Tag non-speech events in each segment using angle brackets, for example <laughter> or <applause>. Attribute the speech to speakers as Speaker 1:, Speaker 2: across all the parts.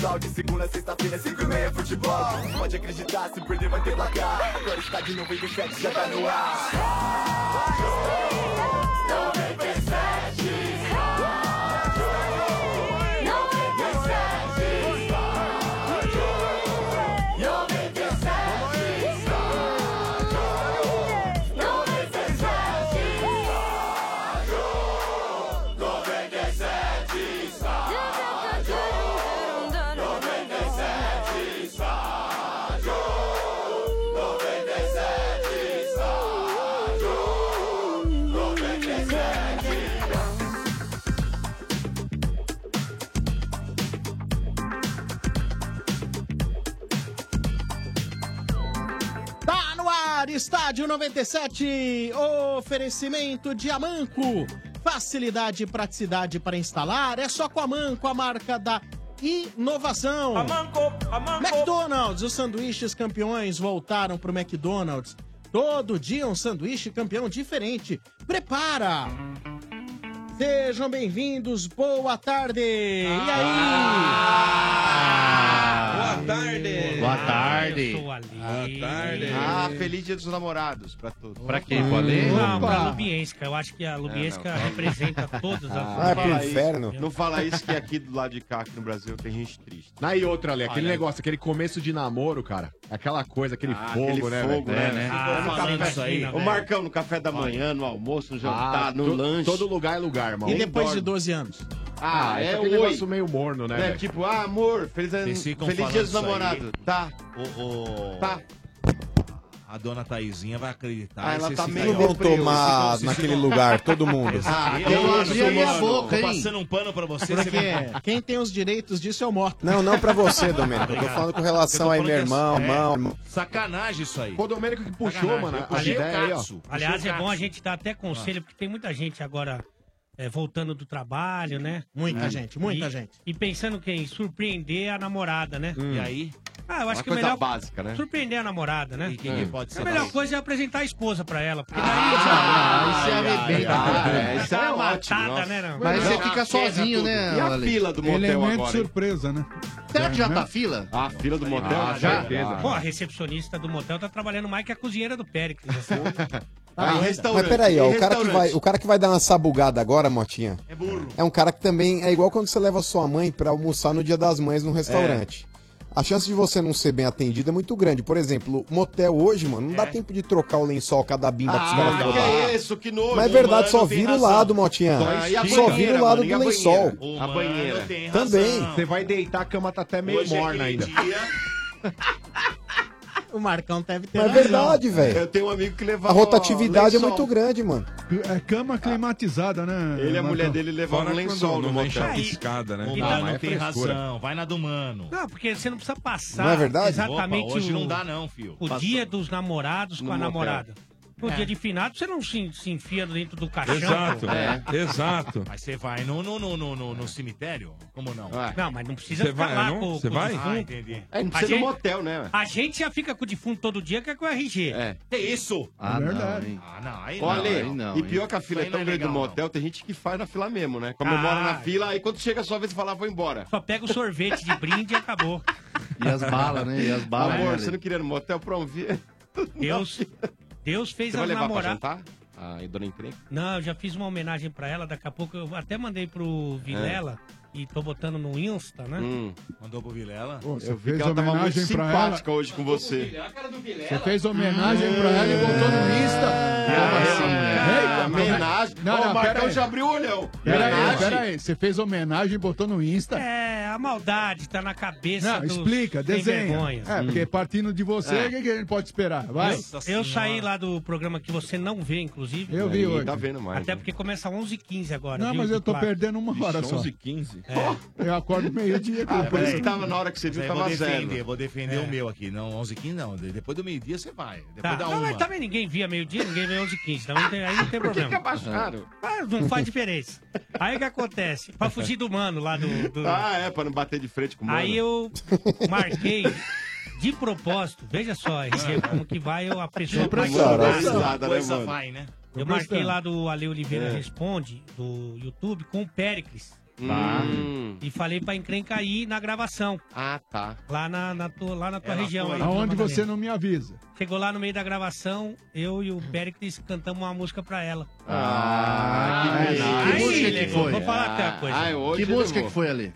Speaker 1: Tchau de segunda a sexta-feira, 5 e meia futebol Pode acreditar, se perder vai ter placar Agora está de 97, já tá no ar 97
Speaker 2: Tá no ar, Estádio 97, oferecimento de Amanco. Facilidade e praticidade para instalar, é só com a Amanco, a marca da inovação. Amanco, Amanco. McDonald's, os sanduíches campeões voltaram pro McDonald's. Todo dia um sanduíche campeão diferente. Prepara! Sejam bem-vindos, boa tarde! E Ah! aí?
Speaker 3: Boa tarde!
Speaker 4: Boa tarde.
Speaker 3: Eu sou o Ale. Boa tarde!
Speaker 4: Ah, feliz dia dos namorados pra todos. Pra
Speaker 3: quem, pro Ale? Não, pra Lubienska. Eu acho que a Lubienska representa todas as...
Speaker 5: é
Speaker 4: Ah, pro inferno. Não fala isso que aqui do lado de cá, aqui no Brasil, tem gente triste.
Speaker 5: Na e outra, Ale, aquele
Speaker 4: Olha.
Speaker 5: negócio, aquele começo de namoro, cara. Aquela coisa, aquele
Speaker 4: Ah,
Speaker 5: fogo,
Speaker 4: aquele
Speaker 5: né?
Speaker 4: fogo,
Speaker 5: velho?
Speaker 4: né, né? Ah,
Speaker 5: No
Speaker 4: falando
Speaker 5: café-
Speaker 4: isso aí, né, velho? no café da manhã, no almoço,
Speaker 5: Ah,
Speaker 4: no jantar, no
Speaker 5: to-
Speaker 4: lanche.
Speaker 5: Ah, Todo lugar é lugar, irmão.
Speaker 4: E depois de
Speaker 2: 12 anos?
Speaker 4: Ah,
Speaker 5: Ah, é
Speaker 4: é
Speaker 5: aquele
Speaker 4: oi.
Speaker 5: negócio meio morno, né?
Speaker 4: É,
Speaker 5: velho?
Speaker 4: tipo, ah, amor, feliz, ano-
Speaker 6: Vocês ficam
Speaker 4: feliz dia
Speaker 6: falando
Speaker 4: dos
Speaker 6: isso aí.
Speaker 4: namorados. Tá.
Speaker 6: O, o-
Speaker 4: Tá.
Speaker 6: A dona Taizinha vai acreditar.
Speaker 4: Ah, ela
Speaker 6: Vocês
Speaker 4: tá
Speaker 6: ficam-
Speaker 4: meio
Speaker 6: Vocês ficam-
Speaker 7: tomar
Speaker 6: vocês
Speaker 7: naquele
Speaker 6: ficam-
Speaker 7: lugar, todo mundo.
Speaker 6: <laughs> Ah,
Speaker 7: Eu
Speaker 6: eu
Speaker 7: abri a minha boca, hein?
Speaker 6: Tô passando um pano pra você.
Speaker 7: Pra
Speaker 6: você
Speaker 7: quê?
Speaker 6: vai-
Speaker 2: Quem tem os direitos disso é o morto.
Speaker 7: Não, não pra você, Domênico. Eu tô falando com relação aí, meu
Speaker 2: é
Speaker 7: irmão, irmão, irmão.
Speaker 6: Sacanagem isso aí.
Speaker 5: Foi o Domênico que puxou,
Speaker 6: Sacanagem,
Speaker 5: mano,
Speaker 6: eu
Speaker 5: as
Speaker 6: puxei o
Speaker 5: ideias aí, ó.
Speaker 6: caço, puxei
Speaker 5: o
Speaker 6: o
Speaker 3: Aliás, é
Speaker 6: caço.
Speaker 3: bom a gente dar até conselho, porque tem muita gente agora é, voltando do trabalho, né?
Speaker 2: Muita
Speaker 3: É.
Speaker 2: gente, muita
Speaker 3: E-
Speaker 2: gente.
Speaker 3: E pensando que é em surpreender a namorada, né?
Speaker 6: E aí?
Speaker 3: Ah, eu acho
Speaker 6: Uma
Speaker 3: que
Speaker 6: coisa
Speaker 3: é melhor
Speaker 6: básica, né?
Speaker 3: surpreender a namorada, né?
Speaker 6: quem que pode ser
Speaker 3: A melhor
Speaker 6: mais?
Speaker 3: coisa é apresentar a esposa pra ela, porque daí...
Speaker 4: isso é arrebentar, é, isso é
Speaker 3: Dá uma
Speaker 4: ótimo,
Speaker 3: matada,
Speaker 4: nossa.
Speaker 3: né, não?
Speaker 4: Mas você fica sozinho, né,
Speaker 8: E a
Speaker 4: Ale?
Speaker 8: fila do motel
Speaker 4: Elemento
Speaker 8: agora? surpresa, né? Será que já tá fila?
Speaker 4: Ah, fila do motel?
Speaker 8: Ah,
Speaker 4: já?
Speaker 8: certeza.
Speaker 3: Pô, a recepcionista do motel tá trabalhando mais que a cozinheira do Péricles. assim.
Speaker 4: Ah,
Speaker 3: Mas
Speaker 7: Tá Mas peraí, ó, o cara, que vai, o cara que vai dar uma sabugada agora, Motinha, é
Speaker 6: burro.
Speaker 7: É um cara que também é igual quando você leva sua mãe pra almoçar no dia das mães num restaurante. A chance de você não ser bem atendido é muito grande. Por exemplo, motel hoje, mano, não dá tempo de trocar o lençol cada bimba que os caras
Speaker 4: Ah, que
Speaker 7: botaram.
Speaker 4: é isso? Que nojo.
Speaker 7: Mas é verdade, só
Speaker 4: Mano, tem
Speaker 7: vira o
Speaker 4: razão.
Speaker 7: lado, Motinha.
Speaker 4: Ah, e a
Speaker 7: só
Speaker 4: banheira,
Speaker 5: é
Speaker 7: vira o lado
Speaker 4: mano, e
Speaker 7: do
Speaker 4: a
Speaker 7: lençol.
Speaker 4: banheira? A banheira.
Speaker 7: Também.
Speaker 5: né? Você vai deitar, a cama tá até meio
Speaker 4: Hoje é
Speaker 5: morna ainda.
Speaker 4: aquele
Speaker 2: O Marcão deve ter.
Speaker 7: Mas é
Speaker 2: razão.
Speaker 7: verdade, velho.
Speaker 4: Eu tenho um amigo que levava.
Speaker 7: A rotatividade é
Speaker 4: lençol.
Speaker 7: muito grande, mano.
Speaker 8: É cama climatizada, né?
Speaker 6: é
Speaker 4: Ele e a mulher
Speaker 8: Marcão?
Speaker 4: dele levavam um lençol no motel.
Speaker 3: piscada,
Speaker 6: O
Speaker 3: E
Speaker 6: mano
Speaker 3: dá-
Speaker 6: tá tem razão. Vai na do mano.
Speaker 3: Não, porque você não precisa passar
Speaker 6: Não é verdade?
Speaker 3: exatamente
Speaker 6: Opa, hoje
Speaker 3: o,
Speaker 6: não dá não, fio.
Speaker 3: o
Speaker 6: Passou.
Speaker 3: dia dos namorados
Speaker 6: No
Speaker 3: com a
Speaker 6: motel.
Speaker 3: namorada. No
Speaker 6: É.
Speaker 3: dia de finado, você não se, se enfia dentro do caixão.
Speaker 6: Exato,
Speaker 3: pô.
Speaker 6: é.
Speaker 9: Exato.
Speaker 6: Mas você vai no, no, no, no, no, no cemitério? Como não?
Speaker 3: Não, mas não precisa
Speaker 6: Você
Speaker 3: ficar
Speaker 6: vai,
Speaker 3: lá
Speaker 6: não?
Speaker 3: com,
Speaker 6: Você
Speaker 3: com
Speaker 6: vai?
Speaker 3: o defunto.
Speaker 6: Ah, entendi.
Speaker 3: A
Speaker 6: É, não precisa
Speaker 3: gente-
Speaker 6: no motel, né?
Speaker 3: A gente já fica com o defunto todo dia, que é com o RG.
Speaker 4: É.
Speaker 6: É isso?
Speaker 4: Ah, não, Verdade. hein?
Speaker 6: Ah, não. Aí não,
Speaker 4: Olha,
Speaker 6: aí não,
Speaker 4: e
Speaker 6: hein?
Speaker 4: pior que a fila
Speaker 6: Aí
Speaker 4: é
Speaker 6: não
Speaker 4: tão grande
Speaker 6: legal,
Speaker 4: do motel, tem gente que faz na fila mesmo, né? Comemora
Speaker 6: Ah.
Speaker 4: na fila, aí quando chega a sua vez, você fala, "Ah, vou embora.
Speaker 3: Só pega o sorvete de brinde e acabou.
Speaker 4: <laughs> E as
Speaker 3: balas, né? E as balas, né,
Speaker 4: Amor,
Speaker 3: Ale?
Speaker 4: você não queria ir no motel pra um dia? <laughs>
Speaker 3: Deus, Deus fez
Speaker 4: Você vai
Speaker 3: as
Speaker 4: levar pra
Speaker 3: namoradas.
Speaker 4: jantar? Ah, e dona encrenca?
Speaker 3: Não, eu já fiz uma homenagem pra ela, daqui a pouco eu até mandei pro Vilela
Speaker 8: É.
Speaker 3: e tô botando no Insta, né?
Speaker 4: Hum.
Speaker 6: Mandou pro Vilela.
Speaker 4: Eu vi que ela tava muito simpática hoje com você.
Speaker 8: Você fez homenagem
Speaker 4: Hum.
Speaker 8: pra ela e botou no Insta. Como
Speaker 4: Ah,
Speaker 8: assim? Ei,
Speaker 4: homenagem.
Speaker 8: Não,
Speaker 4: Ó,
Speaker 8: não,
Speaker 4: o
Speaker 8: pera
Speaker 4: Marcão
Speaker 8: aí.
Speaker 4: já abriu o olhão.
Speaker 8: Pera aí,
Speaker 4: Homenagem?
Speaker 8: pera aí. Você fez homenagem e botou no Insta?
Speaker 3: É, a maldade tá na cabeça do
Speaker 8: Não, explica, desenha. É,
Speaker 4: Hum.
Speaker 8: porque partindo de você, o
Speaker 3: É.
Speaker 8: que, que a gente pode esperar? Vai.
Speaker 3: Eu, eu saí lá do programa que você não vê, inclusive.
Speaker 8: Eu vi Aí, hoje. tá vendo mais,
Speaker 3: Até
Speaker 8: né?
Speaker 3: porque começa 11h15 agora.
Speaker 8: Não,
Speaker 3: viu,
Speaker 8: mas eu tô
Speaker 3: Claro.
Speaker 8: perdendo uma hora só.
Speaker 6: 15?
Speaker 8: Eu acordo meio-dia.
Speaker 6: Ah,
Speaker 8: depois.
Speaker 6: por isso
Speaker 4: que tava na hora que você viu,
Speaker 6: Mas aí
Speaker 4: tava
Speaker 6: vou defender,
Speaker 4: zero.
Speaker 6: Vou defender
Speaker 4: É.
Speaker 6: o meu aqui. Não, 11 15 não. De- Depois do meio-dia você vai. Depois
Speaker 3: Tá.
Speaker 6: da
Speaker 3: Não,
Speaker 6: uma.
Speaker 3: mas também ninguém via meio-dia, ninguém vê 11h15. Também tem- aí não tem
Speaker 6: Por que
Speaker 3: problema.
Speaker 6: que abaixaram?
Speaker 3: Ah, não faz diferença. Aí o que acontece? Pra fugir do mano lá do- do
Speaker 4: Ah, é, pra não bater de frente com o mano.
Speaker 3: Aí eu marquei de propósito, veja só, RG,
Speaker 4: Ah.
Speaker 3: como que vai eu- a pessoa
Speaker 4: Sempre
Speaker 3: vai
Speaker 4: essa
Speaker 3: mandar.
Speaker 4: risada, né, Coisa mano? vai, né?
Speaker 3: Eu
Speaker 4: Tô
Speaker 3: marquei
Speaker 4: prestando.
Speaker 3: lá do Ale Oliveira
Speaker 4: É.
Speaker 3: Responde, do YouTube, com o Péricles.
Speaker 4: Tá.
Speaker 3: E falei pra encrenca ir na gravação.
Speaker 4: Ah, tá.
Speaker 3: Lá na, na tua, lá na tua
Speaker 4: Ela
Speaker 3: região.
Speaker 4: foi.
Speaker 3: aí,
Speaker 10: Aonde
Speaker 3: Vila
Speaker 10: você
Speaker 3: Madalena.
Speaker 10: não me avisa.
Speaker 3: Chegou lá no meio da gravação, eu e o Pericles cantamos uma música pra ela.
Speaker 4: Ah, que beleza.
Speaker 3: Aí,
Speaker 11: música que
Speaker 3: nego,
Speaker 11: foi?
Speaker 3: Vou falar até uma coisa.
Speaker 4: Ah, hoje
Speaker 11: Que música que
Speaker 4: foi?
Speaker 11: foi <laughs> ali?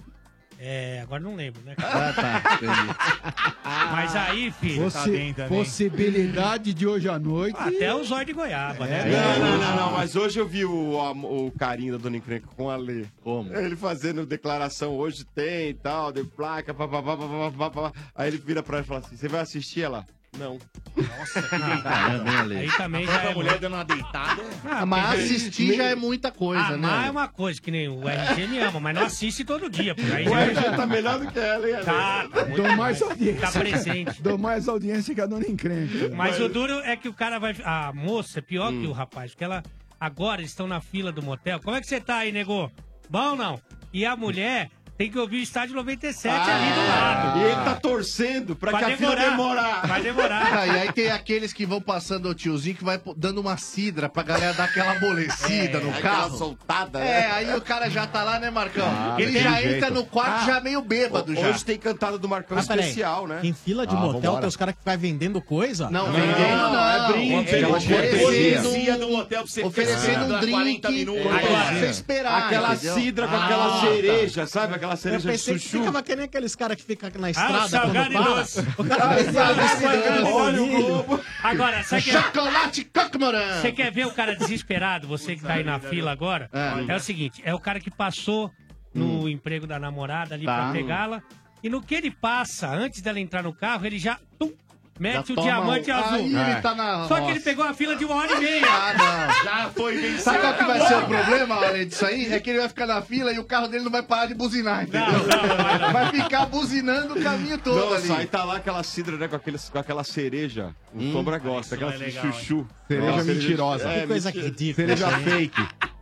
Speaker 3: É, agora não lembro, né?
Speaker 11: Ah, tá. entendi.
Speaker 3: <laughs> Mas aí, filho,
Speaker 8: Tá
Speaker 10: Possi- Possibilidade de hoje à noite.
Speaker 3: até o zóio de goiaba, né?
Speaker 4: É, Não, não, não, não, mas hoje eu vi o, o, o carinho da Dona Encrenca com a Lê.
Speaker 11: Como?
Speaker 4: Ele fazendo declaração, hoje tem e tal, de placa, papapá, papapá, papapá. Aí ele vira pra ela e fala assim, você vai assistir ela? Não.
Speaker 11: Ah, Caramba, hein, Ale?
Speaker 3: Aí também já é muito.
Speaker 12: dando uma deitada.
Speaker 3: Ah,
Speaker 11: Mas
Speaker 3: porque-
Speaker 11: assistir já é muita coisa, né?
Speaker 3: Amar é uma coisa, que nem o RG me ama, mas não assiste todo dia, porque aí
Speaker 4: O
Speaker 3: já é
Speaker 4: RG tá melhor do que ela, hein, Ale?
Speaker 3: tá, tá, muito
Speaker 10: Dou mais
Speaker 3: bom. tá
Speaker 10: audiência.
Speaker 3: presente.
Speaker 10: Dou mais audiência que a dona encrenca.
Speaker 3: Mas o duro é que o cara vai. A moça é pior
Speaker 4: Hum.
Speaker 3: que o rapaz, porque ela. Agora eles estão na fila do motel. Como é que você tá aí, nego? Bom não? E a mulher tem que ouvir o estádio 97
Speaker 4: Ah,
Speaker 3: ali do lado.
Speaker 4: E ele tá torcendo pra, que a fila demorar.
Speaker 3: Vai demorar.
Speaker 11: Tá, e aí tem aqueles que vão passando o tiozinho que vai pô- dando uma sidra pra galera dar aquela amolecida no
Speaker 4: Aquela
Speaker 11: carro.
Speaker 4: soltada, né?
Speaker 11: É, aí o cara já tá lá, né, Marcão?
Speaker 2: Ah,
Speaker 11: Ele
Speaker 4: tem
Speaker 11: já
Speaker 4: jeito.
Speaker 11: entra no quarto já meio bêbado já.
Speaker 4: Hoje tem cantada do Marcão
Speaker 2: Ah, peraí.
Speaker 4: especial, né?
Speaker 2: Em fila de
Speaker 8: Ah,
Speaker 2: motel
Speaker 8: vambora.
Speaker 2: tem os caras que ficam vendendo coisa?
Speaker 11: Não, vendendo não, é
Speaker 4: brinde,
Speaker 11: é
Speaker 4: é uma
Speaker 11: oferecendo,
Speaker 9: Cortesia do hotel pra você
Speaker 11: oferecendo um drink,
Speaker 4: Ah, Agora,
Speaker 11: pra você esperar,
Speaker 4: Aquela
Speaker 11: entendeu?
Speaker 4: cidra
Speaker 2: Ah,
Speaker 4: com
Speaker 2: tá.
Speaker 4: aquela cereja, sabe? Aquela
Speaker 2: Eu
Speaker 4: cereja de
Speaker 2: pensei que
Speaker 4: chuchu.
Speaker 2: ficava querendo aqueles caras que ficam na
Speaker 3: Ah, o
Speaker 2: estrada quando
Speaker 3: salgado e
Speaker 2: para.
Speaker 3: doce.
Speaker 2: O cara pensa, "Ah, salgado e
Speaker 4: Olha o
Speaker 2: doce".
Speaker 4: globo.
Speaker 3: Agora, sabe que
Speaker 11: Chocolate Cockmoran!
Speaker 3: Você quer ver o cara desesperado, você que tá aí na fila agora? É o seguinte, é o cara que passou
Speaker 11: Hum.
Speaker 3: no emprego da namorada
Speaker 11: Tá.
Speaker 3: ali pra pegá-la. E no que ele passa, antes dela entrar no carro, ele já tum, mete o
Speaker 4: toma
Speaker 3: diamante azul.
Speaker 11: um- Aí ele tá na
Speaker 3: Só que ele
Speaker 11: roça.
Speaker 3: pegou a fila de uma hora e meia.
Speaker 11: Ah, não. Já foi vencido. Sabe qual que vai ser o problema, Ale, disso aí? É que ele vai ficar na fila e o carro dele não vai parar de buzinar, entendeu?
Speaker 3: Não, não, não, não.
Speaker 11: Vai ficar buzinando o caminho todo ali.
Speaker 4: Nossa, aí tá lá aquela cidra, né? Com, aqueles, com aquela cereja. O
Speaker 11: Hum.
Speaker 4: Sombra gosta, aquela
Speaker 3: é legal, hein?
Speaker 4: chuchu.
Speaker 8: Cereja
Speaker 4: Nossa,
Speaker 8: mentirosa.
Speaker 4: é,
Speaker 2: Que coisa ridícula.
Speaker 8: Cereja fake.
Speaker 4: <laughs>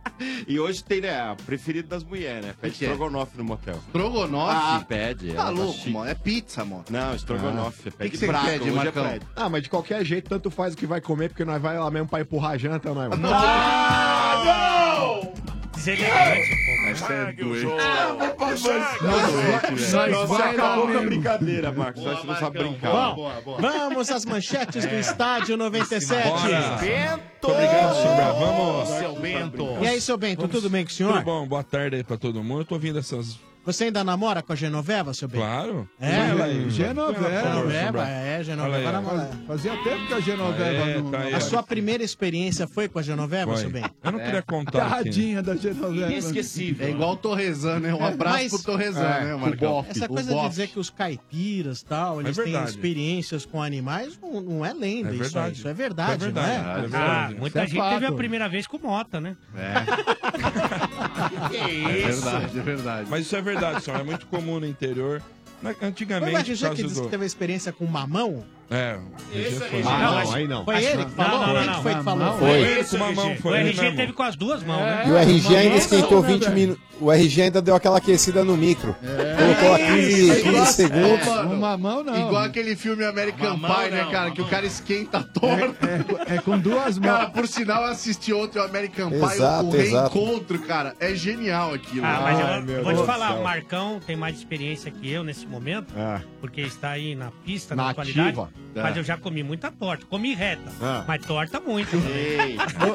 Speaker 4: E hoje tem, né? A preferida das mulheres, né? Pede
Speaker 11: que é?
Speaker 4: estrogonofe no motel. Ah,
Speaker 11: Trogonofe?
Speaker 4: pede.
Speaker 11: tá
Speaker 4: ela
Speaker 11: louco,
Speaker 4: chique.
Speaker 11: mano. É pizza, mano. Ah.
Speaker 4: Não, estrogonofe. Pede
Speaker 11: que você
Speaker 4: É prato,
Speaker 11: pede,
Speaker 4: hoje
Speaker 11: Marcão?
Speaker 4: é prédio.
Speaker 8: Ah, mas de qualquer jeito, tanto faz o que vai comer, porque nós vai lá mesmo pra empurrar a janta, é, nós vamos.
Speaker 3: Deselegante, pô.
Speaker 1: é
Speaker 4: Nossa,
Speaker 10: vai lá
Speaker 4: acabou com a
Speaker 10: mesmo.
Speaker 4: brincadeira, Marcos. Só que você não sabe brincar.
Speaker 11: boa, boa.
Speaker 2: Vamos às manchetes do Estádio 97.
Speaker 9: Bento!
Speaker 4: Obrigado, Sombra.
Speaker 9: Vamos.
Speaker 11: Seu Bento.
Speaker 2: E aí, seu Bento, tudo bem com o senhor?
Speaker 9: Tudo bom, boa tarde aí pra todo mundo. Eu tô ouvindo essas.
Speaker 2: Você ainda namora com a Genoveva, seu Bento?
Speaker 9: Claro.
Speaker 2: É,
Speaker 9: Olha aí,
Speaker 10: Genoveva.
Speaker 2: Genoveva, é,
Speaker 9: Olha
Speaker 2: Genoveva
Speaker 9: aí,
Speaker 2: namora.
Speaker 10: Fazia tempo que a Genoveva
Speaker 9: É,
Speaker 10: não...
Speaker 9: tá aí.
Speaker 2: A sua primeira experiência foi com a Genoveva, seu É.
Speaker 9: Vai.
Speaker 2: Bento?
Speaker 9: Eu não queria contar. Aqui.
Speaker 10: Tadinha da Genoveva.
Speaker 11: É igual o Torrezan, né? Um abraço
Speaker 2: Mas-
Speaker 11: pro Torrezan,
Speaker 9: É.
Speaker 11: né, Marcão?
Speaker 4: Bofe.
Speaker 2: Essa
Speaker 11: O
Speaker 2: coisa de
Speaker 11: bofe.
Speaker 2: dizer que os caipiras tal, eles têm
Speaker 9: verdade.
Speaker 2: experiências com animais, não, não é lenda
Speaker 9: É
Speaker 2: isso aí.
Speaker 9: verdade.
Speaker 2: Isso é verdade,
Speaker 9: É verdade.
Speaker 2: não é?
Speaker 9: É
Speaker 3: Ah,
Speaker 9: verdade.
Speaker 10: Isso
Speaker 3: muita
Speaker 10: é
Speaker 3: gente
Speaker 10: fato.
Speaker 3: teve a primeira vez com mota, né? <laughs>
Speaker 11: É verdade, é verdade.
Speaker 9: Mas isso é verdade, senhor. É muito comum no interior. Na-
Speaker 2: Mas
Speaker 9: Antigamente.
Speaker 2: vai dizer
Speaker 9: por
Speaker 2: que
Speaker 9: causa
Speaker 2: diz que
Speaker 9: do-
Speaker 2: teve a experiência com mamão?
Speaker 9: É. Esse foi.
Speaker 8: Ah,
Speaker 3: Não,
Speaker 8: não,
Speaker 3: acho-
Speaker 8: aí não.
Speaker 2: Foi ele que
Speaker 3: Não,
Speaker 2: falou?
Speaker 3: não,
Speaker 2: Quem
Speaker 3: não,
Speaker 2: que foi que
Speaker 10: não,
Speaker 2: falou?
Speaker 10: não.
Speaker 7: Foi.
Speaker 9: Ele com uma
Speaker 2: É.
Speaker 9: mão,
Speaker 3: o
Speaker 9: foi. né, É, ele
Speaker 3: RG
Speaker 9: mesmo.
Speaker 3: teve com as duas mãos, né?
Speaker 7: E o RG ainda
Speaker 1: é
Speaker 10: Mamão
Speaker 7: esquentou
Speaker 10: não, né,
Speaker 7: 20
Speaker 10: velho?
Speaker 7: minutos. O RG ainda deu aquela aquecida no micro.
Speaker 11: É
Speaker 7: Colocou aqui 15
Speaker 11: Ô,
Speaker 7: segundos.
Speaker 11: é, mano,
Speaker 10: Não, mamão não.
Speaker 11: Igual aquele filme American Pie, né, cara? Que o cara esquenta torto.
Speaker 10: É, é com duas
Speaker 11: Cara,
Speaker 10: mãos.
Speaker 11: por sinal, eu assisti ontem o American Pie,
Speaker 7: Exato,
Speaker 11: o
Speaker 7: exato.
Speaker 11: reencontro, cara. É genial aquilo. né?
Speaker 3: Ah, mas
Speaker 4: Ai,
Speaker 3: eu
Speaker 4: meu
Speaker 3: vou te
Speaker 4: Deus
Speaker 3: falar,
Speaker 4: do
Speaker 3: o
Speaker 4: céu.
Speaker 3: Marcão tem mais experiência que eu nesse momento,
Speaker 4: Ah. é.
Speaker 3: porque está aí na pista,
Speaker 8: Na
Speaker 3: na, atualidade.
Speaker 8: ativa.
Speaker 3: Mas eu já comi muita torta, comi reta,
Speaker 4: Ah.
Speaker 3: mas torta muito. <laughs>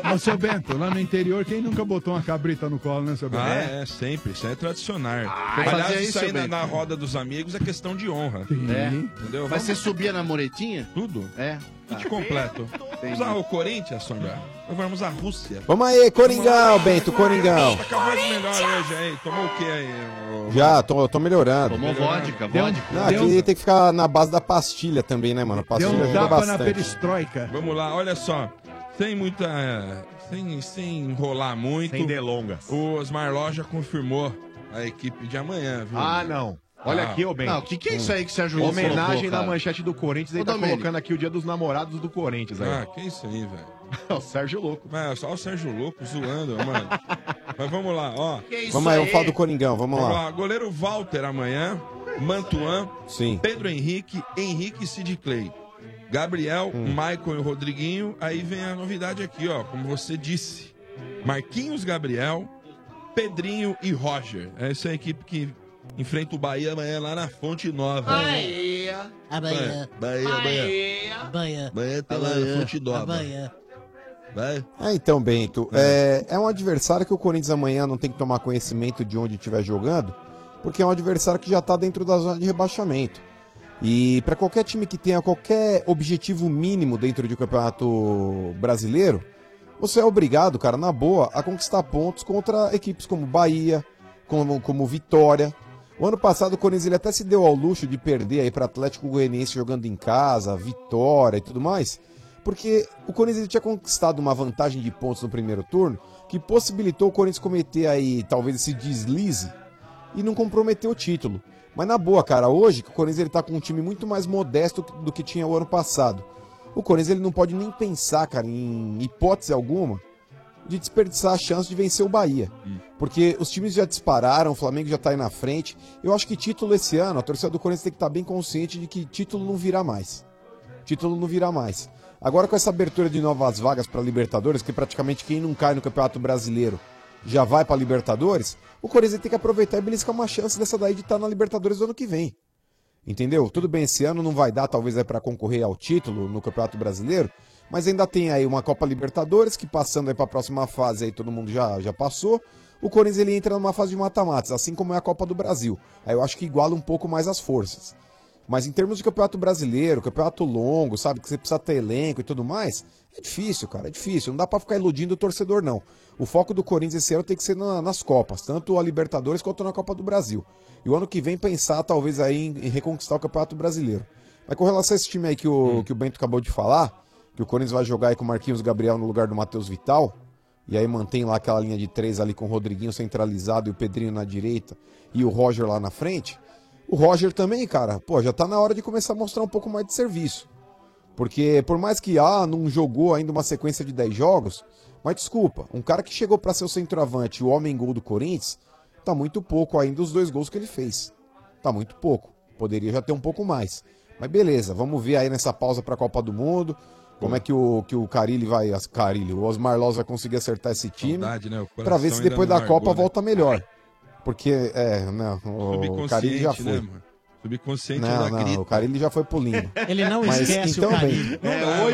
Speaker 10: Ô, ô, seu Bento, lá no interior, quem nunca botou uma cabrita no colo, né, seu Bento?
Speaker 9: Ah, é, sempre. Isso aí é tradicional.
Speaker 11: fazer
Speaker 9: Aliás,
Speaker 11: Ah, isso,
Speaker 9: isso aí na,
Speaker 11: Bento.
Speaker 9: na roda dos amigos é questão de honra. Né?
Speaker 10: Sim.
Speaker 9: Entendeu?
Speaker 11: É. Mas
Speaker 9: Vamos
Speaker 11: você subia na moretinha?
Speaker 9: tudo.
Speaker 11: É.
Speaker 9: Kit completo. Vamos lá, o Corinthians, Sombra. Nós vamos à Rússia.
Speaker 7: Vamos aí, Coringão, Bento, Coringão.
Speaker 9: Acabou de melhor hoje aí. Tomou o que aí? ô-
Speaker 7: Já, tô, tô melhorando.
Speaker 11: Tomou vodka, vodka.
Speaker 7: Não, aqui
Speaker 10: Deu- um-
Speaker 7: tem que ficar na base da pastilha também, né, mano? A
Speaker 10: Deu
Speaker 7: pastilha
Speaker 10: um
Speaker 7: ajuda
Speaker 10: tapa na
Speaker 7: bastante.
Speaker 10: perestroika.
Speaker 9: Vamos lá, olha só. Sem muita. eh, Sem, sem enrolar muito.
Speaker 8: Sem delonga.
Speaker 9: O Osmar Loja confirmou a equipe de amanhã, viu?
Speaker 8: Ah, não. Olha
Speaker 9: Ah.
Speaker 8: aqui, ô Bento.
Speaker 11: Não, o que, que é isso aí que você ajudou?
Speaker 8: Homenagem na manchete do Corinthians.
Speaker 11: Ô,
Speaker 8: Ele tá
Speaker 11: Domênico.
Speaker 8: colocando aqui o dia dos namorados do Corinthians. Aí.
Speaker 9: Ah, que isso aí, velho.
Speaker 8: <laughs> o Sérgio Louco.
Speaker 9: Mas é só o Sérgio Louco zoando,
Speaker 8: <laughs>
Speaker 9: mano. Mas vamos lá, ó.
Speaker 7: Vamos aí, vamos falar do Coringão, vamos
Speaker 9: Vamos
Speaker 7: lá.
Speaker 9: lá, Goleiro Walter amanhã. Mantuan,
Speaker 7: Sim.
Speaker 9: Pedro Henrique, Henrique e Sid Clay. Gabriel,
Speaker 7: Hum.
Speaker 9: Maicon e Rodriguinho. Aí vem a novidade aqui, ó. Como você disse. Marquinhos Gabriel, Pedrinho e Roger. Essa é a equipe que enfrenta o Bahia amanhã lá na Fonte Nova.
Speaker 6: Bahia.
Speaker 9: Bahia, Bahia, Bahia.
Speaker 6: Bahia.
Speaker 9: Amanhã tá lá na Fonte Nova. Vai.
Speaker 7: Ah, então, Bento, é, é um adversário que o Corinthians amanhã não tem que tomar conhecimento de onde estiver jogando, porque é um adversário que já está dentro da zona de rebaixamento. E para qualquer time que tenha qualquer objetivo mínimo dentro de um campeonato brasileiro, você é obrigado, cara, na boa, a conquistar pontos contra equipes como Bahia, como, como Vitória. O ano passado o Corinthians ele até se deu ao luxo de perder aí para Atlético Goianiense jogando em casa, Vitória e tudo mais porque o Corinthians ele tinha conquistado uma vantagem de pontos no primeiro turno que possibilitou o Corinthians cometer aí talvez esse deslize e não comprometer o título. Mas na boa, cara, hoje que o Corinthians ele tá com um time muito mais modesto do que tinha o ano passado. O Corinthians ele não pode nem pensar, cara, em hipótese alguma de desperdiçar a chance de vencer o Bahia. Porque os times já dispararam, o Flamengo já tá aí na frente. Eu acho que título esse ano, a torcida do Corinthians tem que estar bem consciente de que título não virá mais. Título não virá mais. Agora com essa abertura de novas vagas para Libertadores, que praticamente quem não cai no Campeonato Brasileiro já vai para Libertadores, o Corinthians tem que aproveitar e beliscar uma chance dessa daí de estar na Libertadores do ano que vem. Entendeu? Tudo bem, esse ano não vai dar, talvez é para concorrer ao título no Campeonato Brasileiro, mas ainda tem aí uma Copa Libertadores que passando aí para a próxima fase aí todo mundo já, já passou. O Corinthians ele entra numa fase de mata-matas, assim como é a Copa do Brasil. Aí eu acho que iguala um pouco mais as forças. Mas em termos de campeonato brasileiro, campeonato longo, sabe? Que você precisa ter elenco e tudo mais. É difícil, cara, é difícil. Não dá pra ficar iludindo o torcedor, não. O foco do Corinthians esse ano tem que ser na- nas Copas, tanto a Libertadores quanto na Copa do Brasil. E o ano que vem pensar, talvez, aí em, em reconquistar o campeonato brasileiro. Mas com relação a esse time aí que o, que o Bento acabou de falar, que o Corinthians vai jogar aí com o Marquinhos Gabriel no lugar do Matheus Vital, e aí mantém lá aquela linha de três ali com o Rodriguinho centralizado e o Pedrinho na direita e o Roger lá na frente. O Roger também, cara, pô, já tá na hora de começar a mostrar um pouco mais de serviço. Porque por mais que ah, não jogou ainda uma sequência de 10 jogos, mas desculpa, um cara que chegou pra ser o centroavante, o homem gol do Corinthians, tá muito pouco ainda os dois gols que ele fez. Tá muito pouco. Poderia já ter um pouco mais. Mas beleza, vamos ver aí nessa pausa pra Copa do Mundo. Como é que o, que o Carilli vai. as- Carilli, o Osmar Loz vai conseguir acertar esse time.
Speaker 9: Saudade, né? O
Speaker 7: Pra
Speaker 9: coração
Speaker 7: ver se
Speaker 9: ainda
Speaker 7: depois
Speaker 9: não
Speaker 7: da
Speaker 9: largou,
Speaker 7: Copa
Speaker 9: né?
Speaker 7: volta
Speaker 9: <laughs>
Speaker 7: melhor. Porque, é, não, o Carilli já
Speaker 9: Subconsciente,
Speaker 7: foi.
Speaker 9: né, mano? Subconsciente
Speaker 7: Não,
Speaker 9: ainda
Speaker 7: não,
Speaker 9: grita.
Speaker 7: o Carilli já foi pulindo. então,
Speaker 2: Ele não esquece o Carilli.
Speaker 9: Não dá, mas- né?
Speaker 7: Não, não é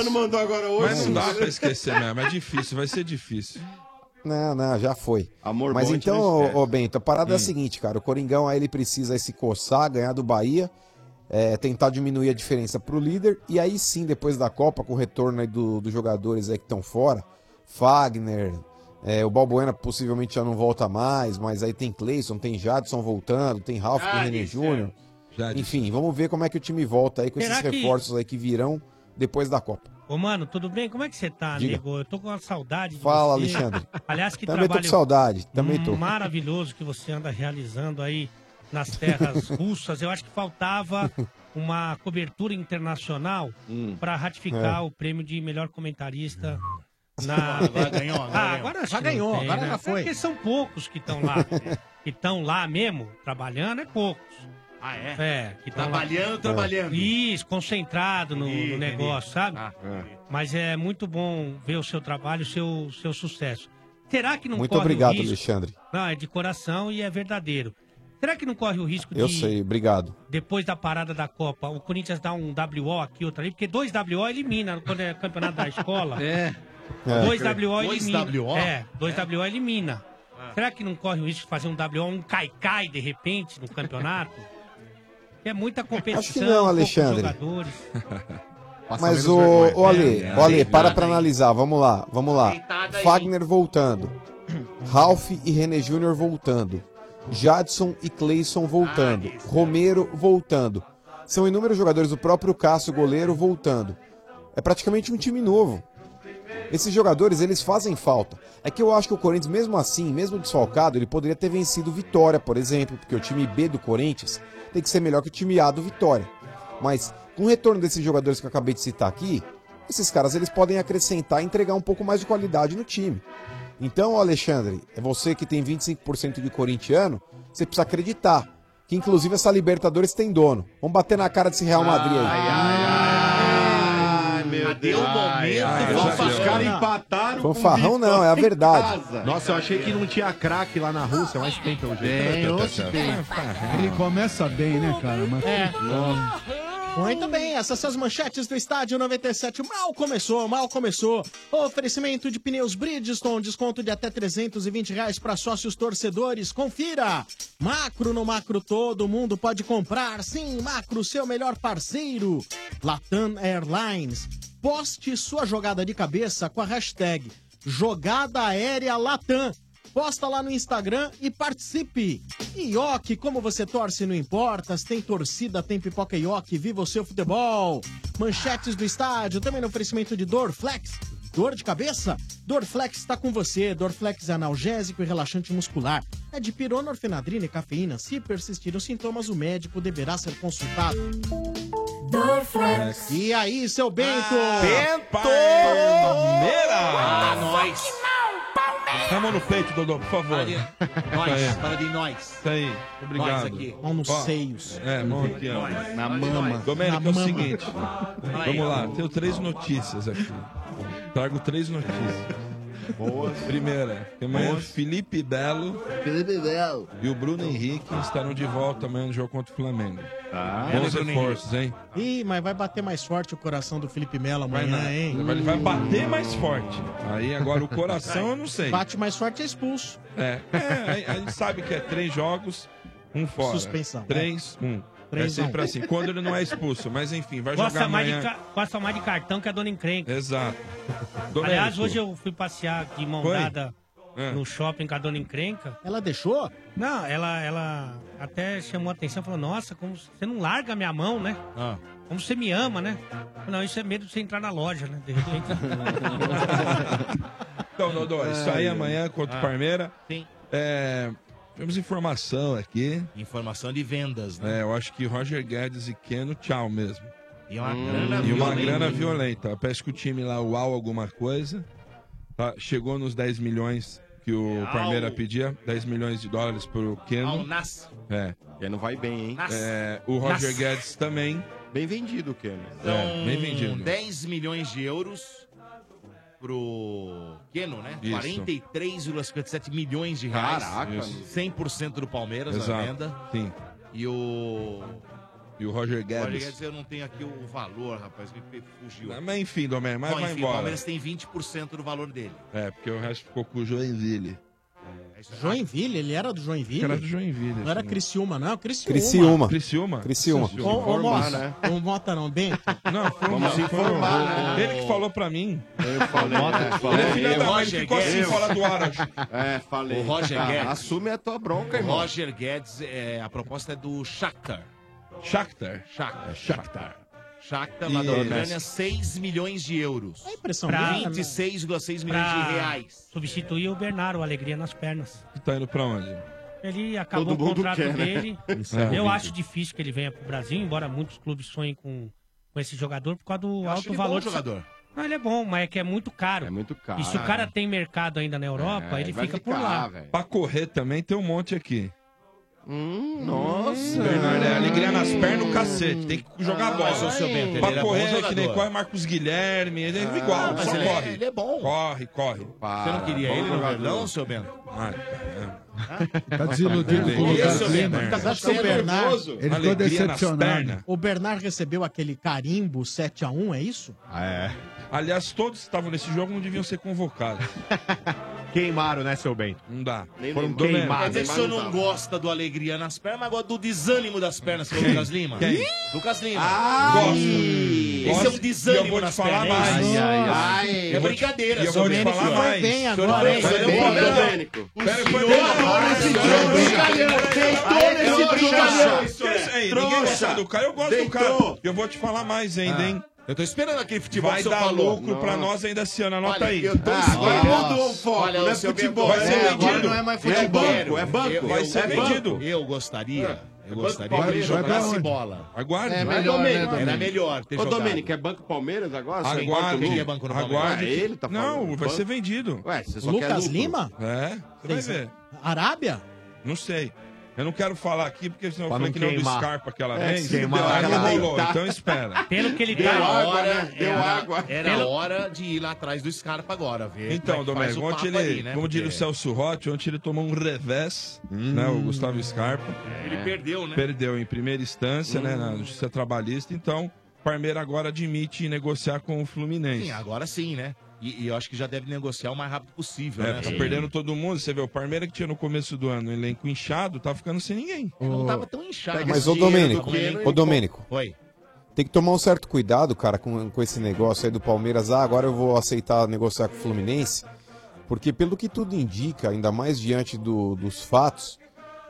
Speaker 7: isso.
Speaker 4: mandou agora
Speaker 7: hoje.
Speaker 9: Mas não dá
Speaker 4: Sumido.
Speaker 9: pra esquecer mesmo, é difícil, vai ser difícil.
Speaker 7: Não, não, já foi.
Speaker 4: Amor
Speaker 7: Mas
Speaker 9: bom, a gente
Speaker 7: então,
Speaker 9: não esquece.
Speaker 7: ô, ô, Bento, a parada é a
Speaker 9: Hum.
Speaker 7: seguinte, cara. O Coringão aí ele precisa aí se coçar, ganhar do Bahia, é, tentar diminuir a diferença pro líder. E aí sim, depois da Copa, com o retorno aí do- dos jogadores aí que estão fora, Fagner, é, o Balbuena possivelmente já não volta mais, mas aí tem Cleison, tem Jadson voltando, tem Ralf, tem René Júnior. Enfim, vamos ver como é que o time volta aí com
Speaker 3: Será
Speaker 7: esses
Speaker 3: que-
Speaker 7: reforços aí que virão depois da Copa.
Speaker 3: Ô, mano, tudo bem? Como é que você tá,
Speaker 7: Diga.
Speaker 3: amigo? Eu tô com uma saudade de
Speaker 7: Fala,
Speaker 3: você.
Speaker 7: Alexandre.
Speaker 3: <laughs> Aliás, que
Speaker 7: Também tô
Speaker 3: trabalho
Speaker 7: com saudade, também tô.
Speaker 3: maravilhoso que você anda realizando aí nas
Speaker 7: <laughs>
Speaker 3: terras russas. Eu acho que faltava uma cobertura internacional
Speaker 7: Hum.
Speaker 3: pra ratificar
Speaker 2: É.
Speaker 3: o prêmio de melhor
Speaker 7: <laughs>
Speaker 3: comentarista na...
Speaker 2: Agora ganhou,
Speaker 13: <laughs>
Speaker 3: <laughs>
Speaker 2: agora
Speaker 3: Ah,
Speaker 2: ganhou.
Speaker 3: agora acho
Speaker 2: Já
Speaker 3: que não
Speaker 2: ganhou,
Speaker 3: tem,
Speaker 2: agora
Speaker 3: né?
Speaker 2: já foi.
Speaker 3: É porque são poucos que estão lá.
Speaker 13: <laughs>
Speaker 3: né? que estão lá mesmo, trabalhando, é poucos.
Speaker 6: Ah, é?
Speaker 3: É, que tão lá-
Speaker 6: Trabalhando, trabalhando.
Speaker 3: Isso, concentrado no, no
Speaker 6: Entendi, Ah. entendi.
Speaker 3: negócio, sabe? Mas é muito bom ver o seu trabalho, o seu, seu sucesso. Será que não
Speaker 7: Muito
Speaker 3: corre
Speaker 7: obrigado,
Speaker 3: o risco...
Speaker 7: Alexandre.
Speaker 3: Não, é de coração e é verdadeiro. Será que não corre o risco
Speaker 7: Eu
Speaker 3: de,
Speaker 7: sei, obrigado.
Speaker 3: depois da parada da Copa, o Corinthians dar um WO aqui, outro ali? Porque dois WO elimina quando é campeonato da escola.
Speaker 12: <laughs> É.
Speaker 3: Dois
Speaker 12: É.
Speaker 3: WO
Speaker 12: Dois
Speaker 3: elimina.
Speaker 12: WO?
Speaker 3: É, dois WO elimina.
Speaker 12: Ah.
Speaker 3: Será que não corre o risco de fazer um WO, um caicai de repente no
Speaker 7: <laughs>
Speaker 3: campeonato? É muita competição.
Speaker 7: Acho que não,
Speaker 3: poucos
Speaker 7: Alexandre.
Speaker 3: <laughs> jogadores.
Speaker 7: Mas
Speaker 3: menos
Speaker 7: o,
Speaker 3: vergonha.
Speaker 7: o Ale,
Speaker 3: É,
Speaker 7: o Ale,
Speaker 3: é,
Speaker 7: para
Speaker 3: é.
Speaker 7: pra analisar, vamos lá, vamos lá. Fagner voltando, Ralph e René Júnior voltando, Jadson e Cleison voltando, Romero voltando. São inúmeros jogadores, o próprio Cássio, goleiro, voltando. É praticamente um time novo. Esses jogadores, eles fazem falta. É que eu acho que o Corinthians, mesmo assim, mesmo desfalcado, ele poderia ter vencido o Vitória, por exemplo, porque o time B do Corinthians tem que ser melhor que o time A do Vitória. Mas com o retorno desses jogadores que eu acabei de citar aqui, esses caras eles podem acrescentar e entregar um pouco mais de qualidade no time. Então, ó, Alexandre, é você que tem 25% de corintiano, você precisa acreditar. Que inclusive essa Libertadores tem dono. Vamos bater na cara desse Real Madrid aí.
Speaker 4: Ah, Ai, meu Deus.
Speaker 7: Ai, ai,
Speaker 4: Nossa,
Speaker 7: ai,
Speaker 4: os
Speaker 7: ai.
Speaker 4: caras empataram
Speaker 14: com Fanfarrão Vitor não, é a em verdade. casa.
Speaker 5: Nossa, eu achei que não tinha craque lá na Rússia, mas tem pelo
Speaker 8: Tem,
Speaker 5: jeito.
Speaker 8: ou se tem. Ele começa bem, né, cara? Mas
Speaker 2: É.
Speaker 8: Nossa.
Speaker 2: Muito bem, essas são as manchetes do Estádio 97. Mal começou, mal começou. Oferecimento de pneus Bridgestone, desconto de até 320 reais para sócios torcedores. Confira! Macro no macro, todo mundo pode comprar. Sim, macro, seu melhor parceiro. Latam Airlines. Poste sua jogada de cabeça com a hashtag Jogada Aérea Latam. Posta lá no Instagram e participe. Ioki, como você torce, não importa. Se tem torcida, tem pipoca Ioki. Viva o seu futebol. Manchetes do estádio, também no oferecimento de Dorflex. Dor de cabeça? Dorflex está com você. Dorflex é analgésico e relaxante muscular. É de pirona, orfenadrina e cafeína. Se persistirem os sintomas, o médico deverá ser consultado. Dorflex. E aí, seu Bento?
Speaker 9: Palmeiras!
Speaker 7: Ah, nós.
Speaker 9: Dá a mão no peito, Dodô, por favor.
Speaker 7: Valeu. Nós, fala de nós.
Speaker 9: Isso aí,
Speaker 7: Nós
Speaker 9: obrigado.
Speaker 7: aqui.
Speaker 2: Mão nos
Speaker 9: Ó,
Speaker 2: seios.
Speaker 9: É, mão aqui, ó.
Speaker 7: Nós, Na nós, mama. nós.
Speaker 9: Domênico,
Speaker 7: Na
Speaker 9: é o
Speaker 7: mama.
Speaker 9: seguinte.
Speaker 7: Fala aí.
Speaker 9: Vamos lá, tenho três notícias aqui. Trago três notícias. Boa. Primeira, amanhã
Speaker 7: Boas.
Speaker 9: Felipe Belo. Felipe Belo. E o Bruno Henrique estarão de volta amanhã no jogo contra o Flamengo. Tá. Bons
Speaker 2: Bruno
Speaker 9: reforços, hein?
Speaker 2: Ih, mas vai bater mais forte o coração do Felipe Melo
Speaker 9: Vai,
Speaker 2: amanhã,
Speaker 9: na-
Speaker 2: hein?
Speaker 9: ele vai bater mais forte. Aí agora o coração eu não sei.
Speaker 2: Bate mais forte é expulso.
Speaker 9: É, é, a, a gente sabe que é três jogos, um fora.
Speaker 2: Suspensão.
Speaker 9: Três, um.
Speaker 3: Três,
Speaker 9: é sempre
Speaker 3: um.
Speaker 9: assim. Quando ele não é expulso, mas enfim, vai
Speaker 3: Gosta
Speaker 9: jogar
Speaker 3: mais, de
Speaker 9: amanhã.
Speaker 3: ca- gosta mais de cartão que a dona encrenca.
Speaker 9: Exato.
Speaker 3: Aliás,
Speaker 9: Domênico.
Speaker 3: hoje eu fui passear de mão
Speaker 9: Foi? É.
Speaker 3: dada no shopping com a dona encrenca.
Speaker 2: Ela deixou?
Speaker 3: Não, ela, ela até chamou a atenção falou: Nossa, como você não larga a minha mão, né?
Speaker 9: Ah.
Speaker 3: Como você me ama, né? Não, isso é medo de você entrar na loja, né? De repente.
Speaker 9: Então, Dodô,
Speaker 4: É.
Speaker 9: isso aí amanhã contra o
Speaker 6: Ah.
Speaker 9: Parmeira.
Speaker 6: Sim.
Speaker 9: É, temos informação aqui.
Speaker 6: Informação de vendas, né?
Speaker 9: É, eu acho que Roger Guedes e Keno, tchau mesmo.
Speaker 6: E uma grana
Speaker 9: E uma
Speaker 6: violenta.
Speaker 9: grana violenta. Parece que o time lá, o UAU alguma coisa, tá, chegou nos 10 milhões que o
Speaker 6: Au.
Speaker 9: Parmeira pedia. 10 milhões de dólares pro Keno.
Speaker 6: Alnas.
Speaker 9: É.
Speaker 4: Keno vai bem, hein?
Speaker 9: É, o Roger
Speaker 6: Nas.
Speaker 9: Guedes também.
Speaker 4: Bem vendido, Keno.
Speaker 6: São
Speaker 9: É, bem vendido.
Speaker 6: 10 Então, milhões de euros pro Keno, né?
Speaker 9: Isso.
Speaker 6: 43,57 milhões de reais.
Speaker 9: Caraca. Isso.
Speaker 6: 100% do Palmeiras na venda.
Speaker 9: Sim.
Speaker 6: E o.
Speaker 9: E o Roger Guedes.
Speaker 6: Olha, quer dizer, eu não tenho aqui o valor, rapaz, me pe- fugiu.
Speaker 9: Ah, Mas enfim, Domé, mas
Speaker 6: Bom,
Speaker 9: vai
Speaker 6: enfim, O
Speaker 9: embora.
Speaker 6: Palmeiras tem 20% do valor dele. É
Speaker 9: É, porque o resto ficou com o Joinville.
Speaker 2: Joinville, ele era do Joinville?
Speaker 9: Era do Joinville.
Speaker 2: Não era Criciúma, não. Criciúma.
Speaker 14: Criciúma.
Speaker 9: Criciúma? né?
Speaker 14: Criciúma.
Speaker 2: Ô, ô, Mota, ô, Mota não, Bento.
Speaker 9: Não,
Speaker 2: né?
Speaker 9: foi
Speaker 2: Vamos se informar, né?
Speaker 9: Ele que falou pra mim.
Speaker 4: Eu falei.
Speaker 6: né?
Speaker 9: Ele é filho da mãe, ele ficou assim, fala do Aras.
Speaker 6: <laughs>
Speaker 4: É, falei.
Speaker 6: O Roger
Speaker 4: Ah,
Speaker 6: Guedes.
Speaker 4: Assume a tua
Speaker 6: O
Speaker 4: bronca, irmão.
Speaker 6: Roger Guedes, é, a proposta é do Shakhtar.
Speaker 9: Shakhtar?
Speaker 6: Shakhtar.
Speaker 9: Shakhtar.
Speaker 6: Shakhtar lá da
Speaker 3: Isso.
Speaker 6: Ucrânia, 6 milhões de euros. <laughs> É
Speaker 2: impressão
Speaker 3: Pra-
Speaker 6: minha. 26,6 milhões
Speaker 3: pra
Speaker 6: de reais.
Speaker 3: Substituir o Bernardo, o Alegria nas pernas.
Speaker 9: Que tá indo pra onde?
Speaker 3: Ele acabou
Speaker 9: Todo
Speaker 3: o
Speaker 9: mundo
Speaker 3: contrato
Speaker 9: quer, né?
Speaker 3: dele.
Speaker 9: <laughs> Isso é
Speaker 3: Eu
Speaker 9: horrível.
Speaker 3: acho difícil que ele venha pro Brasil, embora muitos clubes sonhem com, com esse jogador por causa do
Speaker 6: acho
Speaker 3: alto
Speaker 6: ele
Speaker 3: valor.
Speaker 6: bom
Speaker 3: do
Speaker 6: jogador.
Speaker 3: Não, ele é bom, mas é que é muito caro. É
Speaker 4: muito caro.
Speaker 3: E
Speaker 11: Ah.
Speaker 3: se o cara tem mercado ainda na Europa,
Speaker 11: É,
Speaker 3: ele fica por lá.
Speaker 9: Pra correr também tem um monte aqui.
Speaker 6: Hum,
Speaker 4: Nossa.
Speaker 9: Bernardo, é alegria nas pernas, o cacete. Tem que jogar
Speaker 6: Ah,
Speaker 9: bola.
Speaker 6: mas, ô, seu Bento, ele
Speaker 9: pra
Speaker 6: era bom
Speaker 9: correr, é
Speaker 6: jogador.
Speaker 9: que nem corre Marcos Guilherme. Ele é
Speaker 6: Ah,
Speaker 9: igual,
Speaker 6: mas
Speaker 9: só
Speaker 6: ele é-
Speaker 9: corre.
Speaker 6: ele é bom.
Speaker 9: Corre, corre.
Speaker 6: Você não queria ele no Verdão, seu Bento?
Speaker 9: Ah, caramba.
Speaker 8: Tá
Speaker 6: É.
Speaker 8: desiludido com o
Speaker 9: Isso,
Speaker 8: Lucas
Speaker 9: seu
Speaker 8: Lima. Tá
Speaker 6: tá
Speaker 9: Bento,
Speaker 2: Sabe que o Bernard,
Speaker 8: Ele ficou decepcionado.
Speaker 2: O Bernard recebeu aquele carimbo 7x1, é isso?
Speaker 3: Ah,
Speaker 9: É. Aliás, todos que estavam nesse jogo não deviam ser
Speaker 3: <laughs>
Speaker 9: convocados.
Speaker 5: Queimaram, né, seu bem?
Speaker 9: Não dá.
Speaker 5: Foram
Speaker 6: Quer
Speaker 5: queimados.
Speaker 6: dizer que o senhor não gosta do alegria nas pernas, mas gosta do desânimo das pernas, que é o Lucas Lima?
Speaker 9: Quem?
Speaker 6: Lucas Lima.
Speaker 9: Ah, gosto.
Speaker 6: Esse
Speaker 9: Gosto.
Speaker 6: é um
Speaker 9: E eu
Speaker 6: desânimo
Speaker 9: vou te
Speaker 6: nas
Speaker 9: falar
Speaker 6: pernas.
Speaker 9: mais.
Speaker 6: Ai, ai,
Speaker 9: Ai,
Speaker 6: ai. É
Speaker 9: eu vou te-
Speaker 6: brincadeira,
Speaker 9: e eu
Speaker 6: seu
Speaker 9: vou te
Speaker 6: Bento.
Speaker 9: falar
Speaker 6: O senhor
Speaker 9: mais.
Speaker 6: bem
Speaker 9: O senhor não
Speaker 6: agora, hein?
Speaker 9: vai
Speaker 6: Foi
Speaker 9: bem.
Speaker 6: bem,
Speaker 9: Foi bem.
Speaker 6: Domênico.
Speaker 9: Pera, foi
Speaker 6: senhor
Speaker 9: bem.
Speaker 6: adora esse jogo, brincalhão. Deitou nesse brincalhão.
Speaker 9: é Isso aí,
Speaker 6: Trouxa.
Speaker 9: ninguém gosta do cara. Eu gosto do cara. Eu vou te falar mais ainda, hein?
Speaker 6: Ah. Eu tô esperando aquele futebol
Speaker 9: Vai
Speaker 6: que o senhor
Speaker 9: dar
Speaker 6: falou.
Speaker 9: lucro pra
Speaker 6: Nossa.
Speaker 9: nós ainda esse ano, anota
Speaker 6: Olha,
Speaker 9: aí.
Speaker 6: eu tô esperando o foco,
Speaker 9: Olha,
Speaker 6: não é
Speaker 9: o seu
Speaker 6: futebol,
Speaker 9: Vai
Speaker 6: é,
Speaker 9: ser
Speaker 6: agora
Speaker 9: vendido.
Speaker 6: não é mais
Speaker 9: É
Speaker 6: futebol.
Speaker 9: banco, é banco.
Speaker 6: Eu-
Speaker 9: vai
Speaker 6: eu-
Speaker 9: ser
Speaker 6: é banco.
Speaker 9: vendido.
Speaker 6: Eu gostaria. Eu
Speaker 4: banco
Speaker 6: gostaria que ele
Speaker 4: Palmeiras, vai pra
Speaker 6: jogasse
Speaker 4: onde?
Speaker 6: bola.
Speaker 9: Aguarde.
Speaker 4: É
Speaker 6: Vai,
Speaker 4: melhor, né,
Speaker 6: Domênico. Era
Speaker 4: Domênico?
Speaker 6: melhor ter
Speaker 4: Ô,
Speaker 6: jogado.
Speaker 4: Domênico, é banco Palmeiras agora? Você
Speaker 9: Aguarde.
Speaker 4: assim, enquanto-
Speaker 9: que- Aguarde.
Speaker 4: Aguarde.
Speaker 9: que-
Speaker 4: É ele que tá
Speaker 9: não,
Speaker 4: falando.
Speaker 9: vai ser
Speaker 4: Banco?
Speaker 9: vendido.
Speaker 4: Ué, você só quer
Speaker 2: Lucas
Speaker 4: lucro.
Speaker 2: Lima?
Speaker 9: É, você vai
Speaker 2: Vocês-
Speaker 9: ver.
Speaker 2: Arábia?
Speaker 9: Não sei. Eu não quero falar aqui, porque senão eu
Speaker 3: Pra
Speaker 9: falei
Speaker 3: não
Speaker 9: que não do
Speaker 3: queimar.
Speaker 9: Scarpa aquela
Speaker 3: É,
Speaker 9: vez.
Speaker 3: queimar,
Speaker 9: Deu água,
Speaker 3: aquela
Speaker 9: rolou.
Speaker 3: deitada.
Speaker 9: Então espera.
Speaker 3: Pelo que ele
Speaker 9: Deu
Speaker 3: tá
Speaker 9: água,
Speaker 3: agora,
Speaker 9: né? Deu
Speaker 6: era,
Speaker 9: água.
Speaker 6: Era
Speaker 9: Pelo-
Speaker 6: hora de ir lá atrás do Scarpa agora, ver.
Speaker 9: Então,
Speaker 6: como é que faz
Speaker 9: Domingos,
Speaker 6: o
Speaker 9: ontem
Speaker 6: papo
Speaker 9: ele,
Speaker 6: ali, né?
Speaker 9: como diria o
Speaker 6: Porque- Hum.
Speaker 9: Celso Rotti, ontem ele tomou um revés, né, o Gustavo Scarpa.
Speaker 6: Ele perdeu, né?
Speaker 9: Perdeu em primeira instância, né,
Speaker 6: Hum.
Speaker 9: na Justiça Trabalhista. Então, o Parmeira agora admite negociar com o Fluminense.
Speaker 6: Sim, agora sim, né? E, e eu acho que já deve negociar o mais rápido possível,
Speaker 9: É,
Speaker 6: né?
Speaker 9: tá
Speaker 6: Sim.
Speaker 9: perdendo todo mundo. Você vê, o Parmeira que tinha no começo do ano um elenco inchado, tá ficando sem ninguém.
Speaker 6: Não tava tão inchado.
Speaker 7: Mas, ô Domênico, ô Domênico.
Speaker 6: Oi.
Speaker 7: Tem que tomar um certo cuidado, cara, com, com esse negócio aí do Palmeiras. Ah, agora eu vou aceitar negociar com o Fluminense. Porque pelo que tudo indica, ainda mais diante do- dos fatos,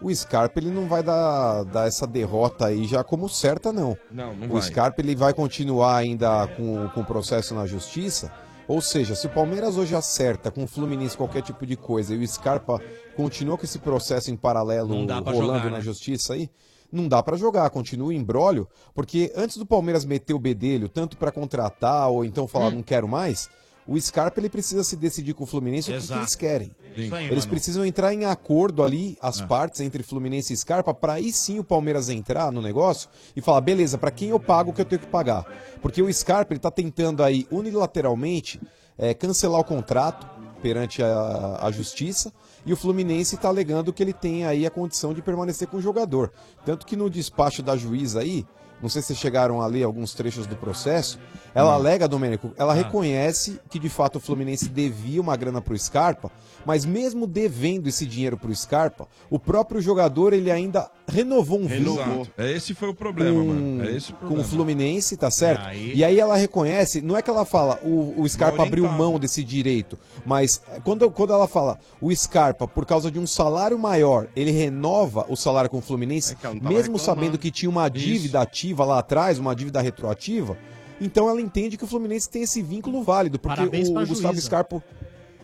Speaker 7: o Scarpa ele não vai dar, dar essa derrota aí já como certa, não.
Speaker 9: Não, não
Speaker 7: o
Speaker 9: vai.
Speaker 7: Scarpa ele vai continuar ainda com, com o processo na justiça. Ou seja, se o Palmeiras hoje acerta com o Fluminense qualquer tipo de coisa e o Scarpa continua com esse processo em paralelo
Speaker 6: Não dá pra
Speaker 7: rolando
Speaker 6: jogar,
Speaker 7: na
Speaker 6: né?
Speaker 7: justiça aí, não dá pra jogar, continua o embrólio, porque antes do Palmeiras meter o bedelho, tanto pra contratar ou então
Speaker 6: Hum.
Speaker 7: falar não quero mais, o Scarpa ele precisa se decidir com o Fluminense o que que,
Speaker 6: Exato.
Speaker 7: eles querem.
Speaker 6: Isso aí,
Speaker 7: eles
Speaker 6: Manu.
Speaker 7: precisam entrar em acordo ali as partes entre Fluminense e Scarpa pra aí sim o Palmeiras entrar no negócio e falar beleza, pra quem eu pago o que eu tenho que pagar? Porque o Scarpa ele tá tentando aí unilateralmente eh, cancelar o contrato perante a, a justiça e o Fluminense está alegando que ele tem aí a condição de permanecer com o jogador. Tanto que no despacho da juíza aí, não sei se vocês chegaram a ler alguns trechos do processo, ela alega, Domênico, ela reconhece que de fato o Fluminense devia uma grana para o Scarpa, mas mesmo devendo esse dinheiro para o Scarpa, o próprio jogador ele ainda renovou um vínculo
Speaker 9: Exato. É, Esse foi o problema,
Speaker 7: com-
Speaker 9: mano. É esse o
Speaker 7: com o
Speaker 9: problema.
Speaker 7: Fluminense, tá certo?
Speaker 9: Aí-
Speaker 7: E aí ela reconhece, não é que ela fala, o, o Scarpa
Speaker 9: Mal
Speaker 7: abriu
Speaker 9: orientado.
Speaker 7: mão desse direito, mas eh, quando, quando ela fala, o Scarpa, por causa de um salário maior, ele renova o salário com o
Speaker 2: É
Speaker 7: Fluminense, mesmo sabendo que tinha uma dívida ativa lá atrás, uma dívida retroativa, então ela entende que o Fluminense tem esse vínculo válido, porque
Speaker 2: Parabéns
Speaker 7: o,
Speaker 2: pra
Speaker 7: o Gustavo
Speaker 2: juíza.
Speaker 7: Scarpa.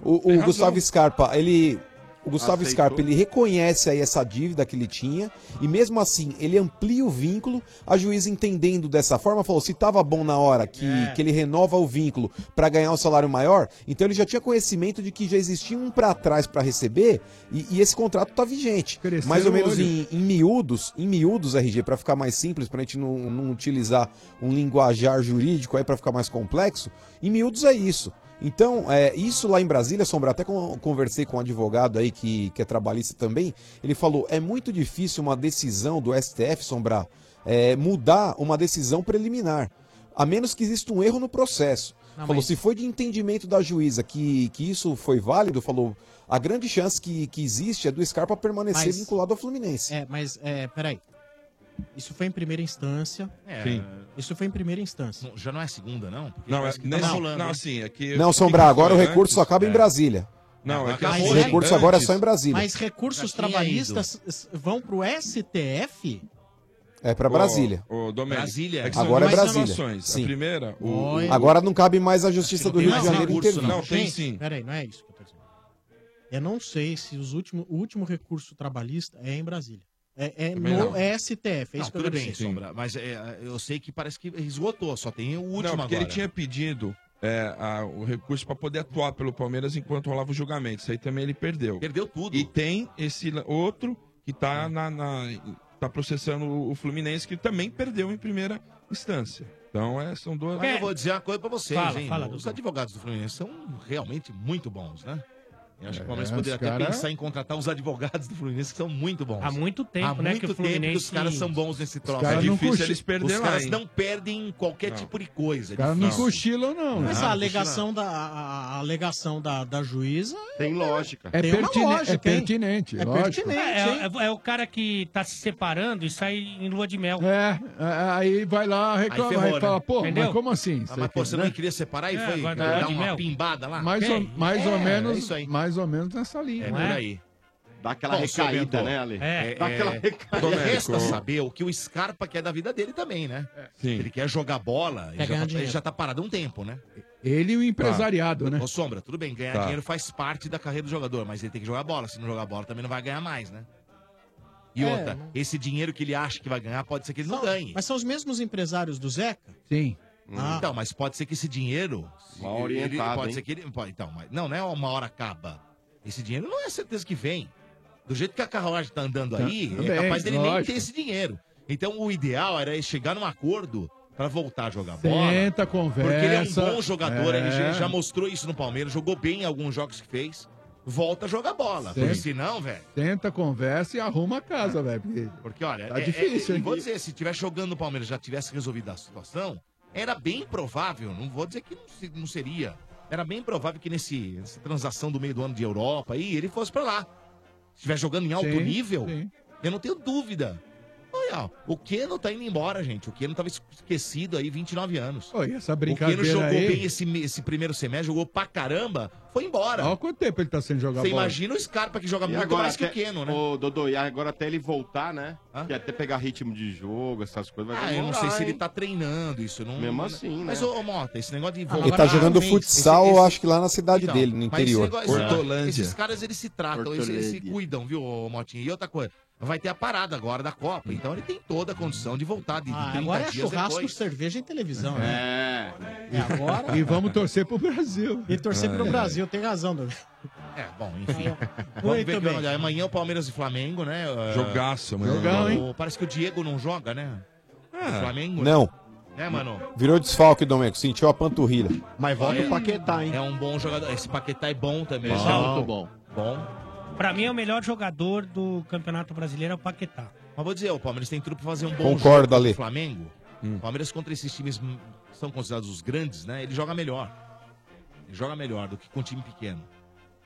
Speaker 7: O, o
Speaker 2: razão.
Speaker 7: Gustavo Scarpa, ele. O Gustavo
Speaker 2: Aceitou.
Speaker 7: Scarpa, ele reconhece aí essa dívida que ele tinha e mesmo assim ele amplia o vínculo. A juíza entendendo dessa forma falou: se estava bom na hora que, que ele renova o vínculo para ganhar um salário maior, então ele já tinha conhecimento de que já existia um para trás para receber e, e esse contrato tá vigente. mais ou
Speaker 10: o
Speaker 7: menos
Speaker 10: olho.
Speaker 7: em, em miúdos, em miúdos RG para ficar mais simples, para a gente não, não utilizar um linguajar jurídico aí para ficar mais complexo. Em miúdos é isso. Então, é, isso lá em Brasília, Sombra, até con- conversei com um advogado aí que, que é trabalhista também, ele falou, é muito difícil uma decisão do STF, Sombra, é, mudar uma decisão preliminar, a menos que exista um erro no processo.
Speaker 2: Não,
Speaker 7: falou,
Speaker 2: mas-
Speaker 7: se foi de entendimento da juíza que, que isso foi válido, falou, a grande chance que, que existe é do Scarpa permanecer
Speaker 2: Mas-
Speaker 7: vinculado ao Fluminense.
Speaker 2: É, mas, é, peraí. Isso foi em primeira instância.
Speaker 6: É.
Speaker 7: Sim.
Speaker 2: Isso foi em primeira instância.
Speaker 6: Já não é segunda, não? Porque
Speaker 9: Não, é,
Speaker 6: parece que tá
Speaker 9: nesse,
Speaker 6: rolando,
Speaker 9: não,
Speaker 6: hein?
Speaker 9: assim, é que...
Speaker 7: Não, Sombra, agora o recurso só acaba em Brasília.
Speaker 9: Não, é que
Speaker 7: Mas
Speaker 9: assim,
Speaker 7: o recurso agora é só em Brasília.
Speaker 2: Mas recursos
Speaker 6: Tá Já tinha
Speaker 2: trabalhistas s- vão pro STF?
Speaker 7: É para Brasília.
Speaker 9: Ô, ô, Domênico,
Speaker 6: Brasília.
Speaker 9: que são
Speaker 7: Agora é
Speaker 9: duas
Speaker 7: Brasília.
Speaker 9: situações.
Speaker 7: Sim.
Speaker 9: A primeira, o- o-
Speaker 7: Agora não cabe mais a Justiça do Rio de Janeiro
Speaker 9: recurso,
Speaker 7: intervir.
Speaker 9: não. tem sim.
Speaker 2: Peraí, não é isso que eu tô dizendo. Eu não sei se os últimos, o último recurso trabalhista é em Brasília. É, é
Speaker 6: Também
Speaker 2: no
Speaker 6: não.
Speaker 2: STF. É
Speaker 6: Não,
Speaker 2: isso que eu
Speaker 6: tudo
Speaker 2: quero
Speaker 6: bem,
Speaker 2: dizer.
Speaker 6: Sombra. Mas é, eu sei que parece que esgotou, só tem o último
Speaker 9: não, porque
Speaker 6: agora.
Speaker 9: ele tinha pedido é, a- o recurso para poder atuar pelo Palmeiras enquanto rolava o julgamento. Isso aí também ele perdeu.
Speaker 6: Perdeu tudo.
Speaker 9: E tem esse la- outro que tá, na, na- tá processando o o Fluminense, que também perdeu em primeira instância. Então, é, são duas...
Speaker 6: Mas eu vou dizer uma coisa pra vocês,
Speaker 9: Fala,
Speaker 6: hein?
Speaker 9: fala,
Speaker 6: os
Speaker 9: Dudu.
Speaker 6: advogados do Fluminense são realmente muito bons, né? Eu acho que o Palmeiras
Speaker 9: É,
Speaker 6: poderia
Speaker 9: os
Speaker 6: até
Speaker 9: cara-
Speaker 6: pensar em contratar os advogados do Fluminense que são muito bons.
Speaker 3: Há muito tempo,
Speaker 6: Há
Speaker 3: né,
Speaker 6: muito
Speaker 3: que o
Speaker 6: tempo que os
Speaker 3: Fluminense-
Speaker 6: caras são bons nesse troço.
Speaker 3: caras É não difícil cochi- eles perderem
Speaker 6: Os
Speaker 3: lá,
Speaker 6: caras
Speaker 3: hein?
Speaker 6: não perdem em qualquer tipo de coisa. é
Speaker 10: Os caras não
Speaker 6: difícil.
Speaker 10: cochilam, não. né?
Speaker 2: Mas
Speaker 10: Não,
Speaker 2: a alegação, da, a, a alegação da, da juíza.
Speaker 4: Tem lógica.
Speaker 10: É
Speaker 2: tem uma
Speaker 10: pertine-
Speaker 2: lógica,
Speaker 10: é
Speaker 2: hein?
Speaker 10: pertinente,
Speaker 2: É
Speaker 10: lógico.
Speaker 2: pertinente, hein?
Speaker 3: É, é- é o cara que tá se separando e sai em lua de mel.
Speaker 10: É, a- aí vai lá, reclama, aí,
Speaker 3: ferrou, né?
Speaker 10: fala, pô,
Speaker 3: Entendeu?
Speaker 10: mas como assim?
Speaker 6: Ah, mas pô, você não queria separar e
Speaker 3: É,
Speaker 6: foi
Speaker 3: agora
Speaker 6: dar
Speaker 3: tá de
Speaker 6: uma
Speaker 3: mel.
Speaker 6: pimbada lá?
Speaker 10: mais
Speaker 6: É,
Speaker 10: ou, mais ou
Speaker 6: é,
Speaker 10: menos,
Speaker 6: é isso aí.
Speaker 10: mais ou menos nessa linha. né?
Speaker 6: É, por aí.
Speaker 4: Dá aquela
Speaker 6: seu
Speaker 4: recaída,
Speaker 6: Bento,
Speaker 4: né, Ale?
Speaker 6: É,
Speaker 4: Dá aquela
Speaker 6: é.
Speaker 4: recaída.
Speaker 6: Agora, Resta
Speaker 4: Domênico.
Speaker 6: saber o que o Scarpa quer da vida dele também, né?
Speaker 2: É.
Speaker 6: Ele quer jogar bola, ele
Speaker 10: Quer
Speaker 6: já,
Speaker 10: ganhar
Speaker 6: tá,
Speaker 10: dinheiro.
Speaker 6: ele já tá parado há um tempo, né?
Speaker 10: Ele e o empresariado, né?
Speaker 6: Ô, Sombra, tudo bem, ganhar
Speaker 10: Tá.
Speaker 6: dinheiro faz parte da carreira do jogador, mas ele tem que jogar bola. Se não jogar bola, também não vai ganhar mais, né? E
Speaker 2: É,
Speaker 6: outra,
Speaker 2: não-
Speaker 6: esse dinheiro que ele acha que vai ganhar, pode ser que ele não ganhe.
Speaker 2: Mas são os mesmos empresários do Zeca? Ah.
Speaker 10: Sim.
Speaker 6: Então, mas pode ser que esse dinheiro. se
Speaker 4: Mal orientado,
Speaker 6: ele- pode
Speaker 4: hein?
Speaker 6: ser que ele. pode- então, mas, não, não é uma hora acaba. Esse dinheiro não é certeza que vem. do jeito que a carruagem tá andando
Speaker 12: Tá-
Speaker 6: aí,
Speaker 12: também,
Speaker 6: é capaz dele nem
Speaker 12: lógico.
Speaker 6: ter esse dinheiro. Então o ideal era ele chegar num acordo pra voltar a jogar bola.
Speaker 10: Senta, conversa.
Speaker 6: Porque ele é um bom jogador,
Speaker 10: É.
Speaker 6: ele já- já mostrou isso no Palmeiras, jogou bem em alguns jogos que fez. Volta a jogar bola.
Speaker 10: Sim.
Speaker 6: Porque senão, velho.
Speaker 10: Senta, conversa e arruma a casa, velho. Porque...
Speaker 6: Porque olha,
Speaker 10: Tá
Speaker 6: é- é-
Speaker 10: difícil,
Speaker 6: e
Speaker 10: hein?
Speaker 6: vou dizer, se tivesse jogando no Palmeiras já tivesse resolvido a situação, era bem provável, não vou dizer que não, se- não seria. Era bem provável que nesse, nessa transação do meio do ano de Europa aí, ele fosse pra lá. Se estiver jogando em alto
Speaker 10: Sim,
Speaker 6: nível,
Speaker 10: sim.
Speaker 6: eu não tenho dúvida. Olha, ó, o Keno tá indo embora, gente. O Keno tava esquecido aí 29 anos.
Speaker 10: Pô, e essa
Speaker 6: o Keno
Speaker 10: brincadeira
Speaker 6: jogou
Speaker 10: aí?
Speaker 6: bem esse, me- esse primeiro semestre, jogou pra caramba, foi embora.
Speaker 10: Olha quanto tempo ele tá sendo jogar
Speaker 6: Você
Speaker 10: bola.
Speaker 6: imagina o Scarpa que joga
Speaker 4: E
Speaker 6: muito
Speaker 4: agora
Speaker 6: mais que o
Speaker 4: até-
Speaker 6: Keno, né?
Speaker 4: Ô, Dodô, e agora até ele voltar, né? E até pegar ritmo de jogo, essas coisas. Vai
Speaker 6: Ah, eu não
Speaker 4: demorar,
Speaker 6: sei se ele
Speaker 4: hein?
Speaker 6: tá treinando isso. eu Não...
Speaker 4: Mesmo assim, né? Ah.
Speaker 6: Mas, ô, ô, Mota, esse negócio de é
Speaker 7: Ele tá jogando futsal, eu acho que lá na cidade
Speaker 6: Então,
Speaker 7: dele, no
Speaker 6: mas
Speaker 7: interior.
Speaker 6: esse negócio- Esses caras, eles se tratam, eles, eles se
Speaker 7: Hortolândia.
Speaker 6: cuidam, viu, ô, Motinha? E outra coisa, vai ter a parada agora da Copa, então ele tem toda a condição de voltar de
Speaker 2: Ah,
Speaker 6: 30
Speaker 2: agora é
Speaker 6: dias
Speaker 2: churrasco,
Speaker 6: depois.
Speaker 2: cerveja e televisão, né?
Speaker 6: É.
Speaker 2: É agora.
Speaker 10: E vamos torcer pro Brasil. <laughs>
Speaker 2: E torcer pro
Speaker 6: É.
Speaker 2: Brasil, tem razão, Douglas.
Speaker 6: É, bom, enfim.
Speaker 2: Muito
Speaker 6: Vamos ver que
Speaker 2: bem.
Speaker 6: olha, amanhã é o Palmeiras e Flamengo, né? eh,
Speaker 9: Jogaço amanhã.
Speaker 7: Jogão, hein?
Speaker 6: o- Parece que o Diego não joga, né?
Speaker 4: É.
Speaker 6: O Flamengo.
Speaker 7: Não.
Speaker 6: Né, mano?
Speaker 7: Virou desfalque, Domenico. Sentiu a panturrilha.
Speaker 6: Mas
Speaker 7: volta o
Speaker 6: Paquetá, hein? É um bom jogador. Esse Paquetá é bom também.
Speaker 7: Bom. Muito
Speaker 6: bom. Bom.
Speaker 3: Pra mim, é o melhor jogador do Campeonato Brasileiro é o Paquetá.
Speaker 6: Mas vou dizer, o Palmeiras tem tudo pra fazer um bom
Speaker 7: Concordo,
Speaker 6: jogo contra
Speaker 7: Ale.
Speaker 6: o Flamengo. O Palmeiras contra esses times que são considerados os grandes, né? Ele joga melhor. Ele joga melhor do que com um time pequeno.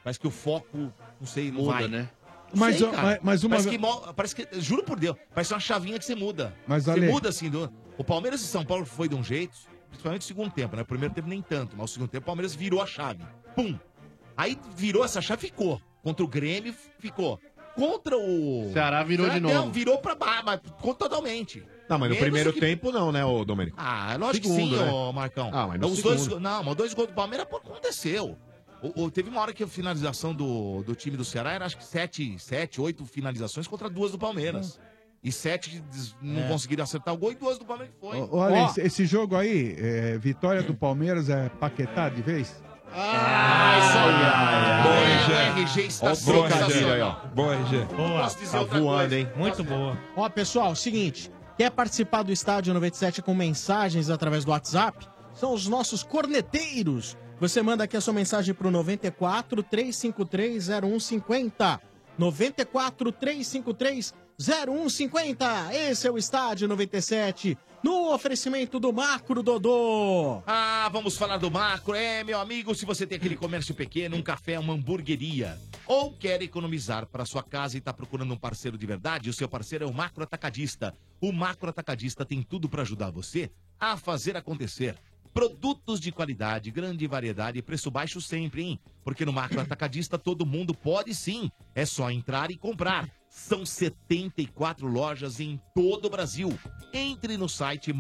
Speaker 6: Parece que o foco, não sei, não
Speaker 10: Muda,
Speaker 6: vai.
Speaker 10: né?
Speaker 6: Não
Speaker 10: Mas, ó,
Speaker 6: cara.
Speaker 10: mas- mas uma
Speaker 6: parece,
Speaker 10: ve-
Speaker 6: que, mo- parece que, juro por Deus, parece uma chavinha que você muda.
Speaker 10: Mas,
Speaker 6: você
Speaker 10: Ale-
Speaker 6: muda assim. do- o Palmeiras e São Paulo foi de um jeito, principalmente no segundo tempo, né? O primeiro tempo nem tanto, mas o segundo tempo o Palmeiras virou a chave. Pum! Aí virou essa chave, ficou. Contra o Grêmio, ficou. Contra o.
Speaker 11: Ceará virou de novo.
Speaker 6: Não, virou pra baixo, mas ficou totalmente.
Speaker 8: Não, mas no
Speaker 6: Menos
Speaker 8: primeiro
Speaker 6: o que-
Speaker 8: tempo não, né, ô Domênico?
Speaker 6: Ah,
Speaker 5: é
Speaker 6: lógico
Speaker 8: Segundo,
Speaker 6: que sim,
Speaker 8: né?
Speaker 6: ô Marcão.
Speaker 8: Ah, mas no
Speaker 6: Os dois,
Speaker 8: segundo.
Speaker 6: não, mas dois gols do Palmeiras pô, aconteceu. O, o- teve uma hora que a finalização do, do time do Ceará era acho que sete, sete, oito finalizações contra duas do Palmeiras. E sete que des- não
Speaker 10: Hum. É.
Speaker 6: conseguiram acertar o gol e duas do Palmeiras foi.
Speaker 10: Ô, Ale, esse- esse jogo aí, é, vitória do Palmeiras é paquetá de vez?
Speaker 2: Ah, é.
Speaker 6: o RG está
Speaker 9: Boa, RG.
Speaker 2: Posso dizer Tá outra voando, coisa? hein? Muito boa. Ó, pessoal, seguinte. Quer participar do Estádio 97 com mensagens através do WhatsApp? São os nossos corneteiros. Você manda aqui a sua mensagem pro 94 353 0150. 94 353 0150. Esse é o Estádio 97. No oferecimento do Macro Dodô.
Speaker 6: Ah, vamos falar do macro. É, meu amigo, se você tem aquele comércio pequeno, um café, uma hamburgueria, ou quer economizar para sua casa e está procurando um parceiro de verdade, o seu parceiro é o Macro Atacadista. O Macro Atacadista tem tudo para ajudar você a fazer acontecer. Produtos de qualidade, grande variedade e preço baixo sempre, hein? Porque no Macro Atacadista todo mundo pode sim. É só entrar e comprar. São 74 lojas em todo o Brasil. Entre no site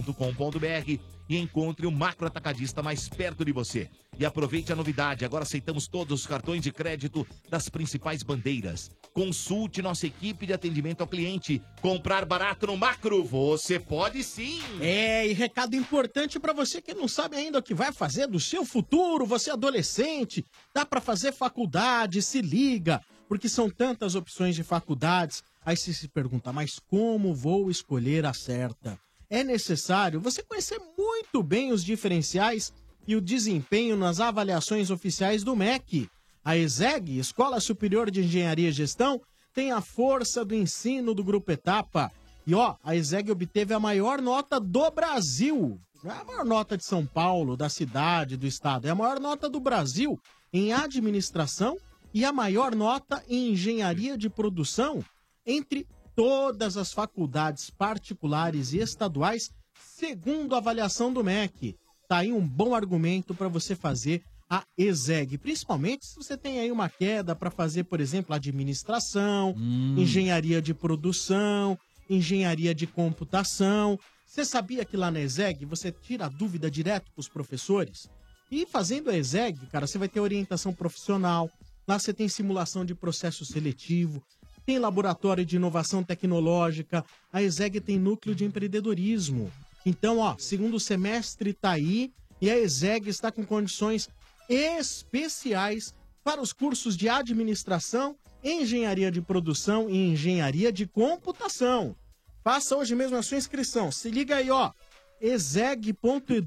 Speaker 6: macro.com.br e encontre o macro atacadista mais perto de você. E aproveite a novidade, agora aceitamos todos os cartões de crédito das principais bandeiras. Consulte nossa equipe de atendimento ao cliente. Comprar barato no macro, você pode sim!
Speaker 2: É, e recado importante pra você que não sabe ainda o que vai fazer do seu futuro, você é adolescente, dá pra fazer faculdade, se liga, porque são tantas opções de faculdades. Aí você se pergunta, mas como vou escolher a certa? É necessário você conhecer muito bem os diferenciais e o desempenho nas avaliações oficiais do MEC. A ESEG, Escola Superior de Engenharia e Gestão, tem a força do ensino do Grupo Etapa. E ó, a ESEG obteve a maior nota do Brasil. Não é a maior nota de São Paulo, da cidade, do estado. É a maior nota do Brasil em administração e a maior nota em engenharia de produção entre todas as faculdades particulares e estaduais, segundo a avaliação do MEC. Tá aí um bom argumento para você fazer a ESEG, principalmente se você tem aí uma queda para fazer, por exemplo, administração, engenharia de produção, engenharia de computação. Você sabia que lá na ESEG você tira a dúvida direto para os professores? E fazendo a ESEG, cara, você vai ter orientação profissional, lá você tem simulação de processo seletivo, tem laboratório de inovação tecnológica, a ESEG tem núcleo de empreendedorismo. Então, ó, segundo semestre tá aí e a ESEG está com condições especiais para os cursos de administração engenharia de produção e engenharia de computação. Faça hoje mesmo a sua inscrição. Se liga aí, ó. exeg.edu.br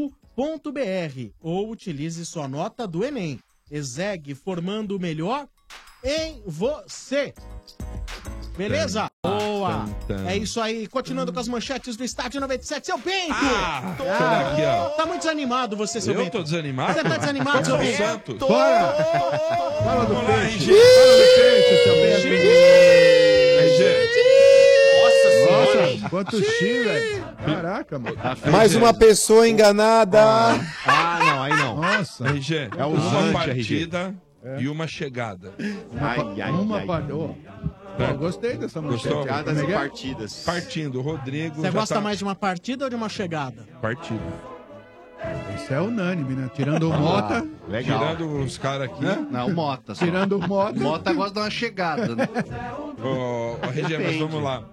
Speaker 2: exeg.edu.br ou utilize sua nota do Enem. Exeg formando o melhor em você. Beleza?
Speaker 15: Tan,
Speaker 2: Boa!
Speaker 15: tan, tan.
Speaker 2: É isso aí. Continuando com as manchetes do Estádio 97, seu Bento!
Speaker 9: Ah,
Speaker 2: Tô-
Speaker 9: tá aqui, ó.
Speaker 2: Tá muito desanimado
Speaker 6: é
Speaker 2: você, seu
Speaker 9: Eu
Speaker 2: Bento.
Speaker 9: tô desanimado?
Speaker 2: Você tá desanimado, seu
Speaker 9: Vamos pro
Speaker 2: Bento?
Speaker 9: Santos.
Speaker 2: Bora!
Speaker 9: Fala do peixe.
Speaker 2: Fala do
Speaker 8: Nossa, quanto X, velho. Caraca, mano.
Speaker 7: Mais uma pessoa enganada.
Speaker 8: Ah, não, aí não. Nossa.
Speaker 9: RG,
Speaker 8: É o
Speaker 9: uma
Speaker 8: Zante,
Speaker 9: partida e uma chegada.
Speaker 8: Ai, ai,
Speaker 9: uma
Speaker 8: ai. Ô,
Speaker 9: Tá.
Speaker 8: eu gostei dessa
Speaker 9: Gostou? é
Speaker 8: manchete.
Speaker 2: é
Speaker 9: Chegadas e
Speaker 8: Miguel?
Speaker 9: partidas. Partindo, Rodrigo.
Speaker 2: Você
Speaker 9: já
Speaker 2: gosta
Speaker 9: tá-
Speaker 2: mais de uma partida ou de uma chegada?
Speaker 9: Partido.
Speaker 8: Isso é unânime, né? Tirando
Speaker 11: Ah.
Speaker 8: o Mota.
Speaker 9: Legal. Tirando os caras aqui.
Speaker 8: Não, o Mota só. Tirando o Mota.
Speaker 11: Mota gosta de dar Tá uma chegada, né?
Speaker 9: Ó, ó, RG, mas
Speaker 11: Depende.
Speaker 9: vamos lá.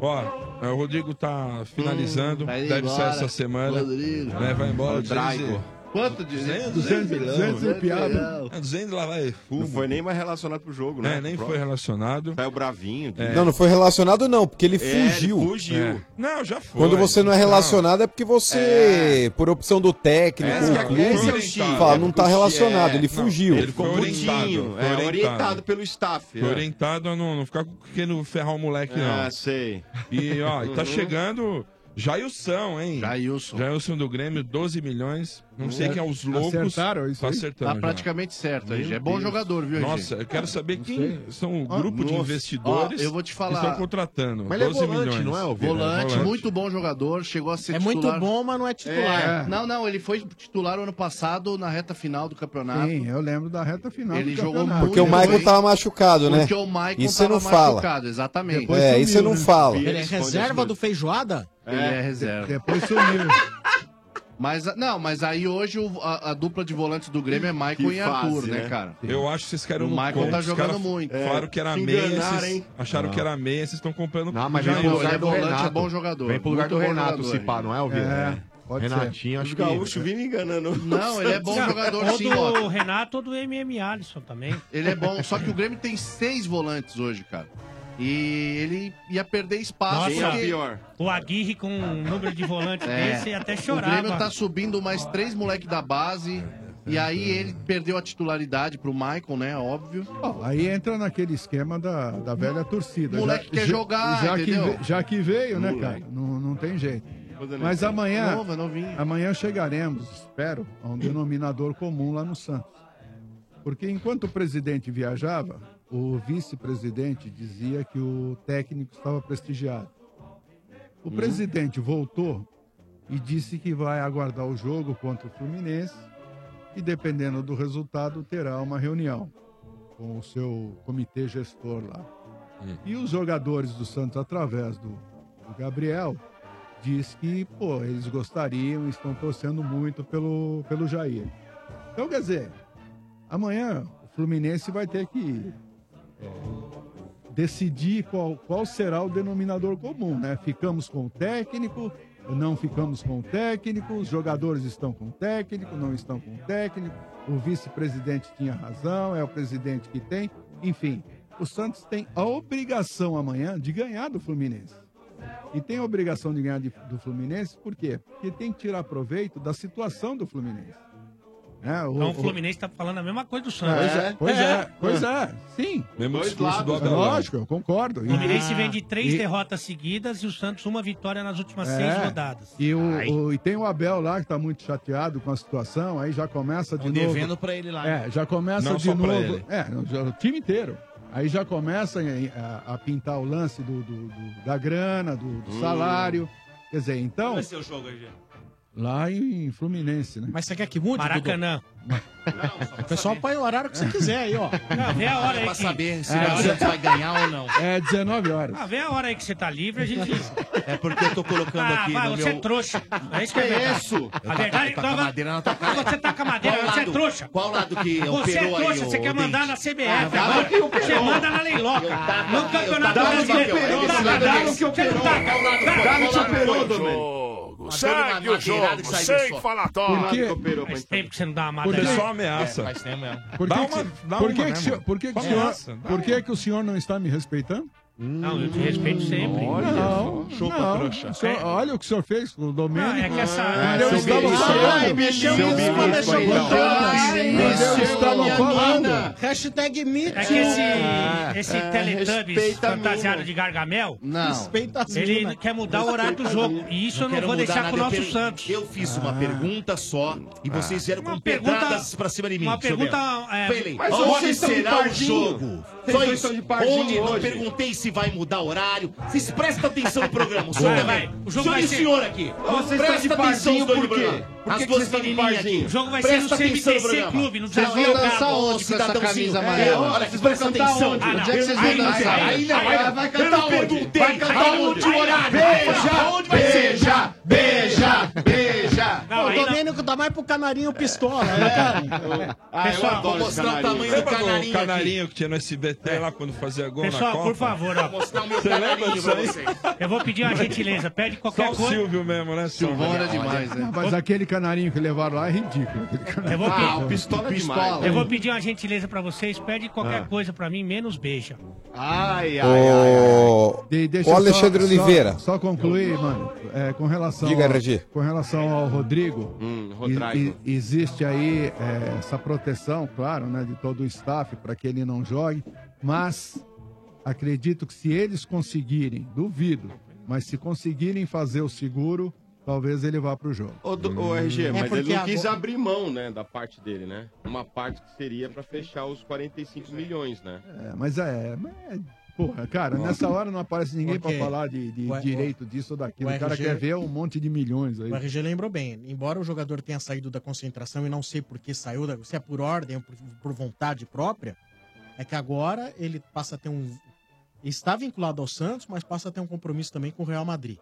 Speaker 9: Ó, é, o Rodrigo tá finalizando.
Speaker 11: Hum, tá indo
Speaker 9: deve sair
Speaker 11: embora.
Speaker 9: essa semana.
Speaker 11: Rodrigo.
Speaker 9: Né, vai embora.
Speaker 11: O Draico.
Speaker 9: Quanto de
Speaker 7: É
Speaker 9: 200,
Speaker 4: 200 200 e piada.
Speaker 6: É
Speaker 9: 200 lá vai fumo.
Speaker 4: né? Não foi nem mais relacionado pro jogo, né?
Speaker 9: É, nem
Speaker 4: Pro-
Speaker 9: foi relacionado.
Speaker 4: Saiu
Speaker 6: É.
Speaker 4: bravinho.
Speaker 7: Não, não foi relacionado, não, porque ele
Speaker 4: É, ele
Speaker 7: fugiu.
Speaker 4: fugiu.
Speaker 7: É.
Speaker 9: Não, já foi.
Speaker 7: Quando você não é relacionado é porque você, por opção do técnico,
Speaker 4: É,
Speaker 7: o
Speaker 4: esse é
Speaker 7: clube,
Speaker 4: o Chico.
Speaker 7: fala, não tá
Speaker 4: É,
Speaker 7: relacionado, ele
Speaker 4: não,
Speaker 7: fugiu.
Speaker 4: ele ficou orientado. É, orientado pelo staff.
Speaker 9: Foi
Speaker 4: é.
Speaker 9: orientado a não, não ficar com querendo ferrar o moleque, não.
Speaker 4: Ah, sei.
Speaker 9: E,
Speaker 8: <laughs>
Speaker 9: ó, e tá
Speaker 4: Uhum.
Speaker 9: chegando Jailson, hein? Jailson. Jailson do Grêmio, 12 milhões. Não sei quem é os loucos.
Speaker 8: Acertaram isso
Speaker 9: Tá
Speaker 8: aí?
Speaker 9: acertando.
Speaker 8: Tá
Speaker 9: já.
Speaker 8: praticamente certo,
Speaker 9: Meu
Speaker 8: RG. É bom
Speaker 9: Deus.
Speaker 8: jogador, viu, RG?
Speaker 9: Nossa, eu quero saber quem são o
Speaker 8: Ah,
Speaker 9: grupo de
Speaker 8: nossa.
Speaker 9: investidores
Speaker 8: Ó, eu vou te falar.
Speaker 9: que estão contratando.
Speaker 8: Mas ele é
Speaker 9: 12
Speaker 8: volante,
Speaker 9: milhões.
Speaker 8: não é, ô, Vila?
Speaker 11: Volante, muito bom jogador, chegou a ser
Speaker 2: É muito
Speaker 11: titular.
Speaker 2: bom, mas não é titular.
Speaker 11: É. Não, não, ele foi titular o ano passado na reta final do campeonato.
Speaker 8: Sim, eu lembro da reta final.
Speaker 11: Ele
Speaker 8: do
Speaker 11: jogou
Speaker 8: campeonato.
Speaker 7: Porque o Michael tava machucado, né?
Speaker 11: Porque o Michael
Speaker 7: isso você não
Speaker 11: tava
Speaker 7: fala.
Speaker 11: machucado, exatamente.
Speaker 7: Depois É, sumiu, isso você não né? fala.
Speaker 2: Ele é
Speaker 11: Ele
Speaker 2: reserva
Speaker 11: esconde
Speaker 2: do feijoada?
Speaker 11: Ele é reserva.
Speaker 8: Depois sumiu.
Speaker 11: <laughs> Mas, a- não, mas aí hoje o- a, a dupla de volantes do Grêmio é Michael
Speaker 9: Que
Speaker 11: e Arthur,
Speaker 9: fase,
Speaker 11: né, cara?
Speaker 9: Eu acho que vocês
Speaker 11: O
Speaker 9: querem um
Speaker 11: Michael
Speaker 9: conto.
Speaker 11: tá
Speaker 9: Os
Speaker 11: jogando
Speaker 9: caras
Speaker 11: muito. É,
Speaker 9: Falaram que era
Speaker 11: se
Speaker 9: meia,
Speaker 11: enganaram,
Speaker 9: vocês
Speaker 11: hein?
Speaker 9: acharam que era meia, vocês estão comprando
Speaker 4: Ah,
Speaker 8: Não, mas vem
Speaker 9: é
Speaker 8: pro lugar do Renato. Vem pro lugar do Renato, se pá, não é, ô, Vila? É, pode ser. Renatinho, acho
Speaker 4: Os
Speaker 8: que-
Speaker 4: gaúchos vindo enganando.
Speaker 11: Não, ele é bom jogador,
Speaker 3: ou
Speaker 11: sim,
Speaker 3: do
Speaker 11: ó.
Speaker 3: Renato ou do MM Alisson também.
Speaker 11: Ele é bom, só que o Grêmio tem seis volantes hoje, cara. E ele ia perder espaço.
Speaker 3: Nossa, o Aguirre com um número de volante desse e até
Speaker 11: É. O
Speaker 3: chorava.
Speaker 11: Grêmio tá subindo mais três moleques da base. E aí ele perdeu a titularidade pro Michael, né? Óbvio.
Speaker 8: Bom, aí entra naquele esquema da, da velha torcida.
Speaker 11: Moleque quer jogar,
Speaker 8: já
Speaker 11: entendeu?
Speaker 8: Que, ve- já que veio, né,
Speaker 11: Moleque.
Speaker 8: cara? Não, não tem jeito.
Speaker 11: Coisa
Speaker 8: Mas
Speaker 11: linda.
Speaker 8: amanhã,
Speaker 11: Nova, novinha.
Speaker 8: amanhã chegaremos, espero, a um denominador comum lá no Santos. Porque enquanto o presidente viajava, o vice-presidente dizia que o técnico estava prestigiado. O
Speaker 11: Uhum.
Speaker 8: presidente voltou e disse que vai aguardar o jogo contra o Fluminense e, dependendo do resultado, terá uma reunião com o seu comitê gestor lá.
Speaker 11: Uhum.
Speaker 8: E os jogadores do Santos, através do, do Gabriel, diz que, pô, eles gostariam, estão torcendo muito pelo, pelo Jair. Então, quer dizer, amanhã o Fluminense vai ter que é, decidir qual, qual será o denominador comum, né? Ficamos com o técnico, não ficamos com o técnico, os jogadores estão com o técnico, não estão com o técnico, o vice-presidente tinha razão, é o presidente que tem, enfim. O Santos tem a obrigação amanhã de ganhar do Fluminense. E tem a obrigação de ganhar de- do Fluminense, por quê? Porque tem que tirar proveito da situação do Fluminense. Né? O-
Speaker 3: Então o
Speaker 8: o-
Speaker 3: Fluminense tá falando a mesma coisa do Santos.
Speaker 8: Pois é, pois é, pois é, sim.
Speaker 9: Mesmo
Speaker 8: Dois
Speaker 9: discurso do
Speaker 8: lados,
Speaker 9: Abelão.
Speaker 3: né?
Speaker 8: Lógico, eu concordo.
Speaker 3: O Fluminense vem de três
Speaker 8: Ah, e-
Speaker 3: derrotas seguidas e o Santos uma vitória nas últimas
Speaker 8: É,
Speaker 3: seis rodadas.
Speaker 8: E, o, o- e tem o Abel lá que tá muito chateado com a situação, aí já começa de
Speaker 3: Tão
Speaker 8: novo.
Speaker 3: devendo pra ele lá, né?
Speaker 8: É, já começa
Speaker 3: Não
Speaker 8: de
Speaker 3: só pra
Speaker 8: novo.
Speaker 3: ele.
Speaker 8: É, já- o time inteiro. Aí já começa em- a, a pintar o lance do, do- do- da grana, do, do
Speaker 12: Hum.
Speaker 8: salário. Quer dizer, então,
Speaker 12: Vai ser o jogo, RG.
Speaker 8: lá em Fluminense, né?
Speaker 2: Mas você quer que mude?
Speaker 3: Maracanã.
Speaker 2: O pessoal põe o horário que você quiser aí, ó.
Speaker 3: Não, vê a hora aí.
Speaker 2: Pra
Speaker 3: que-
Speaker 2: saber
Speaker 3: É,
Speaker 8: o
Speaker 3: olha-
Speaker 8: Santos vai
Speaker 12: ganhar ou não.
Speaker 8: É 19 horas.
Speaker 3: Ah, vê a hora aí que você tá livre, a gente.
Speaker 6: É porque eu tô colocando
Speaker 3: Ah,
Speaker 6: aqui
Speaker 3: vai,
Speaker 6: no
Speaker 3: você
Speaker 6: meu...
Speaker 3: é trouxa. É isso que
Speaker 6: Que
Speaker 3: é verdade.
Speaker 6: isso? Eu
Speaker 3: A
Speaker 6: taca-
Speaker 3: verdade é
Speaker 6: taca a madeira na tua cara.
Speaker 3: Você tá com a madeira,
Speaker 6: Qual
Speaker 3: você é
Speaker 6: lado-
Speaker 3: trouxa.
Speaker 6: qual lado que
Speaker 3: Você é
Speaker 6: operou um aí
Speaker 3: trouxa,
Speaker 6: o
Speaker 3: você quer
Speaker 6: dente?
Speaker 3: mandar na CBF
Speaker 6: Ah,
Speaker 3: agora.
Speaker 6: lado que operou.
Speaker 3: Você manda na leiloca. No Campeonato
Speaker 6: tava-
Speaker 3: Brasileiro.
Speaker 6: tava-
Speaker 3: Não
Speaker 6: tava-
Speaker 3: taca,
Speaker 6: tava-
Speaker 3: não
Speaker 6: que
Speaker 3: taca.
Speaker 6: operou.
Speaker 3: Não taca.
Speaker 6: Tava- tava-
Speaker 3: Taca.
Speaker 6: tava-
Speaker 3: Taca.
Speaker 6: operou,
Speaker 3: Taca.
Speaker 6: Domênico. Segue Ah, o jogo, sem falatório.
Speaker 8: Por quê?
Speaker 7: É.
Speaker 3: Faz tempo que você não dá uma
Speaker 8: Por
Speaker 3: madeira. É,
Speaker 8: quê? É, Por que,
Speaker 3: Dá
Speaker 8: que-
Speaker 3: uma- dá
Speaker 8: por
Speaker 3: uma,
Speaker 8: que,
Speaker 3: né,
Speaker 8: que, o senhor-
Speaker 3: mano?
Speaker 8: por que, que, o
Speaker 3: Dá
Speaker 8: senhor,
Speaker 3: essa, dá
Speaker 8: por que, que o senhor não está me respeitando?
Speaker 3: Não, eu te respeito sempre.
Speaker 8: Olha, não,
Speaker 3: Chupa,
Speaker 8: não.
Speaker 3: trouxa.
Speaker 8: O senhor- olha o que o senhor fez com o Domênico.
Speaker 3: Não, é que essa-
Speaker 8: Ah, eu
Speaker 3: seu
Speaker 8: estava
Speaker 3: bicho.
Speaker 8: falando.
Speaker 3: Ai, me chama
Speaker 8: Seu
Speaker 3: isso,
Speaker 8: bicho,
Speaker 3: mas deixa eu
Speaker 8: então.
Speaker 3: contar.
Speaker 8: Ai, Mas eu estava falando.
Speaker 2: Hashtag me
Speaker 3: É que esse,
Speaker 2: Ah,
Speaker 3: esse
Speaker 8: É,
Speaker 2: ah,
Speaker 3: Teletubbies tá-
Speaker 2: respeita a
Speaker 3: fantasiado
Speaker 2: mina.
Speaker 3: de Gargamel,
Speaker 2: Não. Respeita a
Speaker 3: ele
Speaker 2: mina.
Speaker 3: quer mudar o horário do jogo. E isso eu não
Speaker 6: quero
Speaker 3: vou
Speaker 6: mudar
Speaker 3: deixar com o
Speaker 6: nada, é
Speaker 3: nosso
Speaker 6: eu per-
Speaker 3: Santos. Ah.
Speaker 6: Eu fiz uma pergunta só e vocês vieram com
Speaker 3: pergunta-
Speaker 6: pedradas pra cima de mim.
Speaker 3: uma
Speaker 6: seu
Speaker 3: pergunta,
Speaker 6: Belo.
Speaker 3: é,
Speaker 6: Falei,
Speaker 3: mas
Speaker 6: onde
Speaker 3: vocês estão de
Speaker 6: será o
Speaker 3: pardinho.
Speaker 6: jogo?
Speaker 3: Vocês
Speaker 6: Só
Speaker 3: dois
Speaker 6: isso.
Speaker 3: estão de pardinho
Speaker 6: Onde? Não
Speaker 3: hoje.
Speaker 6: perguntei se vai mudar o horário. Vocês prestam atenção no programa. O
Speaker 3: Vai,
Speaker 6: senhor
Speaker 3: vai.
Speaker 6: O jogo vai
Speaker 3: ser-
Speaker 6: senhor aqui.
Speaker 3: Vocês estão de
Speaker 6: Presta atenção
Speaker 3: pardinho
Speaker 6: no programa.
Speaker 3: por quê? Por que
Speaker 6: As
Speaker 3: que
Speaker 6: duas
Speaker 3: vocês estão de
Speaker 6: menininhas
Speaker 3: pardinho?
Speaker 6: aqui.
Speaker 3: O jogo vai ser
Speaker 6: Presta
Speaker 3: no
Speaker 6: atenção
Speaker 3: CBTC Clube, no
Speaker 6: Vocês
Speaker 3: Desafio
Speaker 6: vão
Speaker 3: Cabo.
Speaker 6: dançar onde,
Speaker 3: Vocês vão cantar
Speaker 6: cidadãozinho?
Speaker 3: onde?
Speaker 6: É,
Speaker 3: Vocês
Speaker 6: Olha,
Speaker 3: vão
Speaker 6: presta
Speaker 3: cantar
Speaker 6: atenção.
Speaker 3: onde?
Speaker 6: Ah, não.
Speaker 3: Onde é que vocês vão
Speaker 6: Aí não,
Speaker 3: dançar?
Speaker 6: Aí não,
Speaker 3: Aí
Speaker 6: aí
Speaker 3: não.
Speaker 6: vai
Speaker 3: Eu não
Speaker 6: cantar onde?
Speaker 3: perguntei.
Speaker 6: Vai cantar
Speaker 3: Aí não.
Speaker 6: onde o horário?
Speaker 2: Beija,
Speaker 6: Onde vai ser?
Speaker 2: beija, beija,
Speaker 6: beija.
Speaker 2: o Domênico tá mais pro canarinho pistola, né,
Speaker 9: <laughs>
Speaker 2: cara?
Speaker 9: Pessoal, vou mostrar o tamanho do canarinho.
Speaker 6: aqui?
Speaker 9: que tinha no SBT lá quando fazia gol na
Speaker 3: Pessoal,
Speaker 9: Copa?
Speaker 3: por favor, ó.
Speaker 9: Você lembra disso aí?
Speaker 3: Eu vou pedir uma
Speaker 6: <laughs>
Speaker 3: gentileza. Pede
Speaker 6: Ah,
Speaker 3: qualquer
Speaker 9: Só o
Speaker 3: coisa.
Speaker 9: Silvio mesmo, né?
Speaker 3: Silvão era demais, né?
Speaker 9: né?
Speaker 8: Não, mas aquele canarinho que levaram lá é ridículo. Ah, aquele
Speaker 3: Eu
Speaker 8: canarinho.
Speaker 3: vou, pedir-
Speaker 6: é
Speaker 8: Eu
Speaker 3: Eu vou pedir uma gentileza pra vocês. Pede qualquer coisa pra mim, menos beija.
Speaker 6: Ah. Ai,
Speaker 7: O,
Speaker 8: De- deixa
Speaker 7: o
Speaker 8: eu só-
Speaker 7: Alexandre
Speaker 8: só-
Speaker 7: Oliveira.
Speaker 8: Só, concluir, mano, é, com relação
Speaker 7: Diga,
Speaker 8: ao,
Speaker 7: RG.
Speaker 8: com relação ao Rodrigo,
Speaker 6: Hum,
Speaker 4: Rodrigo.
Speaker 8: e- e- existe aí é, essa proteção, claro, né, de todo o staff para que ele não jogue, mas acredito que se eles conseguirem, duvido, mas se conseguirem fazer o seguro, talvez ele vá pro jogo.
Speaker 4: Ô, do- ô, RG,
Speaker 8: É
Speaker 4: mas ele
Speaker 8: porque
Speaker 4: não quis
Speaker 8: agora-
Speaker 4: abrir mão, né, da parte dele, né? Uma parte que seria pra fechar os 45 milhões, né?
Speaker 8: É, mas é, mas é- Porra, cara,
Speaker 4: Nossa.
Speaker 8: nessa hora não aparece ninguém
Speaker 4: Ok.
Speaker 8: para falar de, de
Speaker 4: Ué,
Speaker 8: direito disso ou daquilo.
Speaker 2: o
Speaker 8: O cara
Speaker 2: RG
Speaker 8: quer ver um monte de milhões aí.
Speaker 2: O RG lembrou bem, embora o jogador tenha saído da concentração e não sei por que saiu, da- se é por ordem ou por, por vontade própria, é que agora ele passa a ter um. Está vinculado ao Santos, mas passa a ter um compromisso também com o Real Madrid.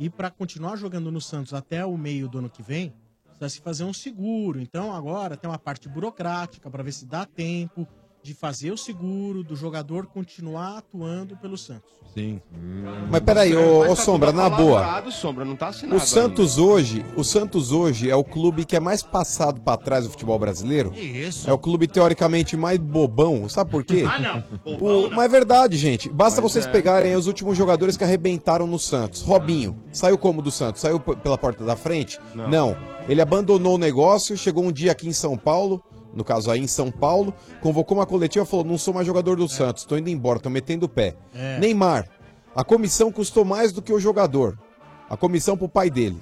Speaker 2: E para continuar jogando no Santos até o meio do ano que vem, precisa se fazer um seguro. Então agora tem uma parte burocrática para ver se dá tempo de fazer o seguro, do jogador continuar atuando pelo Santos.
Speaker 9: Sim. Hum.
Speaker 7: Mas peraí, ô, ô,
Speaker 4: tá
Speaker 7: Sombra,
Speaker 4: tudo
Speaker 7: na boa.
Speaker 4: apalavrado, Sombra, não tá assinado
Speaker 7: O Santos hoje, o Santos hoje é o clube que é mais passado pra trás do futebol brasileiro.
Speaker 6: Isso.
Speaker 7: É o clube teoricamente mais bobão, sabe por quê?
Speaker 6: Ah, não.
Speaker 7: O- mas é verdade, gente. Basta
Speaker 6: Mas
Speaker 7: vocês
Speaker 6: é.
Speaker 7: pegarem os últimos jogadores que arrebentaram no Santos. Robinho, saiu como do Santos? Saiu p- pela porta da frente?
Speaker 4: Não.
Speaker 7: Não. Ele abandonou o negócio, chegou um dia aqui em São Paulo, no caso aí em São Paulo, convocou uma coletiva e falou: não sou mais jogador do Santos, tô indo embora, tô metendo o pé.
Speaker 2: É.
Speaker 7: Neymar, a comissão custou mais do que o jogador. A comissão pro pai dele.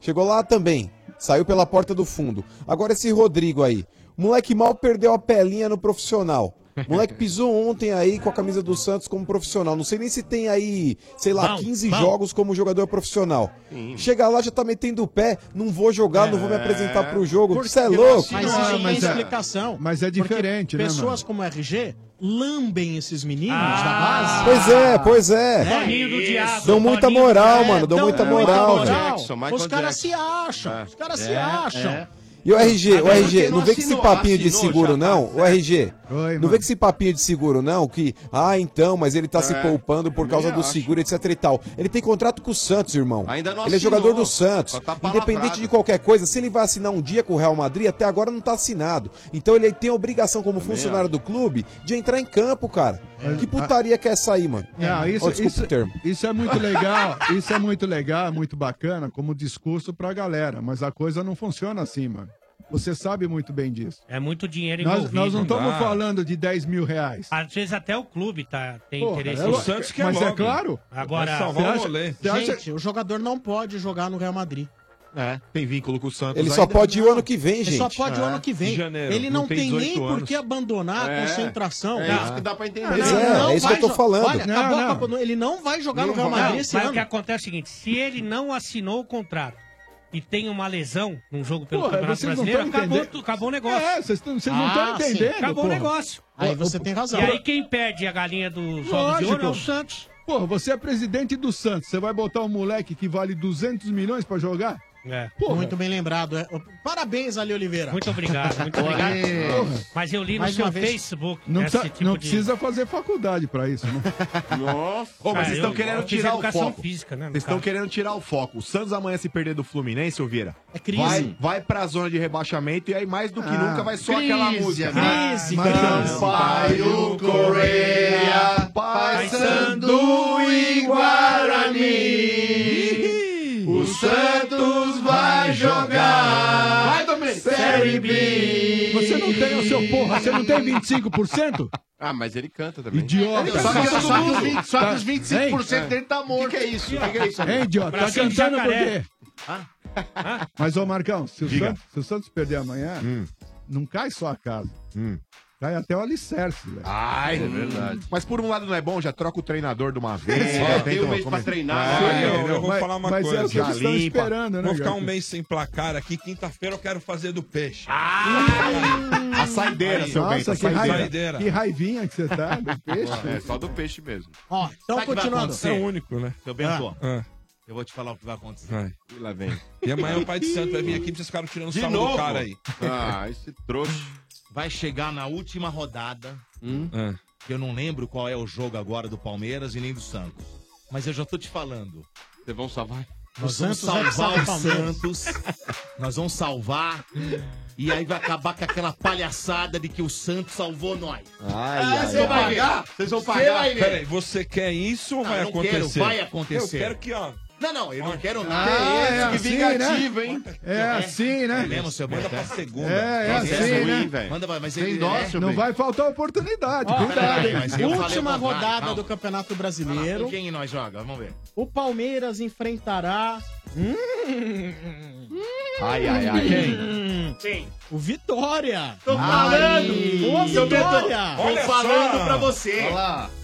Speaker 7: Chegou lá também, saiu pela porta do fundo. Agora esse Rodrigo aí, o moleque mal perdeu a pelinha no profissional. O Moleque pisou ontem aí com a camisa do Santos como profissional. Não sei nem se tem aí, sei lá,
Speaker 6: Bom,
Speaker 7: 15
Speaker 6: bom.
Speaker 7: jogos como jogador profissional.
Speaker 6: Sim.
Speaker 7: Chega lá, já tá metendo o pé. Não vou jogar, não vou me apresentar pro jogo.
Speaker 2: Porque
Speaker 7: Você é
Speaker 2: não
Speaker 7: louco?
Speaker 2: Mas isso tem explicação.
Speaker 8: Ah, mas é
Speaker 2: Porque
Speaker 8: diferente, né,
Speaker 2: Pessoas
Speaker 8: mano?
Speaker 2: como o RG lambem esses meninos da base.
Speaker 7: Pois é, pois é.
Speaker 2: Boninho do diabo,
Speaker 7: Dão muita
Speaker 2: Boninho-
Speaker 7: moral,
Speaker 2: É,
Speaker 7: mano. Dão
Speaker 2: dão
Speaker 7: muita
Speaker 2: muita
Speaker 7: moral,
Speaker 2: moral.
Speaker 7: velho.
Speaker 4: é
Speaker 2: Jackson, Michael Os caras Jackson. se acham, É. os caras se É, acham. é.
Speaker 7: E o RG, o
Speaker 2: Agora,
Speaker 7: RG,
Speaker 2: porque
Speaker 7: não
Speaker 2: não
Speaker 7: vê que esse
Speaker 2: assinou,
Speaker 7: papinho de
Speaker 2: assinou
Speaker 7: seguro
Speaker 4: tá?
Speaker 2: já,
Speaker 7: não, o RG.
Speaker 8: Não
Speaker 7: vê que esse papinho de seguro não, que, ah, então, mas ele tá se
Speaker 4: É,
Speaker 7: poupando por
Speaker 4: eu
Speaker 7: causa
Speaker 4: também
Speaker 7: do
Speaker 4: acho.
Speaker 7: seguro, etc e tal. Ele tem contrato com o Santos, irmão.
Speaker 4: Ainda não
Speaker 7: ele é
Speaker 4: assinou,
Speaker 7: jogador do Santos.
Speaker 4: só tá palavrado.
Speaker 7: Independente de qualquer coisa, se ele vai assinar um dia com o Real Madrid, até agora não tá assinado. Então ele tem a obrigação como funcionário do clube de entrar em campo, cara. Que putaria que é essa aí, mano?
Speaker 8: Não, Ah, isso,
Speaker 7: Ó, desculpa
Speaker 8: isso-
Speaker 7: o termo.
Speaker 8: isso é muito legal, isso é muito legal, muito bacana como discurso pra galera, mas a coisa não funciona assim, mano. Você sabe muito bem disso.
Speaker 3: É muito dinheiro
Speaker 8: Nós,
Speaker 3: envolvido. Ah.
Speaker 8: nós não estamos
Speaker 3: dá.
Speaker 8: falando de 10 mil reais.
Speaker 3: Às vezes até o clube tá, tem
Speaker 8: Porra,
Speaker 3: interesse.
Speaker 8: é o Santos que é mas é logo. claro.
Speaker 3: Agora,
Speaker 2: Gente, o jogador não pode jogar no Real Madrid.
Speaker 6: É, tem vínculo com o Santos.
Speaker 7: Ele só
Speaker 5: tá
Speaker 6: ainda.
Speaker 7: pode ir o ano que vem,
Speaker 2: Ele
Speaker 7: gente.
Speaker 2: só pode
Speaker 5: É.
Speaker 2: o ano que vem. ele É, não, tem, nem por que abandonar a
Speaker 7: É.
Speaker 2: concentração.
Speaker 7: É isso que dá pra entender.
Speaker 2: Ele
Speaker 7: Pois é,
Speaker 2: não
Speaker 7: é isso que
Speaker 2: vai
Speaker 7: eu tô
Speaker 2: jo-
Speaker 7: falando.
Speaker 2: Olha,
Speaker 7: Não,
Speaker 2: acabou a
Speaker 7: não.
Speaker 2: Copa do- Ele não vai jogar no Real
Speaker 3: Não,
Speaker 2: Madrid esse
Speaker 3: mas o
Speaker 2: ano.
Speaker 3: que acontece é o seguinte: se ele não assinou o contrato e tem uma lesão num jogo pelo
Speaker 8: Porra,
Speaker 3: Campeonato
Speaker 8: vocês não
Speaker 3: Brasileiro,
Speaker 8: tão
Speaker 3: acabou,
Speaker 8: entendendo.
Speaker 3: tu- acabou o negócio. Ah,
Speaker 8: É, vocês tão- vocês não tão
Speaker 3: sim.
Speaker 8: entendendo,
Speaker 3: Acabou
Speaker 8: porra.
Speaker 3: o negócio.
Speaker 8: Aí você tem razão.
Speaker 3: E aí quem perde a galinha dos ovos de ouro é o Santos.
Speaker 8: Santos. Porra, você é presidente do Santos. Você vai botar um moleque que vale 200 milhões pra jogar?
Speaker 2: Muito bem lembrado. é. Parabéns, Ali Oliveira.
Speaker 3: Muito obrigado, muito obrigado. Mas eu li no
Speaker 2: Mais
Speaker 3: seu
Speaker 2: uma vez.
Speaker 3: Facebook
Speaker 8: Não,
Speaker 3: esse
Speaker 8: precisa-
Speaker 3: tipo
Speaker 8: não
Speaker 3: de-
Speaker 8: precisa fazer faculdade pra isso, né?
Speaker 5: <laughs> Nossa.
Speaker 2: Cara,
Speaker 5: mas vocês
Speaker 2: eu-
Speaker 5: estão
Speaker 2: É, eu
Speaker 5: querendo
Speaker 2: fiz
Speaker 5: tirar o
Speaker 2: educação
Speaker 5: foco.
Speaker 2: física, né, no
Speaker 5: Vocês estão
Speaker 2: caso.
Speaker 5: querendo tirar o foco. O Santos amanhã se perder do Fluminense, ô Vieira. É
Speaker 2: crise.
Speaker 5: Vai, vai pra zona de rebaixamento e aí mais do que
Speaker 11: Ah,
Speaker 5: nunca vai só aquela
Speaker 11: crise,
Speaker 5: música.
Speaker 11: crise,
Speaker 5: Ah,
Speaker 11: crise. Sampaio Correia, Paysandu e Guarani. <laughs> O Santos vai jogar
Speaker 8: Vai, Domênico.
Speaker 11: Série B.
Speaker 8: Você não tem o seu porra, você não tem 25%?
Speaker 4: Ah, mas ele canta também.
Speaker 8: Idiota.
Speaker 4: Ele
Speaker 8: Só
Speaker 4: canta
Speaker 8: que-
Speaker 4: todo
Speaker 8: só que
Speaker 4: mundo.
Speaker 8: os 20
Speaker 11: Só que os
Speaker 4: Tá.
Speaker 11: 25%
Speaker 4: Hein?
Speaker 11: dele tá morto. O que, é isso? O que, é isso?
Speaker 8: Hein, idiota? Tá
Speaker 11: Bracinho de
Speaker 8: cantando por
Speaker 11: jacaré.
Speaker 8: quê?
Speaker 4: Ah,
Speaker 8: Mas, ô Marcão, se o,
Speaker 11: Diga. Hum.
Speaker 8: Santos, se o Santos perder amanhã, não cai só a casa. Cai até o alicerce, velho.
Speaker 5: Ai,
Speaker 8: É verdade.
Speaker 5: Mas por um lado não é bom, já troca o treinador de uma vez.
Speaker 8: É,
Speaker 5: já
Speaker 8: tem um mês
Speaker 5: como-
Speaker 8: pra treinar.
Speaker 5: Ah,
Speaker 9: Olha, eu,
Speaker 5: entendeu?
Speaker 9: né? eu vou
Speaker 5: Mas-
Speaker 9: falar uma
Speaker 5: mas
Speaker 9: coisa.
Speaker 5: é o que eles estão
Speaker 9: Limpa.
Speaker 5: esperando, né,
Speaker 9: Vou ficar um
Speaker 5: cara?
Speaker 9: mês sem placar aqui. Quinta-feira eu quero fazer do peixe.
Speaker 4: Ah!
Speaker 5: A saideira, seu bem.
Speaker 8: Nossa, que,
Speaker 9: saideira.
Speaker 8: raiva,
Speaker 9: Saideira.
Speaker 8: que raivinha que
Speaker 11: <laughs>
Speaker 8: você tá do peixe.
Speaker 4: É só do peixe mesmo.
Speaker 2: Ó, então
Speaker 6: Sabe o que vai
Speaker 2: continuando.
Speaker 6: acontecer?
Speaker 9: É o único, né?
Speaker 6: Seu Bento,
Speaker 9: Ah.
Speaker 6: eu vou te falar o que vai acontecer.
Speaker 4: E lá vem.
Speaker 9: E amanhã o pai de santo vai vir aqui pra vocês ficarem tirando
Speaker 6: De
Speaker 9: sarro
Speaker 6: novo?
Speaker 9: do cara aí.
Speaker 6: Ah,
Speaker 4: esse trouxa.
Speaker 6: Vai chegar na última rodada.
Speaker 4: Hum?
Speaker 9: Ah.
Speaker 6: que Eu não lembro qual é o jogo agora do Palmeiras e nem do Santos. Mas eu já tô te falando.
Speaker 4: Vocês vão salvar?
Speaker 6: Nós vamos salvar o Santos. Nós vamos salvar. E aí vai acabar com aquela palhaçada de que o Santos salvou nós. Ah,
Speaker 4: Ai,
Speaker 6: ai, ai.
Speaker 4: Vocês vão
Speaker 6: Cê
Speaker 4: pagar?
Speaker 6: vai ver.
Speaker 9: Peraí, você quer isso ou
Speaker 6: Ah,
Speaker 9: vai
Speaker 6: eu não
Speaker 9: acontecer?
Speaker 6: quero, vai acontecer.
Speaker 9: Eu quero que, ó.
Speaker 6: Não, não, eu não quero
Speaker 9: Ah,
Speaker 6: nada.
Speaker 9: é
Speaker 6: Esse,
Speaker 9: assim, né?
Speaker 8: É assim, né?
Speaker 6: É mesmo, seu
Speaker 8: Manda
Speaker 6: Beto,
Speaker 8: pra
Speaker 6: é?
Speaker 8: segunda. É, é
Speaker 6: Nossa,
Speaker 8: assim,
Speaker 6: essa é
Speaker 8: né?
Speaker 6: ruim, velho. Manda, mas ele- é.
Speaker 8: Não vai faltar oportunidade,
Speaker 2: Ó,
Speaker 8: cuidado, hein?
Speaker 6: mas eu falei
Speaker 2: Última
Speaker 6: ao contrário,
Speaker 2: rodada
Speaker 6: calma.
Speaker 2: do Campeonato
Speaker 6: Ah,
Speaker 2: Brasileiro.
Speaker 6: com Quem nós joga? Vamos ver.
Speaker 2: O Palmeiras enfrentará.
Speaker 6: Hum. Ai, ai, ai. Quem? Quem?
Speaker 2: O Vitória!
Speaker 6: Tô falando!
Speaker 2: Ô,
Speaker 6: Seu Beto,
Speaker 2: Vitória!
Speaker 6: Tô falando pra você!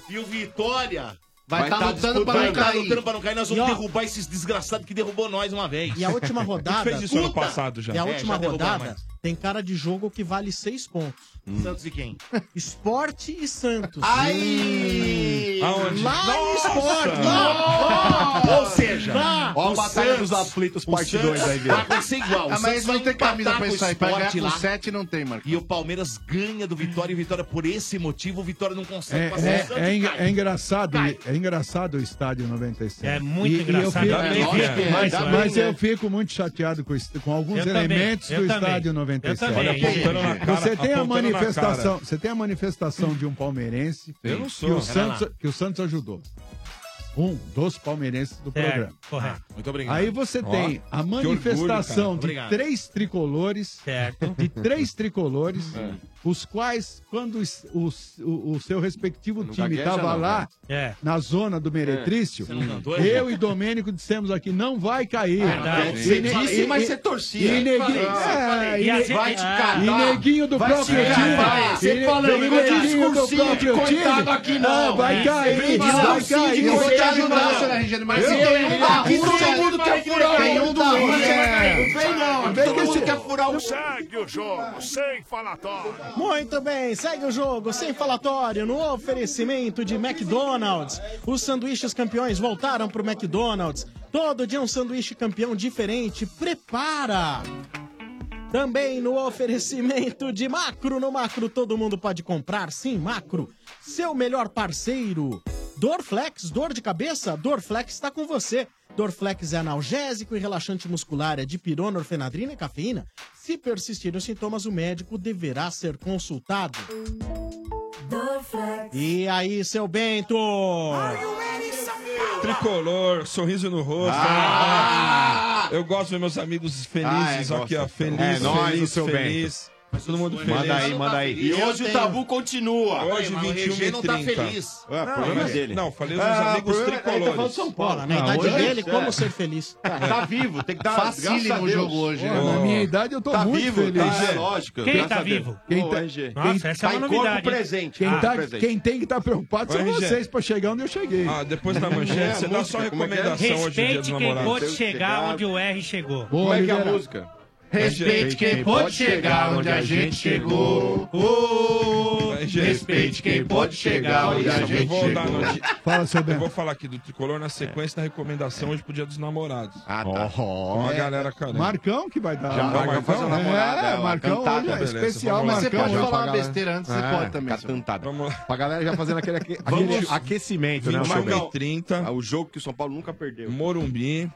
Speaker 6: E o Vitória
Speaker 2: Vai tá lutando
Speaker 6: disputando,
Speaker 2: pra não
Speaker 6: vai tá
Speaker 2: cair.
Speaker 6: lutando pra não cair. Nós
Speaker 2: E,
Speaker 6: vamos
Speaker 2: ó,
Speaker 6: derrubar esses desgraçados que derrubou nós uma vez.
Speaker 2: E a
Speaker 8: <laughs>
Speaker 6: <laughs>
Speaker 2: última rodada.
Speaker 6: fez isso ano passado já.
Speaker 2: E a
Speaker 6: É,
Speaker 2: última
Speaker 6: já derrubou
Speaker 2: rodada
Speaker 6: mais.
Speaker 2: tem cara de jogo que vale seis pontos.
Speaker 6: Santos e quem?
Speaker 2: Esporte e Santos.
Speaker 6: Ai!
Speaker 2: Aonde? Lá no
Speaker 6: Hum. Nossa!
Speaker 2: esporte!
Speaker 6: Nossa!
Speaker 2: Lá!
Speaker 6: Ou seja,
Speaker 2: Lá!
Speaker 5: Ó a
Speaker 6: o
Speaker 5: Batalha dos
Speaker 6: Santos-
Speaker 5: Aflitos,
Speaker 6: o
Speaker 5: parte
Speaker 6: Santos
Speaker 5: 2 aí, Vieira.
Speaker 6: Vai acontecer igual.
Speaker 11: Ah, mas não tem camisa pra isso aí, pra ganhar com
Speaker 6: sete não tem, Marcos. E o Palmeiras ganha do Vitória e o Vitória, por esse motivo, o Vitória não consegue
Speaker 8: É,
Speaker 6: passar o Santos
Speaker 8: é, é,
Speaker 6: e
Speaker 8: en-
Speaker 6: cai.
Speaker 8: é engraçado, é engraçado o estádio 97.
Speaker 3: É muito engraçado,
Speaker 8: Eu
Speaker 3: dá
Speaker 8: fico,
Speaker 3: bem,
Speaker 8: mas-
Speaker 3: Fê.
Speaker 8: mas
Speaker 3: Dá bem,
Speaker 8: mas
Speaker 3: né?
Speaker 8: eu fico muito chateado com, est- com alguns
Speaker 3: Eu também,
Speaker 8: elementos
Speaker 3: eu
Speaker 8: do
Speaker 3: também.
Speaker 8: estádio
Speaker 3: Eu
Speaker 8: 97.
Speaker 3: também. Olha, apontando na cara,
Speaker 8: você tem a
Speaker 3: apontando na
Speaker 8: manifestação,
Speaker 3: cara.
Speaker 8: você tem a manifestação de um palmeirense
Speaker 9: Eu não sou.
Speaker 8: que o
Speaker 9: Pera
Speaker 8: Santos,
Speaker 9: lá.
Speaker 8: que o Santos ajudou. Um dos palmeirenses do
Speaker 9: Certo,
Speaker 8: programa.
Speaker 9: correto.
Speaker 6: Muito obrigado.
Speaker 8: Aí você
Speaker 9: Ó,
Speaker 8: tem a
Speaker 9: que
Speaker 8: manifestação
Speaker 9: orgulho,
Speaker 8: de
Speaker 9: cara.
Speaker 8: três tricolores.
Speaker 3: Certo.
Speaker 8: De três tricolores,
Speaker 9: É.
Speaker 8: os quais, quando os- os- o, o seu respectivo time
Speaker 9: gagueja,
Speaker 8: estava
Speaker 9: não,
Speaker 8: lá,
Speaker 3: É.
Speaker 8: na zona do Meretrício,
Speaker 9: Você não tá cantou,
Speaker 8: eu e Domênico dissemos aqui, não vai cair.
Speaker 1: É,
Speaker 9: Verdade.
Speaker 8: E
Speaker 9: Você
Speaker 8: ne-
Speaker 9: disse,
Speaker 8: e-
Speaker 9: mas
Speaker 8: e-
Speaker 9: você torcia.
Speaker 8: E neguinho,
Speaker 9: Falei.
Speaker 8: é,
Speaker 9: E
Speaker 8: e
Speaker 9: a
Speaker 8: ne-
Speaker 9: gente- Vai te catar.
Speaker 8: e neguinho do
Speaker 9: Vai
Speaker 8: próprio
Speaker 9: te catar.
Speaker 8: time.
Speaker 9: Você
Speaker 8: E ne-
Speaker 9: falando
Speaker 8: e
Speaker 9: com
Speaker 8: neguinho do
Speaker 9: discursinho de
Speaker 8: próprio time.
Speaker 9: coitado aqui,
Speaker 8: Ah,
Speaker 9: não.
Speaker 8: Vai
Speaker 9: É.
Speaker 8: cair,
Speaker 9: Vem de
Speaker 8: vai
Speaker 9: discursinho de
Speaker 8: cair.
Speaker 9: Eu vou te
Speaker 8: vai cair.
Speaker 9: ajudar, senhora Regina, né, mas
Speaker 8: Eu-
Speaker 9: se tem um da
Speaker 8: Aqui
Speaker 9: Rússia,
Speaker 8: todo mundo quer furar
Speaker 9: Tem um da Rússia,
Speaker 8: É.
Speaker 9: mas vem não.
Speaker 8: Vem
Speaker 9: Todo
Speaker 8: que
Speaker 9: mundo
Speaker 8: esse-
Speaker 9: quer furar o-
Speaker 2: Segue o jogo, sem falatório. Muito bem, segue o jogo, sem falatório, no oferecimento de McDonald's. Os sanduíches campeões voltaram pro McDonald's. Todo dia um sanduíche campeão diferente. Prepara! Também no oferecimento de Macro. No Macro todo mundo pode comprar, sim, Macro. Seu melhor parceiro. Dorflex, dor de cabeça? Dorflex está com você. Dorflex é analgésico e relaxante muscular, é de pirona, orfenadrina e cafeína. Se persistirem os sintomas, o médico deverá ser consultado. E aí, seu Bento?
Speaker 9: Tricolor, sorriso no rosto.
Speaker 3: Ah!
Speaker 9: Eu gosto de ver meus amigos felizes
Speaker 4: Ah, é,
Speaker 9: aqui, ó.
Speaker 4: gosta.
Speaker 9: Feliz,
Speaker 4: É,
Speaker 9: feliz,
Speaker 4: nós, o seu
Speaker 9: feliz. Mas todo mundo tá feliz.
Speaker 4: Manda aí, manda aí. E hoje o tabu continua.
Speaker 9: Hoje, 21 e 30.
Speaker 4: É,
Speaker 9: Não,
Speaker 4: problema
Speaker 9: mas-
Speaker 4: dele.
Speaker 9: Não, falei os meus
Speaker 4: Ah,
Speaker 9: amigos
Speaker 4: problema-
Speaker 9: tricolores.
Speaker 4: Ele tá falando de São Paulo.
Speaker 2: Porra, na idade
Speaker 4: hoje-
Speaker 2: dele, como
Speaker 4: é.
Speaker 2: ser feliz?
Speaker 4: Tá, tá vivo, tem que dar
Speaker 11: Facílimo
Speaker 4: graças a
Speaker 11: o
Speaker 4: Deus.
Speaker 11: jogo hoje,
Speaker 8: Pô, na minha idade eu tô
Speaker 4: Tá
Speaker 8: muito
Speaker 4: vivo,
Speaker 8: feliz.
Speaker 4: tá, é lógico, Quem graças tá a Deus. vivo?
Speaker 8: Quem
Speaker 4: Ô,
Speaker 8: tá,
Speaker 4: RG.
Speaker 8: quem-
Speaker 4: Nossa, essa é uma
Speaker 8: tá em corpo
Speaker 4: novidade, hein?
Speaker 8: presente. Quem,
Speaker 4: Ah,
Speaker 8: tá-
Speaker 4: presente.
Speaker 8: quem tem que estar preocupado são
Speaker 9: Ô, RG.
Speaker 8: vocês pra chegar onde eu cheguei.
Speaker 9: Ah, depois da manchete,
Speaker 8: É,
Speaker 9: você
Speaker 8: a
Speaker 9: dá
Speaker 8: música,
Speaker 9: só
Speaker 8: como é que é?
Speaker 9: recomendação hoje em dia dos
Speaker 3: Respeite quem
Speaker 9: namorados.
Speaker 3: pôde chegar onde o R chegou.
Speaker 8: Boa, Como é que é a Oliveira.
Speaker 9: música?
Speaker 16: Respeite quem pode chegar onde a gente chegou.
Speaker 3: Uh,
Speaker 16: Oh, respeite quem pode chegar onde a gente
Speaker 9: vou dar
Speaker 16: chegou.
Speaker 9: noti-
Speaker 8: Fala, seu
Speaker 9: Eu vou falar aqui do Tricolor na sequência da recomendação hoje pro Dia dos Namorados.
Speaker 6: Ah,
Speaker 9: tá. Uma galera, cara.
Speaker 8: Marcão que vai dar.
Speaker 9: Já vai fazer a namorada,
Speaker 8: É,
Speaker 9: ela
Speaker 8: Marcão
Speaker 9: cantada,
Speaker 8: hoje é
Speaker 9: beleza,
Speaker 8: especial,
Speaker 9: vamos lá.
Speaker 8: Marcão.
Speaker 9: Você pode
Speaker 8: hoje.
Speaker 9: falar
Speaker 11: uma besteira antes, você pode também, seu-
Speaker 5: Catantada.
Speaker 9: É. Tá. Vamos lá.
Speaker 5: Pra galera já fazendo aquele, aque- aquele
Speaker 9: Vamos.
Speaker 5: aquecimento, né?
Speaker 9: 21
Speaker 5: seu
Speaker 9: e
Speaker 5: bem?
Speaker 9: 30.
Speaker 4: O jogo que o São Paulo nunca perdeu.
Speaker 9: Morumbi.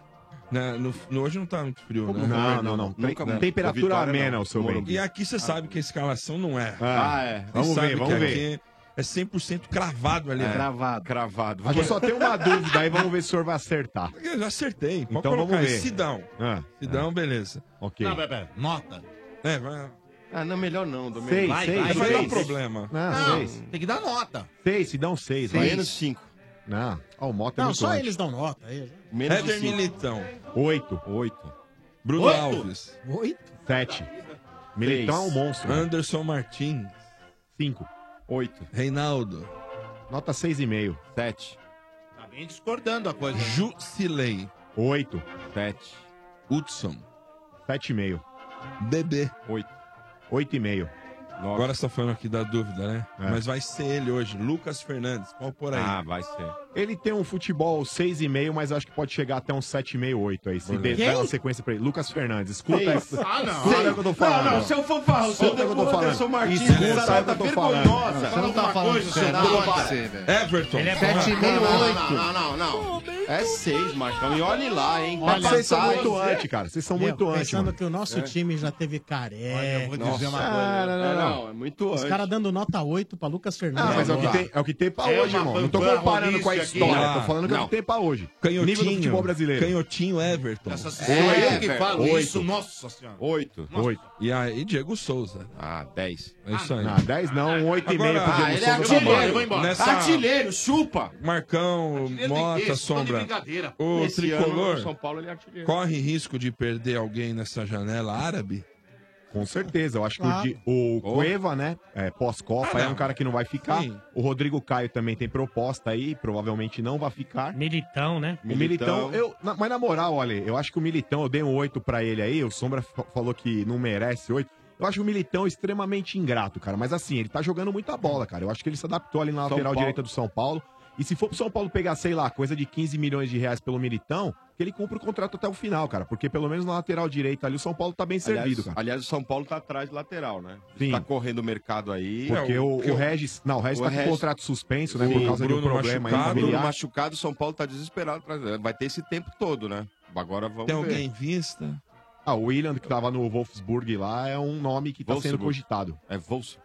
Speaker 9: né, no- no- hoje não tá muito frio, né?
Speaker 5: Não, não, não.
Speaker 9: Nunca
Speaker 5: Tem-
Speaker 9: muito.
Speaker 5: temperatura
Speaker 9: Vitória,
Speaker 5: amena, o seu
Speaker 9: Morumbi.
Speaker 5: bem.
Speaker 9: E aqui você sabe que a escalação não é.
Speaker 5: Ah, é.
Speaker 9: Você
Speaker 5: Vamos
Speaker 9: sabe
Speaker 5: ver, vamos
Speaker 9: que
Speaker 5: ver.
Speaker 9: aqui É 100% cravado ali. né?
Speaker 5: É.
Speaker 9: Cravado.
Speaker 5: Cravado. Vou só ter uma dúvida aí, vamos ver se o senhor vai acertar.
Speaker 9: Eu já acertei. Pode
Speaker 5: Então
Speaker 9: colocar
Speaker 5: vamos ver.
Speaker 9: aí. Sidão.
Speaker 5: Ah,
Speaker 9: Sidão, beleza.
Speaker 5: Ok.
Speaker 6: Não, pera, nota.
Speaker 9: É, vai.
Speaker 4: Ah, não, melhor não, Domingo.
Speaker 5: Seis,
Speaker 4: Vai,
Speaker 5: seis,
Speaker 4: vai,
Speaker 5: seis.
Speaker 4: vai dar
Speaker 9: problema.
Speaker 5: Não,
Speaker 6: Não,
Speaker 5: seis.
Speaker 6: tem que dar nota.
Speaker 5: Seis, se dão seis.
Speaker 6: Seis.
Speaker 5: vai.
Speaker 6: Menos
Speaker 4: cinco.
Speaker 5: Não, ó, o Mota é
Speaker 2: Não,
Speaker 5: muito
Speaker 2: só
Speaker 5: alto.
Speaker 2: eles dão nota. eles.
Speaker 5: Menos de
Speaker 9: Éder
Speaker 5: cinco.
Speaker 9: Militão.
Speaker 5: Oito. Oito.
Speaker 9: Bruno
Speaker 5: Oito?
Speaker 9: Alves.
Speaker 2: Oito?
Speaker 5: Sete. Militão é um
Speaker 9: Seis.
Speaker 5: monstro.
Speaker 9: Anderson Martins.
Speaker 5: Cinco. Oito.
Speaker 9: Reinaldo.
Speaker 5: Nota seis e meio. Sete.
Speaker 6: Tá bem discordando a coisa.
Speaker 9: Jusilei.
Speaker 5: Oito. Sete.
Speaker 9: Hudson.
Speaker 5: Sete e meio.
Speaker 9: Bebê.
Speaker 5: Oito. Oito e meio.
Speaker 9: Agora essa foi aqui da dúvida, né?
Speaker 5: É.
Speaker 9: Mas vai ser ele hoje, Lucas Fernandes. Qual por aí?
Speaker 5: Ah,
Speaker 9: vai ser.
Speaker 5: Ele tem um futebol seis e meio, mas acho que pode chegar até um sete e meio, oito aí. Se
Speaker 9: Quem?
Speaker 5: der der uma sequência pra ele. Lucas Fernandes, escuta
Speaker 4: Seis.
Speaker 5: isso.
Speaker 4: Ah, não.
Speaker 5: Escuta o que eu tô falando.
Speaker 4: Não, não, seu fanfarrão,
Speaker 5: Escuta
Speaker 4: seu
Speaker 5: o que eu tô falando.
Speaker 4: Anderson Martins,
Speaker 5: Escuta
Speaker 4: essa
Speaker 5: o que eu tô
Speaker 4: tá
Speaker 5: falando.
Speaker 4: vergonhosa. Você não tá
Speaker 5: Alguma
Speaker 4: falando
Speaker 5: coisa,
Speaker 4: sério,
Speaker 5: seu
Speaker 4: não
Speaker 5: doido.
Speaker 4: pode ser, velho.
Speaker 9: Everton.
Speaker 5: Ele é
Speaker 4: Sete e meio, oito.
Speaker 11: Não, não, não.
Speaker 4: É seis, Marcão. E olhe lá, hein? Tá
Speaker 5: Mas
Speaker 4: Vai
Speaker 5: vocês são
Speaker 4: passar,
Speaker 5: muito
Speaker 4: hein?
Speaker 5: anti, cara. Vocês são
Speaker 2: Meu,
Speaker 5: muito anti.
Speaker 2: Pensando
Speaker 5: mano.
Speaker 2: que o nosso
Speaker 5: É.
Speaker 2: time já teve careca. eu
Speaker 5: vou dizer uma coisa. É, não, é muito
Speaker 2: Os
Speaker 5: antes.
Speaker 2: caras dando nota 8 pra Lucas Fernandes.
Speaker 5: Ah, mas é o, que
Speaker 2: Não
Speaker 5: tem,
Speaker 2: dá.
Speaker 5: é o que tem pra
Speaker 2: É
Speaker 5: hoje,
Speaker 2: uma
Speaker 5: irmão. Não tô
Speaker 2: vanguarda
Speaker 5: comparando com a
Speaker 2: aqui.
Speaker 5: história.
Speaker 2: Ah,
Speaker 5: Tô falando que é o
Speaker 2: não.
Speaker 5: que tem pra hoje.
Speaker 9: Canhotinho.
Speaker 5: Nível do futebol brasileiro.
Speaker 9: Canhotinho Everton.
Speaker 6: É, eu que falo isso, nossa senhora.
Speaker 9: Oito.
Speaker 5: Oito.
Speaker 9: E aí, Diego Souza.
Speaker 4: Ah, dez.
Speaker 9: É isso aí.
Speaker 5: Ah, dez não, oito e meio pro Diego
Speaker 9: Diego
Speaker 5: Souza
Speaker 9: Souza
Speaker 5: tá
Speaker 9: tá
Speaker 5: bom.
Speaker 9: bom. Nessa-
Speaker 4: chupa!
Speaker 9: Marcão,
Speaker 4: Artilheiro tem
Speaker 9: Mota,
Speaker 4: esse, tão de
Speaker 9: Sombra.
Speaker 4: brincadeira.
Speaker 9: O
Speaker 4: Esse
Speaker 9: tricolor
Speaker 4: ano, o São Paulo, ele é artilheiro.
Speaker 9: corre risco de perder alguém nessa janela árabe?
Speaker 5: Com certeza, eu acho que o,
Speaker 9: Claro.
Speaker 5: Di- o Cueva, né, é, pós-Copa,
Speaker 9: Ah,
Speaker 5: é um
Speaker 9: não.
Speaker 5: cara que não vai ficar.
Speaker 9: Sim.
Speaker 5: O Rodrigo Caio também tem proposta aí, provavelmente não vai ficar.
Speaker 3: Militão, né?
Speaker 5: O Militão, eu, na- mas na moral, olha, eu acho que o Militão, eu dei um 8 pra ele aí, o Sombra fa- falou que não merece 8. Eu acho o Militão extremamente ingrato, cara, mas assim, ele tá jogando muita bola, cara. Eu acho que ele se adaptou ali na lateral
Speaker 4: Paulo.
Speaker 5: direita do São Paulo. E se for pro São Paulo pegar, sei lá, coisa de 15 milhões de reais pelo Militão, que ele cumpra o contrato até o final, cara, porque pelo menos na lateral direita ali o São Paulo tá bem servido,
Speaker 4: Aliás,
Speaker 5: cara.
Speaker 4: aliás, o São Paulo tá atrás do lateral, né?
Speaker 5: Sim.
Speaker 4: Tá correndo o mercado aí.
Speaker 5: Porque
Speaker 4: É,
Speaker 5: o, o Regis. Não, o Regis tá com o contrato suspenso, né?
Speaker 4: Sim,
Speaker 5: por causa
Speaker 4: o
Speaker 5: do
Speaker 4: Bruno
Speaker 5: problema aí
Speaker 4: machucado,
Speaker 5: familiar.
Speaker 4: Bruno machucado, o São Paulo tá desesperado atrás. dele. Vai ter esse tempo todo, né? Agora vamos
Speaker 9: Tem
Speaker 4: ver.
Speaker 9: alguém em vista?
Speaker 5: Ah, o William, que tava no Wolfsburg lá, é um nome que tá sendo
Speaker 4: Wolfsburg.
Speaker 5: cogitado.
Speaker 4: É Volso.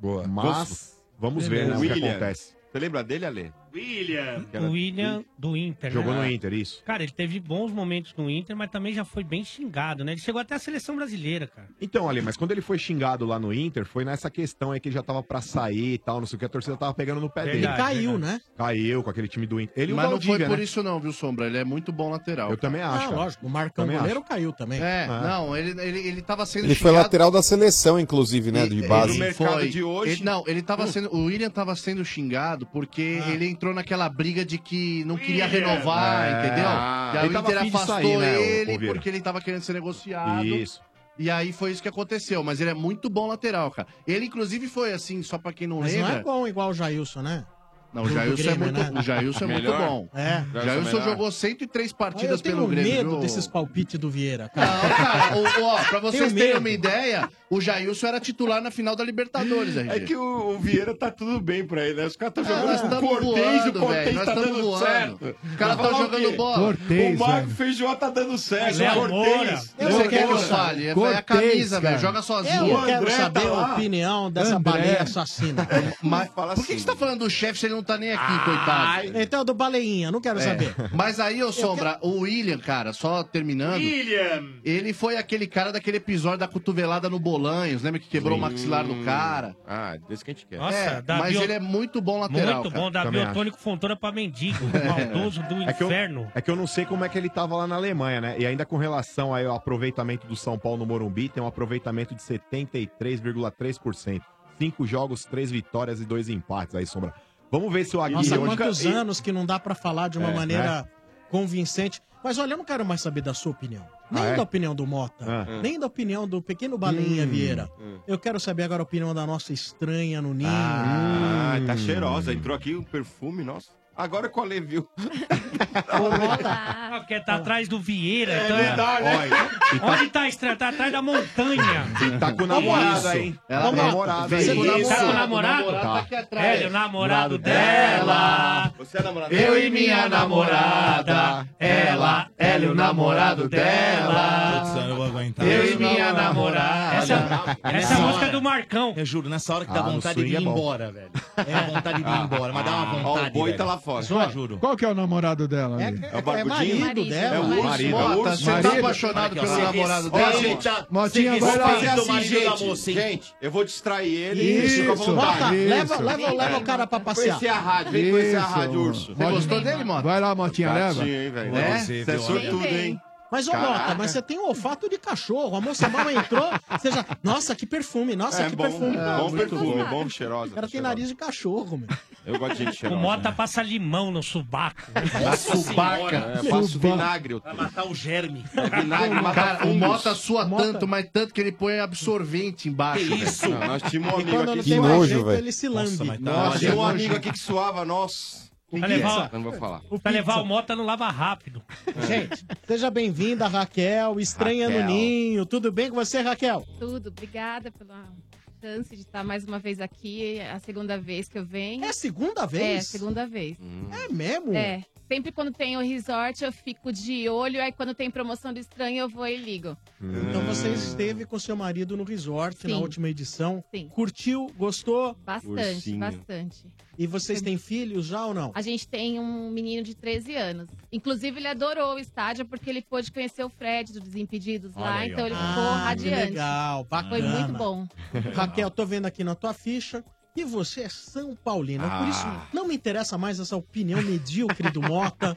Speaker 9: Boa.
Speaker 5: Mas vamos ver né, o que acontece.
Speaker 4: Você lembra dele, Ale?
Speaker 6: William.
Speaker 4: Que era-
Speaker 3: O William do Inter.
Speaker 5: Jogou
Speaker 3: né?
Speaker 5: no Inter, isso.
Speaker 3: Cara, ele teve bons momentos no Inter, mas também já foi bem xingado, né? Ele chegou até a seleção brasileira, cara.
Speaker 5: Então, Ale, mas quando ele foi xingado lá no Inter, foi nessa questão aí que ele já tava pra sair e tal, não sei o que, a torcida tava pegando no pé
Speaker 2: Ele
Speaker 5: dele.
Speaker 2: caiu, né?
Speaker 5: Caiu com aquele time do Inter. Ele e o
Speaker 11: Mas não foi
Speaker 5: Valdívia,
Speaker 11: por
Speaker 5: né?
Speaker 11: isso não, viu, Sombra? Ele é muito bom lateral.
Speaker 5: Eu também acho,
Speaker 11: Ah,
Speaker 5: cara.
Speaker 11: lógico.
Speaker 2: O Marcão
Speaker 5: Também
Speaker 2: Goleiro
Speaker 5: acho.
Speaker 2: caiu também.
Speaker 11: É,
Speaker 5: Ah.
Speaker 11: não, ele, ele, ele tava sendo
Speaker 7: Ele foi
Speaker 11: xingado-
Speaker 7: lateral da seleção, inclusive, né? De base.
Speaker 11: Ele foi. Ele- não, ele tava sendo. O William tava sendo xingado porque ele entrou naquela briga de que não queria
Speaker 4: William!
Speaker 11: renovar,
Speaker 4: É.
Speaker 11: entendeu?
Speaker 4: Ah,
Speaker 11: E aí
Speaker 4: ele
Speaker 11: o
Speaker 4: tava
Speaker 11: Inter
Speaker 4: afim disso
Speaker 11: afastou
Speaker 4: aí, né, o- o
Speaker 11: ele
Speaker 4: Vieira.
Speaker 11: porque ele tava querendo ser negociado.
Speaker 4: Isso.
Speaker 11: E aí foi isso que aconteceu, mas ele é muito bom lateral, cara. Ele, inclusive, foi assim, só pra quem não
Speaker 2: Mas não
Speaker 11: lembra.
Speaker 2: é bom igual o Jailson, né?
Speaker 11: Não, o
Speaker 2: Do- do
Speaker 11: Jailson é
Speaker 2: Grêmio,
Speaker 11: muito,
Speaker 2: né?
Speaker 11: o Jailson é muito
Speaker 2: Melhor?
Speaker 11: bom.
Speaker 2: É.
Speaker 11: O Jailson jogou 103
Speaker 2: Ah, eu
Speaker 11: partidas
Speaker 2: tenho
Speaker 11: pelo Grêmio.
Speaker 2: medo
Speaker 11: viu?
Speaker 2: desses palpites do Vieira, cara.
Speaker 11: Cara, o, ó, pra vocês
Speaker 2: Tenho
Speaker 11: terem
Speaker 2: um medo.
Speaker 11: uma ideia, o Jailson era titular na final da Libertadores, RG.
Speaker 4: É que o, o Vieira tá tudo bem pra ele, né? Os caras tá
Speaker 11: Ah, nós
Speaker 4: jogando com o
Speaker 11: tamo
Speaker 4: Cortez, o
Speaker 11: voando, velho,
Speaker 4: Cortez
Speaker 11: nós
Speaker 4: tá
Speaker 11: tamo
Speaker 4: dando
Speaker 11: voando.
Speaker 4: certo.
Speaker 11: O cara tá
Speaker 4: Falar o
Speaker 11: jogando
Speaker 4: quê?
Speaker 11: bola.
Speaker 4: o
Speaker 11: Cortez,
Speaker 4: Marco
Speaker 11: velho.
Speaker 4: Feijó tá dando certo.
Speaker 5: é
Speaker 11: Léo
Speaker 4: o
Speaker 5: né?
Speaker 11: Moura.
Speaker 4: Cortez.
Speaker 11: Eu Você quer que eu fale? É a camisa, velho. Joga sozinho.
Speaker 2: Eu quero saber a opinião dessa baleia assassina.
Speaker 11: Mas por
Speaker 4: assim.
Speaker 11: que, que você tá falando do chefe se ele não tá nem aqui, coitado?
Speaker 2: Então, do baleinha, não quero
Speaker 11: É.
Speaker 2: saber.
Speaker 11: Mas aí, ô Sombra, o William, cara, só terminando.
Speaker 6: William!
Speaker 11: Ele foi aquele cara daquele episódio da cotovelada no Bolanhos, lembra que quebrou o maxilar
Speaker 5: Hum.
Speaker 11: do cara?
Speaker 4: Ah, desse que a gente quer.
Speaker 3: Nossa,
Speaker 11: É,
Speaker 3: Davi
Speaker 11: mas
Speaker 3: Ot-
Speaker 11: ele é muito bom lateral.
Speaker 3: Muito
Speaker 11: cara.
Speaker 3: bom, Davi
Speaker 5: Também acho.
Speaker 3: Otônico Fontona pra mendigo,
Speaker 5: <laughs>
Speaker 3: maldoso do
Speaker 5: É que, eu,
Speaker 3: inferno.
Speaker 5: é que eu não sei como é que ele tava lá na Alemanha, né? E ainda com relação aí ao aproveitamento do São Paulo no Morumbi, tem um aproveitamento de 73,3%. Cinco jogos, três vitórias e dois empates aí, Sombra. Vamos ver se o Aguirre...
Speaker 2: Nossa,
Speaker 5: hoje-
Speaker 4: é?
Speaker 2: quantos
Speaker 5: e-
Speaker 4: né?
Speaker 2: anos que não dá pra falar de uma
Speaker 5: É,
Speaker 2: maneira convincente. Mas olha, eu não quero mais saber da sua opinião. Nem
Speaker 5: Ah, é?
Speaker 2: da opinião do Mota,
Speaker 5: Ah.
Speaker 2: nem da opinião do pequeno Balinha
Speaker 5: Hum,
Speaker 2: Vieira.
Speaker 5: hum.
Speaker 2: Eu quero saber agora a opinião da nossa estranha no ninho. Hum.
Speaker 4: Ah,
Speaker 5: Hum.
Speaker 4: tá cheirosa. Entrou aqui um perfume, nossa. Agora é com a Levil.
Speaker 3: Ah, porque tá atrás do Vieira.
Speaker 4: É
Speaker 3: então
Speaker 4: verdade, né?
Speaker 3: Olha, Onde tá a estranha? Tá atrás da montanha.
Speaker 5: Tá com
Speaker 3: Isso.
Speaker 5: namorada, hein?
Speaker 3: Ela
Speaker 5: Tá
Speaker 3: tá-
Speaker 5: com namorada.
Speaker 3: Você
Speaker 5: hein?
Speaker 3: tá com
Speaker 5: Isso.
Speaker 3: namorado?
Speaker 5: Tá.
Speaker 3: Velho, o namorado
Speaker 16: dela.
Speaker 3: dela.
Speaker 4: Você é namorado
Speaker 16: Eu e minha namorada, ela, ela e o namorado dela.
Speaker 6: eu vou aguentar.
Speaker 16: Eu e minha namorada.
Speaker 6: Essa,
Speaker 16: essa é a música
Speaker 6: do Marcão. Eu juro, nessa hora que dá
Speaker 16: Ah, no
Speaker 6: vontade de
Speaker 16: swing
Speaker 6: ir
Speaker 16: é bom.
Speaker 6: embora, velho. É a vontade de ir embora, mas dá uma
Speaker 16: Ah, ó, o
Speaker 6: vontade.
Speaker 16: boi
Speaker 6: velho.
Speaker 16: tá lá fora.
Speaker 6: Só juro.
Speaker 8: Qual que é o namorado dela? amigo?
Speaker 6: é o barbudinho? marido dela.
Speaker 8: É o
Speaker 6: Marido.
Speaker 8: urso.
Speaker 6: Marido.
Speaker 8: Mota,
Speaker 6: Urso.
Speaker 8: Você tá
Speaker 6: Marido.
Speaker 8: apaixonado
Speaker 6: Aqui, ó.
Speaker 8: pelo
Speaker 6: Você
Speaker 8: namorado
Speaker 6: vê-
Speaker 8: dela?
Speaker 6: Ó, gente, tá-
Speaker 8: Motinha,
Speaker 6: você
Speaker 8: vai
Speaker 6: vê-
Speaker 8: lá.
Speaker 6: fazer assim, gente.
Speaker 4: Gente, eu vou distrair ele.
Speaker 8: Isso.
Speaker 4: fica à vontade.
Speaker 8: Mota, leva-
Speaker 4: Isso.
Speaker 8: leva- leva o cara pra passear.
Speaker 4: Conhecer a rádio, vem conhecer a
Speaker 8: Isso,
Speaker 4: rádio,
Speaker 8: mano.
Speaker 4: Tá urso.
Speaker 8: Você gostou
Speaker 2: dele, Mota?
Speaker 8: Vai lá, Motinha, leva.
Speaker 4: Gatinho, hein, velho?
Speaker 8: É?
Speaker 4: Você é sortudo, hein?
Speaker 2: Mas, ô
Speaker 4: Caraca.
Speaker 2: Mota, mas você tem um olfato de cachorro. A moça mal entrou, você já... Nossa, que perfume, nossa,
Speaker 4: é
Speaker 2: que
Speaker 4: bom,
Speaker 2: perfume.
Speaker 4: bom
Speaker 2: Muito
Speaker 4: perfume, é bom, cheirosa.
Speaker 2: O cara tem nariz de cachorro, meu.
Speaker 4: Eu gosto de gente
Speaker 3: O
Speaker 4: cheirosa. né?
Speaker 3: Mota passa limão no subaco.
Speaker 4: Dá subaca. É, passa o vinagre, eu
Speaker 3: Vai matar o germe.
Speaker 11: Cara, o Mota sua tanto, mas tanto que ele põe absorvente embaixo.
Speaker 4: Que isso? Não, nós tínhamos um
Speaker 11: E
Speaker 4: amigo
Speaker 11: quando
Speaker 4: aqui
Speaker 11: não
Speaker 4: que-
Speaker 11: tem mais
Speaker 4: nojo,
Speaker 11: jeito,
Speaker 4: velho.
Speaker 11: Ele se
Speaker 4: Nossa,
Speaker 11: lambe.
Speaker 4: mas tá- Nossa, tinha um amigo aqui que suava, nossa.
Speaker 3: Vai
Speaker 4: Que
Speaker 3: levar-
Speaker 4: pizza. Eu Não vou falar.
Speaker 3: Pra levar o Mota não lava rápido.
Speaker 2: Gente, seja bem-vinda, Raquel, estranha no
Speaker 3: Raquel.
Speaker 2: ninho. Tudo bem com você, Raquel?
Speaker 17: Tudo, obrigada pela chance de estar mais uma vez aqui. É a segunda vez que eu venho. É a
Speaker 2: segunda vez?
Speaker 17: É, segunda vez.
Speaker 2: É mesmo?
Speaker 17: É. Sempre quando tem o resort, eu fico de olho. Aí quando tem promoção do estranho, eu vou e ligo.
Speaker 2: Então você esteve com seu marido no resort na
Speaker 17: Sim.
Speaker 2: última edição.
Speaker 17: Sim.
Speaker 2: Curtiu? Gostou?
Speaker 17: Bastante, bastante.
Speaker 2: E vocês têm filhos já ou não?
Speaker 17: A gente tem um menino de 13 anos. Inclusive, ele adorou o estádio porque ele pôde conhecer o Fred do Desimpedidos lá.
Speaker 2: Olha aí, ó.
Speaker 17: então ele ficou
Speaker 2: Ah,
Speaker 17: radiante.
Speaker 2: Que legal, bacana.
Speaker 17: Foi muito bom.
Speaker 2: Raquel, tô vendo aqui na tua ficha que você é São Paulino. Por isso,
Speaker 17: Ah.
Speaker 2: não me interessa mais essa opinião medíocre do
Speaker 17: <laughs>
Speaker 2: Mota,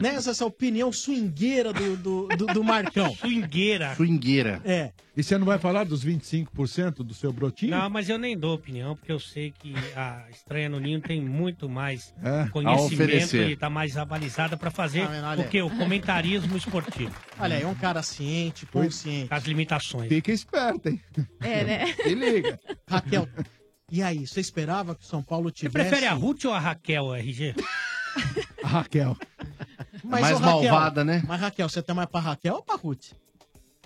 Speaker 2: né? Essa, essa opinião swingueira do, do, do, do Marcão.
Speaker 3: Swingueira.
Speaker 11: Swingueira.
Speaker 2: É.
Speaker 8: E você não vai falar dos 25% do seu brotinho?
Speaker 3: Não, mas eu nem dou opinião, porque eu sei que a estranha no ninho tem muito mais
Speaker 8: É, a
Speaker 3: conhecimento
Speaker 8: oferecer.
Speaker 3: e tá mais avalizada pra fazer
Speaker 2: Ah, olha
Speaker 3: o que?
Speaker 2: aí.
Speaker 3: O comentarismo esportivo.
Speaker 2: Olha aí, é um assim, cara ciente, consciente.
Speaker 3: As limitações.
Speaker 8: Fica esperto, hein?
Speaker 17: É, né?
Speaker 8: Se liga.
Speaker 2: Raquel, e aí, você esperava que o São Paulo
Speaker 3: Você
Speaker 2: tivesse...
Speaker 3: prefere a Ruth ou a Raquel, RG?
Speaker 8: A Raquel.
Speaker 2: Mas,
Speaker 11: Mais
Speaker 2: ô, Raquel,
Speaker 11: malvada, né?
Speaker 2: Mas, Raquel, você tá mais pra Raquel ou pra Ruth?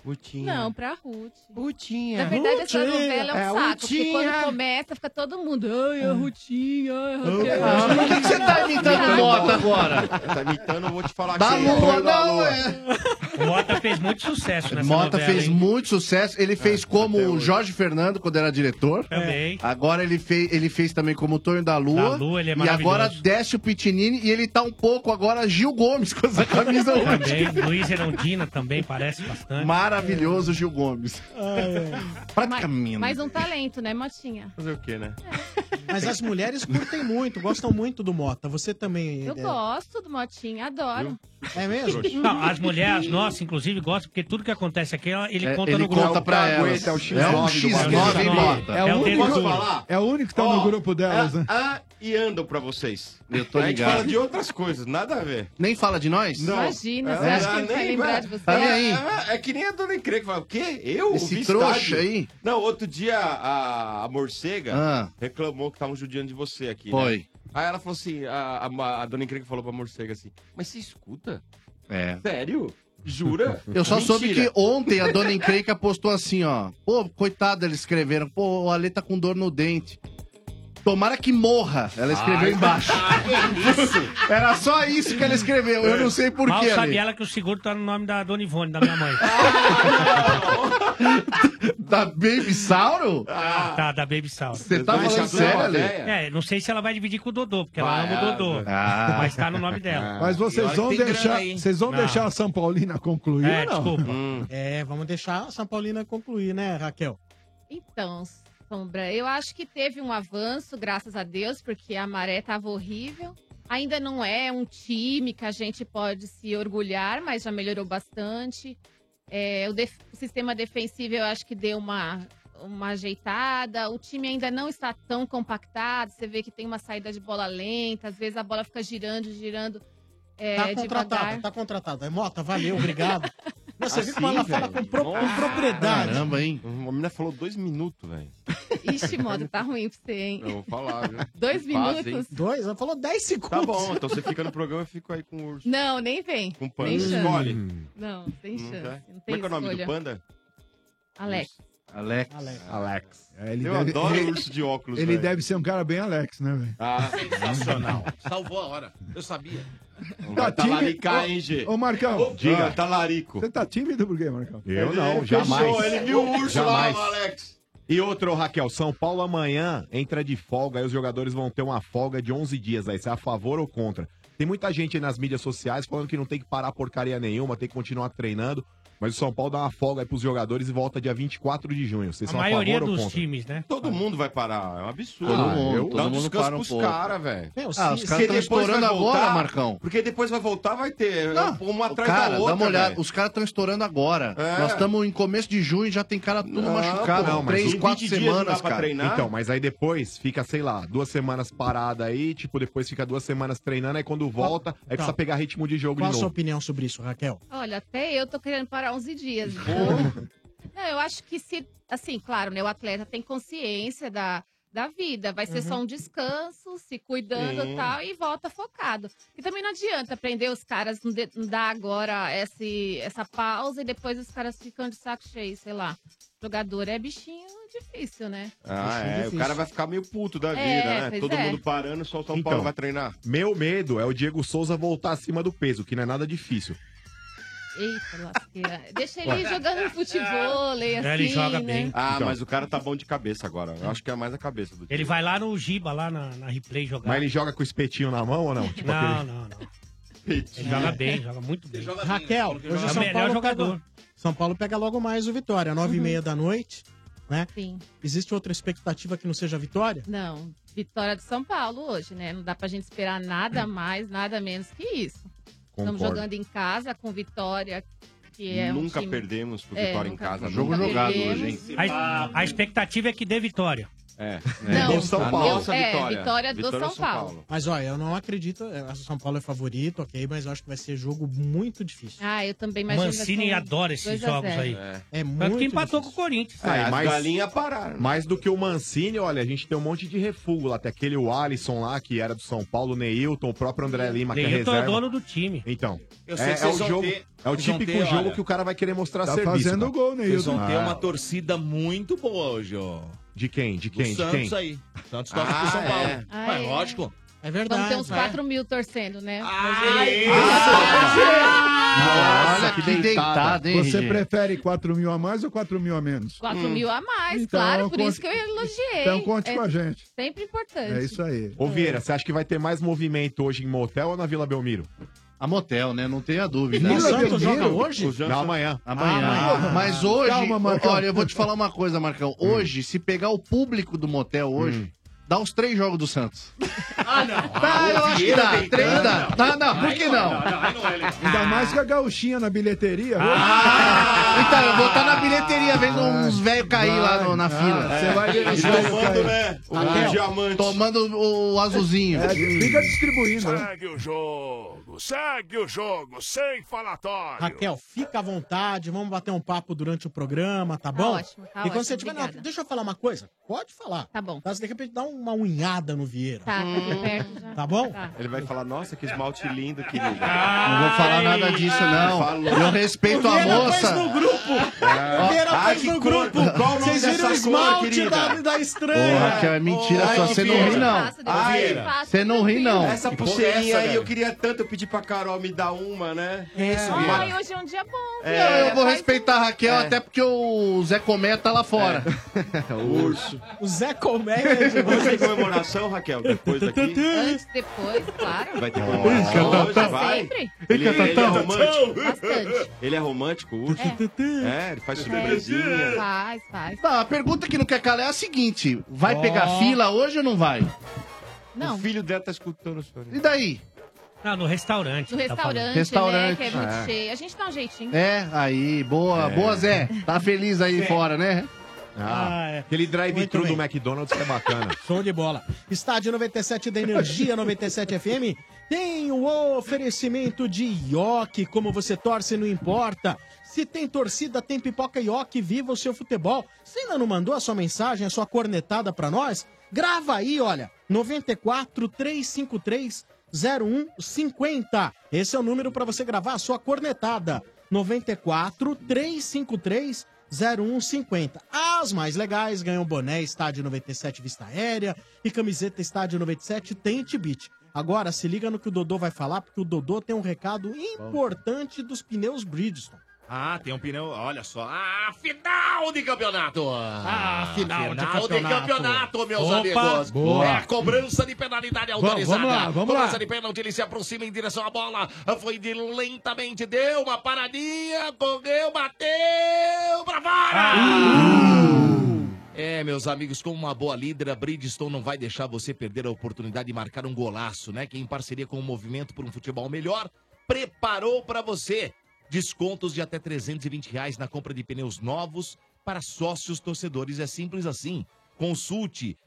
Speaker 4: Rutinha.
Speaker 17: Não, pra Ruth.
Speaker 4: Rutinha.
Speaker 17: Na verdade, essa
Speaker 2: Rutinha.
Speaker 17: novela é um
Speaker 2: É,
Speaker 17: saco. Porque
Speaker 2: Rutinha.
Speaker 17: quando começa, fica todo mundo. Ai, a Rutinha, ai, a Raquel.
Speaker 11: Ah, mas por que que você tá imitando o Mota agora?
Speaker 4: Tá imitando, eu vou te falar
Speaker 11: Da
Speaker 4: quem é.
Speaker 11: lua,
Speaker 4: Foi da
Speaker 11: não,
Speaker 4: lua.
Speaker 3: O Mota <laughs> fez muito sucesso nessa
Speaker 11: Mota
Speaker 3: novela,
Speaker 11: fez
Speaker 3: hein?
Speaker 11: muito sucesso.
Speaker 4: É,
Speaker 11: Ele fez como o Jorge Fernando, quando era diretor. É.
Speaker 3: Também.
Speaker 11: Agora ele fez, ele fez também como o Tonho da Lua.
Speaker 3: Da Lua, ele é
Speaker 11: e agora
Speaker 3: maravilhoso.
Speaker 11: desce o Pitinini e ele tá um pouco agora Gil Gomes com essa camisa <laughs> hoje.
Speaker 3: Também. Luiz Herondina também parece bastante.
Speaker 11: Maravilhoso Gil Gomes.
Speaker 17: Ma-
Speaker 11: Praticamente.
Speaker 17: Mais um talento, né, Motinha?
Speaker 4: Fazer o quê, né?
Speaker 2: É. Mas as mulheres curtem muito, gostam muito do Mota. Você também...
Speaker 17: Eu
Speaker 2: é,
Speaker 17: gosto do Motinha, adoro.
Speaker 2: É mesmo?
Speaker 3: Não, as mulheres, nossas, inclusive, gostam, porque tudo que acontece aqui, ela- ele
Speaker 11: É,
Speaker 3: conta
Speaker 11: ele
Speaker 3: no grupo.
Speaker 11: conta pra
Speaker 3: Aguenta,
Speaker 11: elas.
Speaker 3: É o X9
Speaker 11: É um
Speaker 3: do
Speaker 11: X9
Speaker 3: bagulho.
Speaker 11: bem bota.
Speaker 8: É
Speaker 3: dedo
Speaker 8: o único-
Speaker 3: duro.
Speaker 8: É o único que tá no grupo delas, né?
Speaker 4: Ah, e andam pra vocês.
Speaker 11: Eu tô
Speaker 4: A gente
Speaker 11: ligado.
Speaker 4: fala de outras coisas, nada a ver.
Speaker 11: Nem fala de nós?
Speaker 4: Não.
Speaker 17: Imagina, você acha que ele vai lembrar de você?
Speaker 11: Tá nem aí.
Speaker 4: É, é que nem a dona Encrenca, que fala, o quê? Eu?
Speaker 11: Esse
Speaker 4: Vi
Speaker 11: trouxa
Speaker 4: estádio?
Speaker 11: aí?
Speaker 4: Não, outro dia a, a morcega
Speaker 11: Ah.
Speaker 4: reclamou que estavam judiando de você aqui,
Speaker 11: Foi.
Speaker 4: né? Aí ela falou assim, a, a, a dona Encrenca falou pra morcega assim, mas você escuta?
Speaker 11: É.
Speaker 4: Sério? Jura?
Speaker 11: <laughs> Eu só soube
Speaker 4: Mentira.
Speaker 11: que ontem a
Speaker 4: <laughs>
Speaker 11: dona Encrenca postou assim, ó. Pô, coitada, eles escreveram. Pô, o Ale tá com dor no dente. Tomara que morra. Ela escreveu
Speaker 16: Ai,
Speaker 3: <laughs>
Speaker 11: embaixo. Era só isso que ela escreveu. Eu não sei
Speaker 3: Mal
Speaker 11: porquê.
Speaker 3: sabe ela que o seguro tá no nome da Dona Ivone, da minha mãe.
Speaker 11: Da Tá Baby Sauro?
Speaker 3: Tá, da Baby Sauro.
Speaker 11: Você tá Mas falando já sério, deu uma Ale? ideia?
Speaker 3: É, não sei se ela vai dividir com o Dodô, porque ela
Speaker 11: Vai,
Speaker 3: ama o Dodô.
Speaker 11: ah.
Speaker 3: Mas tá no nome dela.
Speaker 8: Mas vocês vão deixar, vocês vão deixar a São Paulina concluir
Speaker 3: É,
Speaker 8: ou não?
Speaker 3: desculpa.
Speaker 2: É, vamos deixar a São Paulina concluir, né, Raquel?
Speaker 17: Então, Sombra, eu acho que teve um avanço, graças a Deus, porque a maré estava horrível. Ainda não é um time que a gente pode se orgulhar, mas já melhorou bastante. É, o, def- o sistema defensivo eu acho que deu uma, uma ajeitada. O time ainda não está tão compactado. Você vê que tem uma saída de bola lenta, às vezes a bola fica girando, girando. É,
Speaker 2: tá
Speaker 17: devagar.
Speaker 2: contratada, tá contratada. Mota, valeu, obrigado. Não, você viu como ela fala com pro- com propriedade.
Speaker 11: Caramba, hein?
Speaker 4: A menina falou dois minutos, velho.
Speaker 17: Ixi, moda, tá ruim pra você, hein?
Speaker 4: Eu vou falar, viu?
Speaker 17: Dois
Speaker 4: Faz, hein?
Speaker 17: minutos?
Speaker 2: Dois? Ela falou dez segundos.
Speaker 4: Tá bom, então você fica no programa e fico aí com o urso.
Speaker 17: Não, nem vem.
Speaker 4: Com o panda.
Speaker 17: Nem chance.
Speaker 4: Escolhe.
Speaker 17: Não, sem
Speaker 4: Não
Speaker 17: chance.
Speaker 4: quer?
Speaker 17: Não tem
Speaker 4: Como é que é o nome do
Speaker 17: escolha.
Speaker 4: panda?
Speaker 17: Alex.
Speaker 11: Alex.
Speaker 4: Alex.
Speaker 8: ele
Speaker 4: Eu
Speaker 8: deve-
Speaker 4: adoro
Speaker 8: ele-
Speaker 4: urso de óculos,
Speaker 8: Ele
Speaker 4: velho.
Speaker 8: deve ser um cara bem Alex, né, velho?
Speaker 4: Ah,
Speaker 6: sensacional. Salvou a hora. Eu sabia.
Speaker 8: Tá
Speaker 4: Vai talaricar, hein, G?
Speaker 8: Ô, ô, Marcão.
Speaker 4: Diga,
Speaker 8: Ah,
Speaker 4: talarico.
Speaker 8: Você tá tímido por quê, Marcão?
Speaker 5: Eu
Speaker 8: Ele-
Speaker 5: não,
Speaker 8: ele
Speaker 5: jamais.
Speaker 8: fechou, Ele viu o urso
Speaker 5: Jamais.
Speaker 8: lá, Alex.
Speaker 5: E outro, Raquel, São Paulo amanhã entra de folga, aí os jogadores vão ter uma folga de 11 dias aí, se é a favor ou contra. Tem muita gente aí nas mídias sociais falando que não tem que parar porcaria nenhuma, tem que continuar treinando, mas o São Paulo dá uma folga aí pros jogadores e volta dia 24 de junho. Vocês
Speaker 3: A
Speaker 5: são
Speaker 3: maioria
Speaker 5: a favor ou
Speaker 3: dos
Speaker 5: contra?
Speaker 3: times, né?
Speaker 4: Todo mundo vai parar. É um absurdo.
Speaker 5: Todo mundo,
Speaker 4: eu-
Speaker 5: todo
Speaker 4: Dá um
Speaker 5: mundo
Speaker 4: descanso
Speaker 5: para um
Speaker 4: pros
Speaker 5: pouco.
Speaker 4: caras, velho.
Speaker 5: Meu,
Speaker 11: Ah, os caras tão estourando agora, Marcão.
Speaker 4: Porque depois vai voltar, vai ter
Speaker 11: Não,
Speaker 4: uma atrás
Speaker 11: cara,
Speaker 4: da outra.
Speaker 11: dá uma olhada.
Speaker 4: velho.
Speaker 11: Os caras estão estourando agora.
Speaker 4: É.
Speaker 11: Nós estamos em começo de junho e já tem cara tudo machucado.
Speaker 5: Não, mas
Speaker 11: três,
Speaker 5: em
Speaker 11: quatro
Speaker 5: 20 Tá dias não dá
Speaker 11: semanas,
Speaker 5: pra
Speaker 11: cara.
Speaker 5: treinar? Então, mas aí depois fica, sei lá, duas semanas parada aí, tipo, depois fica duas semanas treinando, aí quando volta, aí precisa pegar ritmo de jogo
Speaker 2: Qual a
Speaker 5: de
Speaker 2: sua
Speaker 5: novo.
Speaker 2: opinião sobre isso, Raquel?
Speaker 17: Olha, até eu tô querendo parar 11 dias. então. Não, eu acho que se... Assim, claro, né? O atleta tem consciência da, da vida. Vai ser
Speaker 18: Uhum.
Speaker 17: só um descanso, se cuidando
Speaker 18: Sim.
Speaker 17: e tal, e volta focado. E também não adianta prender os caras, não, de- não dar agora esse, essa pausa e depois os caras ficam de saco cheio, sei lá. Jogador é bichinho difícil, né?
Speaker 4: Ah,
Speaker 5: Acho
Speaker 4: é.
Speaker 5: difícil.
Speaker 4: O cara vai ficar meio puto da vida,
Speaker 17: É,
Speaker 4: né?
Speaker 17: pois
Speaker 4: Todo
Speaker 17: é.
Speaker 4: mundo parando, só o São Paulo
Speaker 5: Então,
Speaker 4: vai treinar.
Speaker 5: Meu medo é o Diego Souza voltar acima do peso, que não é nada difícil.
Speaker 17: Eita, lasqueira. Deixa ele
Speaker 4: Ué.
Speaker 17: jogando futebol, assim, né?
Speaker 4: Ah,
Speaker 5: Então.
Speaker 4: mas o cara tá bom de cabeça agora. Eu acho que é mais a cabeça do
Speaker 3: Ele vai lá no Giba, lá na, na replay jogar.
Speaker 5: Mas ele joga com o espetinho na mão ou não? Tipo
Speaker 3: Não,
Speaker 5: aquele-
Speaker 3: não, não. Ele joga bem, joga muito bem.
Speaker 2: Raquel, hoje o
Speaker 3: joga
Speaker 2: São
Speaker 3: melhor
Speaker 2: Paulo
Speaker 3: jogador.
Speaker 2: Pega, São Paulo pega logo mais o Vitória, nove e meia da noite, né?
Speaker 17: Sim.
Speaker 2: Existe outra expectativa que não seja a Vitória?
Speaker 17: Não, vitória de São Paulo hoje, né? Não dá pra gente esperar nada mais, nada menos que isso. Estamos
Speaker 4: Concordo.
Speaker 17: jogando em casa com vitória, que é um
Speaker 4: Nunca
Speaker 17: time-
Speaker 4: perdemos pro
Speaker 17: É,
Speaker 4: Vitória em
Speaker 17: nunca-
Speaker 4: casa.
Speaker 17: Jogo
Speaker 4: nunca
Speaker 17: jogado
Speaker 4: perdemos.
Speaker 17: hoje, hein?
Speaker 3: A, a expectativa é que dê vitória.
Speaker 4: É.
Speaker 17: Não,
Speaker 4: Do São
Speaker 17: eu-
Speaker 4: Paulo.
Speaker 17: é, vitória do São, Paulo.
Speaker 2: Mas olha, eu não acredito. é, O São Paulo é favorito, ok, mas eu acho que vai ser jogo muito difícil.
Speaker 17: Ah, eu também imagino. que vai
Speaker 3: Mancini
Speaker 17: ser um
Speaker 3: adora esses
Speaker 17: 2 a
Speaker 3: jogos
Speaker 17: 0.
Speaker 3: aí.
Speaker 5: É.
Speaker 2: É
Speaker 3: Tanto
Speaker 2: muito
Speaker 3: que empatou com o Corinthians.
Speaker 4: É,
Speaker 5: Ah, e mais-
Speaker 4: pararam.
Speaker 5: Mais do que o Mancini, olha, a gente tem um monte de refúgio lá. Tem aquele o Alisson lá, que era do São Paulo, o Neilton, o próprio André Lima, que é
Speaker 3: Neilton é
Speaker 5: reserva.
Speaker 3: dono do time.
Speaker 5: Então,
Speaker 3: Eu sei
Speaker 5: é,
Speaker 3: que
Speaker 5: é o
Speaker 3: vocês vão
Speaker 5: jogo,
Speaker 3: ter-
Speaker 5: é o
Speaker 3: vocês vão
Speaker 5: típico
Speaker 3: ter,
Speaker 5: jogo
Speaker 3: olha,
Speaker 5: que o cara vai querer mostrar
Speaker 3: tá
Speaker 5: serviço.
Speaker 8: fazendo
Speaker 5: cara.
Speaker 8: gol,
Speaker 6: Eles vão ter
Speaker 5: Ah,
Speaker 6: uma torcida muito boa hoje, ó.
Speaker 5: De quem? De
Speaker 6: Do
Speaker 5: quem? De
Speaker 6: Santos
Speaker 5: quem?
Speaker 6: aí. Santos torce pro
Speaker 5: Ah,
Speaker 6: São Paulo.
Speaker 5: é.
Speaker 17: Ah,
Speaker 6: Mas
Speaker 17: é.
Speaker 6: lógico.
Speaker 2: É
Speaker 17: Vamos
Speaker 3: Ah,
Speaker 17: ter uns 4 mil torcendo, né?
Speaker 4: Ah,
Speaker 17: Ah!
Speaker 6: Ai,
Speaker 8: Nossa,
Speaker 11: que deitada, hein,
Speaker 8: Você
Speaker 11: RG?
Speaker 8: prefere 4 mil a mais ou 4 mil a menos?
Speaker 4: Hum.
Speaker 17: 4 mil a mais,
Speaker 8: Então,
Speaker 17: claro, por
Speaker 8: conte-
Speaker 17: isso que eu elogiei. É
Speaker 8: Então conte com a gente. É
Speaker 17: Sempre importante.
Speaker 8: aí.
Speaker 5: Ô, Vieira, você acha que vai ter mais movimento hoje em motel ou na Vila Belmiro?
Speaker 11: A motel, né? Não tenha dúvida.
Speaker 5: Vila
Speaker 11: Vila
Speaker 5: Belmiro?
Speaker 11: Belmiro?
Speaker 5: O Santos- Não, amanhã.
Speaker 11: Amanhã.
Speaker 5: Ah,
Speaker 11: Mas hoje,
Speaker 5: Calma, Marcão.
Speaker 11: olha, eu vou te falar uma coisa, Marcão. Hoje, se pegar o público do motel hoje, dá os três jogos do Santos.
Speaker 16: Tá, eu acho que dá. Três dá.
Speaker 11: Tá, não, Ah, por que não?
Speaker 8: Ainda mais que a gauchinha na bilheteria.
Speaker 11: Então, eu vou estar na bilheteria vendo uns velhos cair lá no- na fila.
Speaker 8: Você vai ver os velhos cair.
Speaker 11: Raquel, Tá Tomando o, o azulzinho. Hum.
Speaker 8: É, fica distribuindo. né?
Speaker 19: Segue o jogo, segue o jogo, sem falatório.
Speaker 2: Raquel, fica à vontade, vamos bater um papo durante o programa,
Speaker 19: Tá
Speaker 2: tá bom?
Speaker 19: ótimo, tá
Speaker 2: e quando
Speaker 19: ótimo,
Speaker 2: você tiver. na-
Speaker 19: obrigada.
Speaker 2: deixa eu falar uma coisa. Pode falar. Tá bom. Mas de repente dá uma unhada no Vieira.
Speaker 17: Tá, tá aqui perto já.
Speaker 2: Tá bom?
Speaker 4: Ele vai falar, nossa, que esmalte lindo, querido.
Speaker 11: Não vou falar nada disso, não. Eu respeito a moça. Ah.
Speaker 4: É.
Speaker 2: Vieira
Speaker 4: Ai,
Speaker 2: faz
Speaker 4: que
Speaker 2: no
Speaker 4: cor-
Speaker 2: grupo.
Speaker 4: qual o nome
Speaker 2: Vocês
Speaker 4: dessa
Speaker 2: viram o
Speaker 4: cor,
Speaker 2: esmalte
Speaker 4: querida?
Speaker 2: da, da
Speaker 11: Ô,
Speaker 2: estranha.
Speaker 11: Raquel, é mentira,
Speaker 4: Ai,
Speaker 11: só
Speaker 4: que
Speaker 11: você não ri,
Speaker 4: pena.
Speaker 11: não.
Speaker 4: Ai,
Speaker 11: Você não ri, não.
Speaker 4: Essa
Speaker 2: é
Speaker 11: Que
Speaker 4: pulseirinha
Speaker 11: conversa,
Speaker 4: aí,
Speaker 11: velho.
Speaker 4: eu queria tanto eu pedi pra Carol me dar uma, né?
Speaker 11: Isso,
Speaker 2: Ah,
Speaker 17: Ai, hoje é um dia bom,
Speaker 11: Não,
Speaker 17: viu?
Speaker 11: eu vou
Speaker 17: Faz-
Speaker 11: respeitar a Raquel
Speaker 4: É.
Speaker 11: até porque o Zé Comé tá lá fora.
Speaker 4: o urso.
Speaker 2: O Zé Comé. é
Speaker 4: Hoje tem É. comemoração, Raquel, depois daqui.
Speaker 2: <laughs>
Speaker 17: Antes, depois, claro.
Speaker 4: Vai ter comemoração.
Speaker 17: Ih,
Speaker 4: Hoje
Speaker 17: Catatá.
Speaker 4: vai.
Speaker 17: Sempre.
Speaker 4: Ele, ele
Speaker 17: Ih,
Speaker 4: é
Speaker 17: Catatá.
Speaker 4: romântico.
Speaker 17: Bastante.
Speaker 4: Ele é romântico, o urso? É, ele faz
Speaker 11: É.
Speaker 4: surpresinha.
Speaker 17: Faz, faz.
Speaker 11: Não, a pergunta que não quer calar é a seguinte: vai
Speaker 4: Ó.
Speaker 11: pegar fila hoje ou não vai?
Speaker 17: Não.
Speaker 4: O filho dela tá escutando o senhor.
Speaker 11: E daí?
Speaker 3: Não, no restaurante.
Speaker 17: No restaurante,
Speaker 11: Restaurante.
Speaker 17: né? Que é muito
Speaker 11: Ah, é.
Speaker 17: cheio. A gente dá um jeitinho.
Speaker 11: É, aí, boa,
Speaker 5: É.
Speaker 11: boa Zé. Tá feliz aí
Speaker 5: É.
Speaker 11: fora, né?
Speaker 5: Ah, Aquele drive-thru do McDonald's que é bacana.
Speaker 2: Show de bola. Estádio 97 da Energia 97 FM. Tem o oferecimento de Ioki, como você torce, não importa. Se tem torcida, tem pipoca Ioki, viva o seu futebol. Você ainda não mandou a sua mensagem, a sua cornetada pra nós? Grava aí, olha, 94 353 0150. Esse é o número pra você gravar a sua cornetada. 94 353 0150. As mais legais ganham boné Estádio 97 Vista Aérea e camiseta Estádio 97 Tente Beat. Agora se liga no que o Dodô vai falar, porque o Dodô tem um recado importante dos pneus Bridgestone.
Speaker 6: Ah, tem um pneu, olha só. Ah, final de campeonato!
Speaker 2: Ah, final de
Speaker 6: de
Speaker 2: campeonato.
Speaker 6: campeonato, meus
Speaker 2: Opa,
Speaker 6: amigos!
Speaker 2: boa.
Speaker 6: É a cobrança de penalidade
Speaker 2: Vamos,
Speaker 6: autorizada.
Speaker 2: vamos lá, vamos lá.
Speaker 6: cobrança de pênalti, ele se aproxima em direção à bola. Foi de lentamente, deu uma paradinha, correu, bateu pra fora! É, meus amigos, como uma boa líder, a Bridgestone não vai deixar você perder a oportunidade de marcar um golaço, né? Que em parceria com o Movimento por um Futebol Melhor, preparou para você descontos de até 320 reais na compra de pneus novos para sócios torcedores. É simples assim. Consulte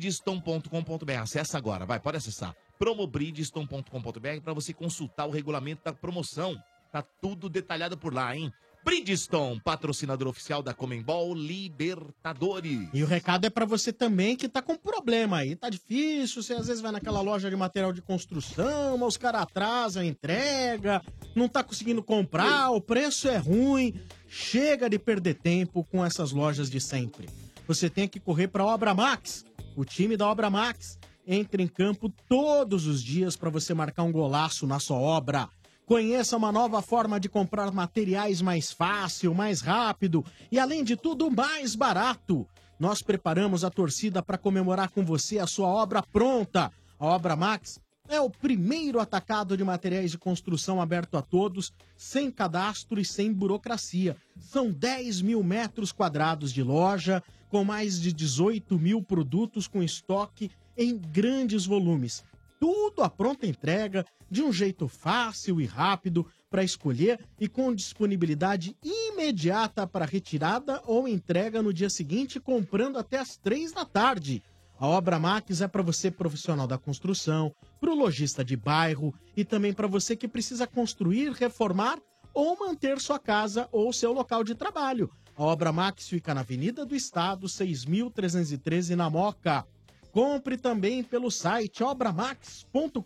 Speaker 6: promobridgestone.com.br. Acessa agora, vai, pode acessar. promobridgestone.com.br para você consultar o regulamento da promoção. Tá tudo detalhado por lá, hein? Bridgestone, patrocinador oficial da Comembol Libertadores.
Speaker 2: E o recado é pra você também que tá com problema aí. Tá difícil, você às vezes vai naquela loja de material de construção, mas os caras atrasam a entrega, não tá conseguindo comprar, o preço é ruim. Chega de perder tempo com essas lojas de sempre. Você tem que correr pra Obra Max. O time da Obra Max entra em campo todos os dias pra você marcar um golaço na sua obra. Conheça uma nova forma de comprar materiais mais fácil, mais rápido e, além de tudo, mais barato. Nós preparamos a torcida para comemorar com você a sua obra pronta. A Obra Max é o primeiro atacado de materiais de construção aberto a todos, sem cadastro e sem burocracia. São 10 mil metros quadrados de loja, com mais de 18 mil produtos com estoque em grandes volumes tudo à pronta entrega, de um jeito fácil e rápido para escolher e com disponibilidade imediata para retirada ou entrega no dia seguinte, comprando até às três da tarde. A Obra Max é para você profissional da construção, para o lojista de bairro e também para você que precisa construir, reformar ou manter sua casa ou seu local de trabalho. A Obra Max fica na Avenida do Estado, 6.313, na Moca. Compre também pelo site obramax.com.br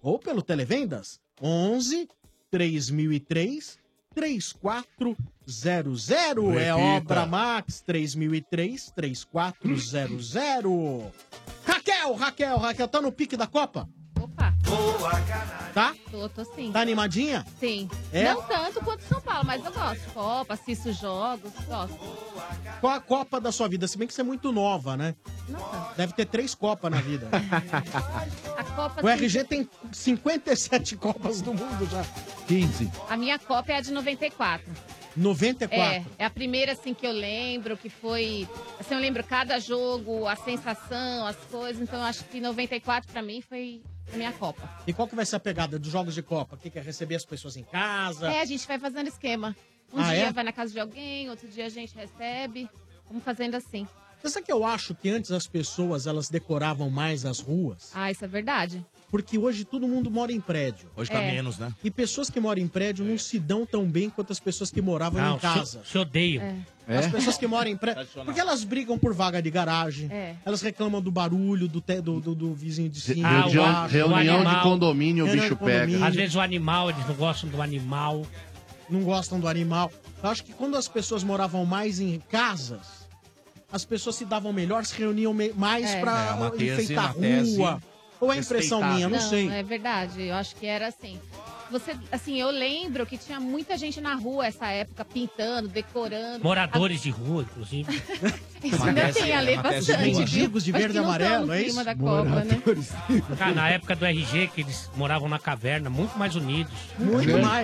Speaker 2: ou pelo Televendas 11 3003 3400. É
Speaker 16: Repita.
Speaker 2: Obra Max 3003 3400. Raquel, Raquel, Raquel, tá no pique da Copa?
Speaker 17: Opa,
Speaker 2: Tá?
Speaker 17: tô, tô sim.
Speaker 2: Tá animadinha?
Speaker 17: Sim.
Speaker 2: É?
Speaker 17: Não tanto quanto São Paulo, mas eu gosto. Copa, assisto jogos, gosto.
Speaker 2: Qual a Copa da sua vida? Se bem que você é muito nova, né? Deve ter três Copas na vida.
Speaker 17: A Copa. assim,
Speaker 2: o
Speaker 17: sim.
Speaker 2: RG tem 57 Copas do Mundo já. 15.
Speaker 17: A minha Copa é a de 94.
Speaker 2: 94.
Speaker 17: É, é a primeira assim que eu lembro, que foi. Assim, eu lembro cada jogo, a sensação, as coisas. Então, eu acho que 94 pra mim foi É, a minha Copa.
Speaker 2: E qual que vai ser a pegada dos jogos de Copa? O que, que é receber as pessoas em casa?
Speaker 17: É, a gente vai fazendo esquema. Um
Speaker 2: Ah,
Speaker 17: dia
Speaker 2: é?
Speaker 17: vai na casa de alguém, outro dia a gente recebe. Vamos fazendo assim.
Speaker 2: Você sabe que eu acho que antes as pessoas elas decoravam mais as ruas?
Speaker 17: Ah, isso é verdade.
Speaker 2: Porque hoje todo mundo mora em prédio.
Speaker 6: Hoje tá É. menos, né?
Speaker 2: E pessoas que moram em prédio não se dão tão bem quanto as pessoas que moravam
Speaker 3: Não,
Speaker 2: em casa.
Speaker 3: se- se odeiam. É.
Speaker 2: As
Speaker 3: É?
Speaker 2: pessoas que moram em prédio.
Speaker 3: Tradicional.
Speaker 2: Porque elas brigam por vaga de garagem.
Speaker 17: É.
Speaker 2: Elas reclamam do barulho, do, te- do, do- do vizinho de cima.
Speaker 11: reunião-
Speaker 2: do baixo.
Speaker 11: reunião de condomínio, o
Speaker 2: Reunião
Speaker 11: bicho
Speaker 2: de condomínio.
Speaker 11: pega.
Speaker 3: Às vezes o animal, eles não gostam do animal.
Speaker 2: não gostam do animal. Eu acho que quando as pessoas moravam mais em casas, as pessoas se davam melhor, se reuniam me- mais
Speaker 17: É.
Speaker 2: pra
Speaker 17: É, uma
Speaker 2: eh,
Speaker 6: tese,
Speaker 2: enfeitar a
Speaker 6: uma tese
Speaker 2: rua. Ou é impressão minha, não, sei.
Speaker 17: É verdade, eu acho que era assim. Você, assim, eu lembro que tinha muita gente na rua essa época, pintando, decorando.
Speaker 3: Moradores de rua, inclusive. é
Speaker 17: Isso ainda tem a lei bastante, viu?
Speaker 3: Mendigos de
Speaker 17: Mas
Speaker 3: verde e
Speaker 17: que não tão
Speaker 3: amarelo,
Speaker 17: no
Speaker 3: é
Speaker 17: clima
Speaker 3: isso?
Speaker 17: da Copa, né?
Speaker 3: Cara, na época do RG, que eles moravam na caverna, muito mais unidos.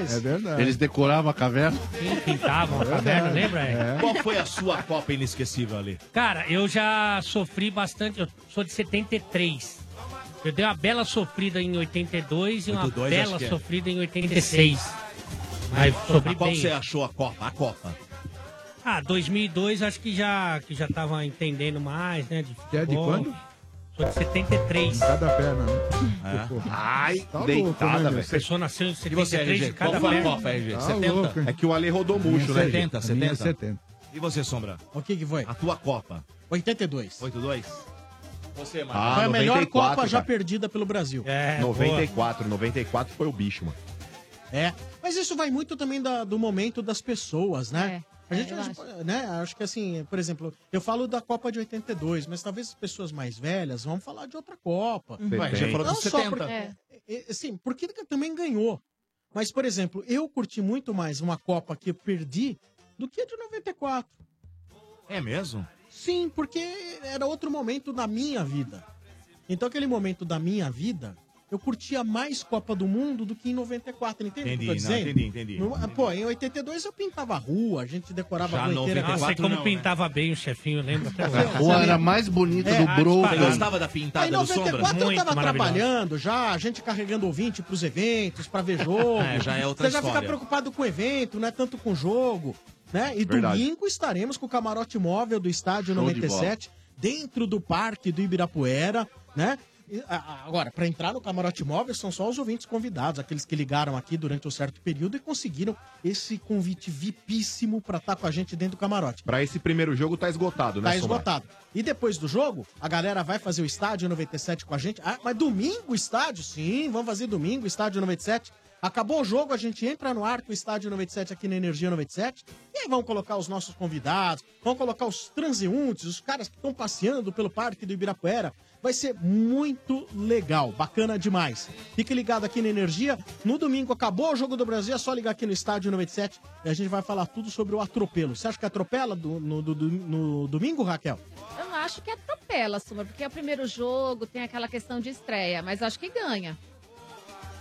Speaker 11: É ver- Eles decoravam a caverna?
Speaker 3: Sim,
Speaker 6: É
Speaker 3: pintavam a caverna, tá lembra? É.
Speaker 6: Qual foi a sua Copa inesquecível ali?
Speaker 3: Cara, eu já sofri bastante. Eu sou de 73. Eu dei uma bela sofrida em 82 e uma
Speaker 6: 82, acho
Speaker 3: bela
Speaker 6: que é.
Speaker 3: sofrida em 86. Mas sofri
Speaker 6: qual
Speaker 3: bem.
Speaker 6: você achou a Copa? A Copa.
Speaker 3: Ah, 2002 acho que já, que já tava entendendo mais, né? De
Speaker 8: é de
Speaker 3: futebol.
Speaker 8: quando?
Speaker 3: Sou de 73.
Speaker 8: Cada perna, né?
Speaker 6: É. Ai,
Speaker 8: Tá louco, né,
Speaker 6: deitada,
Speaker 8: meu?
Speaker 6: velho.
Speaker 3: A pessoa nasceu em
Speaker 6: E você,
Speaker 3: 73
Speaker 6: RG?
Speaker 3: de cada
Speaker 6: Qual foi a
Speaker 3: perna.
Speaker 6: Copa, RG?
Speaker 3: Tá
Speaker 6: 70?
Speaker 3: louco, hein?
Speaker 6: é que o Ale rodou
Speaker 3: Minha
Speaker 6: murcho,
Speaker 3: é
Speaker 6: né?
Speaker 3: 70,
Speaker 6: 70,
Speaker 3: a minha é
Speaker 6: 70.
Speaker 3: 70.
Speaker 6: E você, Sombra?
Speaker 2: O que que foi?
Speaker 6: A tua Copa.
Speaker 2: 82.
Speaker 6: 82? Você, Marcos.
Speaker 5: Ah,
Speaker 2: foi a melhor
Speaker 5: 94,
Speaker 2: Copa
Speaker 5: cara.
Speaker 2: já perdida pelo Brasil.
Speaker 3: É,
Speaker 5: 94, 94 foi o bicho, mano.
Speaker 2: É. Mas isso vai muito também da- do momento das pessoas, né?
Speaker 17: É,
Speaker 2: a gente,
Speaker 17: é, eu
Speaker 2: acho. né, acho que assim, por exemplo, eu falo da Copa de 82, mas talvez as pessoas mais velhas vão falar de outra Copa.
Speaker 6: Uhum. Ué, já falou
Speaker 2: Não
Speaker 6: dos
Speaker 2: só
Speaker 6: 70.
Speaker 2: porque-
Speaker 6: É.
Speaker 2: é, Sim, porque ele também ganhou. Mas, por exemplo, eu curti muito mais uma Copa que eu perdi do que a de 94.
Speaker 6: É mesmo?
Speaker 2: Sim, porque era outro momento da minha vida. Então, aquele momento da minha vida, eu curtia mais Copa do Mundo do que em 94, entende
Speaker 6: Entendi,
Speaker 2: o que eu tô
Speaker 6: não,
Speaker 2: dizendo?
Speaker 6: entendi, entendi,
Speaker 2: No- Pô, em 82 eu pintava a rua, a gente decorava a
Speaker 3: Já
Speaker 2: rua inteira.
Speaker 3: 94, Nossa, e Ah, como pintava bem o chefinho, lembra?
Speaker 2: <laughs>
Speaker 3: até hoje.
Speaker 11: Ou era mais bonita
Speaker 2: É,
Speaker 11: do Bro.
Speaker 3: ah,
Speaker 11: cara.
Speaker 3: gostava da
Speaker 2: Aí, em
Speaker 3: pintada
Speaker 2: 94 eu
Speaker 3: Muito
Speaker 2: tava
Speaker 3: maravilhosa.
Speaker 2: trabalhando já, a gente carregando ouvinte pros eventos, pra
Speaker 6: <laughs>
Speaker 2: ver jogo.
Speaker 6: É, já é outra
Speaker 2: Você já fica
Speaker 6: história.
Speaker 2: preocupado com o evento, não é tanto com o jogo, né? E
Speaker 6: Verdade.
Speaker 2: domingo estaremos com o camarote móvel do estádio
Speaker 6: Show de
Speaker 2: 97, dentro do parque do Ibirapuera, né? E, a- a- Agora, pra entrar no camarote móvel são só os ouvintes convidados, aqueles que ligaram aqui durante um certo período e conseguiram esse convite VIPíssimo pra estar com a gente dentro do camarote.
Speaker 5: Pra esse primeiro jogo tá esgotado, né,
Speaker 2: Tá
Speaker 5: Sombra?
Speaker 2: esgotado. E depois do jogo, a galera vai fazer o estádio 97 com a gente. Ah, mas domingo estádio? Sim, vamos fazer domingo estádio 97. Acabou o jogo, a gente entra no ar com o estádio 97 aqui na Energia 97. E aí vão colocar os nossos convidados, vão colocar os transeuntes, os caras que estão passeando pelo Parque do Ibirapuera. Vai ser muito legal, bacana demais. Fique ligado aqui na Energia. No domingo acabou o Jogo do Brasil, é só ligar aqui no Estádio 97 e a gente vai falar tudo sobre o atropelo. Você acha que atropela do- no, do- do- no domingo, Raquel?
Speaker 17: Eu acho que atropela, Sumar, porque é o primeiro jogo, tem aquela questão de estreia, mas acho que ganha.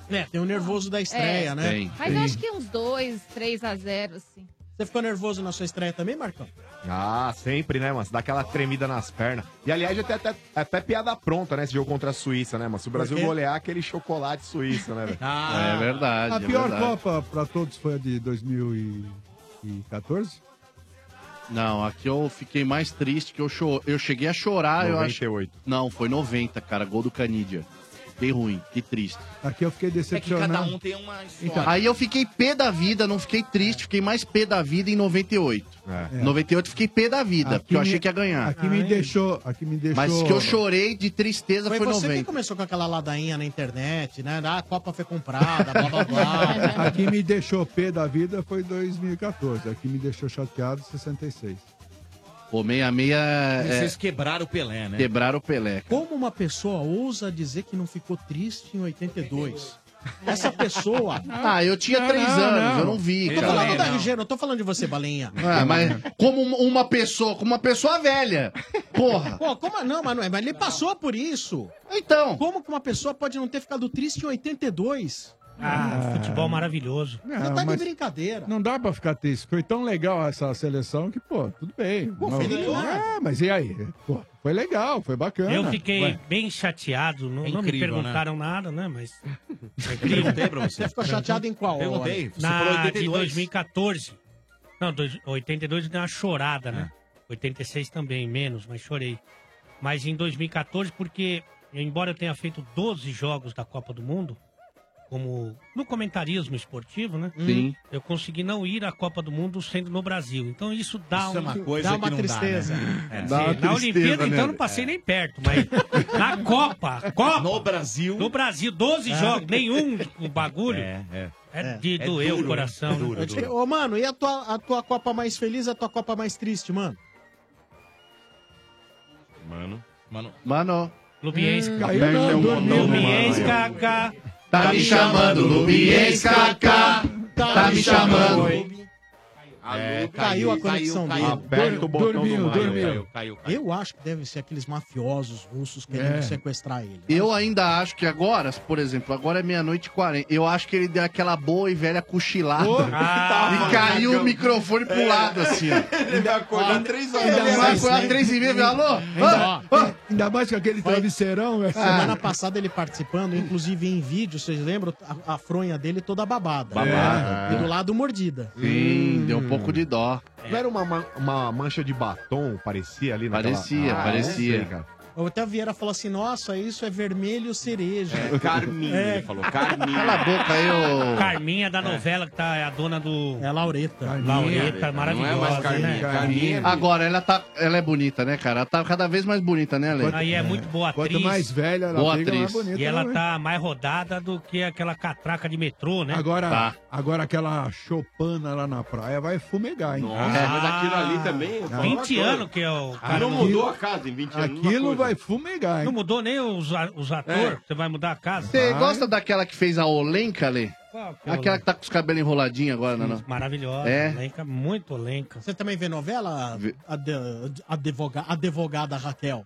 Speaker 2: É, tem o nervoso da estreia,
Speaker 17: É.
Speaker 2: né?
Speaker 17: Mas eu acho que uns 2, 3 a 0, assim.
Speaker 2: Você ficou nervoso na sua estreia também, Marcão?
Speaker 5: Ah, sempre, né, mano? Você dá aquela tremida nas pernas. E, aliás, já tem até, até piada pronta, né? Esse jogo contra a Suíça, né, mano? Se o Brasil
Speaker 8: Por quê?
Speaker 5: golear aquele chocolate suíço, né, velho?
Speaker 8: Ah,
Speaker 11: é verdade.
Speaker 8: A
Speaker 11: é
Speaker 8: pior
Speaker 11: verdade.
Speaker 8: Copa pra todos foi a de 2014?
Speaker 11: Não, aqui eu fiquei mais triste, que eu, cho... eu cheguei a chorar, eu acho.
Speaker 5: 98.
Speaker 11: Não, foi 90, cara, gol do Canidia. Fiquei ruim, que triste.
Speaker 8: Aqui eu fiquei
Speaker 1: É
Speaker 8: decepcionado. Então,
Speaker 11: cada
Speaker 6: É um tem uma
Speaker 16: Então,
Speaker 11: Aí eu fiquei pé da vida, não fiquei triste, fiquei mais pé da vida em 98.
Speaker 8: É.
Speaker 11: 98 fiquei pé da vida,
Speaker 8: Aqui
Speaker 11: porque eu
Speaker 8: me-
Speaker 11: achei que ia ganhar.
Speaker 8: Aqui me deixou, aqui me deixou.
Speaker 11: Mas que eu chorei de tristeza
Speaker 2: Foi,
Speaker 11: foi,
Speaker 2: você
Speaker 11: 90.
Speaker 2: que começou com aquela ladainha na internet, né? Ah, a Copa foi comprada, blá blá blá.
Speaker 8: Aqui me deixou pé da vida foi 2014. Aqui me deixou chateado 66.
Speaker 11: Pô, meia meia é,
Speaker 6: Vocês quebraram o Pelé, né?
Speaker 11: quebraram o Pelé.
Speaker 2: Como uma pessoa ousa dizer que não ficou triste em 82? Essa pessoa.
Speaker 11: Ah, eu tinha Não, três não, anos, não. eu não vi,
Speaker 2: Eu tô
Speaker 11: cara.
Speaker 2: falando da
Speaker 11: Não.
Speaker 2: RG, não tô falando de você, Balinha.
Speaker 11: Ah, mas como um- uma pessoa, como uma pessoa velha. Porra.
Speaker 2: Pô, como não, Manoel? Mas ele passou por isso.
Speaker 11: Então.
Speaker 2: Como que uma pessoa pode não ter ficado triste em 82?
Speaker 3: Ah, futebol maravilhoso.
Speaker 2: Você tá de brincadeira.
Speaker 8: Não dá pra ficar triste. Foi tão legal essa seleção que, pô, tudo bem. Não-
Speaker 2: feliz, né?
Speaker 8: Ah, mas e aí? Pô, foi legal, foi bacana.
Speaker 3: Eu fiquei
Speaker 8: Ué.
Speaker 3: bem chateado, não,
Speaker 8: É
Speaker 3: não me
Speaker 8: incrível,
Speaker 3: perguntaram nada, né? Mas. É
Speaker 6: incrível. perguntei pra você.
Speaker 2: Você ficou chateado em qual?
Speaker 3: Perguntei.
Speaker 2: Olha?
Speaker 3: Na,
Speaker 2: Você falou
Speaker 3: De
Speaker 2: 82.
Speaker 3: 2014. Não, dois- 82 deu uma chorada, né? 86 também, menos, mas chorei. Mas em 2014, porque, embora eu tenha feito 12 jogos da Copa do Mundo, como no comentarismo esportivo, né?
Speaker 11: Sim.
Speaker 3: Eu consegui não ir à Copa do Mundo sendo no Brasil. Então isso dá
Speaker 6: Isso é uma coisa
Speaker 3: dá
Speaker 6: que
Speaker 3: uma
Speaker 6: não dá,
Speaker 3: tristeza.
Speaker 6: né? É.
Speaker 3: Quer
Speaker 6: Dá
Speaker 3: dizer,
Speaker 6: uma
Speaker 3: na
Speaker 6: tristeza,
Speaker 3: Olimpíada,
Speaker 6: né?
Speaker 3: então, eu não passei nem perto, mas na Copa, Copa.
Speaker 6: No Brasil.
Speaker 3: No Brasil, 12
Speaker 6: É.
Speaker 3: jogos, nenhum o bagulho.
Speaker 6: É, é.
Speaker 3: É de doer
Speaker 6: duro,
Speaker 3: o coração.
Speaker 6: né? É duro,
Speaker 2: Eu te- Ô, mano, e a tua, a tua Copa mais feliz e a tua Copa mais triste, mano?
Speaker 6: Mano. Mano.
Speaker 11: Mano.
Speaker 3: Lubienska.
Speaker 11: Hum,
Speaker 6: Caiu, não, dormiu.
Speaker 3: Lubienska, K.
Speaker 11: Tá me chamando, Lubiense Kaká. Tá me chamando.
Speaker 6: É,
Speaker 2: Caiu a conexão
Speaker 6: caiu,
Speaker 2: dele.
Speaker 6: Caiu,
Speaker 2: Dor-
Speaker 6: o botão
Speaker 2: dormiu,
Speaker 6: do Mario.
Speaker 2: dormiu.
Speaker 6: Caiu, caiu, caiu.
Speaker 2: Eu acho que devem ser aqueles mafiosos russos querendo
Speaker 11: É.
Speaker 2: sequestrar ele.
Speaker 11: Eu ainda acho que agora, por exemplo, agora é meia-noite e quarenta. Eu acho que ele deu aquela boa e velha cochilada
Speaker 16: Ah,
Speaker 3: tá,
Speaker 11: e caiu
Speaker 16: Marcão.
Speaker 11: o microfone
Speaker 3: É.
Speaker 11: pro lado, assim. ó.
Speaker 16: Ele vai acordar três horas.
Speaker 11: Ainda
Speaker 16: da
Speaker 11: vai
Speaker 16: manhã.
Speaker 11: acordar três e meia, velho. Alô? Ah, ah.
Speaker 8: Ainda mais com aquele travesseirão, velho.
Speaker 2: é. Semana passada ele participando, inclusive em vídeo, vocês lembram? A, a fronha dele toda babada.
Speaker 5: Babada.
Speaker 2: E do lado mordida.
Speaker 11: é. Sim,
Speaker 5: Hum.
Speaker 11: deu um pouco de dó.
Speaker 5: Não era uma, man- uma mancha de batom, parecia ali naquela... Ah, é?
Speaker 11: Parecia, parecia.
Speaker 5: não sei, cara.
Speaker 2: Até o Vieira falou assim: nossa, isso é vermelho cereja.
Speaker 3: É, Carminha,
Speaker 2: É.
Speaker 3: ele falou, Carminha.
Speaker 11: Cala a boca aí, ô.
Speaker 3: Carminha da novela, que tá, é a dona do.
Speaker 2: É Laureta.
Speaker 3: Laureta, maravilhosa.
Speaker 6: é
Speaker 3: né?
Speaker 11: Agora, ela, tá, ela é bonita, né, cara? Ela tá cada vez mais bonita, né, Ale?
Speaker 3: Aí é muito boa atriz.
Speaker 11: boa atriz.
Speaker 3: E ela tá mais rodada do que aquela catraca de metrô, né?
Speaker 8: Agora,
Speaker 3: Tá.
Speaker 8: agora aquela chopana lá na praia vai fumegar, hein? Ah.
Speaker 3: Nossa, É, mas aquilo ali
Speaker 4: também,
Speaker 8: Não.
Speaker 3: 20 anos que é o cara.
Speaker 8: não mudou
Speaker 4: a casa em 20
Speaker 8: Aquilo vai fumegar,
Speaker 3: Não
Speaker 8: hein?
Speaker 3: mudou nem os, a- os atores. Você vai mudar a casa.
Speaker 11: Você gosta daquela que fez a Olenka, Ale?
Speaker 3: Qual que é a
Speaker 11: Aquela
Speaker 3: Olenka?
Speaker 11: que tá com os cabelos enroladinhos agora, não, não?
Speaker 3: Maravilhosa. né?
Speaker 11: É.
Speaker 3: <laughs> Lenca, muito lenca.
Speaker 2: Você também vê novela? A, de, a, devoga- a advogada Raquel.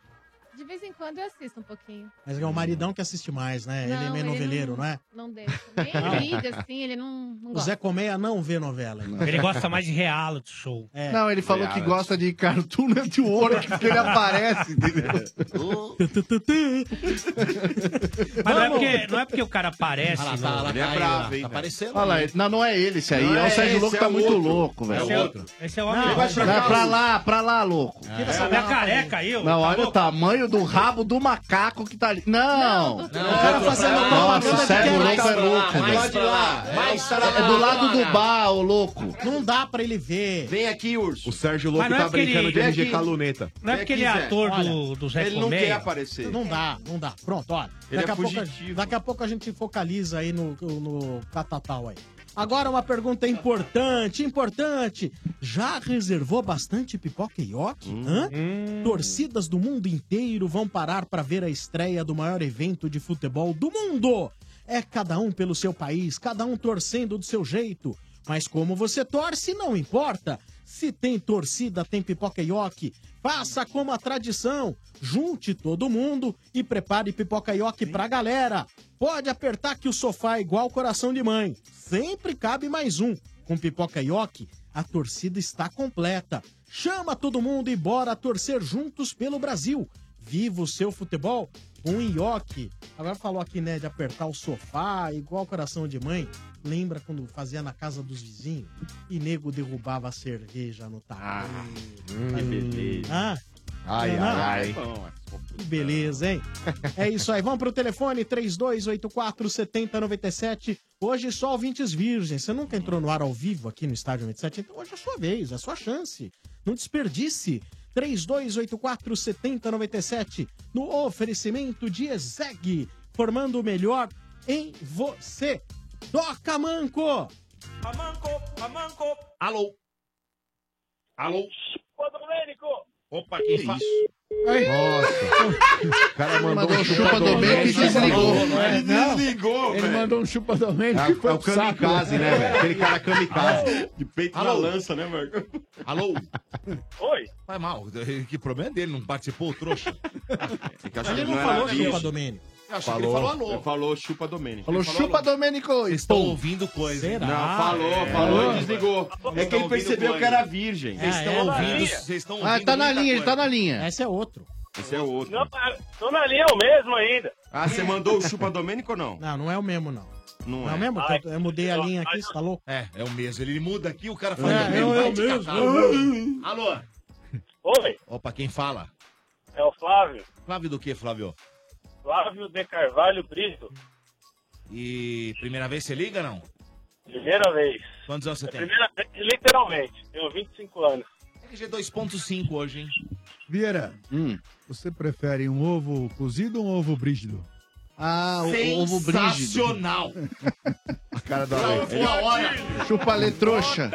Speaker 17: De vez em quando eu assisto um pouquinho.
Speaker 2: Mas
Speaker 11: Hum.
Speaker 2: é o maridão que assiste mais, né? ele é
Speaker 17: Não,
Speaker 2: meio noveleiro, não é?
Speaker 17: Não deixa.
Speaker 2: <laughs>
Speaker 17: Nem vídeo, assim, ele não, não
Speaker 2: O
Speaker 17: gosta.
Speaker 2: Zé é Colmeia não vê novela.
Speaker 3: Ele gosta mais de reality show.
Speaker 8: É.
Speaker 11: Não, ele falou que gosta de Cartoon Network, porque ele aparece, entendeu?
Speaker 3: Mas não é, porque, não é porque o cara aparece.
Speaker 11: Olha lá,
Speaker 3: não.
Speaker 11: tá, ele é
Speaker 3: Aí,
Speaker 11: bravo,
Speaker 3: ó,
Speaker 11: hein, velho.
Speaker 3: aparecendo.
Speaker 11: Olha lá, não, não é ele esse aí.
Speaker 3: Não
Speaker 11: é o
Speaker 3: é
Speaker 11: Sérgio
Speaker 3: esse,
Speaker 11: Louco,
Speaker 3: é
Speaker 11: tá
Speaker 3: o
Speaker 11: muito
Speaker 3: outro.
Speaker 11: louco, velho.
Speaker 3: Esse é outro. Esse é o homem.
Speaker 11: Não,
Speaker 3: Vai
Speaker 11: vai
Speaker 3: chegar
Speaker 11: pra
Speaker 3: o-
Speaker 11: lá, pra lá, louco.
Speaker 3: Tira essa minha careca aí, ô.
Speaker 11: Não,
Speaker 3: Tá
Speaker 11: olha o
Speaker 3: louco?
Speaker 11: tamanho do rabo do macaco que tá ali.
Speaker 3: do-
Speaker 11: Não!
Speaker 3: Não, o cara outro fazendo pra lá. propaganda
Speaker 11: Nossa,
Speaker 3: de
Speaker 11: Sérgio
Speaker 3: quero
Speaker 11: é Louco é
Speaker 3: mais pra lá,
Speaker 11: louco,
Speaker 3: mais
Speaker 11: velho.
Speaker 3: pra lá, mais pra lá,
Speaker 11: É do lado
Speaker 3: cara.
Speaker 11: do bar, ô louco.
Speaker 2: Não dá pra ele ver.
Speaker 4: Vem aqui, urso.
Speaker 5: O Sérgio Louco
Speaker 11: Mas não é
Speaker 5: tá
Speaker 11: porque ele-
Speaker 5: brincando de
Speaker 11: Vem
Speaker 5: LG
Speaker 11: aqui.
Speaker 5: Caluneta.
Speaker 3: Não é porque ele é ator do, do Zé Colmeia.
Speaker 2: Não dá, não dá. Pronto, olha.
Speaker 3: Ele
Speaker 2: daqui,
Speaker 3: é
Speaker 2: a pouco,
Speaker 3: fugitivo.
Speaker 2: daqui a pouco a gente focaliza aí no, no catatal aí. Agora uma pergunta importante, importante. Já reservou bastante pipoca e yoke? Hã?
Speaker 5: Hum.
Speaker 2: Torcidas do mundo inteiro vão parar para ver a estreia do maior evento de futebol do mundo. É cada um pelo seu país, cada um torcendo do seu jeito. Mas como você torce, não importa. Se tem torcida, tem pipoca e yoke. Faça como a tradição. Junte todo mundo e prepare pipoca e yoke pra galera. Pode apertar que o sofá é igual coração de mãe. Sempre cabe mais um. Com pipoca e yoke, a torcida está completa. Chama todo mundo e bora torcer juntos pelo Brasil. Viva o seu futebol com nhoque. Agora falou aqui, né, de apertar o sofá, igual coração de mãe. Lembra quando fazia na casa dos vizinhos e nego derrubava a cerveja no
Speaker 1: Ah,
Speaker 2: taco?
Speaker 16: que beleza.
Speaker 2: Ah,
Speaker 16: Ai,
Speaker 2: não é não?
Speaker 16: ai, ai.
Speaker 2: Que beleza, hein? É isso aí. Vamos pro telefone 3284 7097. Hoje só ouvintes virgens. Você nunca entrou no ar ao vivo aqui no Estádio 97, então hoje é a sua vez, é a sua chance. Não desperdice. 3284 7097 no oferecimento de Ezeg, formando o melhor em você. Toca Manco!
Speaker 6: Alô? Alô?
Speaker 18: Ô, Domênico!
Speaker 6: Opa, quem que faz?
Speaker 8: Nossa.
Speaker 6: O cara mandou
Speaker 8: Mandou
Speaker 6: um
Speaker 8: um
Speaker 6: chupa
Speaker 8: chupa
Speaker 6: domênico
Speaker 8: domênico
Speaker 6: e desligou.
Speaker 8: Ele
Speaker 6: Não.
Speaker 8: desligou,
Speaker 6: Ele
Speaker 8: Ele mandou um chupa domênico
Speaker 4: É, o- é o kamikaze, né, velho? Aquele cara kamikaze. De peito na
Speaker 6: Alô?
Speaker 4: lança, né, Marco?
Speaker 6: Alô?
Speaker 18: Oi?
Speaker 6: Vai mal. Que problema é dele? Não participou, o trouxa?
Speaker 2: Ele não falou chupa domênico.
Speaker 6: Eu achei que ele falou alô.
Speaker 4: Ele falou chupa Domênico.
Speaker 11: Falou,
Speaker 4: Ele
Speaker 11: chupa, Domênico! Vocês
Speaker 6: estão ouvindo coisa.
Speaker 11: hein?
Speaker 4: Não, falou, falou e desligou. É que ele percebeu que era virgem.
Speaker 2: Ah,
Speaker 6: Vocês
Speaker 2: é?
Speaker 6: estão ouvindo, vocês estão ouvindo.
Speaker 11: Ah, tá na linha, ele tá na linha.
Speaker 2: Esse é outro.
Speaker 4: Esse é outro.
Speaker 18: Não, ah, tô na linha, é o mesmo ainda.
Speaker 4: Ah, você mandou o chupa Domênico ou não?
Speaker 2: Não, não é o mesmo, não.
Speaker 4: Não,
Speaker 2: é o mesmo? Que eu, eu mudei a linha aqui, você tá louco?
Speaker 6: É, é o mesmo. Ele muda aqui, o cara fala.
Speaker 2: É,
Speaker 6: também,
Speaker 2: eu-
Speaker 6: vai
Speaker 2: eu
Speaker 6: te
Speaker 2: mesmo.
Speaker 6: catar. Alô?
Speaker 18: Oi?
Speaker 6: Opa, quem fala?
Speaker 18: É o Flávio.
Speaker 6: Flávio do que, Flávio?
Speaker 18: Flávio de Carvalho Brito.
Speaker 6: E primeira vez você liga, não?
Speaker 18: Primeira
Speaker 2: É
Speaker 18: vez.
Speaker 6: Quantos anos você tem?
Speaker 18: Primeira vez, literalmente. Tenho 25 anos.
Speaker 6: RG 2.5 hoje, hein?
Speaker 8: Vieira, você prefere um ovo cozido ou um ovo brígido?
Speaker 11: Ah,
Speaker 8: o ovo brígido. <laughs>
Speaker 6: Sensacional!
Speaker 8: A cara
Speaker 11: da
Speaker 6: Não, foi a hora.
Speaker 11: Chupa letrouxa.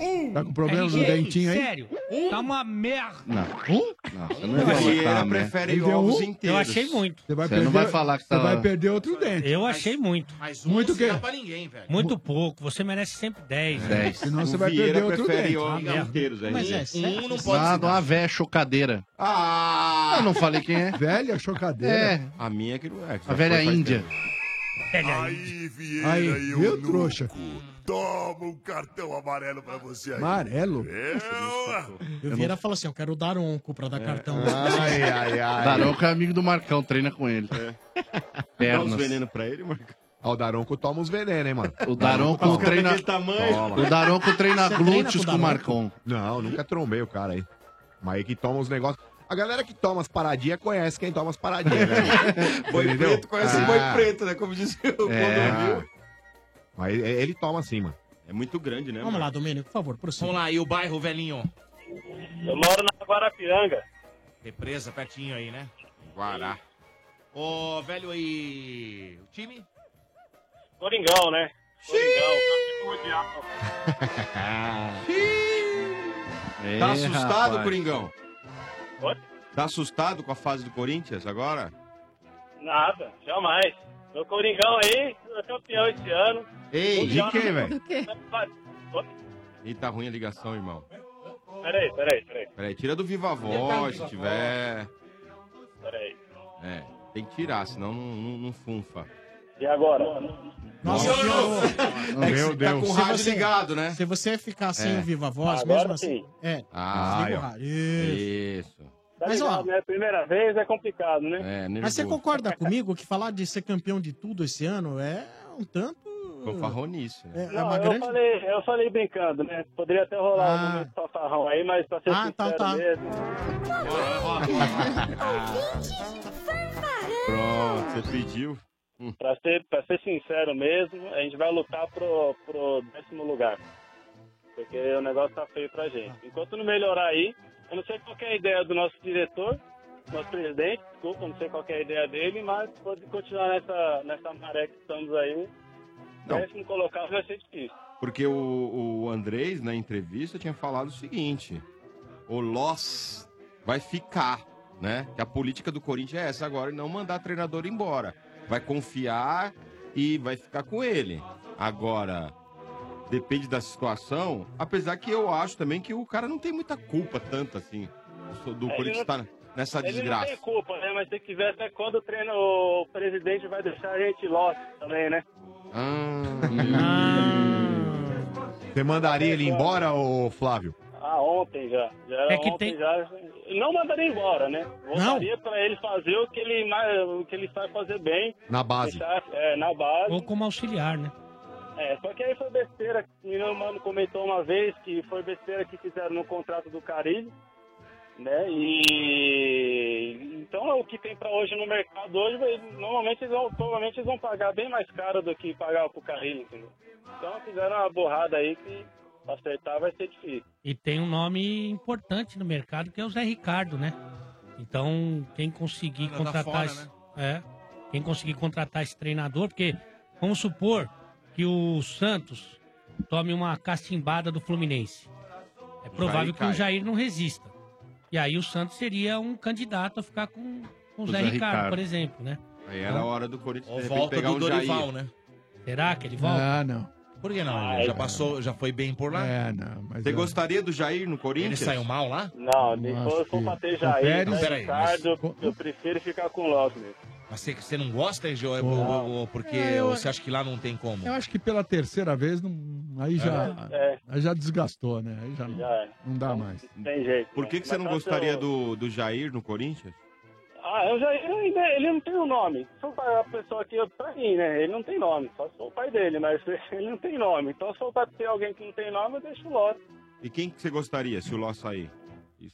Speaker 11: Um.
Speaker 8: Tá com problema no
Speaker 3: Gente,
Speaker 8: dentinho aí?
Speaker 3: É Sério, tá uma merda.
Speaker 11: Não. Não, você não vai
Speaker 8: Não, ele
Speaker 11: falar, né?
Speaker 8: prefere Ele deu ovos um? inteiros.
Speaker 3: Eu achei muito.
Speaker 8: Você vai
Speaker 11: Você não vai falar que tá...
Speaker 8: Você vai perder outro dente.
Speaker 3: Eu achei muito.
Speaker 6: Mas
Speaker 8: um Muito não se quê? dá
Speaker 6: pra ninguém, velho.
Speaker 3: Muito pouco. Você merece sempre 10.
Speaker 11: Dez.
Speaker 3: né?
Speaker 11: Senão você O vai Vieira perder outro prefere dente. homens
Speaker 3: Ah, merda.
Speaker 11: inteiros, é
Speaker 3: Mas
Speaker 6: Um
Speaker 11: isso.
Speaker 3: é, sério.
Speaker 11: Ah, de uma véia chocadeira. Ah! Eu não falei quem é.
Speaker 8: Velha chocadeira.
Speaker 11: É.
Speaker 4: A minha que não é.
Speaker 11: A velha índia.
Speaker 19: Aí, Vieira
Speaker 8: Aí,
Speaker 19: e
Speaker 8: viu,
Speaker 19: o
Speaker 8: trouxa?
Speaker 19: Toma um cartão amarelo pra você aí.
Speaker 8: Amarelo?
Speaker 2: E o Vieira falou assim: eu quero dar onco pra dar cartão.
Speaker 11: Ai, ai, ai. Daronco é amigo do Marcão, treina com ele.
Speaker 5: Dá uns
Speaker 11: Pernas.
Speaker 5: veneno pra ele, Marco. Ó, o Daronco toma uns veneno, hein, mano?
Speaker 11: O Daronco
Speaker 5: Toma.
Speaker 11: treina-
Speaker 5: Daquele tamanho.
Speaker 11: Toma. O Daronco treina Você treina glúteos com o com o Daronco? Marcon.
Speaker 5: Não, nunca trombei o cara aí. Mas aí que toma uns negócios. A galera que toma as paradinhas conhece quem toma as paradinhas, né?
Speaker 4: <laughs> Boi
Speaker 5: Entendeu?
Speaker 4: preto conhece
Speaker 5: Ah,
Speaker 4: boi preto, né? Como dizia o
Speaker 5: É.
Speaker 4: Clodovil.
Speaker 5: Mas e- ele toma assim, mano.
Speaker 20: É muito grande, né?
Speaker 2: <laughs> Vamos lá, Domênico, por favor, prossiga.
Speaker 6: Vamos lá, e o bairro, velhinho?
Speaker 16: Eu moro na Guarapiranga.
Speaker 6: Represa pertinho aí, né? Guará. Ô, velho aí. O time?
Speaker 16: Coringão, né?
Speaker 6: Coringão.
Speaker 1: É,
Speaker 4: Tá assustado,
Speaker 16: rapaz.
Speaker 4: Coringão?
Speaker 16: Oi?
Speaker 4: Tá assustado com a fase do Corinthians agora?
Speaker 16: Nada, jamais. Meu Coringão aí, é campeão esse ano.
Speaker 4: Ei,
Speaker 16: Mundial
Speaker 4: de quê,
Speaker 16: não-
Speaker 4: velho?
Speaker 16: Do quê?
Speaker 4: Ih, tá ruim a ligação, irmão.
Speaker 16: Peraí, peraí, peraí.
Speaker 4: Peraí, tira do Viva
Speaker 2: tá
Speaker 4: Voz, se tiver.
Speaker 16: Peraí.
Speaker 4: É, tem que tirar, senão não, não, não funfa.
Speaker 16: E agora?
Speaker 2: Nossa senhora!
Speaker 4: Meu Deus.
Speaker 2: Se
Speaker 4: tá Com o rádio
Speaker 2: você- tá
Speaker 4: ligado, né?
Speaker 2: Se você ficar sem
Speaker 4: É.
Speaker 2: o assim, Viva Voz,
Speaker 4: Agora
Speaker 2: mesmo assim.
Speaker 4: sim.
Speaker 2: É.
Speaker 4: Ah,
Speaker 2: desliga o
Speaker 4: ó.
Speaker 2: rádio.
Speaker 4: isso.
Speaker 16: Tá
Speaker 2: Mas,
Speaker 16: ligado,
Speaker 2: ó-
Speaker 16: né? Primeira vez é complicado, né?
Speaker 4: É,
Speaker 2: Mas você concorda comigo que falar de ser campeão de tudo esse ano é um tanto.
Speaker 4: Fanfarronice, né?
Speaker 2: É, é
Speaker 16: Não,
Speaker 2: uma
Speaker 16: eu,
Speaker 2: grande.
Speaker 16: falei, eu falei brincando, né? Poderia até rolar um momento fanfarrão aí, mas pra ser
Speaker 2: Ah,
Speaker 16: sincero
Speaker 2: tá, tá.
Speaker 16: mesmo...
Speaker 4: Pronto, você pediu. Hum.
Speaker 16: Pra ser, pra ser sincero mesmo, a gente vai lutar pro, pro décimo lugar. Porque o negócio tá feio pra gente.
Speaker 2: Ah.
Speaker 16: Enquanto não melhorar aí, eu não sei qual que é a ideia do nosso diretor, nosso presidente, desculpa, não sei qual que é a ideia dele, mas pode continuar nessa, nessa maré que estamos aí. Décimo colocado vai ser difícil.
Speaker 4: Porque o, o Andrés, na entrevista, tinha falado o seguinte: o Loss vai ficar, né? Que a política do Corinthians é essa agora, e não mandar treinador embora. Vai confiar e vai ficar com ele. Agora, depende da situação, apesar que eu acho também que o cara não tem muita culpa tanto assim do- do
Speaker 16: Ele
Speaker 4: Corinthians
Speaker 16: não-
Speaker 4: estar nessa
Speaker 16: Ele não tem
Speaker 4: desgraça.
Speaker 16: culpa, né? Mas tem que ver até quando o treino, o presidente vai deixar a gente lote também, né?
Speaker 5: Hum. Você mandaria ele embora, ô Flávio?
Speaker 16: Ah, ontem já. já era
Speaker 5: É que
Speaker 16: ontem
Speaker 5: tem-
Speaker 16: já. Não mandaria embora, né? Voltaria pra ele fazer o que ele, mais- o que ele sabe fazer bem.
Speaker 5: Na base.
Speaker 16: Deixar, é, na base.
Speaker 3: Ou como auxiliar, né?
Speaker 16: É, só que aí foi besteira. O menino mano comentou uma vez que foi besteira que fizeram no contrato do Carilho. Né? E então o que tem pra hoje no mercado hoje, eles- normalmente eles vão, provavelmente eles vão pagar bem mais caro do que pagava pro Carilho, entendeu? Então fizeram uma borrada aí que pra acertar vai ser difícil.
Speaker 3: E tem um nome importante no mercado que é o Zé Ricardo, né? Então, quem conseguir
Speaker 6: Anda
Speaker 3: contratar
Speaker 6: fora,
Speaker 3: esse, é,
Speaker 6: né?
Speaker 3: quem conseguir contratar esse treinador, porque vamos supor que o Santos tome uma castimbada do Fluminense. É provável que o
Speaker 4: cai.
Speaker 3: Jair não resista. E aí o Santos seria um candidato a ficar com, com o Zé, Ricardo, um por exemplo, né?
Speaker 4: Aí era a hora do Corinthians de repente, pegar o Jair.
Speaker 3: Será que ele volta?
Speaker 4: Ah,
Speaker 8: não.
Speaker 6: Por que não?
Speaker 4: Ah,
Speaker 6: já
Speaker 4: é.
Speaker 6: passou, já foi bem por lá?
Speaker 8: É, não, mas
Speaker 4: Você gostaria do Jair no Corinthians?
Speaker 6: Ele saiu mal lá?
Speaker 16: Não,
Speaker 4: Não
Speaker 16: depois
Speaker 4: acho
Speaker 16: eu for
Speaker 4: que-
Speaker 16: bater Jair,
Speaker 6: Confere-
Speaker 16: né,
Speaker 6: Peraí, mas-
Speaker 16: Ricardo, eu prefiro ficar com o Lopes mesmo.
Speaker 6: Mas você, você não gosta, Gio? É, o- o- porque você acha que lá não tem como?
Speaker 8: Eu acho que pela terceira vez, não- aí já,
Speaker 6: É.
Speaker 8: aí já desgastou, né? Aí já não, não dá mais.
Speaker 3: Né?
Speaker 16: Tem jeito. né? tá
Speaker 4: Por que, que você não gostaria do, do Jair no Corinthians?
Speaker 16: Ah, eu já, ele, ainda- ele não tem um nome. Se eu pagar a pessoa aqui, pra mim, né? Ele não tem nome. Só sou o pai dele, mas <laughs> ele não tem nome. Então, se eu bater alguém que não tem nome, eu deixo o Lopes.
Speaker 4: E quem que você gostaria se o Ló sair?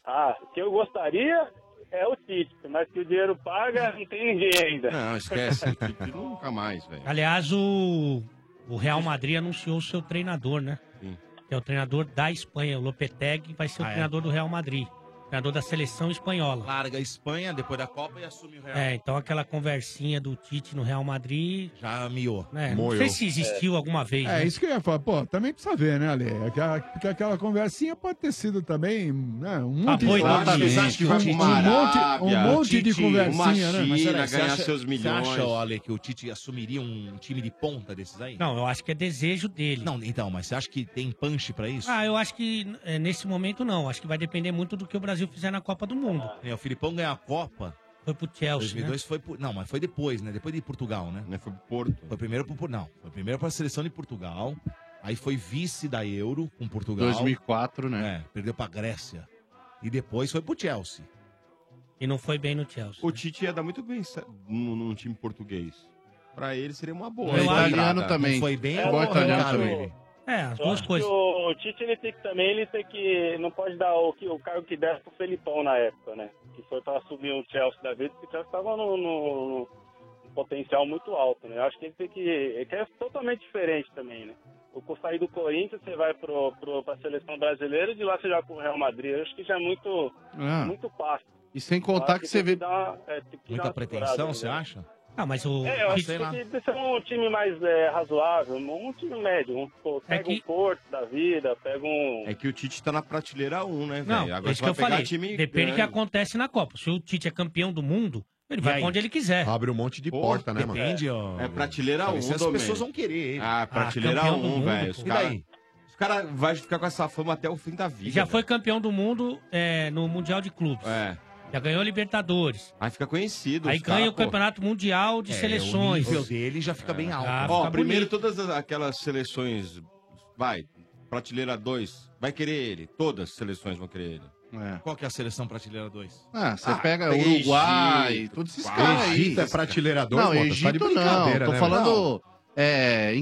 Speaker 16: Ah, o que eu gostaria é o Tite, mas que o dinheiro paga, não tem ninguém ainda.
Speaker 4: Não, esquece.
Speaker 16: <laughs>
Speaker 4: Nunca mais, velho.
Speaker 3: Aliás, o, o Real Madrid anunciou o seu treinador, né?
Speaker 4: Sim.
Speaker 3: Que é o treinador da Espanha, o Lopetegui, vai ser o
Speaker 6: Ah, é?
Speaker 3: treinador do Real Madrid. Treinador da seleção espanhola.
Speaker 6: Larga a Espanha depois da Copa e assume o
Speaker 4: Ah,
Speaker 6: Real.
Speaker 3: É, então aquela conversinha do Tite no Real Madrid...
Speaker 6: Já miou.
Speaker 3: Né? Não
Speaker 8: Moiou.
Speaker 3: sei se existiu alguma vez,
Speaker 8: É,
Speaker 3: né?
Speaker 8: isso que eu ia falar. Pô, também precisa ver, né, Ale? Aquela, porque aquela conversinha pode ter sido também né, um monte
Speaker 3: Apoio
Speaker 8: de...
Speaker 6: Vocês acham que
Speaker 3: tá,
Speaker 6: vai
Speaker 8: um,
Speaker 6: pro
Speaker 8: monte, um
Speaker 6: Arábia,
Speaker 8: monte de
Speaker 6: Tite,
Speaker 8: conversinha,
Speaker 6: uma
Speaker 8: né?
Speaker 6: China,
Speaker 8: Mas será
Speaker 6: ganhar
Speaker 8: que você acha-
Speaker 6: seus milhões.
Speaker 8: você acha, ó,
Speaker 6: que o Tite assumiria um time de ponta desses aí?
Speaker 3: Não, eu acho que é desejo dele.
Speaker 6: Não, então, mas você acha que tem punch pra isso?
Speaker 3: Ah, eu acho que é, nesse momento não. Acho que vai depender muito do que o Brasil fizer na Copa do Mundo.
Speaker 6: É, O Filipão ganhar a Copa.
Speaker 3: Ah. Foi pro Chelsea. né?
Speaker 6: 2002 foi pro, Não, mas foi depois, né? Depois de Portugal, né?
Speaker 4: Foi pro Porto.
Speaker 6: Foi primeiro pro. Não, foi primeiro pra seleção de Portugal. Aí foi vice da Euro com Portugal.
Speaker 11: 2004,
Speaker 6: né? É, perdeu pra Grécia. E depois foi pro Chelsea.
Speaker 3: E não foi bem no Chelsea.
Speaker 4: O Tite ia dar muito bem sa- num, num time português. Pra ele seria uma boa.
Speaker 11: O
Speaker 4: entrada.
Speaker 11: italiano também.
Speaker 4: Não foi bem,
Speaker 11: O
Speaker 4: eu vou
Speaker 11: italiano
Speaker 4: arrancar
Speaker 11: também.
Speaker 4: ele.
Speaker 3: É, as
Speaker 16: Eu acho que O Tite ele tem que também ele tem que não pode dar o, que- o cargo que der pro Felipão na época, né? que foi para assumir o Chelsea da vida, porque o Chelsea estava no, no- no potencial muito alto, né? Eu acho que ele tem que. Ele é totalmente diferente também, né? O co- sair do Corinthians, você vai pro, pro, pra seleção brasileira e de lá você já pro Real Madrid. Eu acho que já é muito,
Speaker 11: Ah.
Speaker 16: muito passo.
Speaker 11: E sem
Speaker 16: Eu acho
Speaker 11: contar que você
Speaker 16: tem
Speaker 11: vê.
Speaker 16: dar uma- é, tem que dar uma segurada, né?
Speaker 11: acha?
Speaker 3: Ah, mas o.
Speaker 16: É, eu acho que tem que ser um time mais é, razoável, um time médio. Um, pô,
Speaker 2: É
Speaker 16: pega um Porto da vida, pega um.
Speaker 4: É que o Tite tá na prateleira 1, né, velho?
Speaker 3: Não, é
Speaker 4: Agora
Speaker 3: isso
Speaker 4: você
Speaker 3: que
Speaker 4: vai
Speaker 3: eu
Speaker 4: pegar
Speaker 3: falei.
Speaker 4: time
Speaker 3: Depende do que
Speaker 4: grande.
Speaker 3: acontece na Copa. Se o Tite é campeão do mundo, ele vai
Speaker 4: aí?
Speaker 3: pra onde ele quiser.
Speaker 5: Abre um monte de porta, né, mano?
Speaker 3: Depende,
Speaker 4: ó. É prateleira
Speaker 5: Dá
Speaker 4: 1,
Speaker 5: licença,
Speaker 4: Domênico.
Speaker 5: as pessoas vão
Speaker 4: querer ele. Ah,
Speaker 3: Ah,
Speaker 4: prateleira
Speaker 3: campeão do
Speaker 4: 1,
Speaker 3: mundo,
Speaker 4: velho. Os
Speaker 3: pô.
Speaker 4: cara-
Speaker 3: E daí?
Speaker 4: Os caras vão ficar com essa fama até o fim da vida.
Speaker 3: Já foi campeão do mundo é, no Mundial de Clubes.
Speaker 4: tá. É.
Speaker 3: Já ganhou a Libertadores.
Speaker 4: Aí fica conhecido.
Speaker 3: Aí
Speaker 4: os cara,
Speaker 3: ganha o
Speaker 4: pô.
Speaker 3: Campeonato Mundial de
Speaker 4: É,
Speaker 3: Seleções.
Speaker 4: O nível dele já fica bem alto.
Speaker 3: Ah,
Speaker 4: Ó,
Speaker 3: fica
Speaker 4: primeiro todas as- aquelas seleções, vai, prateleira 2, vai querer ele. Todas as seleções vão querer ele.
Speaker 6: Qual que é a seleção prateleira 2?
Speaker 11: Ah, você pega Uruguai, todos esses caras aí.
Speaker 6: Egito é
Speaker 4: prateleira
Speaker 6: dois,
Speaker 11: Não,
Speaker 6: Mota, tá de
Speaker 11: Egito não.
Speaker 6: brincadeira,
Speaker 11: Tô
Speaker 6: né,
Speaker 11: falando é,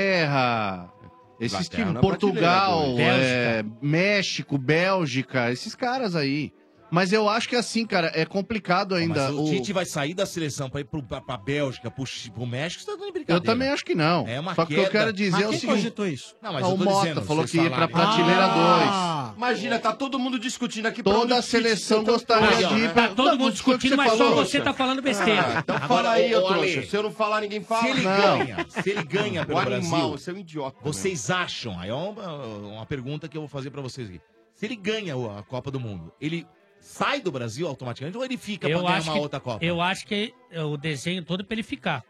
Speaker 11: Inglaterra, esses
Speaker 6: Inglaterra não
Speaker 11: times,
Speaker 6: é
Speaker 11: Portugal,
Speaker 6: prateleira dois.
Speaker 11: é, México, Bélgica, esses caras aí. Mas eu acho que assim, cara, é complicado ainda.
Speaker 6: Mas o Tite vai sair da seleção pra ir pro, pra, pra Bélgica, pro, Chi- pro México, você tá dando
Speaker 11: Eu
Speaker 6: brincadeira.
Speaker 11: também acho que não.
Speaker 6: É uma
Speaker 11: Só que o que eu
Speaker 6: queda.
Speaker 11: quero dizer
Speaker 6: Mas
Speaker 11: é o
Speaker 6: quem
Speaker 11: seguinte-
Speaker 6: cogitou isso? Não, mas eu
Speaker 11: o
Speaker 6: tô
Speaker 11: Mota
Speaker 6: dizendo,
Speaker 11: falou
Speaker 6: vocês
Speaker 11: que ia pra
Speaker 6: falaram.
Speaker 11: prateleira
Speaker 6: Ah!
Speaker 11: 2.
Speaker 4: Imagina, tá todo mundo discutindo aqui.
Speaker 11: Toda a seleção gostaria de ir pra-
Speaker 4: para
Speaker 11: Tá todo mundo discutindo, mas só você tá falando
Speaker 6: Ah,
Speaker 11: besteira.
Speaker 4: então
Speaker 11: Agora,
Speaker 4: fala aí,
Speaker 11: ô,
Speaker 4: ô
Speaker 11: Ale,
Speaker 4: trouxa. Se eu não falar, ninguém fala.
Speaker 6: Se ele
Speaker 4: Não.
Speaker 6: ganha, se ele ganha pelo
Speaker 4: o animal,
Speaker 6: Brasil,
Speaker 4: você é um idiota.
Speaker 6: vocês acham, aí é uma, uma pergunta que eu vou fazer pra vocês aqui. Se ele ganha a Copa do Mundo, ele sai do Brasil automaticamente ou ele fica
Speaker 3: Eu
Speaker 6: pra ganhar
Speaker 3: acho,
Speaker 6: uma
Speaker 3: que,
Speaker 6: outra Copa?
Speaker 3: eu acho que é o desenho todo pra ele ficar.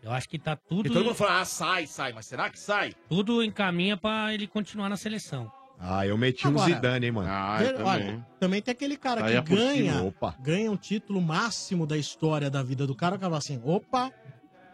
Speaker 3: Eu acho que tá tudo.
Speaker 6: E todo mundo fala, ah, sai, sai, mas será que sai?
Speaker 3: Tudo encaminha pra ele continuar na seleção.
Speaker 5: Ah, eu meti um
Speaker 3: Agora-
Speaker 5: Zidane, hein, mano.
Speaker 4: Ah,
Speaker 2: Ver- Né? Olha, também tem aquele cara
Speaker 5: Saia
Speaker 2: que
Speaker 5: por cima,
Speaker 2: ganha,
Speaker 5: opa.
Speaker 2: ganha um título máximo da história da vida do cara, que fala assim, opa,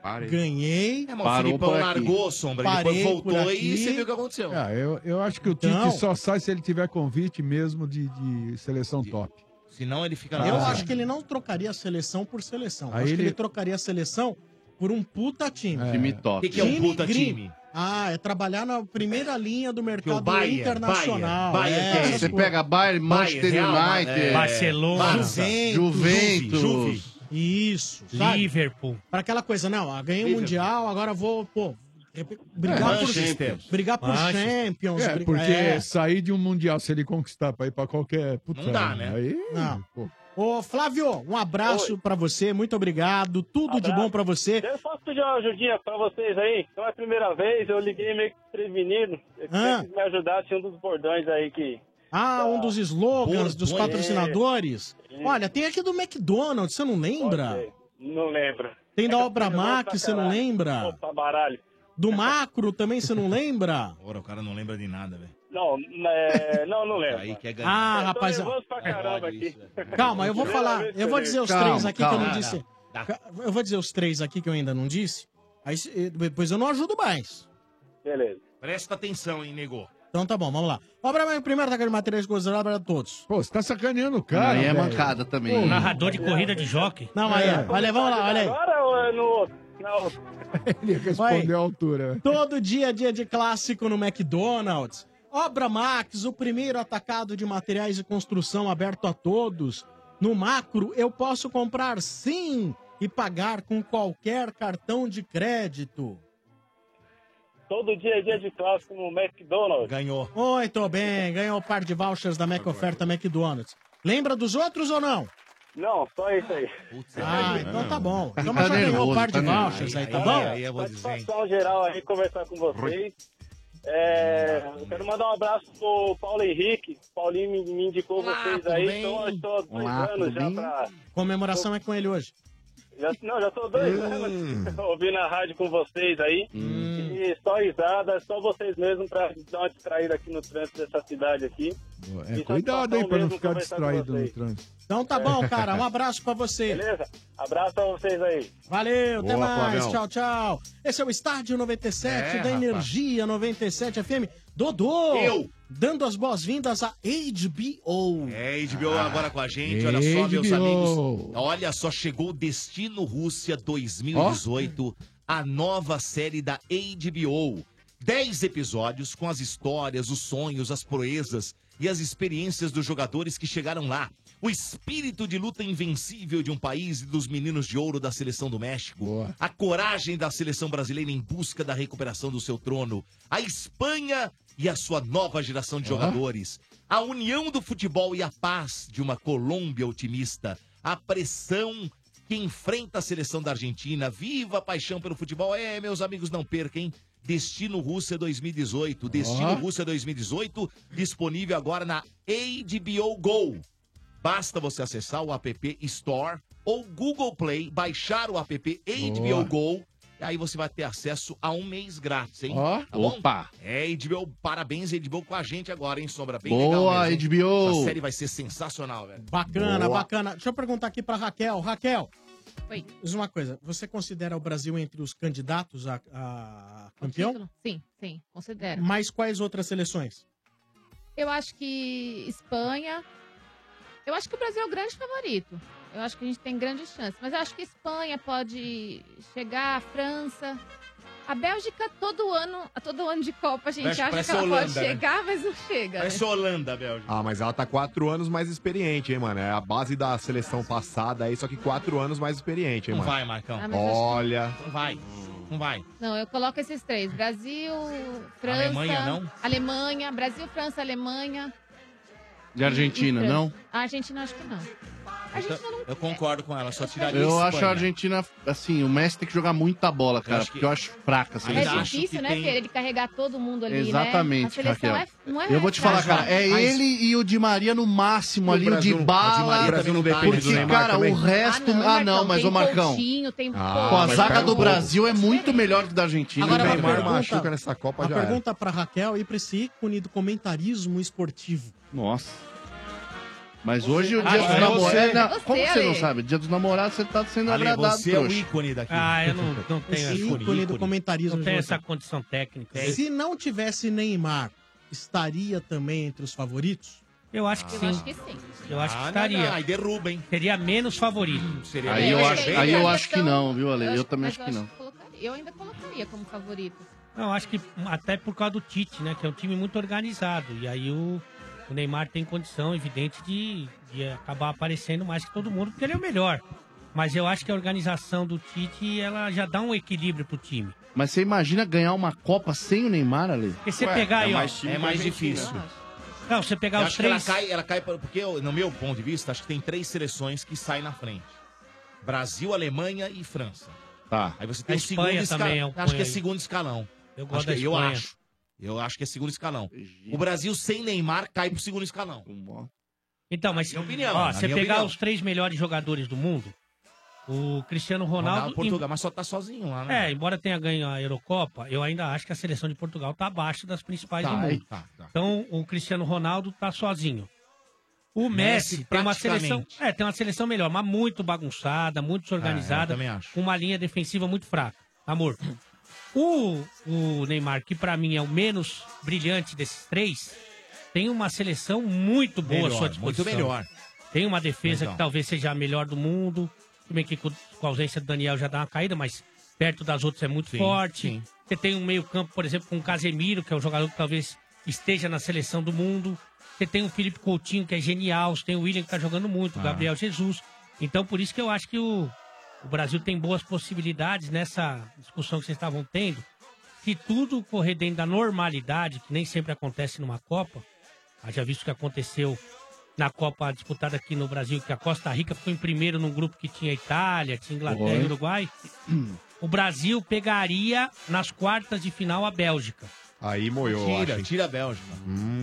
Speaker 4: Parei.
Speaker 2: ganhei.
Speaker 6: É, mas o Parou Filipão por aqui. largou, Sombra, ele
Speaker 2: Parei
Speaker 6: depois voltou
Speaker 2: por aqui. É.
Speaker 6: e você viu o que aconteceu.
Speaker 8: Ah, eu, eu acho que o
Speaker 2: Então-
Speaker 8: Tite só sai se ele tiver convite mesmo de, de seleção top.
Speaker 6: Senão ele fica na
Speaker 2: Eu
Speaker 6: Brasil.
Speaker 2: acho que ele não trocaria a seleção por seleção.
Speaker 8: Aí
Speaker 2: acho que ele
Speaker 8: ele
Speaker 2: trocaria a seleção por um puta time.
Speaker 8: É. Time top.
Speaker 6: Que que é um puta
Speaker 2: gringo.
Speaker 6: time?
Speaker 2: Ah, é trabalhar na primeira linha do
Speaker 6: Que o
Speaker 2: mercado
Speaker 6: Bayern,
Speaker 2: internacional.
Speaker 6: Bayern,
Speaker 2: é,
Speaker 6: Bayern né? tem.
Speaker 2: essas
Speaker 11: Você
Speaker 2: coisas.
Speaker 11: pega Bayern, Manchester
Speaker 2: Real Madrid,
Speaker 11: United,
Speaker 2: é, Barcelona,
Speaker 11: Juventus.
Speaker 2: Isso.
Speaker 3: Liverpool.
Speaker 2: Para aquela coisa, não, ah, ganhei o
Speaker 3: Liverpool.
Speaker 2: Mundial, agora vou, pô, rep- brigar
Speaker 8: É,
Speaker 2: por
Speaker 8: Manchester.
Speaker 2: brigar por
Speaker 8: Manchester.
Speaker 2: Champions.
Speaker 8: É,
Speaker 2: brigar-
Speaker 8: porque
Speaker 2: é.
Speaker 8: sair de um mundial, se ele conquistar pra ir pra qualquer. Puta,
Speaker 2: Não dá, né?
Speaker 8: Aí,
Speaker 2: Não.
Speaker 8: pô.
Speaker 2: Ô, Flávio, um abraço pra você, muito obrigado, tudo de bom pra você.
Speaker 16: Eu posso pedir uma ajudinha pra vocês aí? Não é a primeira vez, eu liguei meio que prevenido. Eu
Speaker 2: Ah.
Speaker 16: queria que me ajudasse um dos bordões aí que.
Speaker 2: Ah, um dos slogans
Speaker 16: Bordões.
Speaker 2: dos patrocinadores. Olha, tem aqui do McDonald's, você não lembra?
Speaker 16: Não lembro.
Speaker 2: Tem da Obra
Speaker 16: eu lembro pra
Speaker 2: Max, você não
Speaker 16: caralho.
Speaker 2: lembra?
Speaker 16: Opa, baralho.
Speaker 2: Do Macro também, você não
Speaker 6: <laughs>
Speaker 2: lembra?
Speaker 6: Ora, o cara não lembra de nada, velho.
Speaker 16: Não, é, não, não lembro.
Speaker 6: Aí quer ganhar. É
Speaker 2: Ah,
Speaker 16: Eu tô
Speaker 2: rapaz.
Speaker 16: nervoso pra caramba aqui.
Speaker 6: né?
Speaker 2: Calma, eu vou
Speaker 16: Primeira
Speaker 2: falar.
Speaker 16: vez que
Speaker 2: Eu vou dizer os três aqui que eu não disse.
Speaker 6: Dá.
Speaker 2: Ca- Eu vou dizer os três aqui que eu ainda não disse. Aí se- eh, depois eu não ajudo mais.
Speaker 16: Beleza.
Speaker 6: Presta atenção, hein, nego.
Speaker 2: Então tá bom, vamos lá. Obra Max, primeiro tá de materiais gozados para todos.
Speaker 8: Pô, você tá sacaneando o
Speaker 11: Aí
Speaker 2: cara,
Speaker 11: é
Speaker 2: velho.
Speaker 11: mancada também.
Speaker 2: Pô.
Speaker 3: Narrador de corrida de jockey.
Speaker 2: Não, aí,
Speaker 8: É.
Speaker 2: ó. olha, vamos lá, olha aí.
Speaker 16: Agora ou é no outro? Não.
Speaker 8: <laughs> Ele respondeu à altura.
Speaker 2: Todo dia é dia de clássico no McDonald's. Obra Max, o primeiro atacado de materiais de construção aberto a todos. No macro, eu posso comprar sim e pagar com qualquer cartão de crédito.
Speaker 16: Todo dia é dia de clássico no McDonald's.
Speaker 6: Ganhou.
Speaker 2: Muito bem, ganhou o par de vouchers da Mac Oferta McDonald's. Lembra dos outros ou não?
Speaker 16: Não, só isso é aí.
Speaker 2: Ah, então tá bom. Então
Speaker 16: Tá
Speaker 2: já ganhou
Speaker 16: nervoso,
Speaker 2: o par de
Speaker 16: tá nervoso.
Speaker 2: vouchers aí, tá
Speaker 16: Aí,
Speaker 2: bom?
Speaker 16: aí eu vou Satisfação geral aí conversar com vocês. É, eu quero mandar um abraço pro Paulo Henrique. Paulinho me, me indicou vocês
Speaker 2: tudo
Speaker 16: aí.
Speaker 2: bem?
Speaker 16: Então eu estou há dois
Speaker 2: Olá,
Speaker 16: anos
Speaker 2: tudo
Speaker 16: já
Speaker 2: bem?
Speaker 16: pra.
Speaker 2: Comemoração é com ele hoje.
Speaker 16: Já, não, já tô dois anos <laughs> ouvindo a rádio com vocês aí. E só risada, só vocês mesmos pra dar uma distraída aqui no trânsito dessa cidade aqui.
Speaker 8: É, cuidado aí pra não ficar distraído no trânsito.
Speaker 2: Então tá bom, cara. Um abraço pra você.
Speaker 16: Beleza? Abraço pra vocês aí.
Speaker 2: Valeu, até
Speaker 16: Boa,
Speaker 2: mais.
Speaker 16: Flavião.
Speaker 2: Tchau, tchau. Esse é o Estádio 97
Speaker 16: É,
Speaker 2: da
Speaker 16: rapaz.
Speaker 2: Energia 97 FM. Dodô!
Speaker 6: Eu.
Speaker 2: Dando as boas-vindas a HBO.
Speaker 6: É, HBO agora com a gente, olha só, meus
Speaker 2: HBO.
Speaker 6: amigos. Olha só, chegou o Destino Rússia 2018, a nova série da HBO. Dez episódios com as histórias, os sonhos, as proezas e as experiências dos jogadores que chegaram lá. O o espírito de luta invencível de um país e dos meninos de ouro da seleção do México, a coragem da seleção brasileira em busca da recuperação do seu trono, a Espanha e a sua nova geração de jogadores, a união do futebol e a paz de uma Colômbia otimista, a pressão que enfrenta a seleção da Argentina. Viva a paixão pelo futebol. É, meus amigos, não percam, hein? Destino Rússia 2018. Destino
Speaker 11: Ó.
Speaker 6: Rússia 2018, disponível agora na HBO Go. Basta você acessar o app Store ou Google Play, baixar o app HBO Go, e aí você vai ter acesso a um mês grátis, hein? Tá
Speaker 11: Ó.
Speaker 6: bom?
Speaker 11: Opa.
Speaker 6: É, HBO, parabéns, HBO, com a gente agora, hein, Sombra? Bem
Speaker 11: Boa,
Speaker 6: legal mesmo.
Speaker 11: HBO.
Speaker 6: Essa série vai ser sensacional, velho.
Speaker 2: Bacana, bacana. Deixa eu perguntar aqui pra Raquel. Raquel.
Speaker 17: Oi.
Speaker 2: Diz uma coisa, você considera o Brasil entre os candidatos a, a campeão?
Speaker 17: Sim, sim, considero.
Speaker 2: Mas quais outras seleções?
Speaker 17: Eu acho que Espanha. Eu acho que o Brasil é o grande favorito. Eu acho que a gente tem grande chance. Mas eu acho que Espanha pode chegar, a França. A Bélgica, todo ano, a todo ano de Copa, a gente
Speaker 5: Parece-
Speaker 17: acha
Speaker 5: parece
Speaker 17: que ela
Speaker 5: a
Speaker 17: pode
Speaker 5: Holanda, né?
Speaker 17: chegar, mas não chega.
Speaker 6: Parece
Speaker 17: né?
Speaker 6: Holanda, Bélgica.
Speaker 5: Ah, mas ela tá quatro anos mais experiente, hein, mano? É a base da seleção passada aí, só que quatro anos mais experiente, hein,
Speaker 6: Não
Speaker 5: mano?
Speaker 6: vai, Marcão.
Speaker 17: Ah, mas acho que-
Speaker 5: Olha.
Speaker 6: Não vai, não vai.
Speaker 17: Não, eu coloco esses três: Brasil, França.
Speaker 5: Alemanha, não?
Speaker 17: Alemanha, Brasil, França, Alemanha.
Speaker 11: De Argentina,
Speaker 17: França.
Speaker 11: não?
Speaker 17: A Argentina, acho que não. A Argentina não.
Speaker 6: Eu concordo com ela, só tiraria
Speaker 11: Eu
Speaker 6: Espanha.
Speaker 11: acho a Argentina, assim, o Messi tem que jogar muita bola, cara,
Speaker 6: acho que-
Speaker 11: porque eu acho fraca a
Speaker 17: É
Speaker 11: seleção.
Speaker 17: difícil, né, Fer? Ele carregar todo mundo ali, né? A
Speaker 11: Exatamente,
Speaker 17: seleção
Speaker 11: Raquel.
Speaker 17: é- não é
Speaker 11: eu vou te falar,
Speaker 17: fácil.
Speaker 11: cara, é
Speaker 17: Mas-
Speaker 11: ele e o Di Maria no máximo
Speaker 17: E o
Speaker 11: ali,
Speaker 17: Brasil-
Speaker 11: o
Speaker 17: o Di
Speaker 11: de bala.
Speaker 17: Maria também não dá.
Speaker 11: porque,
Speaker 17: O Neymar
Speaker 11: cara,
Speaker 17: também.
Speaker 11: o resto.
Speaker 17: Ah, não,
Speaker 11: Ah, não,
Speaker 17: Marcão,
Speaker 11: mas
Speaker 17: tem
Speaker 11: o Marcão.
Speaker 17: Coutinho, tem-
Speaker 11: Ah, com a
Speaker 5: mas
Speaker 11: zaga
Speaker 5: pera
Speaker 11: do
Speaker 5: um pouco.
Speaker 11: Brasil é muito melhor que da Argentina.
Speaker 2: Agora,
Speaker 11: O
Speaker 2: uma
Speaker 11: Neymar
Speaker 2: pergunta-
Speaker 11: machuca nessa Copa
Speaker 2: Uma
Speaker 11: já era.
Speaker 2: pergunta pra Raquel e pra esse ícone do comentarismo esportivo.
Speaker 11: Nossa. Mas hoje o
Speaker 2: Ah,
Speaker 11: dia dos
Speaker 2: é
Speaker 11: namorados.
Speaker 2: você.
Speaker 11: é, não,
Speaker 2: Você,
Speaker 11: Como você
Speaker 2: Ale.
Speaker 11: não sabe? Dia dos namorados você tá sendo
Speaker 6: Ale,
Speaker 11: agradado.
Speaker 6: você é o
Speaker 11: trouxa.
Speaker 6: ícone daqui.
Speaker 3: Ah, eu não, não tenho
Speaker 2: Esse ícone do comentarismo
Speaker 3: Não tenho
Speaker 2: de você.
Speaker 6: né?
Speaker 3: essa condição técnica. é
Speaker 6: É
Speaker 2: Se não tivesse Neymar, estaria também entre os favoritos?
Speaker 3: Eu acho que
Speaker 2: Eu
Speaker 3: sim.
Speaker 2: acho
Speaker 3: que
Speaker 17: sim.
Speaker 3: Eu acho que
Speaker 2: Ah,
Speaker 3: estaria.
Speaker 2: não, não,
Speaker 6: aí derruba, hein? Hum,
Speaker 3: Seria menos favorito. Seria
Speaker 11: Aí eu acho, aí eu acho que não, viu, Ale? Eu também
Speaker 17: mas
Speaker 11: acho que não.
Speaker 17: colocaria- eu ainda colocaria como favorito.
Speaker 3: Não, acho que até por causa do Tite, né? Que é um time muito organizado. E aí o, o Neymar tem condição, evidente, de, de acabar aparecendo mais que todo mundo, porque ele é o melhor. Mas eu acho que a organização do Tite, ela já dá um equilíbrio pro time.
Speaker 11: Mas você imagina ganhar uma Copa sem o Neymar, Ale?
Speaker 3: Porque você pegar aí, ó.
Speaker 6: é mais difícil.
Speaker 3: Não, você pegar os
Speaker 6: Eu acho que ela
Speaker 3: três.
Speaker 6: cai, ela cai pra- porque eu, no meu ponto de vista, acho que tem três seleções que saem na frente. Brasil, Alemanha e França.
Speaker 11: Tá.
Speaker 6: Aí você tem
Speaker 3: A
Speaker 6: o segundo
Speaker 3: Espanha
Speaker 6: escalão.
Speaker 3: também eu
Speaker 6: acho que
Speaker 3: ponho
Speaker 6: é
Speaker 3: aí.
Speaker 6: segundo escalão.
Speaker 3: Eu gosto
Speaker 6: acho
Speaker 4: é
Speaker 3: da
Speaker 6: que, eu
Speaker 3: Espanha.
Speaker 6: acho. Eu acho que é segundo escalão. O Brasil sem Neymar cai pro segundo escalão.
Speaker 3: Então, mas
Speaker 6: Minha opinião,
Speaker 3: ó,
Speaker 6: na
Speaker 3: você
Speaker 6: minha
Speaker 3: pegar
Speaker 6: opinião.
Speaker 3: os três melhores jogadores do mundo, o Cristiano
Speaker 6: Ronaldo,
Speaker 3: Ronaldo.
Speaker 6: Portugal, mas só tá sozinho lá, né?
Speaker 3: É, embora tenha ganho a Eurocopa, eu ainda acho que a seleção de Portugal tá abaixo das principais
Speaker 6: Tá,
Speaker 3: do mundo.
Speaker 6: tá, tá.
Speaker 3: Então, o Cristiano Ronaldo tá sozinho. O
Speaker 6: Messi,
Speaker 3: Messi, tem uma seleção,
Speaker 6: praticamente.
Speaker 3: é, tem uma seleção melhor, mas muito bagunçada, muito
Speaker 6: É, eu
Speaker 3: desorganizada,
Speaker 6: também acho.
Speaker 3: com uma linha defensiva muito fraca. Amor. O, o Neymar, que pra mim é o menos brilhante desses três, tem uma seleção muito boa à
Speaker 6: Melhor,
Speaker 3: sua disposição.
Speaker 6: muito melhor.
Speaker 3: Tem uma defesa
Speaker 6: Então.
Speaker 3: que talvez seja a melhor do mundo. Também que com com a ausência do Daniel já dá uma caída, mas perto das outras é muito
Speaker 6: Sim,
Speaker 3: forte.
Speaker 6: sim.
Speaker 3: Você tem um meio-campo, por exemplo, com o Casemiro, que é um jogador que talvez esteja na seleção do mundo. Você tem o Felipe Coutinho, que é genial. Você tem o William, que tá jogando muito. O
Speaker 6: Ah.
Speaker 3: Gabriel Jesus. Então, por isso que eu acho que o, o Brasil tem boas possibilidades nessa discussão que vocês estavam tendo. Se tudo correr dentro da normalidade, que nem sempre acontece numa Copa, já visto o que aconteceu na Copa disputada aqui no Brasil, que a Costa Rica ficou em primeiro num grupo que tinha Itália, tinha Inglaterra
Speaker 11: Foi.
Speaker 3: e Uruguai. O Brasil pegaria nas quartas de final a Bélgica.
Speaker 5: Aí moiou,
Speaker 6: Tira,
Speaker 3: acho.
Speaker 6: tira a Bélgica.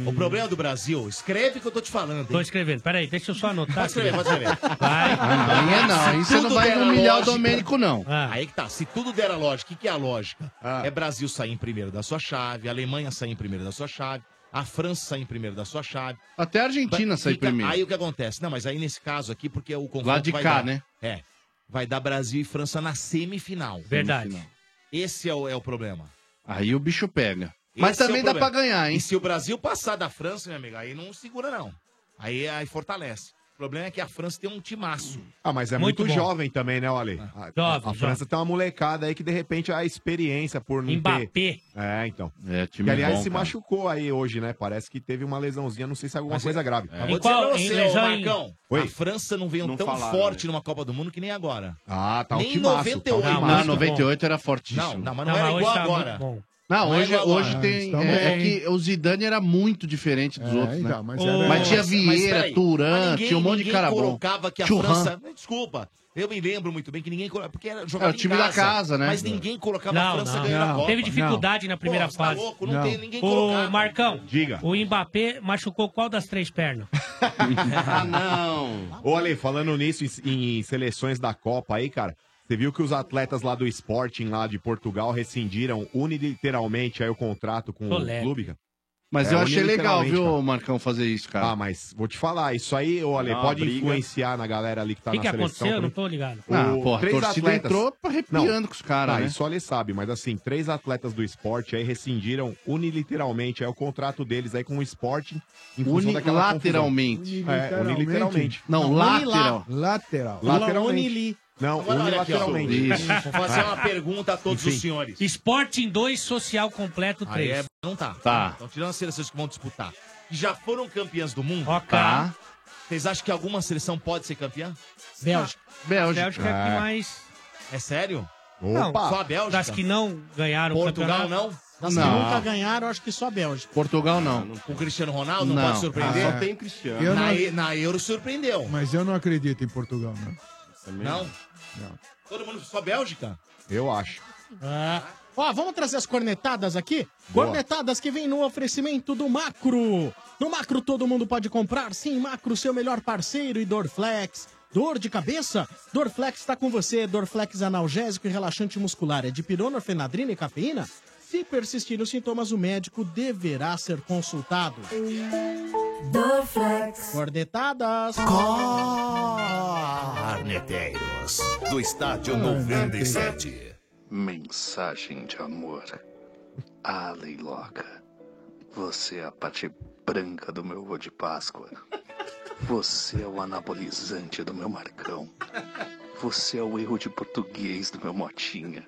Speaker 6: O problema do Brasil, escreve o que eu tô te falando. hein?
Speaker 3: Tô escrevendo, peraí, deixa eu só anotar.
Speaker 6: Pode escrever,
Speaker 3: aqui.
Speaker 6: pode escrever.
Speaker 3: Vai.
Speaker 11: Aí é não, aí você não
Speaker 6: tudo
Speaker 11: vai
Speaker 6: der a
Speaker 11: humilhar
Speaker 6: lógica-
Speaker 11: o Domênico, não.
Speaker 3: Ah.
Speaker 11: Ah.
Speaker 6: Aí que tá. Se tudo der a lógica, o que, que é a lógica? É Brasil sair em primeiro da sua chave, a Alemanha sair em primeiro da sua chave, a França sair em primeiro da sua chave.
Speaker 11: Até a Argentina sair
Speaker 6: Fica-
Speaker 11: primeiro.
Speaker 6: Aí o que acontece? Não, mas aí nesse caso aqui, porque o confronto
Speaker 11: Lá de
Speaker 6: vai
Speaker 11: cá,
Speaker 6: dar-
Speaker 11: né?
Speaker 6: É. Vai dar Brasil e França na semifinal.
Speaker 11: Verdade.
Speaker 6: Semifinal. Esse é o, é o problema.
Speaker 11: Aí o bicho pega. Mas
Speaker 6: Esse é o
Speaker 11: também dá pra
Speaker 6: problema.
Speaker 11: ganhar, hein?
Speaker 6: E se o Brasil passar da França, meu amigo, aí não segura, não. Aí, aí fortalece. O problema é que a França tem um timaço.
Speaker 5: Ah, mas é muito, jovem também, né, Oli? A,
Speaker 6: É. Jovem,
Speaker 5: a França tem uma molecada aí que, de repente, a experiência por não
Speaker 3: Mbappé.
Speaker 5: ter... É, então.
Speaker 11: É,
Speaker 5: Que, aliás, se machucou aí hoje, né? Parece que teve uma lesãozinha, não sei se é alguma
Speaker 6: Mas
Speaker 5: coisa
Speaker 6: é-
Speaker 5: grave.
Speaker 6: É. Vou dizer pra você, ô, Marcão,
Speaker 5: Oi?
Speaker 6: a França não veio
Speaker 5: Não
Speaker 6: tão
Speaker 5: falaram, né?
Speaker 6: forte numa Copa do Mundo que nem agora.
Speaker 5: Ah, tá um
Speaker 6: nem em
Speaker 5: timaço,
Speaker 6: 98.
Speaker 5: tá um
Speaker 11: Não,
Speaker 5: timaço.
Speaker 11: 98 era fortíssimo.
Speaker 6: Não, não, mas tá não, era igual agora.
Speaker 11: Não,
Speaker 6: Não é
Speaker 11: hoje,
Speaker 6: igual agora.
Speaker 11: hoje
Speaker 6: Ah,
Speaker 11: tem.
Speaker 6: estamos
Speaker 11: É, é
Speaker 6: bem.
Speaker 11: que o Zidane era muito diferente dos
Speaker 6: É,
Speaker 11: outros, né?
Speaker 6: então,
Speaker 11: mas,
Speaker 6: mas era-
Speaker 11: tinha
Speaker 6: Mas- mas
Speaker 11: Vieira,
Speaker 6: peraí, mas
Speaker 11: Turan,
Speaker 6: ninguém-
Speaker 11: tinha um monte de
Speaker 6: ninguém
Speaker 11: cara bom.
Speaker 6: colocava que a
Speaker 11: Churran.
Speaker 6: França. Desculpa, eu me lembro muito bem que ninguém colocava. Porque era jogava
Speaker 11: É, o time
Speaker 6: em
Speaker 11: da
Speaker 6: casa,
Speaker 11: casa, né?
Speaker 6: Mas ninguém colocava a
Speaker 3: Não,
Speaker 6: França
Speaker 3: não.
Speaker 6: ganhando a Copa.
Speaker 3: Teve dificuldade
Speaker 6: Não.
Speaker 3: na primeira
Speaker 6: Pô, você tá
Speaker 3: fase.
Speaker 6: louco? Não, tem ninguém
Speaker 3: Ô,
Speaker 6: colocava.
Speaker 3: Marcão,
Speaker 5: Diga.
Speaker 3: o Mbappé machucou qual das três pernas?
Speaker 11: <laughs>
Speaker 5: ah,
Speaker 11: não!
Speaker 5: Ô, Ale, falando nisso, em, em seleções da Copa aí, cara, você viu que os atletas lá do Sporting, lá de Portugal, rescindiram unilateralmente aí o contrato com
Speaker 11: Tô
Speaker 5: o
Speaker 11: leve.
Speaker 5: clube, cara?
Speaker 11: eu
Speaker 5: É,
Speaker 11: achei legal,
Speaker 5: unilateralmente,
Speaker 11: viu,
Speaker 5: cara.
Speaker 11: Marcão, fazer isso, cara.
Speaker 5: Ah, mas vou te falar, isso aí, ô, Ale,
Speaker 11: Dá É uma
Speaker 5: pode
Speaker 11: briga.
Speaker 5: influenciar na galera ali que tá
Speaker 11: Que
Speaker 5: na
Speaker 11: que
Speaker 5: seleção.
Speaker 11: aconteceu? Eu
Speaker 5: também.
Speaker 11: não tô ligado.
Speaker 5: O-
Speaker 11: Ah, porra, a
Speaker 5: três
Speaker 11: torcida
Speaker 5: atletas-
Speaker 11: entrou arrepiando
Speaker 5: Não.
Speaker 11: com os caras,
Speaker 5: Ah,
Speaker 11: né?
Speaker 5: Isso o Ale sabe, mas assim, três atletas do esporte aí rescindiram unilateralmente aí o contrato deles aí com o esporte em função daquela confusão.
Speaker 11: Unilateralmente.
Speaker 5: É, unilateralmente.
Speaker 11: Não, lateral.
Speaker 8: Lateral.
Speaker 5: Lateralmente. Não, um
Speaker 6: Agora olha aqui, ó.
Speaker 5: unilateralmente.
Speaker 6: Vou fazer
Speaker 3: <laughs>
Speaker 6: uma pergunta a todos os senhores.
Speaker 3: Sporting 2, Social Completo
Speaker 6: Aí
Speaker 3: 3.
Speaker 6: é- não tá.
Speaker 3: Tá.
Speaker 6: Então, tirando as seleções que vão disputar, que já foram campeãs do mundo,
Speaker 3: Tá.
Speaker 6: vocês acham que alguma seleção pode ser campeã?
Speaker 3: Bélgica.
Speaker 11: Bélgica.
Speaker 3: Bélgica é a
Speaker 2: Ah.
Speaker 3: que mais...
Speaker 6: É sério?
Speaker 3: Não,
Speaker 6: Só a Bélgica?
Speaker 3: Das que não ganharam
Speaker 6: Portugal,
Speaker 3: o campeonato.
Speaker 6: não?
Speaker 2: Das
Speaker 11: Não.
Speaker 2: que nunca ganharam, acho que só a Bélgica.
Speaker 11: Portugal não.
Speaker 6: O Cristiano Ronaldo não,
Speaker 11: Não.
Speaker 6: pode surpreender?
Speaker 8: Ah, só tem
Speaker 6: Cristiano.
Speaker 8: Eu
Speaker 6: Na,
Speaker 8: não-
Speaker 6: E- na Euro surpreendeu.
Speaker 8: Mas eu não acredito em Portugal, não.
Speaker 6: Não? Todo mundo só Bélgica?
Speaker 5: Eu acho.
Speaker 2: Ah. Ó, vamos trazer as cornetadas aqui? Cornetadas que vem no oferecimento do Macro. No Macro todo mundo pode comprar, sim, Macro, seu melhor parceiro e Dorflex. Dor de cabeça? Dorflex está com você. Dorflex analgésico e relaxante muscular é de pirona, fenadrina e cafeína? Se persistirem os sintomas, o médico deverá ser consultado. Dorflex. Cornetadas.
Speaker 21: Arneteiros, do estádio 97. Mensagem de amor. Ah, Leiloca, você é a parte branca do meu ovo de Páscoa. Você é o anabolizante do meu Marcão. Você é o erro de português do meu Motinha.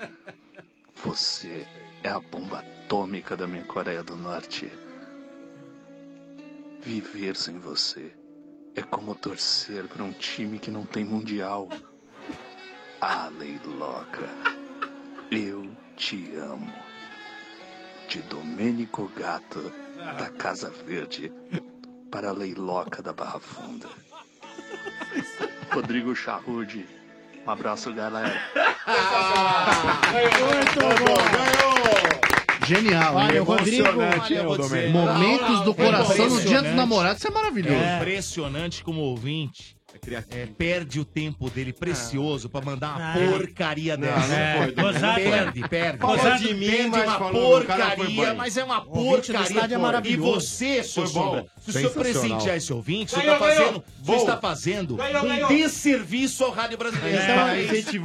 Speaker 21: Você é a bomba atômica da minha Coreia do Norte. Viver sem você é como torcer para um time que não tem mundial. Ah, Leiloca, eu te amo. De Domênico Gato, da Casa Verde, para a Leiloca da Barra Funda. Rodrigo Charrude, um abraço, galera.
Speaker 2: Muito
Speaker 11: Genial,
Speaker 21: Olha,
Speaker 11: hein?
Speaker 21: o Rodrigo-
Speaker 11: Emocionante,
Speaker 21: Olha,
Speaker 11: hein,
Speaker 21: eu vou
Speaker 11: Domênico?
Speaker 21: dizer.
Speaker 11: Momentos do coração no dia dos
Speaker 6: Impressionante.
Speaker 11: namorados, isso é maravilhoso.
Speaker 6: É impressionante como o ouvinte é, perde o tempo dele precioso pra mandar
Speaker 11: Ah.
Speaker 6: uma porcaria
Speaker 11: Não,
Speaker 6: dessa.
Speaker 11: não foi,
Speaker 6: É,
Speaker 11: Domênico. né?
Speaker 6: Gonzaga- Perde, perde.
Speaker 11: Falou
Speaker 6: Gonzaga
Speaker 11: de mim,
Speaker 6: perde
Speaker 11: mas
Speaker 6: uma
Speaker 11: falou do cara, foi
Speaker 6: porcaria,
Speaker 11: bom.
Speaker 6: mas é uma
Speaker 11: O ouvinte do
Speaker 6: porcaria.
Speaker 11: estádio é
Speaker 6: pô. e
Speaker 11: maravilhoso.
Speaker 6: você, seu
Speaker 11: Foi bom.
Speaker 6: Sombra, se o senhor
Speaker 11: Sensacional.
Speaker 6: presentear esse ouvinte, você
Speaker 11: Ganhou,
Speaker 6: está fazendo,
Speaker 11: ganhou.
Speaker 6: você
Speaker 11: Bom.
Speaker 6: está fazendo
Speaker 11: Ganhou,
Speaker 6: um
Speaker 11: ganhou. Então,
Speaker 6: desserviço ao rádio
Speaker 2: Então,
Speaker 6: brasileiro.
Speaker 2: é
Speaker 6: É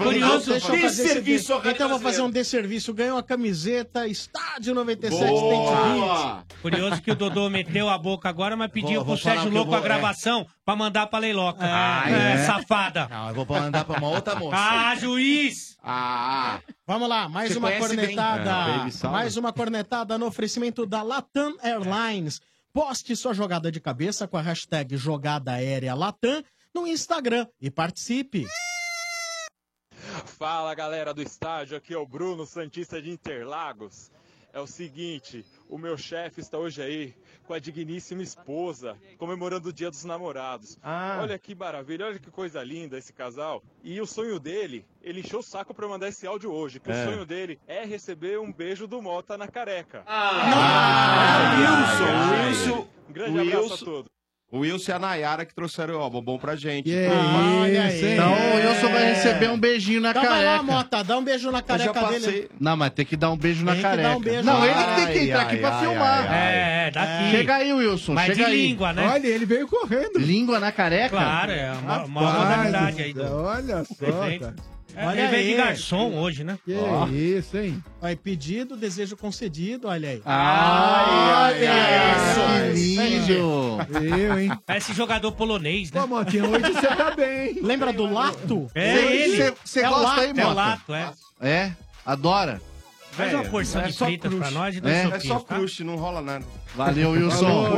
Speaker 2: Curioso, deixa eu fazer esse
Speaker 6: desserviço ao rádio
Speaker 2: Então eu vou fazer
Speaker 6: brasileiro.
Speaker 2: um desserviço. Ganhou a camiseta Estádio 97
Speaker 3: Boa!
Speaker 2: Boa!
Speaker 3: Curioso que o Dodô meteu a boca agora, mas pediu
Speaker 6: Vou- vou
Speaker 3: pro Sérgio
Speaker 6: falar que eu
Speaker 3: Louco
Speaker 6: vou- é.
Speaker 3: a gravação pra mandar pra Leiloca.
Speaker 6: Ah,
Speaker 3: é,
Speaker 6: é.
Speaker 3: safada.
Speaker 6: Não, eu vou mandar pra uma outra moça.
Speaker 3: Ah, juiz!
Speaker 6: Ah!
Speaker 2: Tá, Vamos lá, mais
Speaker 6: Você
Speaker 2: uma
Speaker 6: conhece bem. É,
Speaker 2: cornetada.
Speaker 6: Baby Sal,
Speaker 2: mais uma cornetada no oferecimento da Latam Airlines. Poste sua jogada de cabeça com a hashtag Jogada Aérea Latam no Instagram e participe.
Speaker 9: Fala galera do estádio, aqui é o Bruno, Santista de Interlagos. É o seguinte, o meu chefe está hoje aí com a digníssima esposa, comemorando o Dia dos Namorados. Olha que maravilha, olha que coisa linda esse casal. E o sonho dele, ele encheu o saco para mandar esse áudio hoje, que
Speaker 22: É.
Speaker 9: o sonho dele é receber um beijo do Mota na careca.
Speaker 4: Ah, Wilson, Wilson.
Speaker 9: Um grande
Speaker 4: Wilson.
Speaker 9: abraço a todos.
Speaker 4: O Wilson e a Nayara que trouxeram o bombom pra gente.
Speaker 11: Então o Wilson vai receber um beijinho na
Speaker 2: Então vai lá,
Speaker 11: careca.
Speaker 2: Mota, dá um beijo na careca dele.
Speaker 11: Não, mas tem que dar um beijo na
Speaker 2: Tem que dar um
Speaker 11: careca.
Speaker 2: beijo
Speaker 11: não,
Speaker 2: na
Speaker 11: ele que tem que
Speaker 2: Ai,
Speaker 11: entrar aqui
Speaker 2: ai,
Speaker 11: pra
Speaker 2: ai,
Speaker 11: filmar.
Speaker 2: ai, ai. É, daqui.
Speaker 11: Chega aí, Wilson.
Speaker 3: tá Mas
Speaker 11: chega
Speaker 3: de
Speaker 11: aí.
Speaker 3: língua, né? Olha,
Speaker 11: ele veio correndo. Língua na careca?
Speaker 3: Claro, é uma- uma
Speaker 11: Rapaz,
Speaker 2: então,
Speaker 3: modalidade aí do-
Speaker 11: Olha
Speaker 3: do evento.
Speaker 11: cara.
Speaker 3: Olha ele veio de garçom hoje, né?
Speaker 2: Que
Speaker 3: Ó.
Speaker 2: isso, hein? Aí, pedido, desejo concedido, olha aí.
Speaker 3: Ai,
Speaker 2: Ah, Olha
Speaker 3: ai,
Speaker 2: isso.
Speaker 3: ai,
Speaker 2: Aí, gente. Eu, hein?
Speaker 3: É Parece jogador polonês, né? Ô,
Speaker 2: Motinho, hoje você tá bem, hein? Lembra do Lato?
Speaker 3: É ele.
Speaker 11: Você- você
Speaker 3: É o
Speaker 11: gosta
Speaker 3: Lato,
Speaker 11: aí,
Speaker 3: É o
Speaker 11: Mota?
Speaker 3: Lato, é.
Speaker 11: É? Adora?
Speaker 3: Faz uma
Speaker 4: É
Speaker 3: porção É de fritas pra nós e dois
Speaker 11: É,
Speaker 3: sopinhos,
Speaker 11: é só
Speaker 3: tá?
Speaker 16: crush, não rola nada.
Speaker 11: Valeu, Wilson.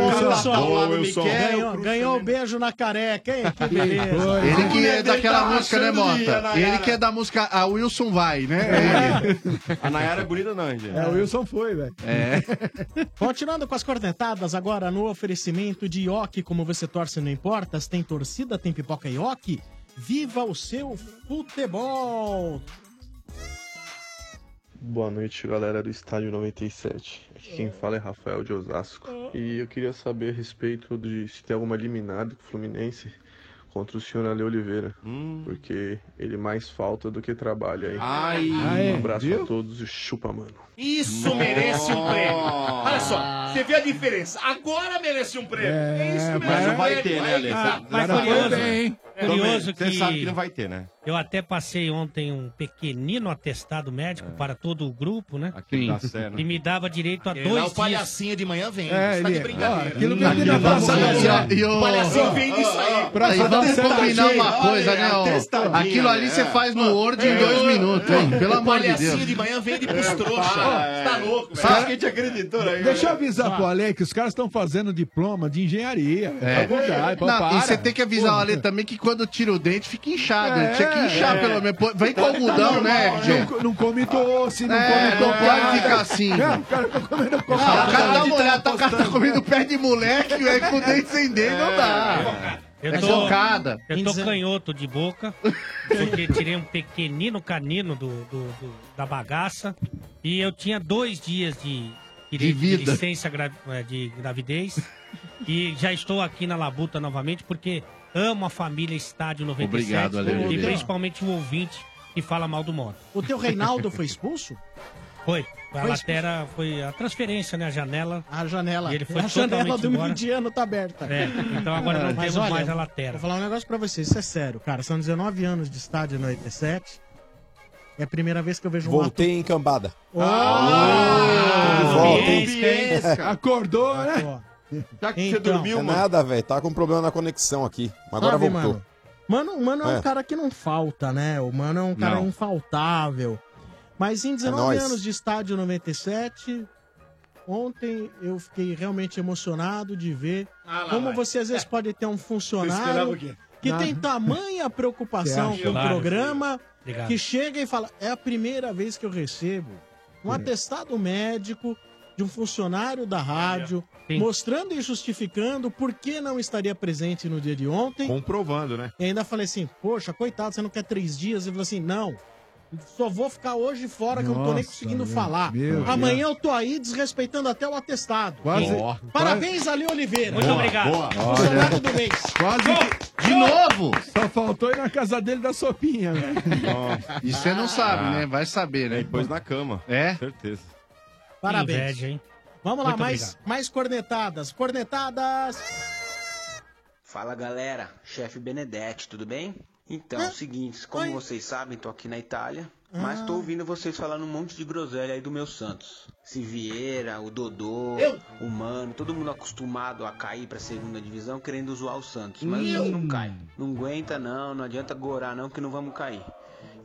Speaker 2: Boa, Wilson. Ganhou, ganhou um beijo na careca, hein?
Speaker 3: É.
Speaker 2: Que beleza.
Speaker 11: Ele que é daquela música, né, Mota? Ele que é da música A Wilson Vai, né?
Speaker 16: A Nayara é bonita, não, gente.
Speaker 2: É, o Wilson foi, velho. <laughs>
Speaker 11: É.
Speaker 2: Continuando com as cornetadas agora no oferecimento de Ioki, como você torce, não importa. Se Tem torcida, tem pipoca Ioki. Viva o seu futebol!
Speaker 23: Boa noite, galera do Estádio 97. Aqui quem fala é Rafael de Osasco. E eu queria saber a respeito de se tem alguma eliminada do Fluminense contra o senhor Ale Oliveira.
Speaker 11: Hum.
Speaker 23: Porque ele mais falta do que trabalha aí.
Speaker 6: Ai.
Speaker 23: um abraço a todos e chupa, mano.
Speaker 6: Isso merece um
Speaker 23: Nossa.
Speaker 6: prêmio. Olha só, você vê a diferença. Agora merece um prêmio. É, isso que
Speaker 16: mas
Speaker 6: merece
Speaker 16: não
Speaker 6: um
Speaker 16: vai
Speaker 6: prêmio.
Speaker 16: ter, né, Ale?
Speaker 6: Exato.
Speaker 16: Tá.
Speaker 3: Mas
Speaker 16: Cara,
Speaker 3: curioso,
Speaker 16: foi bem, hein?
Speaker 3: curioso
Speaker 16: Também.
Speaker 3: que...
Speaker 16: Você sabe que não vai ter, né?
Speaker 3: Eu até passei ontem um pequenino atestado médico
Speaker 6: É.
Speaker 3: para todo o grupo, né?
Speaker 16: Aqui da Sé, né?
Speaker 3: E me dava direito a
Speaker 6: Ele
Speaker 3: dois
Speaker 6: tá lá, é o
Speaker 3: dias.
Speaker 6: palhacinho de manhã vem. É, Você tá ele- de brincadeira. ó,
Speaker 3: aquilo
Speaker 6: aquilo vem de na passada, ó.
Speaker 11: E o-
Speaker 6: O palhacinho vem disso aí.
Speaker 11: Ó, Pra aí, vamos
Speaker 6: Atestadinho,
Speaker 11: combinar uma
Speaker 6: olha,
Speaker 11: coisa, né? ó?
Speaker 6: atestadinho,
Speaker 11: Aquilo ali
Speaker 6: né?
Speaker 11: você faz no Word
Speaker 6: É,
Speaker 11: em dois
Speaker 6: o-
Speaker 11: minutos, hein? Pelo
Speaker 6: o
Speaker 11: amor de
Speaker 6: palhacinho
Speaker 11: Deus. É,
Speaker 6: de manhã vende pros trouxa. Você tá louco, velho.
Speaker 8: Sabe
Speaker 6: quem te acreditou
Speaker 5: né,
Speaker 6: aí?
Speaker 8: Deixa eu avisar pro Ale que os caras estão fazendo diploma de engenharia.
Speaker 11: É.
Speaker 8: Tá bom,
Speaker 11: Não,
Speaker 8: cara, para.
Speaker 11: e você tem que avisar o Ale também que quando tira o dente fica
Speaker 8: <laughs>
Speaker 11: inchado. né? Tinha que inchar
Speaker 8: é.
Speaker 11: pelo menos. Pô, Vem com
Speaker 8: Tá
Speaker 11: algodão,
Speaker 8: normal,
Speaker 11: né, RG?
Speaker 8: Não, não come doce, não
Speaker 11: É,
Speaker 8: come
Speaker 11: não
Speaker 8: doce.
Speaker 11: pode ficar assim.
Speaker 8: Cara, o cara tá comendo
Speaker 11: Ah,
Speaker 8: coca.
Speaker 11: o cara dá uma olhada, tá- o cara tá comendo pé de moleque, velho, com dente sem dente, não dá.
Speaker 3: Eu
Speaker 11: É
Speaker 3: tô-
Speaker 11: cocada.
Speaker 3: Eu tô canhoto de boca, porque tirei um pequenino canino do, do- do- da bagaça. E eu tinha dois dias de,
Speaker 11: De vida.
Speaker 3: licença gra- eh, de gravidez. e já estou aqui na Labuta novamente, porque amo a família Estádio 97.
Speaker 11: Obrigado, Ale
Speaker 3: E
Speaker 11: Oliveira.
Speaker 3: principalmente o ouvinte que fala mal do moto.
Speaker 2: O
Speaker 3: <laughs>
Speaker 2: teu Reinaldo foi expulso?
Speaker 3: Foi. A
Speaker 2: Foi
Speaker 3: Latera foi a transferência, né? A janela.
Speaker 2: A janela. É
Speaker 3: E ele foi
Speaker 2: a janela
Speaker 3: totalmente
Speaker 2: do
Speaker 3: embora.
Speaker 2: mediano tá aberta.
Speaker 3: É, então agora não
Speaker 2: Mas
Speaker 3: temos
Speaker 2: olha,
Speaker 3: mais a Latera.
Speaker 2: Vou falar um negócio pra vocês, isso é sério, cara. São 19 anos de estádio 97. É a primeira vez que eu vejo um ato.
Speaker 7: Voltei em cambada.
Speaker 2: Ah,
Speaker 6: Ah,
Speaker 3: É.
Speaker 8: Acordou, né?
Speaker 2: Já
Speaker 7: Você
Speaker 3: Então.
Speaker 7: dormiu, é nada, velho. Tá com problema na conexão aqui. Mas agora
Speaker 2: Sabe,
Speaker 7: voltou.
Speaker 2: mano? Mano, o mano é, um
Speaker 7: É.
Speaker 2: cara que não falta, né? O mano é um cara
Speaker 7: Não. É
Speaker 2: infaltável. Mas em 19
Speaker 7: nóis.
Speaker 2: anos de estádio 97, ontem eu fiquei realmente emocionado de ver
Speaker 24: Ah, lá
Speaker 2: como
Speaker 24: vai.
Speaker 2: você às vezes pode ter um
Speaker 24: Eu esperava
Speaker 2: funcionário
Speaker 24: o quê?
Speaker 2: que
Speaker 24: Nada. <laughs>
Speaker 2: tem tamanha preocupação
Speaker 24: Você
Speaker 2: com o
Speaker 24: acha?
Speaker 2: programa,
Speaker 24: Obrigado.
Speaker 2: que chega e fala: é a primeira vez que eu recebo
Speaker 8: É.
Speaker 2: um atestado médico de um funcionário da rádio,
Speaker 5: Sim.
Speaker 2: mostrando e justificando por que não estaria presente no dia de ontem.
Speaker 5: Comprovando, né?
Speaker 2: E ainda falei assim, poxa, coitado, você não quer três dias? Ele falou assim, não, só vou ficar hoje fora que eu não tô nem
Speaker 8: Nossa,
Speaker 2: conseguindo
Speaker 8: meu
Speaker 2: falar.
Speaker 8: Deus.
Speaker 2: Amanhã eu tô aí desrespeitando até o atestado.
Speaker 8: Quase-
Speaker 2: Ó. Parabéns, Ali Oliveira.
Speaker 8: Muito Boa, obrigado. boa.
Speaker 2: Funcionário
Speaker 8: Olha.
Speaker 2: do mês.
Speaker 8: Quase. que-
Speaker 2: De
Speaker 11: novo!
Speaker 8: Só faltou ir na casa dele dar sopinha, velho.
Speaker 11: E você não sabe,
Speaker 8: Ah.
Speaker 11: né? Vai saber, né?
Speaker 16: Depois na cama.
Speaker 11: É?
Speaker 16: Certeza.
Speaker 2: Parabéns. Vamos lá,
Speaker 11: Muito
Speaker 2: mais,
Speaker 11: obrigado.
Speaker 2: mais cornetadas. Cornetadas.
Speaker 25: Fala galera, chefe Benedetti, tudo bem? Então, é o seguinte, como vocês sabem, tô aqui na Itália, mas tô ouvindo vocês falando um monte de groselha aí do meu Santos. Se Vieira, o Dodô, o Mano, todo mundo acostumado a cair pra segunda divisão querendo zoar o Santos, mas o
Speaker 26: Eu?
Speaker 25: Santos não cai. Não aguenta não, não adianta gorar não que não vamos cair.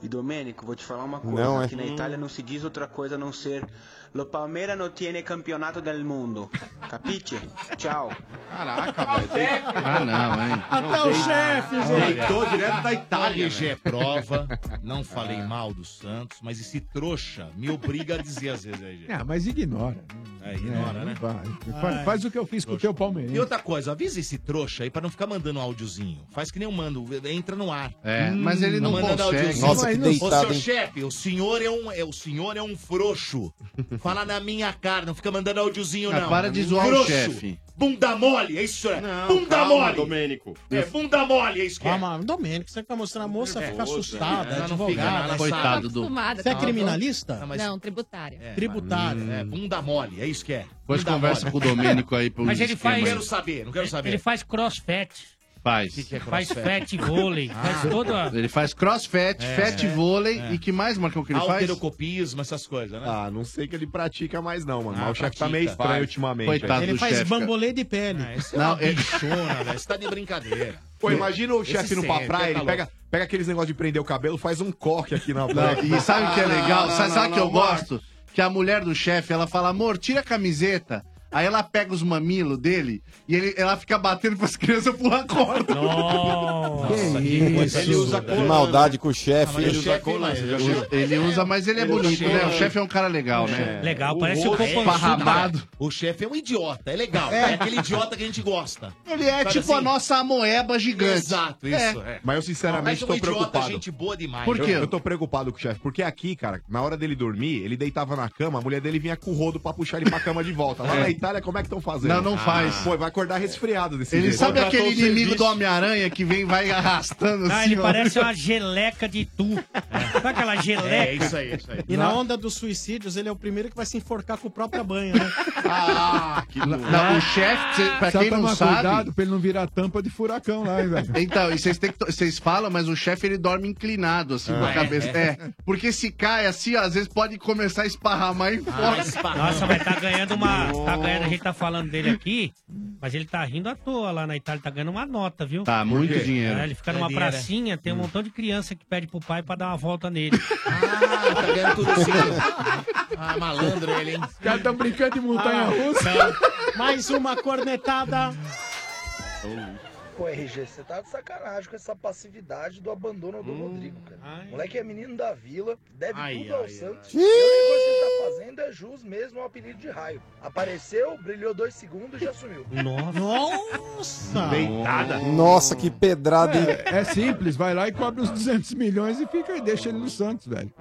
Speaker 25: E Domênico, vou te falar uma coisa,
Speaker 7: Não, é.
Speaker 25: aqui na Itália não se diz outra coisa a não ser Lo Palmeiras non tiene campeonato del mundo. Capiche? Tchau.
Speaker 16: Caraca, velho.
Speaker 11: Ah, não, hein?
Speaker 25: Até o chefe,
Speaker 6: gente.
Speaker 16: Deitou direto da Itália.
Speaker 6: Olha, Gé, né? é prova. Não falei mal do Santos, mas esse trouxa me obriga a dizer às vezes aí, Gé.
Speaker 8: Ah, mas ignora.
Speaker 6: É, ignora,
Speaker 8: É,
Speaker 6: né?
Speaker 8: vai. Faz- faz o que eu fiz com o teu palmeirense.
Speaker 6: E outra coisa, avisa esse trouxa aí pra não ficar mandando áudiozinho. Faz que nem eu mando, entra no ar. Tá
Speaker 11: É, mas ele não
Speaker 6: mandando
Speaker 11: consegue.
Speaker 6: áudiozinho.
Speaker 11: Nossa, que
Speaker 6: Ô,
Speaker 11: deitado,
Speaker 6: seu
Speaker 11: hein?
Speaker 6: chefe, o senhor é um, é, o senhor é um frouxo. Fala na minha cara, não fica mandando áudiozinho,
Speaker 11: Ah,
Speaker 6: não.
Speaker 11: para de zoar o
Speaker 6: Frouxo,
Speaker 11: chefe.
Speaker 6: Bunda mole, é isso, é. bunda
Speaker 16: calma,
Speaker 6: mole.
Speaker 16: Domênico.
Speaker 6: É, bunda mole, é isso que é.
Speaker 2: Calma, Domênico, você fica mostrando a moça fica Tá assustada,
Speaker 6: né? Ela não fica,
Speaker 2: advogada.
Speaker 6: ela tá sabe. Coitado do-
Speaker 17: Acostumada.
Speaker 2: Você é
Speaker 6: Calma.
Speaker 2: criminalista?
Speaker 6: Ah, Não, mas-
Speaker 17: Não, tributária.
Speaker 6: É,
Speaker 2: Tributário.
Speaker 6: mas- É, bunda mole, é isso que é.
Speaker 11: Depois
Speaker 6: Bunda
Speaker 11: conversa
Speaker 6: mole.
Speaker 11: com o Domênico aí pro
Speaker 6: Mas ele faz.
Speaker 11: esquema aí.
Speaker 6: Não quero saber, não quero saber.
Speaker 3: Ele faz crossfit.
Speaker 11: Faz.
Speaker 12: que é
Speaker 3: Faz fat vôlei.
Speaker 6: Ah,
Speaker 3: Faz toda.
Speaker 11: Ele faz crossfit,
Speaker 6: É.
Speaker 11: fat vôlei
Speaker 6: É.
Speaker 11: e que mais, Marcão, que ele faz?
Speaker 6: Alterocopismo, essas coisas, né?
Speaker 5: Ah, não sei que ele pratica mais não, mano.
Speaker 6: Ah,
Speaker 5: Mas o chefe tá
Speaker 6: pratica.
Speaker 5: meio estranho
Speaker 6: Faz.
Speaker 5: ultimamente.
Speaker 11: Coitado
Speaker 5: velho.
Speaker 11: do chefe, cara.
Speaker 2: Bambolê de pele.
Speaker 6: Não,
Speaker 5: Não,
Speaker 6: é
Speaker 5: ele-
Speaker 6: bichona, velho.
Speaker 2: <laughs>
Speaker 6: Você tá de brincadeira.
Speaker 5: Pô, imagina o
Speaker 6: Esse
Speaker 5: chefe indo pra
Speaker 6: sempre,
Speaker 5: praia,
Speaker 6: tá
Speaker 5: ele
Speaker 6: louco.
Speaker 5: pega, pega aqueles negócios de prender o cabelo, faz um coque aqui
Speaker 11: Não,
Speaker 5: na praia.
Speaker 11: e sabe o que é legal? sabe sabe o que eu
Speaker 5: gosto?
Speaker 11: gosto? Que a mulher do chefe, ela fala, amor, tira a camiseta. Aí ela pega os mamilos dele e ele, ela fica batendo pras crianças pular corda.
Speaker 7: Nossa,
Speaker 11: que coisa
Speaker 7: Ele usa né?
Speaker 11: absurda.
Speaker 7: que maldade com o chefe.
Speaker 11: Ele usa cola, ele usa, mas ele é
Speaker 6: Ele
Speaker 11: bonito,
Speaker 6: usa
Speaker 11: né? O
Speaker 6: cola.
Speaker 11: chefe é um cara legal, né?
Speaker 6: O rosto é
Speaker 11: esparramado.
Speaker 6: esparramado. O chefe é um idiota, é legal.
Speaker 11: É.
Speaker 6: É, aquele idiota que a gente gosta.
Speaker 11: Ele é
Speaker 6: Sabe
Speaker 11: tipo a
Speaker 6: assim?
Speaker 11: nossa amoeba gigante.
Speaker 6: Exato, isso. é.
Speaker 5: Mas eu sinceramente
Speaker 6: Mas um
Speaker 5: tô
Speaker 6: idiota,
Speaker 5: preocupado.
Speaker 6: gente boa demais.
Speaker 5: Eu- Eu, tô preocupado com o chefe. Porque aqui, cara, na hora dele dormir, ele deitava na cama, a mulher dele vinha com o rodo pra puxar ele pra cama de volta. Lá
Speaker 11: É.
Speaker 5: na Itália, como é que estão fazendo?
Speaker 11: Não, não faz.
Speaker 5: Pô, vai acordar resfriado desse
Speaker 11: Ele
Speaker 5: jeito.
Speaker 11: sabe
Speaker 5: Contratou
Speaker 11: aquele
Speaker 5: um
Speaker 11: inimigo
Speaker 5: serviço.
Speaker 11: do Homem-Aranha que vem e vai arrastando
Speaker 3: Ah,
Speaker 11: assim?
Speaker 3: ele
Speaker 11: ó.
Speaker 3: parece uma geleca de tu. Sabe aquela geleca?
Speaker 11: É, isso aí, isso
Speaker 6: tá-
Speaker 11: aí.
Speaker 2: E na onda dos suicídios, ele é o primeiro que vai se enforcar com o próprio banho, né?
Speaker 11: ah, que Não, o chefe, cê- pra
Speaker 8: Só
Speaker 11: quem
Speaker 8: tomar
Speaker 11: não sabe.
Speaker 8: cuidado pra ele não virar tampa de furacão lá, hein, velho.
Speaker 11: <laughs> Então, e vocês têm que to- vocês falam, mas o chefe ele dorme inclinado, assim,
Speaker 8: Ah,
Speaker 11: com a
Speaker 8: é,
Speaker 11: cabeça.
Speaker 8: é.
Speaker 11: É. Porque se cai assim, ó, às vezes pode começar a esparramar
Speaker 5: Ah,
Speaker 11: e fora.
Speaker 3: Nossa, mas tá ganhando uma. Tá ganhando, a gente tá falando dele aqui, mas ele tá rindo à toa lá na Itália, tá ganhando uma nota, viu?
Speaker 11: Tá,
Speaker 3: Por
Speaker 11: muito
Speaker 3: quê?
Speaker 11: dinheiro.
Speaker 3: É, ele fica
Speaker 11: É
Speaker 3: numa
Speaker 11: dinheiro, é?
Speaker 3: pracinha, tem um montão de criança que pede pro pai pra dar uma volta nele.
Speaker 6: Ah, tá ganhando <laughs> tudo assim. Ah, malandro ele, hein?
Speaker 2: Os caras estão brincando de
Speaker 6: Ah, montanha-russa.
Speaker 2: Mais uma cornetada.
Speaker 24: Pô, RG, você tá de sacanagem com essa passividade do abandono do
Speaker 6: Hum,
Speaker 24: Rodrigo, cara. Moleque é menino da vila, deve
Speaker 26: Ai,
Speaker 24: tudo ao
Speaker 26: ai,
Speaker 24: Santos.
Speaker 26: ai.
Speaker 24: E a única coisa que ele tá fazendo é jus mesmo ao apelido de raio. Apareceu, brilhou dois segundos e já sumiu.
Speaker 2: Nossa!
Speaker 8: Deitada.
Speaker 7: Nossa, que pedrada, hein?
Speaker 8: É, é simples, vai lá e cobra os 200 milhões e fica e deixa ele no Santos, velho.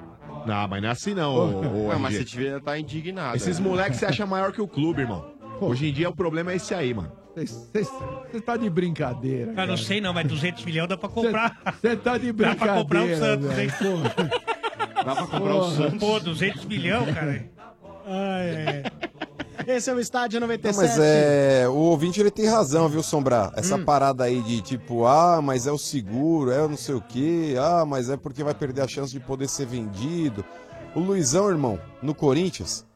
Speaker 5: Não, mas não é assim não.
Speaker 8: Porra.
Speaker 5: ô, ô,
Speaker 8: Não,
Speaker 16: mas
Speaker 5: RG.
Speaker 16: você devia estar indignado. né?
Speaker 5: Esses moleques você acha maior que o clube, irmão. Hoje em dia o problema é esse aí, mano.
Speaker 8: Você tá de brincadeira.
Speaker 3: Cara, não sei não, mas 200 milhões dá pra comprar.
Speaker 8: Você tá de brincadeira.
Speaker 3: Dá pra comprar o Santos, hein?
Speaker 8: Dá pra
Speaker 3: Pô, 200 milhões, cara.
Speaker 2: Ai, ai. Esse é o Estádio
Speaker 7: Não,
Speaker 2: 97.
Speaker 7: mas é. Hum. O ouvinte ele tem razão, viu, Sombra? Essa parada aí de tipo, ah, mas é o seguro, é o não sei o quê, ah, mas é porque vai perder a chance de poder ser vendido. O Luizão, irmão, no Corinthians,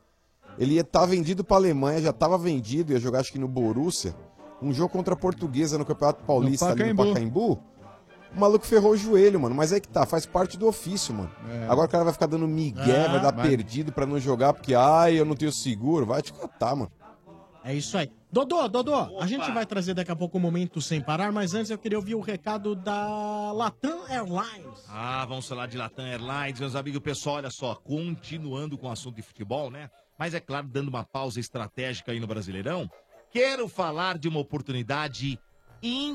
Speaker 7: ele ia estar vendido pra Alemanha, já tava vendido, ia jogar acho que no Borussia. Um jogo contra a Portuguesa no Campeonato Paulista ali no
Speaker 8: Pacaembu.
Speaker 7: Pacaembu. O maluco ferrou o joelho, mano. Mas é que tá, faz parte do ofício, mano.
Speaker 8: É.
Speaker 7: Agora o cara vai ficar dando migué,
Speaker 2: Ah,
Speaker 7: vai dar
Speaker 2: vai.
Speaker 7: perdido pra não jogar, porque, ai, eu não tenho seguro. Vai te catar, mano.
Speaker 2: É isso aí. Dodô, Dodô, a gente vai trazer daqui a pouco o momento sem parar, mas antes eu queria ouvir o recado da Latam Airlines.
Speaker 6: Ah, vamos falar de Latam Airlines, meus amigos. Pessoal, olha só, continuando com o assunto de futebol, né? Mas é claro, dando uma pausa estratégica aí no Brasileirão, quero falar de uma oportunidade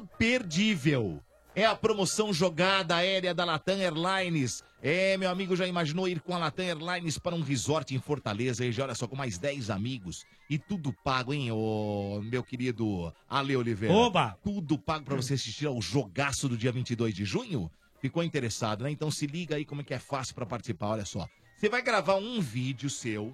Speaker 6: imperdível. É a promoção jogada aérea da Latam Airlines. É, meu amigo, já imaginou ir com a Latam Airlines para um resort em Fortaleza, e olha só, com mais 10 amigos. E tudo pago, hein, ô, meu querido Ale Oliveira?
Speaker 3: Oba!
Speaker 6: Tudo pago para você assistir ao jogaço do dia 22 de junho? Ficou interessado, né? Então se liga aí como é que é fácil para participar, olha só. Você vai gravar um vídeo seu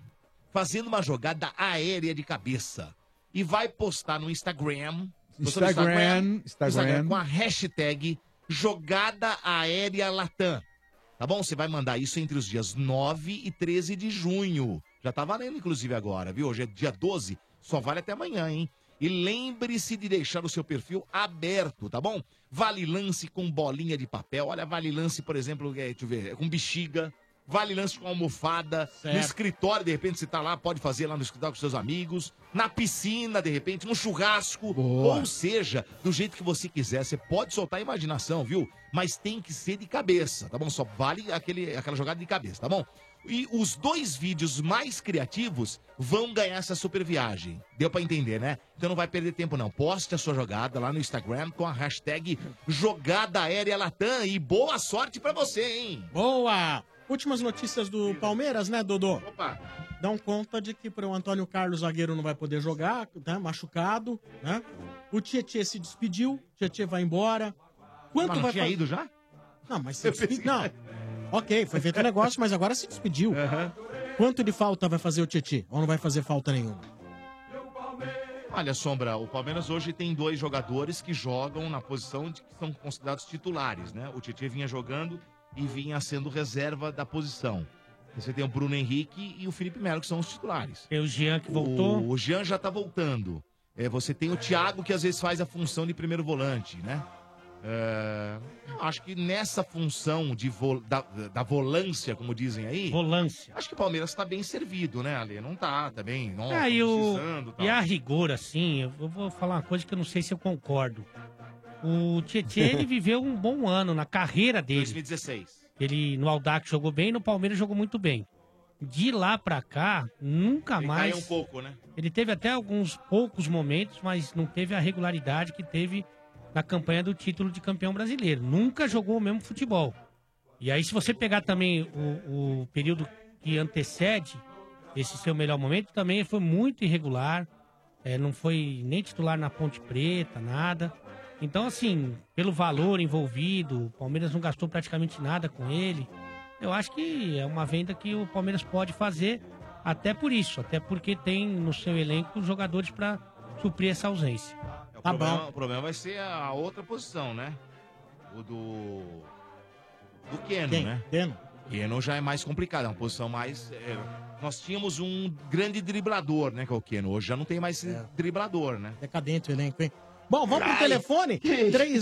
Speaker 6: fazendo uma jogada aérea de cabeça e vai postar no Instagram, postou no
Speaker 8: Instagram, Instagram.
Speaker 6: com a hashtag jogada aérea Latam. Tá bom? Você vai mandar isso entre os dias 9 e 13 de junho. Já tá valendo, inclusive, agora, viu? Hoje é dia 12, só vale até amanhã, hein? E lembre-se de deixar o seu perfil aberto, tá bom? Vale lance com bolinha de papel. Olha, vale lance, por exemplo, é, deixa eu ver, é com bexiga. Vale lance com almofada. No escritório, de repente, você tá lá, pode fazer lá no escritório com seus amigos. Na piscina, de repente, num churrasco. Ou seja, do jeito que você quiser, você pode soltar a imaginação, viu? Mas tem que ser de cabeça, tá bom? Só vale aquele, aquela jogada de cabeça, tá bom? E os dois vídeos mais criativos vão ganhar essa super viagem. Deu pra entender, né? Então não vai perder tempo, não. Poste a sua jogada lá no Instagram com a hashtag Jogada Aérea Latam e boa sorte pra você, hein?
Speaker 2: Boa! Últimas notícias do Palmeiras, né, Dodô?
Speaker 6: Opa!
Speaker 2: Dão conta de que pro Antônio Carlos zagueiro não vai poder jogar, né? Machucado, né? O Tietchan se despediu, o Tietchan vai embora. Quanto
Speaker 6: Mas não
Speaker 2: vai
Speaker 6: tinha
Speaker 2: fa-
Speaker 6: ido já?
Speaker 2: Não, mas se despediu. Não. Ok, foi feito o negócio, mas agora se despediu. Quanto de falta vai fazer o Tietchan? Ou não vai fazer falta nenhuma?
Speaker 6: Olha, Sombra, o Palmeiras hoje tem dois jogadores que jogam na posição de que são considerados titulares, né? O Tietchan vinha jogando e vinha sendo reserva da posição. Você tem o Bruno Henrique e o Felipe Melo, que são os titulares.
Speaker 3: Tem o Jean que voltou.
Speaker 6: O, Jean já tá voltando. É, você tem o Thiago, que às vezes faz a função de primeiro volante, né? É, eu acho que nessa função de vo- da, da volância, como dizem aí.
Speaker 3: Volância.
Speaker 6: Acho que o Palmeiras tá bem servido, né, Ale? Não tá, tá bem. Nossa,
Speaker 3: Ah, e,
Speaker 6: tô
Speaker 3: o-
Speaker 6: precisando, tá tal.
Speaker 3: e a rigor, assim, eu vou falar uma coisa que eu não sei se eu concordo. O
Speaker 6: <laughs>
Speaker 3: Tietchan, ele viveu um bom ano na carreira dele.
Speaker 6: 2016.
Speaker 3: Ele no Aldax jogou bem, no Palmeiras jogou muito bem. De lá pra cá, nunca
Speaker 6: Ele
Speaker 3: mais.
Speaker 6: caiu um pouco, né?
Speaker 3: Ele teve até alguns poucos momentos, mas não teve a regularidade que teve na campanha do título de campeão brasileiro. Nunca jogou o mesmo futebol. E aí, se você pegar também o, o período que antecede esse seu melhor momento, também foi muito irregular. É, não foi nem titular na Ponte Preta, nada. Então, assim, pelo valor envolvido, o Palmeiras não gastou praticamente nada com ele. Eu acho que é uma venda que o Palmeiras pode fazer, até por isso, até porque tem no seu elenco jogadores para suprir essa ausência.
Speaker 6: É, O
Speaker 3: Tá
Speaker 6: problema,
Speaker 3: bom.
Speaker 6: O problema vai ser a outra posição, né? O do. Do Keno,
Speaker 3: Quem?
Speaker 6: né?
Speaker 2: Keno.
Speaker 6: Keno já é mais complicado, é uma posição mais. é, Nós tínhamos um grande driblador, né? Que é o Keno. Hoje já não tem mais esse driblador, né?
Speaker 2: É. Decadente o elenco, hein? Bom, vamos pro telefone? 3284 7097.
Speaker 6: é Fala de elenco aí, ó.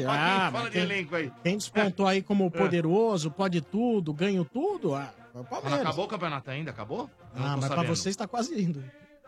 Speaker 6: Olha quem
Speaker 2: Ah,
Speaker 6: fala
Speaker 2: mas
Speaker 6: de
Speaker 2: quem-
Speaker 6: elenco aí. É.
Speaker 2: Quem despontou aí
Speaker 6: <laughs>
Speaker 2: como poderoso, pode tudo, ganho tudo? Ah, foi o
Speaker 6: Ah,
Speaker 2: Palmeiras.
Speaker 6: não acabou o campeonato ainda? Acabou? Não
Speaker 2: Ah,
Speaker 6: tô
Speaker 2: mas pra
Speaker 6: sabendo.
Speaker 2: vocês tá quase indo.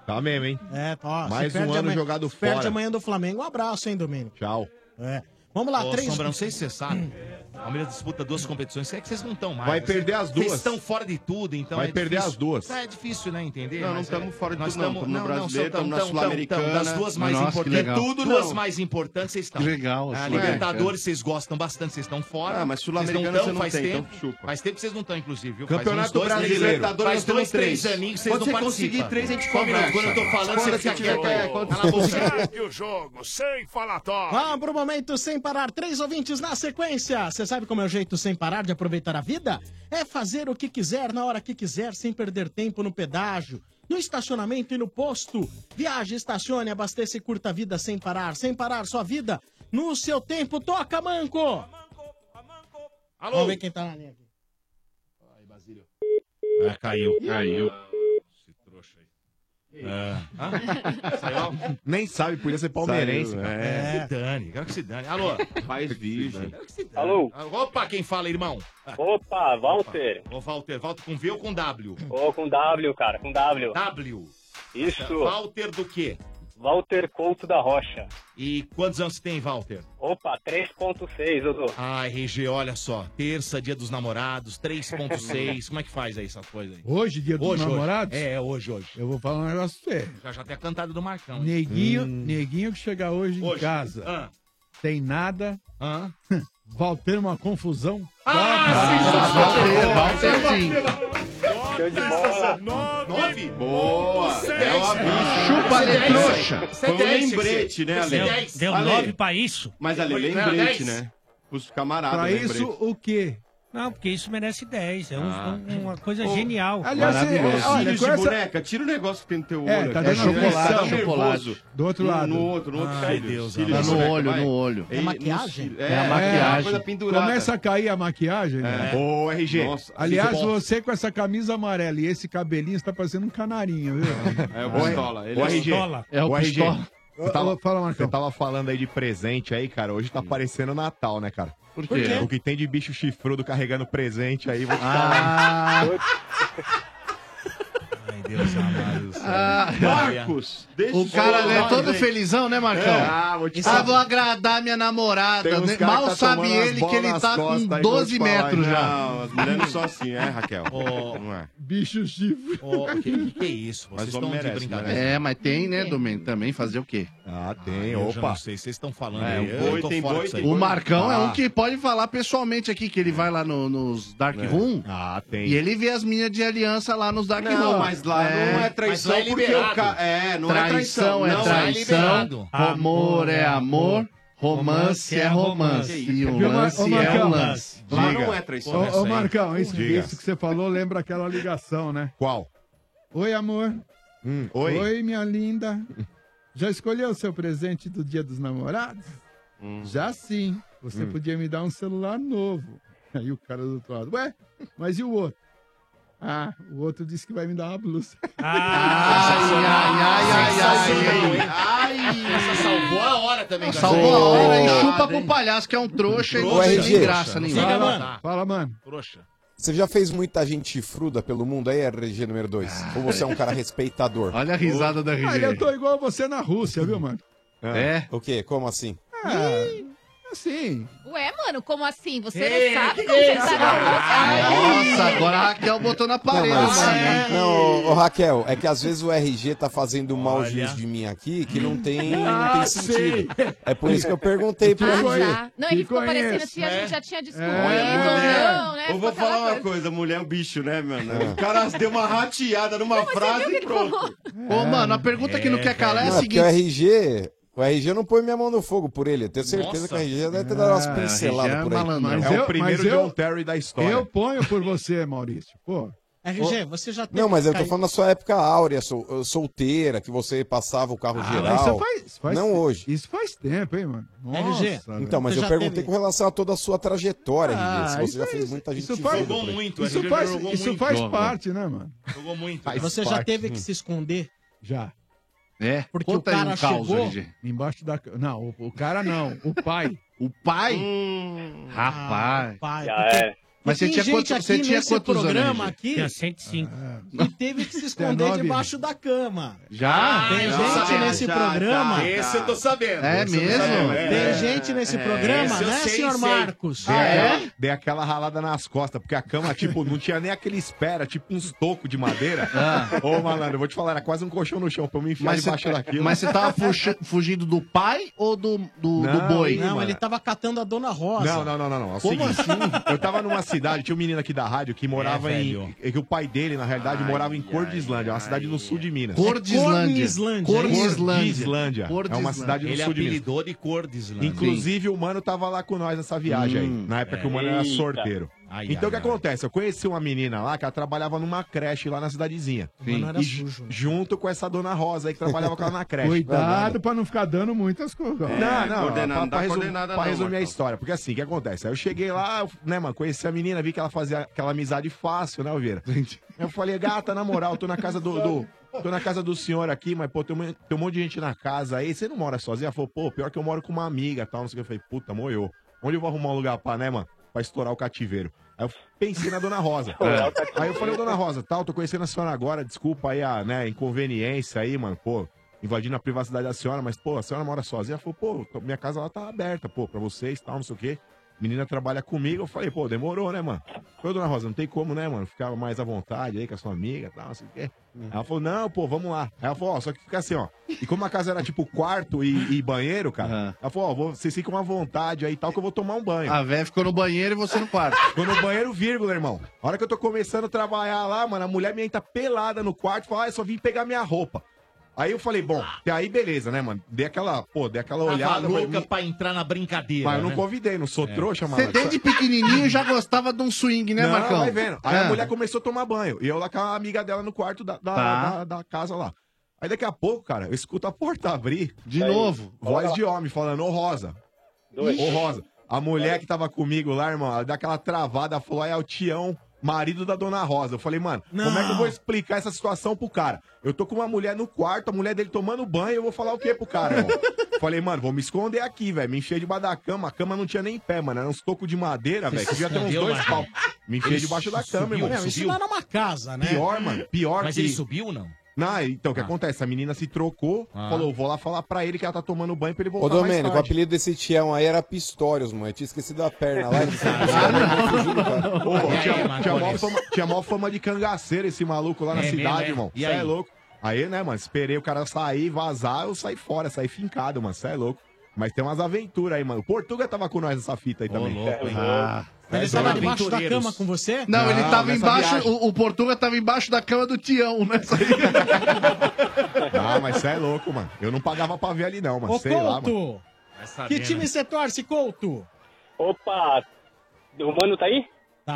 Speaker 5: Tá mesmo, hein?
Speaker 2: É, tá. ó, se
Speaker 5: Mais um
Speaker 2: perde
Speaker 5: ano
Speaker 2: amanhã-
Speaker 5: jogado
Speaker 2: se Perde
Speaker 5: fora.
Speaker 2: amanhã do Flamengo. Um abraço, hein, Domênico.
Speaker 5: Tchau.
Speaker 2: É. Vamos lá,
Speaker 6: Ô,
Speaker 2: três.
Speaker 6: Sombra, não sei se você sabe. O Palmeiras disputa duas competições. É que vocês não estão mais.
Speaker 5: Vai
Speaker 6: Vocês-
Speaker 5: perder as duas.
Speaker 6: Vocês estão fora de tudo, então.
Speaker 5: Vai
Speaker 6: é
Speaker 5: perder
Speaker 6: difícil.
Speaker 5: as duas.
Speaker 6: É difícil, né, entender?
Speaker 5: Não, não
Speaker 6: Mas,
Speaker 5: estamos
Speaker 6: é,
Speaker 5: fora de
Speaker 6: nós
Speaker 5: tudo, não. Estamos no
Speaker 6: não, não,
Speaker 5: Brasileiro,
Speaker 6: são-
Speaker 5: estamos na
Speaker 6: tão- tão-
Speaker 5: Sul-Americana.
Speaker 6: tão- Das duas mais
Speaker 5: Nossa, que
Speaker 6: importantes.
Speaker 5: legal.
Speaker 6: Tudo
Speaker 5: Não.
Speaker 6: duas mais importantes vocês estão.
Speaker 5: Que legal,
Speaker 6: A
Speaker 5: Sul-Americana.
Speaker 6: Libertadores vocês gostam bastante, vocês estão fora.
Speaker 5: Ah, mas
Speaker 6: Vocês não
Speaker 5: Sul-Americana
Speaker 6: tão,
Speaker 5: você não
Speaker 6: faz
Speaker 5: tem,
Speaker 6: tempo.
Speaker 5: então chupa.
Speaker 6: Faz tempo que vocês não estão, inclusive. viu?
Speaker 5: Campeonato
Speaker 6: Faz uns dois,
Speaker 5: Brasileiro.
Speaker 6: três- Faz
Speaker 5: Libertadores,
Speaker 6: dois,
Speaker 5: nós temos
Speaker 6: três
Speaker 5: três.
Speaker 6: aninhos que vocês
Speaker 5: Quando
Speaker 6: não
Speaker 5: você
Speaker 6: participam.
Speaker 5: conseguir três, a gente
Speaker 6: Combinado.
Speaker 5: conversa.
Speaker 6: Quando eu tô falando,
Speaker 5: Quando
Speaker 6: você
Speaker 5: você
Speaker 6: fica
Speaker 5: tiver
Speaker 6: quieto.
Speaker 5: até-
Speaker 6: Cala a boca.
Speaker 19: Segue o jogo sem falatório.
Speaker 2: Vamos pro momento sem parar. Três ouvintes na sequência. Você sabe como é o jeito sem parar de aproveitar a vida? É fazer o que quiser na hora que quiser, sem perder tempo no pedágio, no estacionamento e no posto. Viaje, estacione, abasteça e curta a vida sem parar, sem parar sua vida. No seu tempo, toca, Manco!
Speaker 6: Alô?
Speaker 2: Vamos ver quem tá na
Speaker 7: <laughs>
Speaker 2: linha aqui.
Speaker 3: É,
Speaker 6: Ah, caiu.
Speaker 4: Caiu.
Speaker 16: É.
Speaker 6: Ah, saiu?
Speaker 5: Nem sabe, podia ser palmeirense.
Speaker 6: Saiu,
Speaker 5: cara.
Speaker 6: É. Se dane, quero que se dane. Alô? <laughs> É Faz virgem.
Speaker 18: Alô?
Speaker 6: Opa, quem fala, irmão?
Speaker 18: Opa, Walter.
Speaker 6: Ô, Walter, Walter com V ou com W?
Speaker 18: Ô, com W, cara, com W.
Speaker 6: W.
Speaker 18: Isso.
Speaker 6: Walter do quê?
Speaker 18: Walter Couto da Rocha.
Speaker 6: E quantos anos você tem, Walter?
Speaker 18: Opa, 3.6, Dudu.
Speaker 6: Ah, RG, olha só. Terça, dia dos namorados, 3.6. Como é que faz aí essa coisa aí?
Speaker 8: Hoje, dia dos
Speaker 6: Hoje, hoje.
Speaker 8: namorados?
Speaker 6: É, hoje, hoje.
Speaker 8: Eu vou falar um negócio pra você.
Speaker 6: Já, já tem a cantada do Marcão. hein? Hum.
Speaker 8: Neguinho, neguinho que chega hoje, em
Speaker 6: Hoje.
Speaker 8: casa.
Speaker 6: Ah.
Speaker 8: Tem nada.
Speaker 6: Ah.
Speaker 8: <laughs> Walter, uma confusão.
Speaker 5: Ah, tá.
Speaker 18: Show de bola.
Speaker 6: Nove?
Speaker 5: Boa!
Speaker 6: um
Speaker 5: É o aviso.
Speaker 11: Chupa,
Speaker 5: Você
Speaker 11: Ale
Speaker 5: dez.
Speaker 11: Trouxa.
Speaker 5: Foi um lembrete, né, Ale?
Speaker 3: Deu
Speaker 5: Ale,
Speaker 3: nove pra isso?
Speaker 5: Mas, Ale, lembrete, né? Os camaradas,
Speaker 3: Pra
Speaker 5: lembrete.
Speaker 3: isso,
Speaker 8: O quê?
Speaker 3: Não, porque isso merece 10. É um-
Speaker 5: Ah.
Speaker 3: um- uma coisa genial.
Speaker 5: Aliás,
Speaker 8: Maravilhoso. é, olha,
Speaker 5: Cílios
Speaker 8: com
Speaker 5: de
Speaker 8: essa-
Speaker 5: boneca, tira o negócio que tem no teu olho.
Speaker 8: É,
Speaker 5: aqui.
Speaker 8: tá dando chocolate,
Speaker 5: nervoso.
Speaker 8: chocolate. Do outro
Speaker 5: No-
Speaker 8: lado.
Speaker 5: No outro, no outro.
Speaker 8: Ai,
Speaker 5: cílios,
Speaker 8: Deus,
Speaker 5: cílios
Speaker 8: tá
Speaker 5: de
Speaker 8: no
Speaker 5: boneca,
Speaker 8: olho,
Speaker 5: vai.
Speaker 8: no olho.
Speaker 5: Ei,
Speaker 8: É
Speaker 5: no
Speaker 8: maquiagem?
Speaker 5: cílio.
Speaker 8: É,
Speaker 5: É,
Speaker 8: a
Speaker 5: É uma coisa
Speaker 8: maquiagem.
Speaker 5: pendurada.
Speaker 8: Começa a cair a maquiagem. né?
Speaker 5: É. Ô, RG. Nossa,
Speaker 8: Aliás,
Speaker 5: Cílios-
Speaker 8: você com essa camisa amarela e esse cabelinho, você tá parecendo um canarinho, viu?
Speaker 5: É o pistola. Ele
Speaker 8: o
Speaker 5: é
Speaker 8: RG.
Speaker 5: É o pistola.
Speaker 8: Ô,
Speaker 5: Você tava,
Speaker 8: ô, fala,
Speaker 5: você tava falando aí de presente aí, cara. Hoje tá parecendo Natal, né, cara? Por
Speaker 8: quê?
Speaker 5: O que tem de bicho chifrudo carregando presente aí, vou te
Speaker 8: Ah.
Speaker 5: falar.
Speaker 6: Ai, Deus amado. do céu.
Speaker 11: Ah,
Speaker 5: Marcos, deixa
Speaker 11: o
Speaker 5: os
Speaker 11: cara é
Speaker 5: nós,
Speaker 11: todo
Speaker 5: hein?
Speaker 11: felizão, né, Marcão?
Speaker 5: É. Ah, vou te
Speaker 11: ah,
Speaker 5: falar.
Speaker 11: vou agradar minha namorada.
Speaker 5: Tem uns
Speaker 11: né?
Speaker 5: cara
Speaker 11: Mal
Speaker 5: que tá
Speaker 11: sabe
Speaker 5: tomando as
Speaker 11: ele que
Speaker 5: bolas
Speaker 11: ele
Speaker 5: nas
Speaker 11: tá
Speaker 5: costas,
Speaker 11: com
Speaker 5: aí que eu vou te
Speaker 11: 12
Speaker 5: falar, hein?
Speaker 11: metros já.
Speaker 5: Não, as
Speaker 11: <laughs>
Speaker 5: mulheres não são assim, é, Raquel? Não é.
Speaker 8: Bicho chifre.
Speaker 6: Ô, que, que isso?
Speaker 11: Mas
Speaker 6: Vocês estão de brincadeira.
Speaker 11: É, mas tem, né, Domênico? Também fazer o quê?
Speaker 5: Ah, tem,
Speaker 6: Eu já não sei, vocês estão falando
Speaker 5: É,
Speaker 11: É,
Speaker 6: aí. eu tô fora disso aí.
Speaker 11: O Marcão é
Speaker 6: Ah.
Speaker 11: um que pode falar pessoalmente aqui, que ele vai lá no- nos Dark Room.
Speaker 5: Ah, tem.
Speaker 11: E ele vê as meninas de aliança lá nos Dark Room.
Speaker 5: Não, mas lá não é traição
Speaker 11: Mas lá
Speaker 5: porque o ca- é, não é
Speaker 11: traição.
Speaker 5: traição, não,
Speaker 11: é
Speaker 5: lá é
Speaker 11: traição.
Speaker 5: liberado.
Speaker 11: Amor é amor. Romance é romance. E um lance é um lance.
Speaker 8: Lá é
Speaker 11: Diga.
Speaker 8: Ô, ô Marcão, isso,
Speaker 11: Diga.
Speaker 8: isso que você falou lembra aquela ligação, né?
Speaker 5: Qual?
Speaker 8: Oi, amor. Hum, oi. minha linda. Já escolheu o seu presente do Dia dos Namorados? Já sim. Você
Speaker 10: Hum.
Speaker 8: podia me dar um celular novo. Aí o cara do outro lado, ué, mas e o outro? Ah, o outro disse que vai me dar uma blusa.
Speaker 12: Essa salvou a hora também,
Speaker 11: Salvou a hora e chupa pro palhaço, que é um trouxa e
Speaker 7: Ô,
Speaker 11: não tem
Speaker 7: RG.
Speaker 11: graça nenhuma.
Speaker 7: Fala, mano.
Speaker 8: Fala, mano.
Speaker 12: Trouxa.
Speaker 7: Você já fez muita gente chifruda pelo mundo aí, RG número 2? Ou você é um cara respeitador?
Speaker 11: Olha a risada da RG.
Speaker 8: Olha, eu tô igual você na Rússia, viu, mano?
Speaker 7: É? O quê? Como assim?
Speaker 8: Ah, assim.
Speaker 17: Ué, mano, como assim? Você
Speaker 11: Ei,
Speaker 17: não sabe
Speaker 11: que
Speaker 17: como você
Speaker 11: isso,
Speaker 17: tá
Speaker 11: cara?
Speaker 17: na
Speaker 11: Nossa, agora a Raquel botou na
Speaker 7: Não,
Speaker 11: parede.
Speaker 7: mas-
Speaker 11: Ah, é?
Speaker 7: não, ô, ô, Raquel, é que às vezes o RG tá fazendo mal juiz de mim aqui que não tem,
Speaker 8: <laughs>
Speaker 7: não tem
Speaker 17: Ah,
Speaker 7: sentido. É por isso que eu perguntei pro
Speaker 17: Ah,
Speaker 7: RG.
Speaker 17: tá. Não, ele ficou parecendo que a
Speaker 16: né?
Speaker 17: gente já
Speaker 8: É,
Speaker 17: tinha discutido,
Speaker 16: mulher.
Speaker 17: não, né?
Speaker 16: Eu
Speaker 17: Ficou
Speaker 16: vou
Speaker 17: aquela
Speaker 16: falar uma
Speaker 17: coisa.
Speaker 16: coisa, mulher é um bicho, né, mano?
Speaker 7: É.
Speaker 16: O cara deu uma rateada numa
Speaker 17: Mas você
Speaker 16: frase
Speaker 17: viu que
Speaker 16: e
Speaker 17: ele
Speaker 16: pronto.
Speaker 17: falou?
Speaker 11: Ô, mano, a pergunta que não quer calar é a
Speaker 7: Não, é porque
Speaker 11: seguinte.
Speaker 7: o RG. O RG não põe minha mão no fogo por ele. Eu tenho certeza
Speaker 11: Nossa.
Speaker 7: que o RG deve ter dado umas
Speaker 11: Ah,
Speaker 7: pinceladas
Speaker 11: RG é
Speaker 7: por aí.
Speaker 11: malandrão.
Speaker 8: Mas eu- mas
Speaker 11: um
Speaker 8: eu- Eu
Speaker 7: Eu...
Speaker 8: ponho por você, Maurício. Pô.
Speaker 2: RG, você
Speaker 8: tá
Speaker 2: já teve
Speaker 7: Não, mas eu tô
Speaker 2: cair-
Speaker 7: falando da sua época áurea, sol- solteira, que você passava o carro Ah, geral.
Speaker 8: Ah, isso faz- faz-
Speaker 7: não hoje.
Speaker 8: Isso faz tempo, hein, mano?
Speaker 2: É,
Speaker 7: RG.
Speaker 8: Nossa,
Speaker 7: Então, mas
Speaker 8: velho.
Speaker 7: eu perguntei com relação a toda a sua trajetória,
Speaker 8: Ah,
Speaker 7: RG. Se você
Speaker 8: isso
Speaker 7: já
Speaker 8: é-
Speaker 7: fez muita gente
Speaker 8: isso faz-
Speaker 7: envolvida por aí.
Speaker 8: muito, Isso RG faz- jogou isso muito. faz parte, né, mano?
Speaker 12: Jogou muito.
Speaker 7: Faz
Speaker 2: Você já
Speaker 7: parte.
Speaker 2: teve que se esconder?
Speaker 8: Já.
Speaker 11: É?
Speaker 2: Porque o cara chegou...
Speaker 8: Embaixo da. ca- Não, o, o cara não. O pai.
Speaker 11: <laughs>
Speaker 8: Hum.
Speaker 11: o pai?
Speaker 8: Rapaz.
Speaker 2: Ah, pai,
Speaker 8: Já
Speaker 2: porque-
Speaker 8: é.
Speaker 11: Mas
Speaker 2: tem
Speaker 11: você tinha
Speaker 2: gente
Speaker 11: quanto- você
Speaker 2: aqui
Speaker 11: tinha
Speaker 2: nesse
Speaker 11: quantos anos,
Speaker 2: programa
Speaker 11: RG?
Speaker 2: aqui
Speaker 11: Tinha
Speaker 2: 105. E teve que se
Speaker 7: <laughs> É
Speaker 2: esconder
Speaker 11: 19.
Speaker 2: debaixo da cama.
Speaker 11: Já?
Speaker 2: Tem
Speaker 11: Já,
Speaker 2: gente
Speaker 11: já,
Speaker 2: nesse
Speaker 11: já,
Speaker 2: programa.
Speaker 11: já. Esse eu tô sabendo. É
Speaker 2: Esse eu tô
Speaker 11: mesmo?
Speaker 2: sabendo.
Speaker 11: É.
Speaker 2: Tem gente nesse programa,
Speaker 5: eu
Speaker 2: né,
Speaker 5: sei,
Speaker 2: senhor
Speaker 5: sei.
Speaker 2: Marcos? Ah, é?
Speaker 5: Dei, aquela- dei aquela ralada nas costas, porque a cama, tipo, não tinha nem aquele espera, tipo uns tocos de madeira.
Speaker 11: Ah.
Speaker 5: Ô, malandro, eu vou te falar, era quase um colchão no chão pra eu me enfiar
Speaker 11: Mas
Speaker 5: debaixo
Speaker 11: você,
Speaker 5: daquilo.
Speaker 11: mas você tava fuxi- fugindo do pai ou do, do, do
Speaker 5: Não,
Speaker 11: boi?
Speaker 5: não, ele
Speaker 2: Tava catando a Dona Rosa.
Speaker 5: Não, não, não, não, não. É o
Speaker 11: Como assim?
Speaker 5: seguinte, Eu tava numa cidade, tinha um menino aqui da rádio que morava
Speaker 11: É,
Speaker 5: em.
Speaker 11: velho.
Speaker 5: é Que o pai dele, na realidade, morava em Cordislândia, é uma cidade no sul de
Speaker 2: É
Speaker 5: Minas.
Speaker 11: Cordislândia.
Speaker 5: Cordislândia. É uma
Speaker 6: Cordislândia.
Speaker 5: cidade no
Speaker 6: Ele
Speaker 5: sul de Minas.
Speaker 6: apelidou de né? Cordislândia.
Speaker 5: Inclusive, o mano tava lá com nós nessa viagem
Speaker 6: Hum.
Speaker 5: aí. Na época que o mano era
Speaker 6: Eita.
Speaker 5: sorteiro.
Speaker 6: Ai,
Speaker 5: então, o que
Speaker 6: ai, ai.
Speaker 5: acontece? Eu conheci uma menina lá que ela trabalhava numa creche lá na cidadezinha.
Speaker 8: mano era
Speaker 5: E
Speaker 8: sujo, né?
Speaker 5: ju- junto com essa dona Rosa aí que trabalhava com ela na creche.
Speaker 8: Cuidado pra não ficar dando muitas coisas.
Speaker 5: Não, não, pra,
Speaker 8: Coordenada,
Speaker 5: pra
Speaker 8: dá
Speaker 5: resum-
Speaker 8: coordenada
Speaker 5: pra
Speaker 8: É. não,
Speaker 5: resumir a
Speaker 8: Marcão.
Speaker 5: história, porque assim, o que acontece? Aí eu cheguei lá, eu, né, mano, conheci a menina, vi que ela fazia aquela amizade fácil, né, Oliveira? Eu falei, gata, na moral, tô na casa do,
Speaker 8: <laughs>
Speaker 5: do- tô na casa do senhor aqui, mas, pô, tem um, mon- tem um monte de gente na casa aí, você não mora sozinha? Ela falou, pô, pior que eu moro com uma amiga e tal, não sei o que. Eu falei, puta, moiou. Onde eu vou arrumar um lugar pra, né, mano, pra estourar o cativeiro? Aí eu pensei na Dona Rosa.
Speaker 16: É.
Speaker 5: Aí eu falei, ô, Dona Rosa, tal, tô conhecendo a senhora agora, desculpa aí a, né, inconveniência aí, mano, pô, invadindo a privacidade da senhora, mas, pô, a senhora mora sozinha? Ela falou, pô, minha casa lá tá aberta, pô, pra vocês, tal, não sei o quê. Menina trabalha comigo, eu falei, pô, demorou, né, mano? Falei, Dona Rosa, não tem como, né, mano, ficar mais à vontade aí com a sua amiga, tal, não sei o quê. Ela falou, não, pô, vamos lá. Aí ela falou, ó, só que fica assim, ó. E como a casa era tipo quarto e, e banheiro, cara, ela falou, ó, vou- vocês ficam à vontade aí e tal, que eu vou tomar um banho.
Speaker 11: A véia É, ficou no banheiro e você no
Speaker 5: <laughs>
Speaker 11: quarto.
Speaker 5: Ficou no banheiro, vírgula, irmão. A hora que eu tô começando a trabalhar lá, mano, a mulher me entra pelada no quarto e fala, ah, eu só vim pegar minha roupa. Aí eu falei, bom, até aí beleza, né, mano? Dei aquela, pô, dei aquela
Speaker 6: Tava
Speaker 5: olhada.
Speaker 6: louca
Speaker 5: falei,
Speaker 6: pra entrar na brincadeira.
Speaker 5: mas eu não
Speaker 6: né?
Speaker 5: convidei, não sou
Speaker 6: É.
Speaker 5: trouxa, mano.
Speaker 11: Você desde pequenininho já gostava de um swing, né,
Speaker 5: Não,
Speaker 11: Marcão?
Speaker 5: vai vendo. Aí
Speaker 11: É.
Speaker 5: a mulher começou a tomar banho. E eu lá com a amiga dela no quarto da, da,
Speaker 11: Tá.
Speaker 5: da- da casa lá. Aí daqui a pouco, cara, eu escuto a porta abrir.
Speaker 11: De novo.
Speaker 5: Voz de homem falando, ô Rosa.
Speaker 11: Dois.
Speaker 5: Ô Rosa. A mulher que tava comigo lá, irmão, ela dá aquela travada, falou, "Ah, é o Tião, marido da Dona Rosa. Eu falei, mano, como é que eu vou explicar essa situação pro cara? Eu tô com uma mulher no quarto, a mulher dele tomando banho, eu vou falar o quê pro cara, irmão? <laughs> Falei, mano, vou me esconder aqui, velho. Me enchei debaixo da cama. A cama não tinha nem pé, mano. Era uns tocos de madeira,
Speaker 2: Você
Speaker 5: velho.
Speaker 2: se
Speaker 5: Que devia ter uns
Speaker 2: escondeu,
Speaker 5: dois
Speaker 2: mano?
Speaker 5: pau. Me enfiei
Speaker 2: Ele
Speaker 5: debaixo da
Speaker 2: subiu,
Speaker 5: cama,
Speaker 2: Não,
Speaker 5: irmão.
Speaker 2: isso não era uma casa, né?
Speaker 5: Pior, mano. Pior
Speaker 6: Mas
Speaker 5: que...
Speaker 6: ele subiu ou não?
Speaker 5: Não, então, o que acontece? A menina se trocou,
Speaker 6: Ah.
Speaker 5: falou, vou lá falar pra ele que ela tá tomando banho pra ele
Speaker 7: Ô,
Speaker 5: voltar mais
Speaker 7: Domênico, o
Speaker 5: tarde.
Speaker 7: apelido desse Tião aí era Pistórios, mano. Eu tinha esquecido a perna lá. ele ficou fugindo, cara.
Speaker 5: Ô, tinha, tinha, mó
Speaker 7: Marcones?
Speaker 5: fama, tinha mó fama de cangaceiro esse maluco lá na
Speaker 7: É mesmo,
Speaker 5: cidade,
Speaker 7: é?
Speaker 5: irmão.
Speaker 7: E
Speaker 5: Cê
Speaker 7: aí?
Speaker 5: é louco. Aí, né, mano, esperei o cara sair, vazar, eu saí fora, saí fincado, mano. Cê é louco. Mas tem umas aventuras aí, mano. O Portuga tava com nós nessa fita aí também.
Speaker 2: louco, hein?
Speaker 5: Ah.
Speaker 2: Ele
Speaker 5: Mas
Speaker 2: tava
Speaker 5: é
Speaker 2: debaixo da
Speaker 5: aventureiros.
Speaker 2: cama com você?
Speaker 11: Não, ele tava
Speaker 5: nessa
Speaker 11: embaixo,
Speaker 5: viagem.
Speaker 11: o, o Portuga tava embaixo da cama do Tião,
Speaker 5: <laughs>
Speaker 11: né?
Speaker 5: Ah, mas cê é louco, mano. Eu não pagava pra ver ali, não, mano.
Speaker 2: Ô,
Speaker 5: Sei lá,
Speaker 2: Couto!
Speaker 5: mano.
Speaker 2: Que time você torce, Couto?
Speaker 18: Opa, o mano tá aí?
Speaker 2: Tá.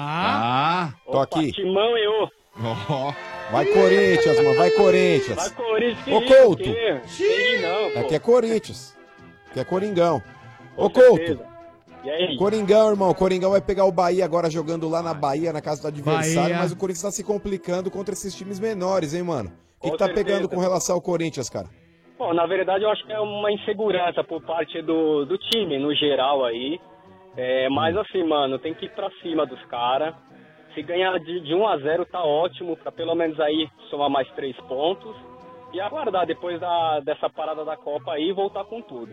Speaker 5: Ah,
Speaker 18: Opa, Timão e eu.
Speaker 5: Ó,
Speaker 7: Vai Corinthians, mano. Vai Corinthians.
Speaker 18: Vai Corinthians, que
Speaker 7: Ô,
Speaker 18: isso,
Speaker 7: Couto.
Speaker 18: que- que não, pô.
Speaker 7: Aqui é Corinthians. Aqui é Coringão. Ô,
Speaker 18: Com
Speaker 7: Couto.
Speaker 18: certeza. E aí?
Speaker 7: Coringão, irmão. Coringão vai pegar o Bahia agora jogando lá na Bahia, na casa do adversário.
Speaker 10: Bahia.
Speaker 7: Mas o Corinthians tá se complicando contra esses times menores, hein, mano? O que,
Speaker 18: Com
Speaker 7: que tá
Speaker 18: certeza.
Speaker 7: pegando com relação ao Corinthians, cara?
Speaker 18: Bom, na verdade eu acho que é uma insegurança por parte do, do time no geral aí. É, mas assim, mano, tem que ir pra cima dos caras. Se ganhar de, de 1 a 0 tá ótimo, pra pelo menos aí somar mais três pontos. E aguardar depois da, dessa parada da Copa aí e voltar com tudo.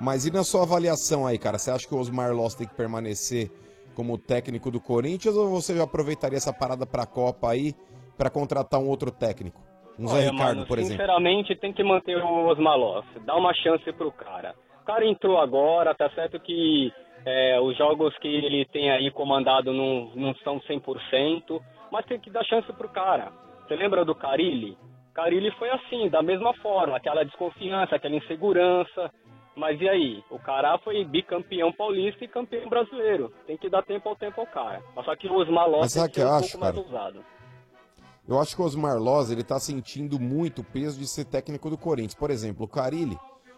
Speaker 7: Mas e na sua avaliação aí, cara? Você acha que o Osmar Loss tem que permanecer como técnico do Corinthians ou você já aproveitaria essa parada pra Copa aí pra contratar um outro técnico? Um Zé
Speaker 18: Olha,
Speaker 7: Ricardo,
Speaker 18: mano,
Speaker 7: por exemplo.
Speaker 18: Sinceramente, tem que manter o Osmar Loss. Dá uma chance pro cara. O cara entrou agora, tá certo que é, os jogos que ele tem aí comandado não, não são 100%, mas tem que dar chance pro cara. Você lembra do Carilli? Carilli foi assim, da mesma forma, aquela desconfiança, aquela insegurança. Mas e aí? O cara foi bicampeão paulista e campeão brasileiro. Tem que dar tempo ao tempo ao cara. Mas só que o Osmar
Speaker 7: Mas
Speaker 18: Loss
Speaker 7: sabe
Speaker 18: tem
Speaker 7: o
Speaker 18: que
Speaker 7: que
Speaker 18: ser um pouco
Speaker 7: eu acho,
Speaker 18: mais
Speaker 7: cara?
Speaker 18: ousado.
Speaker 7: Eu acho que o Osmar Loz, ele tá sentindo muito o peso de ser técnico do Corinthians. Por exemplo, o Carilli,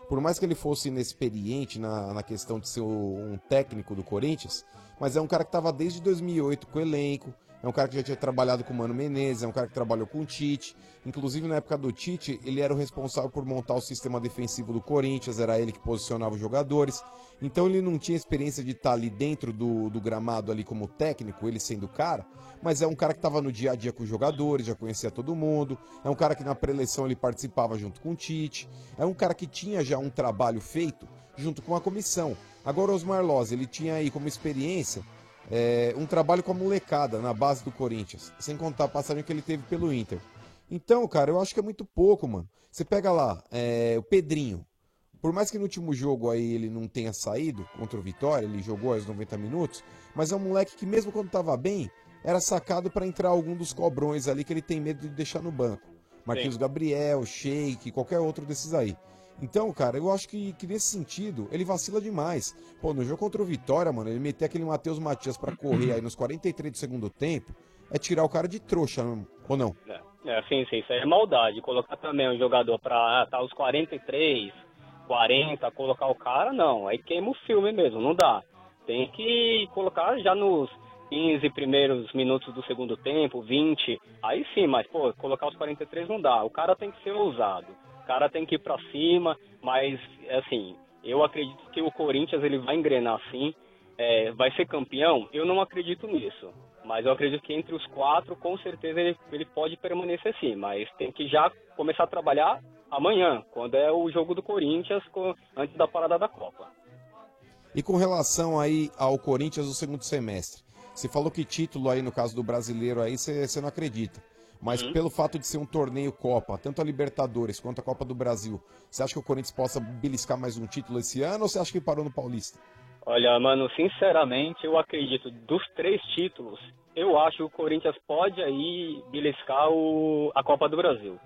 Speaker 7: por mais que ele fosse inexperiente na, na questão de ser o- um técnico do Corinthians, mas é um cara que tava desde 2008 com o elenco, é um cara que já tinha trabalhado com o Mano Menezes, é um cara que trabalhou com o Tite. Inclusive, na época do Tite, ele era o responsável por montar o sistema defensivo do Corinthians, era ele que posicionava os jogadores. Então, ele não tinha experiência de estar ali dentro do, do gramado, ali como técnico, ele sendo o cara, mas é um cara que estava no dia a dia com os jogadores, já conhecia todo mundo. É um cara que na preleção ele participava junto com o Tite. É um cara que tinha já um trabalho feito junto com a comissão. Agora, o Osmar Loz, ele tinha aí como experiência é, um trabalho com a molecada na base do Corinthians, sem contar a passagem que ele teve pelo Inter. Então, cara, eu acho que é muito pouco, mano. Você pega lá, é, o Pedrinho. Por mais que no último jogo aí ele não tenha saído contra o Vitória, ele jogou aos 90 minutos, mas é um moleque que mesmo quando tava bem, era sacado pra entrar algum dos cobrões ali que ele tem medo de deixar no banco. Marquinhos
Speaker 26: Sim.
Speaker 7: Gabriel, Sheik, qualquer outro desses aí. Então, cara, eu acho que, que nesse sentido ele vacila demais. Pô, no jogo contra o Vitória, mano, ele meter aquele Matheus Matias pra correr aí nos 43 do segundo tempo é tirar o cara de trouxa, né, mano? ou não?
Speaker 18: É, sim, sim, isso aí é maldade. Colocar também um jogador pra estar tá, os 43, 40, colocar o cara, não. Aí queima o filme mesmo, não dá. Tem que colocar já nos 15 primeiros minutos do segundo tempo, 20. Aí sim, mas, pô, colocar os 43 não dá. O cara tem que ser ousado. O cara tem que ir pra cima, mas, assim, eu acredito que o Corinthians ele vai engrenar sim. É, vai ser campeão? Eu não acredito nisso. Mas eu acredito que entre os quatro, com certeza, ele, ele pode permanecer sim. Mas tem que já começar a trabalhar amanhã, quando é o jogo do Corinthians, co- antes da parada da Copa.
Speaker 7: E com relação aí ao Corinthians no segundo semestre, você falou que título aí no caso do brasileiro aí você você não acredita. Mas
Speaker 21: Uhum.
Speaker 7: pelo fato de ser um torneio Copa, tanto a Libertadores quanto a Copa do Brasil, você acha que o Corinthians possa beliscar mais um título esse ano ou você acha que parou no Paulista?
Speaker 18: Olha, mano, sinceramente, eu acredito, dos três títulos, eu acho que o Corinthians pode aí beliscar o, a Copa do Brasil.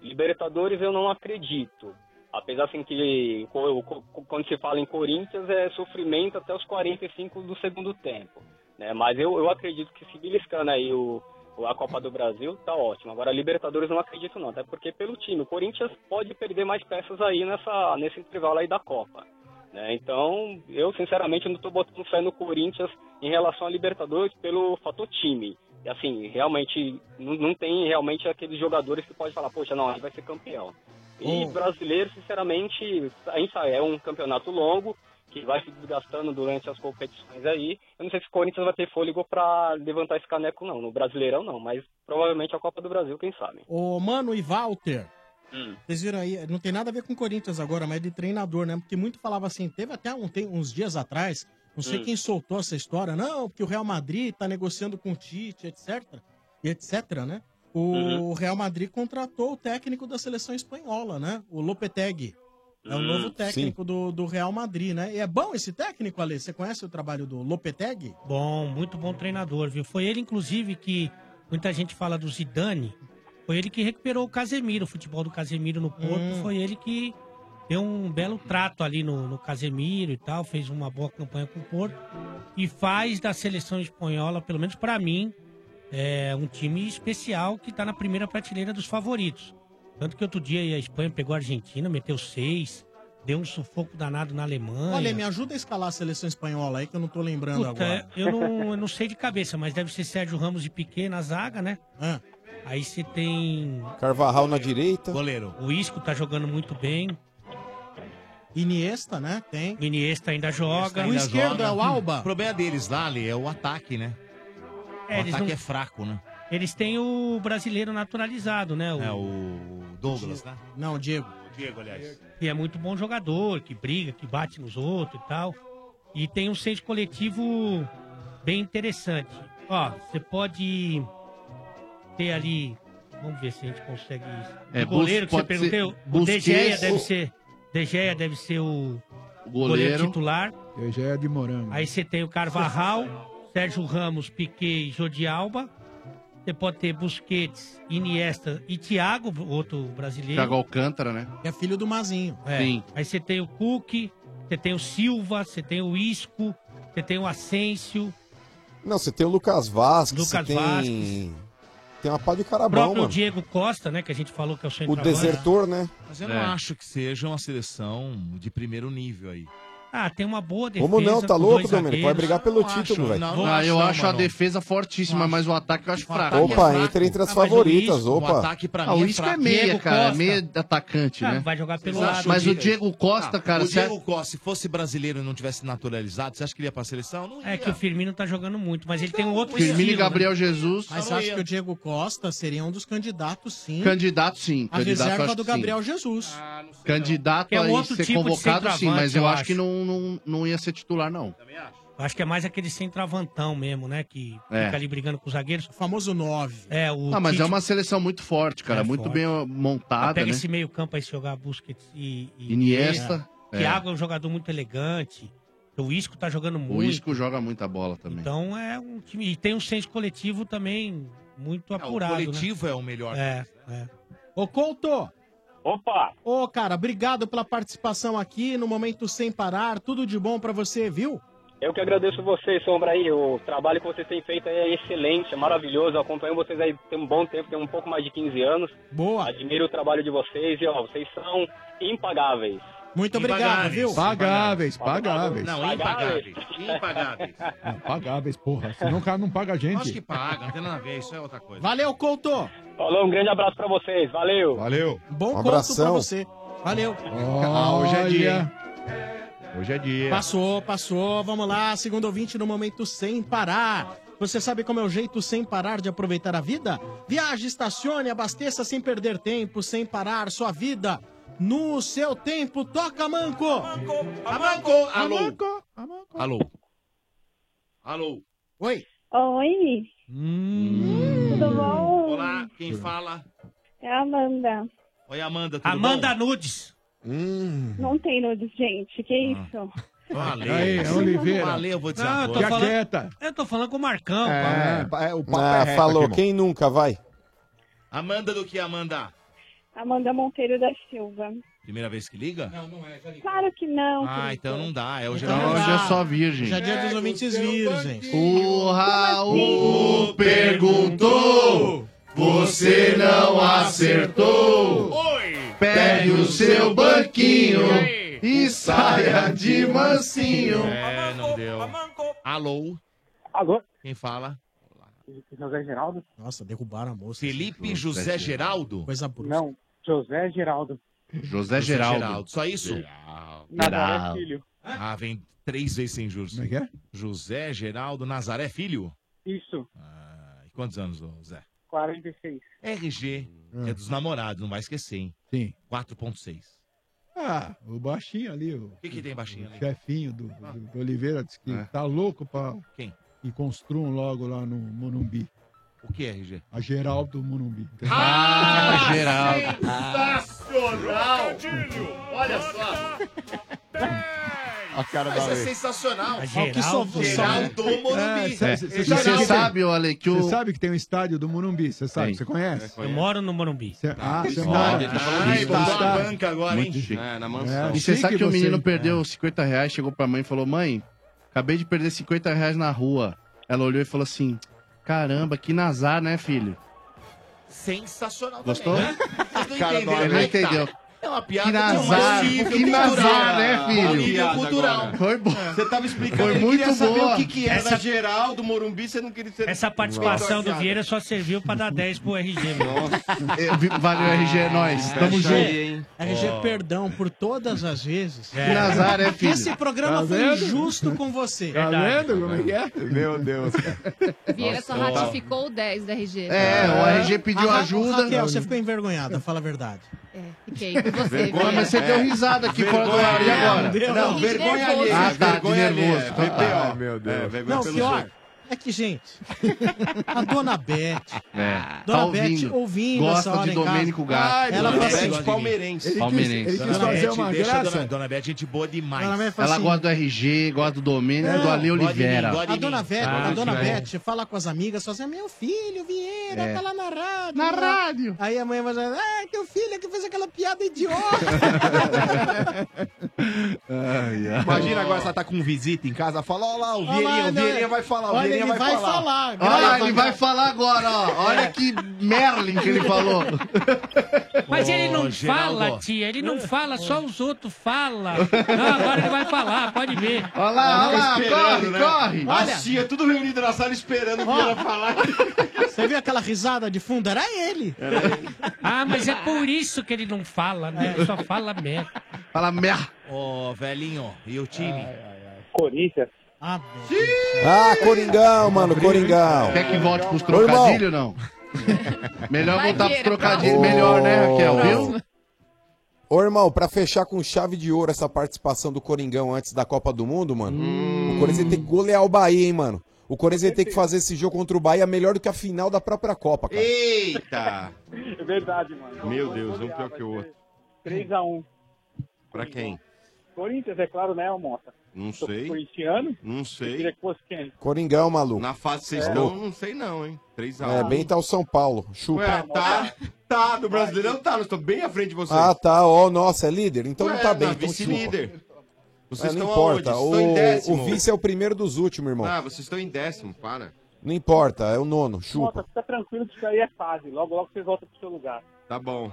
Speaker 18: Libertadores eu não acredito. Apesar assim que co- co- quando se fala em Corinthians é sofrimento até os 45 do segundo tempo. Né? Mas eu, eu acredito que se beliscando aí o, o- a Copa do Brasil tá ótimo. Agora Libertadores eu não acredito não, até porque pelo time. O Corinthians pode perder mais peças aí nessa, nesse intervalo aí da Copa. né? Então, eu sinceramente não estou botando fé no Corinthians em relação a Libertadores pelo fator time. E, Assim, realmente, não, não tem realmente aqueles jogadores que pode falar, poxa, não, a gente vai ser campeão. E
Speaker 21: Hum.
Speaker 18: brasileiro, sinceramente, a gente sabe, é um campeonato longo, que vai se desgastando durante as competições aí. Eu não sei se o Corinthians vai ter fôlego para levantar esse caneco, não. No Brasileirão, não. Mas provavelmente a Copa do Brasil, quem sabe.
Speaker 2: Ô, Mano e Walter.
Speaker 18: Hum.
Speaker 2: Vocês viram aí, não tem nada a ver com Corinthians agora, mas de treinador, né? Porque muito falava assim, teve até um, tem- uns dias atrás, não sei
Speaker 21: Hum.
Speaker 2: quem soltou essa história, não, porque o Real Madrid tá negociando com o Tite, etc. E etc, né? O
Speaker 21: Uhum.
Speaker 2: Real Madrid contratou o técnico da seleção espanhola, né? O Lopetegui. É o
Speaker 21: Hum,
Speaker 2: novo técnico do, do Real Madrid, né? E é bom esse técnico, Ale? Você conhece o trabalho do Lopetegui?
Speaker 3: Bom, muito bom treinador, viu? Foi ele, inclusive, que muita gente fala do Zidane. Foi ele que recuperou o Casemiro, o futebol do Casemiro no Porto.
Speaker 2: Hum.
Speaker 3: Foi ele que deu um belo trato ali no, no Casemiro e tal. Fez uma boa campanha com o Porto. E faz da seleção espanhola, pelo menos pra mim, é um time especial que tá na primeira prateleira dos favoritos. Tanto que outro dia aí a Espanha pegou a Argentina, meteu seis, deu um sufoco danado na Alemanha.
Speaker 2: Olha, me ajuda a escalar a seleção espanhola aí que eu não tô lembrando
Speaker 3: Puta,
Speaker 2: agora.
Speaker 3: Eu não, eu não sei de cabeça, mas deve ser Sérgio Ramos e Piquet na zaga, né? Aí você tem.
Speaker 7: Carvajal na direita.
Speaker 3: Goleiro. O Isco tá jogando muito bem.
Speaker 2: Iniesta, né? Tem.
Speaker 3: O Iniesta ainda joga.
Speaker 6: Ainda
Speaker 11: é
Speaker 6: joga.
Speaker 3: Hum.
Speaker 6: O problema deles lá, Ali, é o ataque, né?
Speaker 3: É,
Speaker 6: o
Speaker 3: eles
Speaker 6: ataque
Speaker 3: não-
Speaker 6: é fraco, né?
Speaker 3: Eles têm o brasileiro naturalizado, né? O...
Speaker 6: É o Douglas, né?
Speaker 2: Não, o Diego.
Speaker 6: Diego, aliás.
Speaker 3: Que é muito bom jogador, que briga, que bate nos outros e tal. E tem um senso coletivo bem interessante. Ó, você pode ter ali. Vamos ver se a gente consegue isso.
Speaker 11: É,
Speaker 3: o goleiro que
Speaker 11: Bus-
Speaker 3: você
Speaker 11: pode ser
Speaker 3: perguntou, o De
Speaker 11: Busquets
Speaker 3: Gea deve
Speaker 11: ou-
Speaker 3: ser. De Gea deve ser o goleiro,
Speaker 8: goleiro.
Speaker 3: titular.
Speaker 8: Eu já é de morango.
Speaker 3: Aí você tem o Carvajal, Sérgio Ramos, Piquet e Jordi Alba. Você pode ter Busquets, Iniesta e Thiago, outro brasileiro.
Speaker 11: Thiago Alcântara, né?
Speaker 2: É filho do Mazinho.
Speaker 3: É.
Speaker 11: Sim.
Speaker 3: Aí você tem o Cook, você tem o Silva, você tem o Isco, você tem o Asensio,
Speaker 7: Não, você tem o Lucas Vasquez,
Speaker 3: Lucas
Speaker 7: você tem...
Speaker 3: Vasquez.
Speaker 7: Tem uma pá de
Speaker 3: o
Speaker 7: cara Tá bom,
Speaker 3: próprio
Speaker 7: mano.
Speaker 3: Diego Costa, né? Que a gente falou que é o
Speaker 7: O
Speaker 3: centroavante.
Speaker 7: desertor, né?
Speaker 6: Mas eu não acho que seja uma seleção de primeiro nível aí.
Speaker 3: Ah, tem uma boa defesa.
Speaker 7: Como não?
Speaker 3: com
Speaker 7: Tá louco,
Speaker 3: dois
Speaker 7: Domênico? Vai
Speaker 3: zagueiros.
Speaker 7: brigar pelo título, velho.
Speaker 11: Não, Ah, eu acho a defesa fortíssima, mas o ataque eu acho fraco.
Speaker 7: Opa, entra entre as
Speaker 11: Ah, mas o
Speaker 7: favoritas,
Speaker 11: Isco,
Speaker 7: opa.
Speaker 11: O ataque pra
Speaker 7: Ah,
Speaker 11: mim
Speaker 7: o
Speaker 11: é
Speaker 7: Isco
Speaker 11: fraco.
Speaker 7: é meia,
Speaker 11: Diego
Speaker 7: cara,
Speaker 11: Costa.
Speaker 7: meia
Speaker 11: atacante,
Speaker 3: Ah,
Speaker 11: né?
Speaker 3: vai jogar pelo
Speaker 11: Vocês
Speaker 3: lado.
Speaker 11: acham Mas Ah, o Diego Costa, cara,
Speaker 6: Ah, O
Speaker 11: você- é
Speaker 6: Diego Costa, se fosse brasileiro e não tivesse naturalizado, você acha que ele ia pra seleção? Não
Speaker 3: É que o Firmino tá jogando muito, mas ele tem
Speaker 11: Então,
Speaker 3: um outro
Speaker 2: Firmino
Speaker 3: estilo,
Speaker 2: e
Speaker 11: Gabriel Jesus.
Speaker 2: Mas
Speaker 11: Só não
Speaker 2: acho
Speaker 11: ia.
Speaker 2: que o Diego Costa seria um dos candidatos, sim.
Speaker 11: Candidato, sim. Candidato,
Speaker 2: A
Speaker 11: eu
Speaker 2: reserva
Speaker 11: acho
Speaker 2: do
Speaker 11: que
Speaker 2: Gabriel Jesus.
Speaker 11: sim. Candidato
Speaker 3: É um
Speaker 11: a
Speaker 3: outro
Speaker 11: ser
Speaker 3: tipo de
Speaker 11: convocado, sim, mas
Speaker 3: centroavante,
Speaker 11: eu
Speaker 3: eu
Speaker 11: acho que
Speaker 3: acho.
Speaker 11: não, não, não ia ser titular, não.
Speaker 3: Eu acho que é mais aquele centroavantão mesmo, né? Que
Speaker 11: É.
Speaker 3: fica ali brigando com os zagueiros. O
Speaker 2: famoso 9.
Speaker 3: É, o
Speaker 11: Ah, mas
Speaker 3: Tite
Speaker 11: é uma seleção muito forte, cara.
Speaker 3: É
Speaker 11: muito
Speaker 3: forte.
Speaker 11: bem montada,
Speaker 3: pega
Speaker 11: né?
Speaker 3: esse meio campo aí se jogar Busquets e, e
Speaker 11: Iniesta.
Speaker 3: É.
Speaker 11: É.
Speaker 3: Thiago é um jogador muito elegante. O Isco tá jogando muito.
Speaker 11: O Isco joga muita bola também.
Speaker 3: Então é um time. E tem um senso coletivo também muito
Speaker 6: o
Speaker 3: apurado. né?
Speaker 6: coletivo é o melhor.
Speaker 3: É, é.
Speaker 2: Ô, Couto!
Speaker 18: Opa!
Speaker 2: Ô, cara, obrigado pela participação aqui no Momento Sem Parar. Tudo de bom pra você, viu?
Speaker 18: Eu que agradeço vocês, Sombra aí. O trabalho que vocês têm feito aí é excelente, é maravilhoso. Eu acompanho vocês aí tem um bom tempo, tem um pouco mais de 15 anos.
Speaker 2: Boa!
Speaker 18: Admiro o trabalho de vocês e, ó, vocês são impagáveis.
Speaker 2: Muito obrigado,
Speaker 18: Impagáveis,
Speaker 2: viu?
Speaker 8: Pagáveis, pagáveis.
Speaker 6: Não, impagáveis. Impagáveis.
Speaker 8: Ah, pagáveis, porra. Senão o cara não paga a
Speaker 6: Acho que
Speaker 8: gente.
Speaker 6: paga, não tem nada a ver, isso é outra coisa.
Speaker 2: Valeu, Couto!
Speaker 18: Falou, um grande abraço pra vocês. Valeu!
Speaker 5: Valeu.
Speaker 2: Bom
Speaker 5: Um
Speaker 2: Couto pra
Speaker 5: abração.
Speaker 2: você. Valeu.
Speaker 5: Ah, hoje é dia, hein? Hoje é dia.
Speaker 2: Passou, passou. Vamos lá, segundo ouvinte no momento sem parar. Você sabe como é o jeito sem parar de aproveitar a vida? Viaje, estacione, abasteça sem perder tempo, sem parar sua vida. No seu tempo, toca manco!
Speaker 6: Amanco! Alô! Alô? Alô?
Speaker 2: Oi?
Speaker 10: Oi, tudo bom?
Speaker 6: Hum. Olá, quem fala?
Speaker 10: É a Amanda.
Speaker 6: Oi, Amanda, tudo
Speaker 3: Amanda Nudes.
Speaker 7: Hum.
Speaker 10: Não tem nudes, gente. Que
Speaker 6: Ah.
Speaker 10: isso?
Speaker 6: Valeu.
Speaker 8: Aí,
Speaker 11: é
Speaker 8: Oliveira.
Speaker 6: Valeu, vou dizer
Speaker 3: Não, eu
Speaker 6: agora.
Speaker 3: tô falando, eu tô falando com o Marcão.
Speaker 7: É,
Speaker 3: pô.
Speaker 7: o
Speaker 3: papo
Speaker 7: ah,
Speaker 3: é reto
Speaker 7: falou,
Speaker 3: aqui, irmão.
Speaker 7: quem nunca vai?
Speaker 6: Amanda do que, Amanda?
Speaker 10: Amanda Monteiro da Silva.
Speaker 6: Primeira vez que liga? Não, não é.
Speaker 10: Claro que não.
Speaker 6: Ah, então não dá. É então hoje
Speaker 11: Então hoje é só virgem.
Speaker 2: Já dia dos ouvintes virgem.
Speaker 11: O
Speaker 10: assim?
Speaker 11: Raul perguntou, você não acertou. Pegue o seu banquinho e saia de mansinho.
Speaker 6: É, não deu. Alô?
Speaker 18: Alô?
Speaker 6: Quem fala?
Speaker 18: José Geraldo?
Speaker 2: Nossa, derrubaram a moça. assim,
Speaker 6: Felipe José Geraldo?
Speaker 2: Coisa bruta.
Speaker 18: Não, José Geraldo.
Speaker 11: José Geraldo.
Speaker 6: é Só isso?
Speaker 18: Nazaré Filho.
Speaker 6: Ah, vem três vezes sem juros. Como é que é? José Geraldo Nazaré Filho? Ah,
Speaker 18: Isso,
Speaker 6: E quantos anos, ô, Zé?
Speaker 18: 46.
Speaker 6: RG é dos namorados, não vai esquecer, hein?
Speaker 8: Sim.
Speaker 6: 4.6.
Speaker 8: Ah, o baixinho ali, o
Speaker 6: O que, que tem baixinho ali?
Speaker 8: chefinho do, do- do Oliveira, disse que tá louco pra
Speaker 6: Quem?
Speaker 8: que construam logo lá no Monumbi.
Speaker 6: O que, RG?
Speaker 8: A Geraldo Monumbi.
Speaker 6: Ah,
Speaker 11: Geraldo.
Speaker 6: Sensacional! Olha só!
Speaker 8: A cara
Speaker 6: Isso é sensacional!
Speaker 8: A Geraldo.
Speaker 6: Geraldo Morumbi!
Speaker 8: É, cê- cê-
Speaker 6: Geraldo.
Speaker 8: cê
Speaker 11: o Ale, que o-
Speaker 8: Você sabe que tem um estádio do Morumbi, você sabe, você conhece?
Speaker 3: Eu moro no Morumbi.
Speaker 8: Ah, você
Speaker 11: Olha,
Speaker 8: mora.
Speaker 11: ele tá falando
Speaker 8: Ah,
Speaker 11: disso.
Speaker 8: então
Speaker 11: Tá
Speaker 8: tá.
Speaker 11: na banca agora, hein?
Speaker 8: Muito chique.
Speaker 11: É,
Speaker 16: na
Speaker 11: e você é. sabe que o menino perdeu 50 reais, chegou pra mãe e falou: Mãe, acabei de perder 50 reais na rua. Ela olhou e falou assim: Caramba, que nazar, né, filho?
Speaker 6: Sensacional
Speaker 11: Gostou?
Speaker 6: também. né? Vocês não
Speaker 11: Cara,
Speaker 6: entenderam,
Speaker 11: ele não
Speaker 6: aí tá.
Speaker 11: entendeu.
Speaker 6: É uma
Speaker 11: Que
Speaker 6: piada
Speaker 11: nazar,
Speaker 6: de um nível
Speaker 11: que
Speaker 6: cultural.
Speaker 11: nazar, né,
Speaker 6: Um
Speaker 3: É
Speaker 11: filho?
Speaker 6: nível cultural.
Speaker 11: Foi bom.
Speaker 4: Você tava explicando
Speaker 11: Foi
Speaker 4: ele
Speaker 11: muito
Speaker 4: queria saber
Speaker 11: boa.
Speaker 4: o que, que era
Speaker 3: Essa-
Speaker 4: geral do Morumbi, você não queria saber.
Speaker 3: É. Essa participação do Vieira só serviu pra dar 10 pro RG. meu.
Speaker 11: É, vi- Valeu, RG, é nóis.
Speaker 2: tá
Speaker 11: Tamo junto.
Speaker 2: RG,
Speaker 11: Ó.
Speaker 2: perdão por todas as vezes.
Speaker 11: É. Que nazar, é, filho?
Speaker 2: Esse programa
Speaker 11: Tá
Speaker 2: foi
Speaker 11: vendo?
Speaker 2: injusto com você.
Speaker 11: Tá Verdade. vendo como é que é?
Speaker 5: Meu Deus.
Speaker 17: Vieira só
Speaker 2: Nossa.
Speaker 17: ratificou o 10 da RG.
Speaker 11: É, o RG pediu
Speaker 2: Ah, Ra-
Speaker 11: ajuda.
Speaker 2: Raquel, você ficou envergonhada, fala a verdade.
Speaker 17: É, fiquei com você. É.
Speaker 11: Vergonha,
Speaker 17: Vieira.
Speaker 11: mas você deu risada aqui fora do ar. E agora?
Speaker 2: Não,
Speaker 11: vergonha alheia. Ah, tá, de
Speaker 2: é.
Speaker 11: nervoso. Tá, tá.
Speaker 5: Ai, meu Deus.
Speaker 2: Não, pior é que, gente, a
Speaker 4: Tá
Speaker 2: dona Beth,
Speaker 11: É.
Speaker 2: dona
Speaker 11: Tá
Speaker 2: Beth
Speaker 11: ouvindo.
Speaker 2: ouvindo
Speaker 11: Gosta
Speaker 2: essa
Speaker 11: de
Speaker 2: hora em casa,
Speaker 11: Domênico <laughs> Gato. Ai,
Speaker 2: ela
Speaker 11: dona
Speaker 2: fala
Speaker 11: Beth
Speaker 2: assim,
Speaker 11: gosta de mim. Palmeirense. Ele quis- Palmeirense. ele quis
Speaker 6: Dona
Speaker 11: fazer
Speaker 3: É
Speaker 6: Beth,
Speaker 11: uma
Speaker 6: deixa a Dona,
Speaker 11: graça.
Speaker 6: dona Beth, gente boa demais.
Speaker 2: Dona Beth fala
Speaker 11: Ela
Speaker 2: assim,
Speaker 11: gosta do RG, gosta do
Speaker 2: É,
Speaker 11: Domênio, do Ale Oliveira.
Speaker 2: A dona Beth,
Speaker 11: Ah,
Speaker 2: a dona
Speaker 11: que bom.
Speaker 2: Beth fala com as amigas, fala assim, meu filho, Vieira,
Speaker 11: É.
Speaker 2: tá lá na rádio.
Speaker 11: Na
Speaker 2: tá lá."
Speaker 11: rádio.
Speaker 2: Aí a mãe vai dizer, ah, teu filho que fez aquela piada idiota.
Speaker 5: Imagina agora se ela tá com visita em casa, fala, ó lá, o Vieirinha, o Vieirinha vai falar, o
Speaker 2: né? Olha,
Speaker 5: Vieirinha
Speaker 2: ele
Speaker 5: vai,
Speaker 2: vai
Speaker 5: falar.
Speaker 2: falar. né?
Speaker 11: Olha lá, ele vai falar agora, ó. Olha que Merlin que ele falou.
Speaker 3: Mas ele não
Speaker 11: Ô, Geraldo.
Speaker 3: fala, tia. Ele não fala, só os outros falam. Não, agora ele vai falar, pode ver.
Speaker 11: Olha
Speaker 4: Ela tá esperando, né?
Speaker 3: Olha,
Speaker 4: As tia, tudo reunido na sala esperando pra ela falar.
Speaker 2: Você viu aquela risada de fundo? Era ele.
Speaker 3: ah, mas é por isso que ele não fala, né? Só fala merda.
Speaker 11: Fala merda.
Speaker 6: Ô, velhinho, e o time?
Speaker 12: Corinthians.
Speaker 2: Ah,
Speaker 7: Ah, Coringão, mano, Coringão.
Speaker 11: Quer que volte pros
Speaker 7: Ô, irmão.
Speaker 11: trocadilhos ou não? Melhor
Speaker 7: Vai,
Speaker 11: voltar pros
Speaker 7: Vieira,
Speaker 11: trocadilhos,
Speaker 7: próximo.
Speaker 11: melhor, né, Raquel, viu?
Speaker 7: Próximo. Ô, irmão, pra fechar com chave de ouro essa participação do Coringão antes da Copa do Mundo, mano, o Corinthians tem que golear o Bahia, hein, mano. O Corinthians tem que fazer esse jogo contra o Bahia melhor do que a final da própria Copa, cara.
Speaker 4: Eita!
Speaker 12: É verdade, mano.
Speaker 4: Meu Deus, um pior que o outro.
Speaker 12: 3x1.
Speaker 4: Pra quem?
Speaker 12: Corinthians, é claro, né, Almonta?
Speaker 4: Não
Speaker 12: Sou
Speaker 4: sei.
Speaker 12: Corintiano?
Speaker 4: Não
Speaker 12: Eu
Speaker 4: sei.
Speaker 12: queria que fosse quem?
Speaker 7: Coringão, maluco.
Speaker 4: Na fase vocês
Speaker 7: É.
Speaker 4: estão, não sei não, hein? 3x1.
Speaker 7: É, bem tá o São Paulo. Chupa.
Speaker 4: Ué, tá, tá, do Brasileirão tá, nós estamos bem à frente de vocês.
Speaker 7: Ah, tá. Ó, nossa, é líder? Então
Speaker 4: Ué,
Speaker 7: não tá bem. Então
Speaker 4: vice-líder.
Speaker 7: chupa.
Speaker 4: Vocês
Speaker 7: É, não
Speaker 4: estão
Speaker 7: importa.
Speaker 4: aonde? Vocês estão em
Speaker 7: O,
Speaker 4: décimo.
Speaker 7: o vice é o primeiro dos últimos, irmão.
Speaker 4: Ah, vocês estão em décimo, para.
Speaker 7: Não importa, é o nono. Chupa.
Speaker 12: Almonta, fica tranquilo que isso aí é fase. Logo, logo você volta pro seu lugar.
Speaker 4: Tá bom.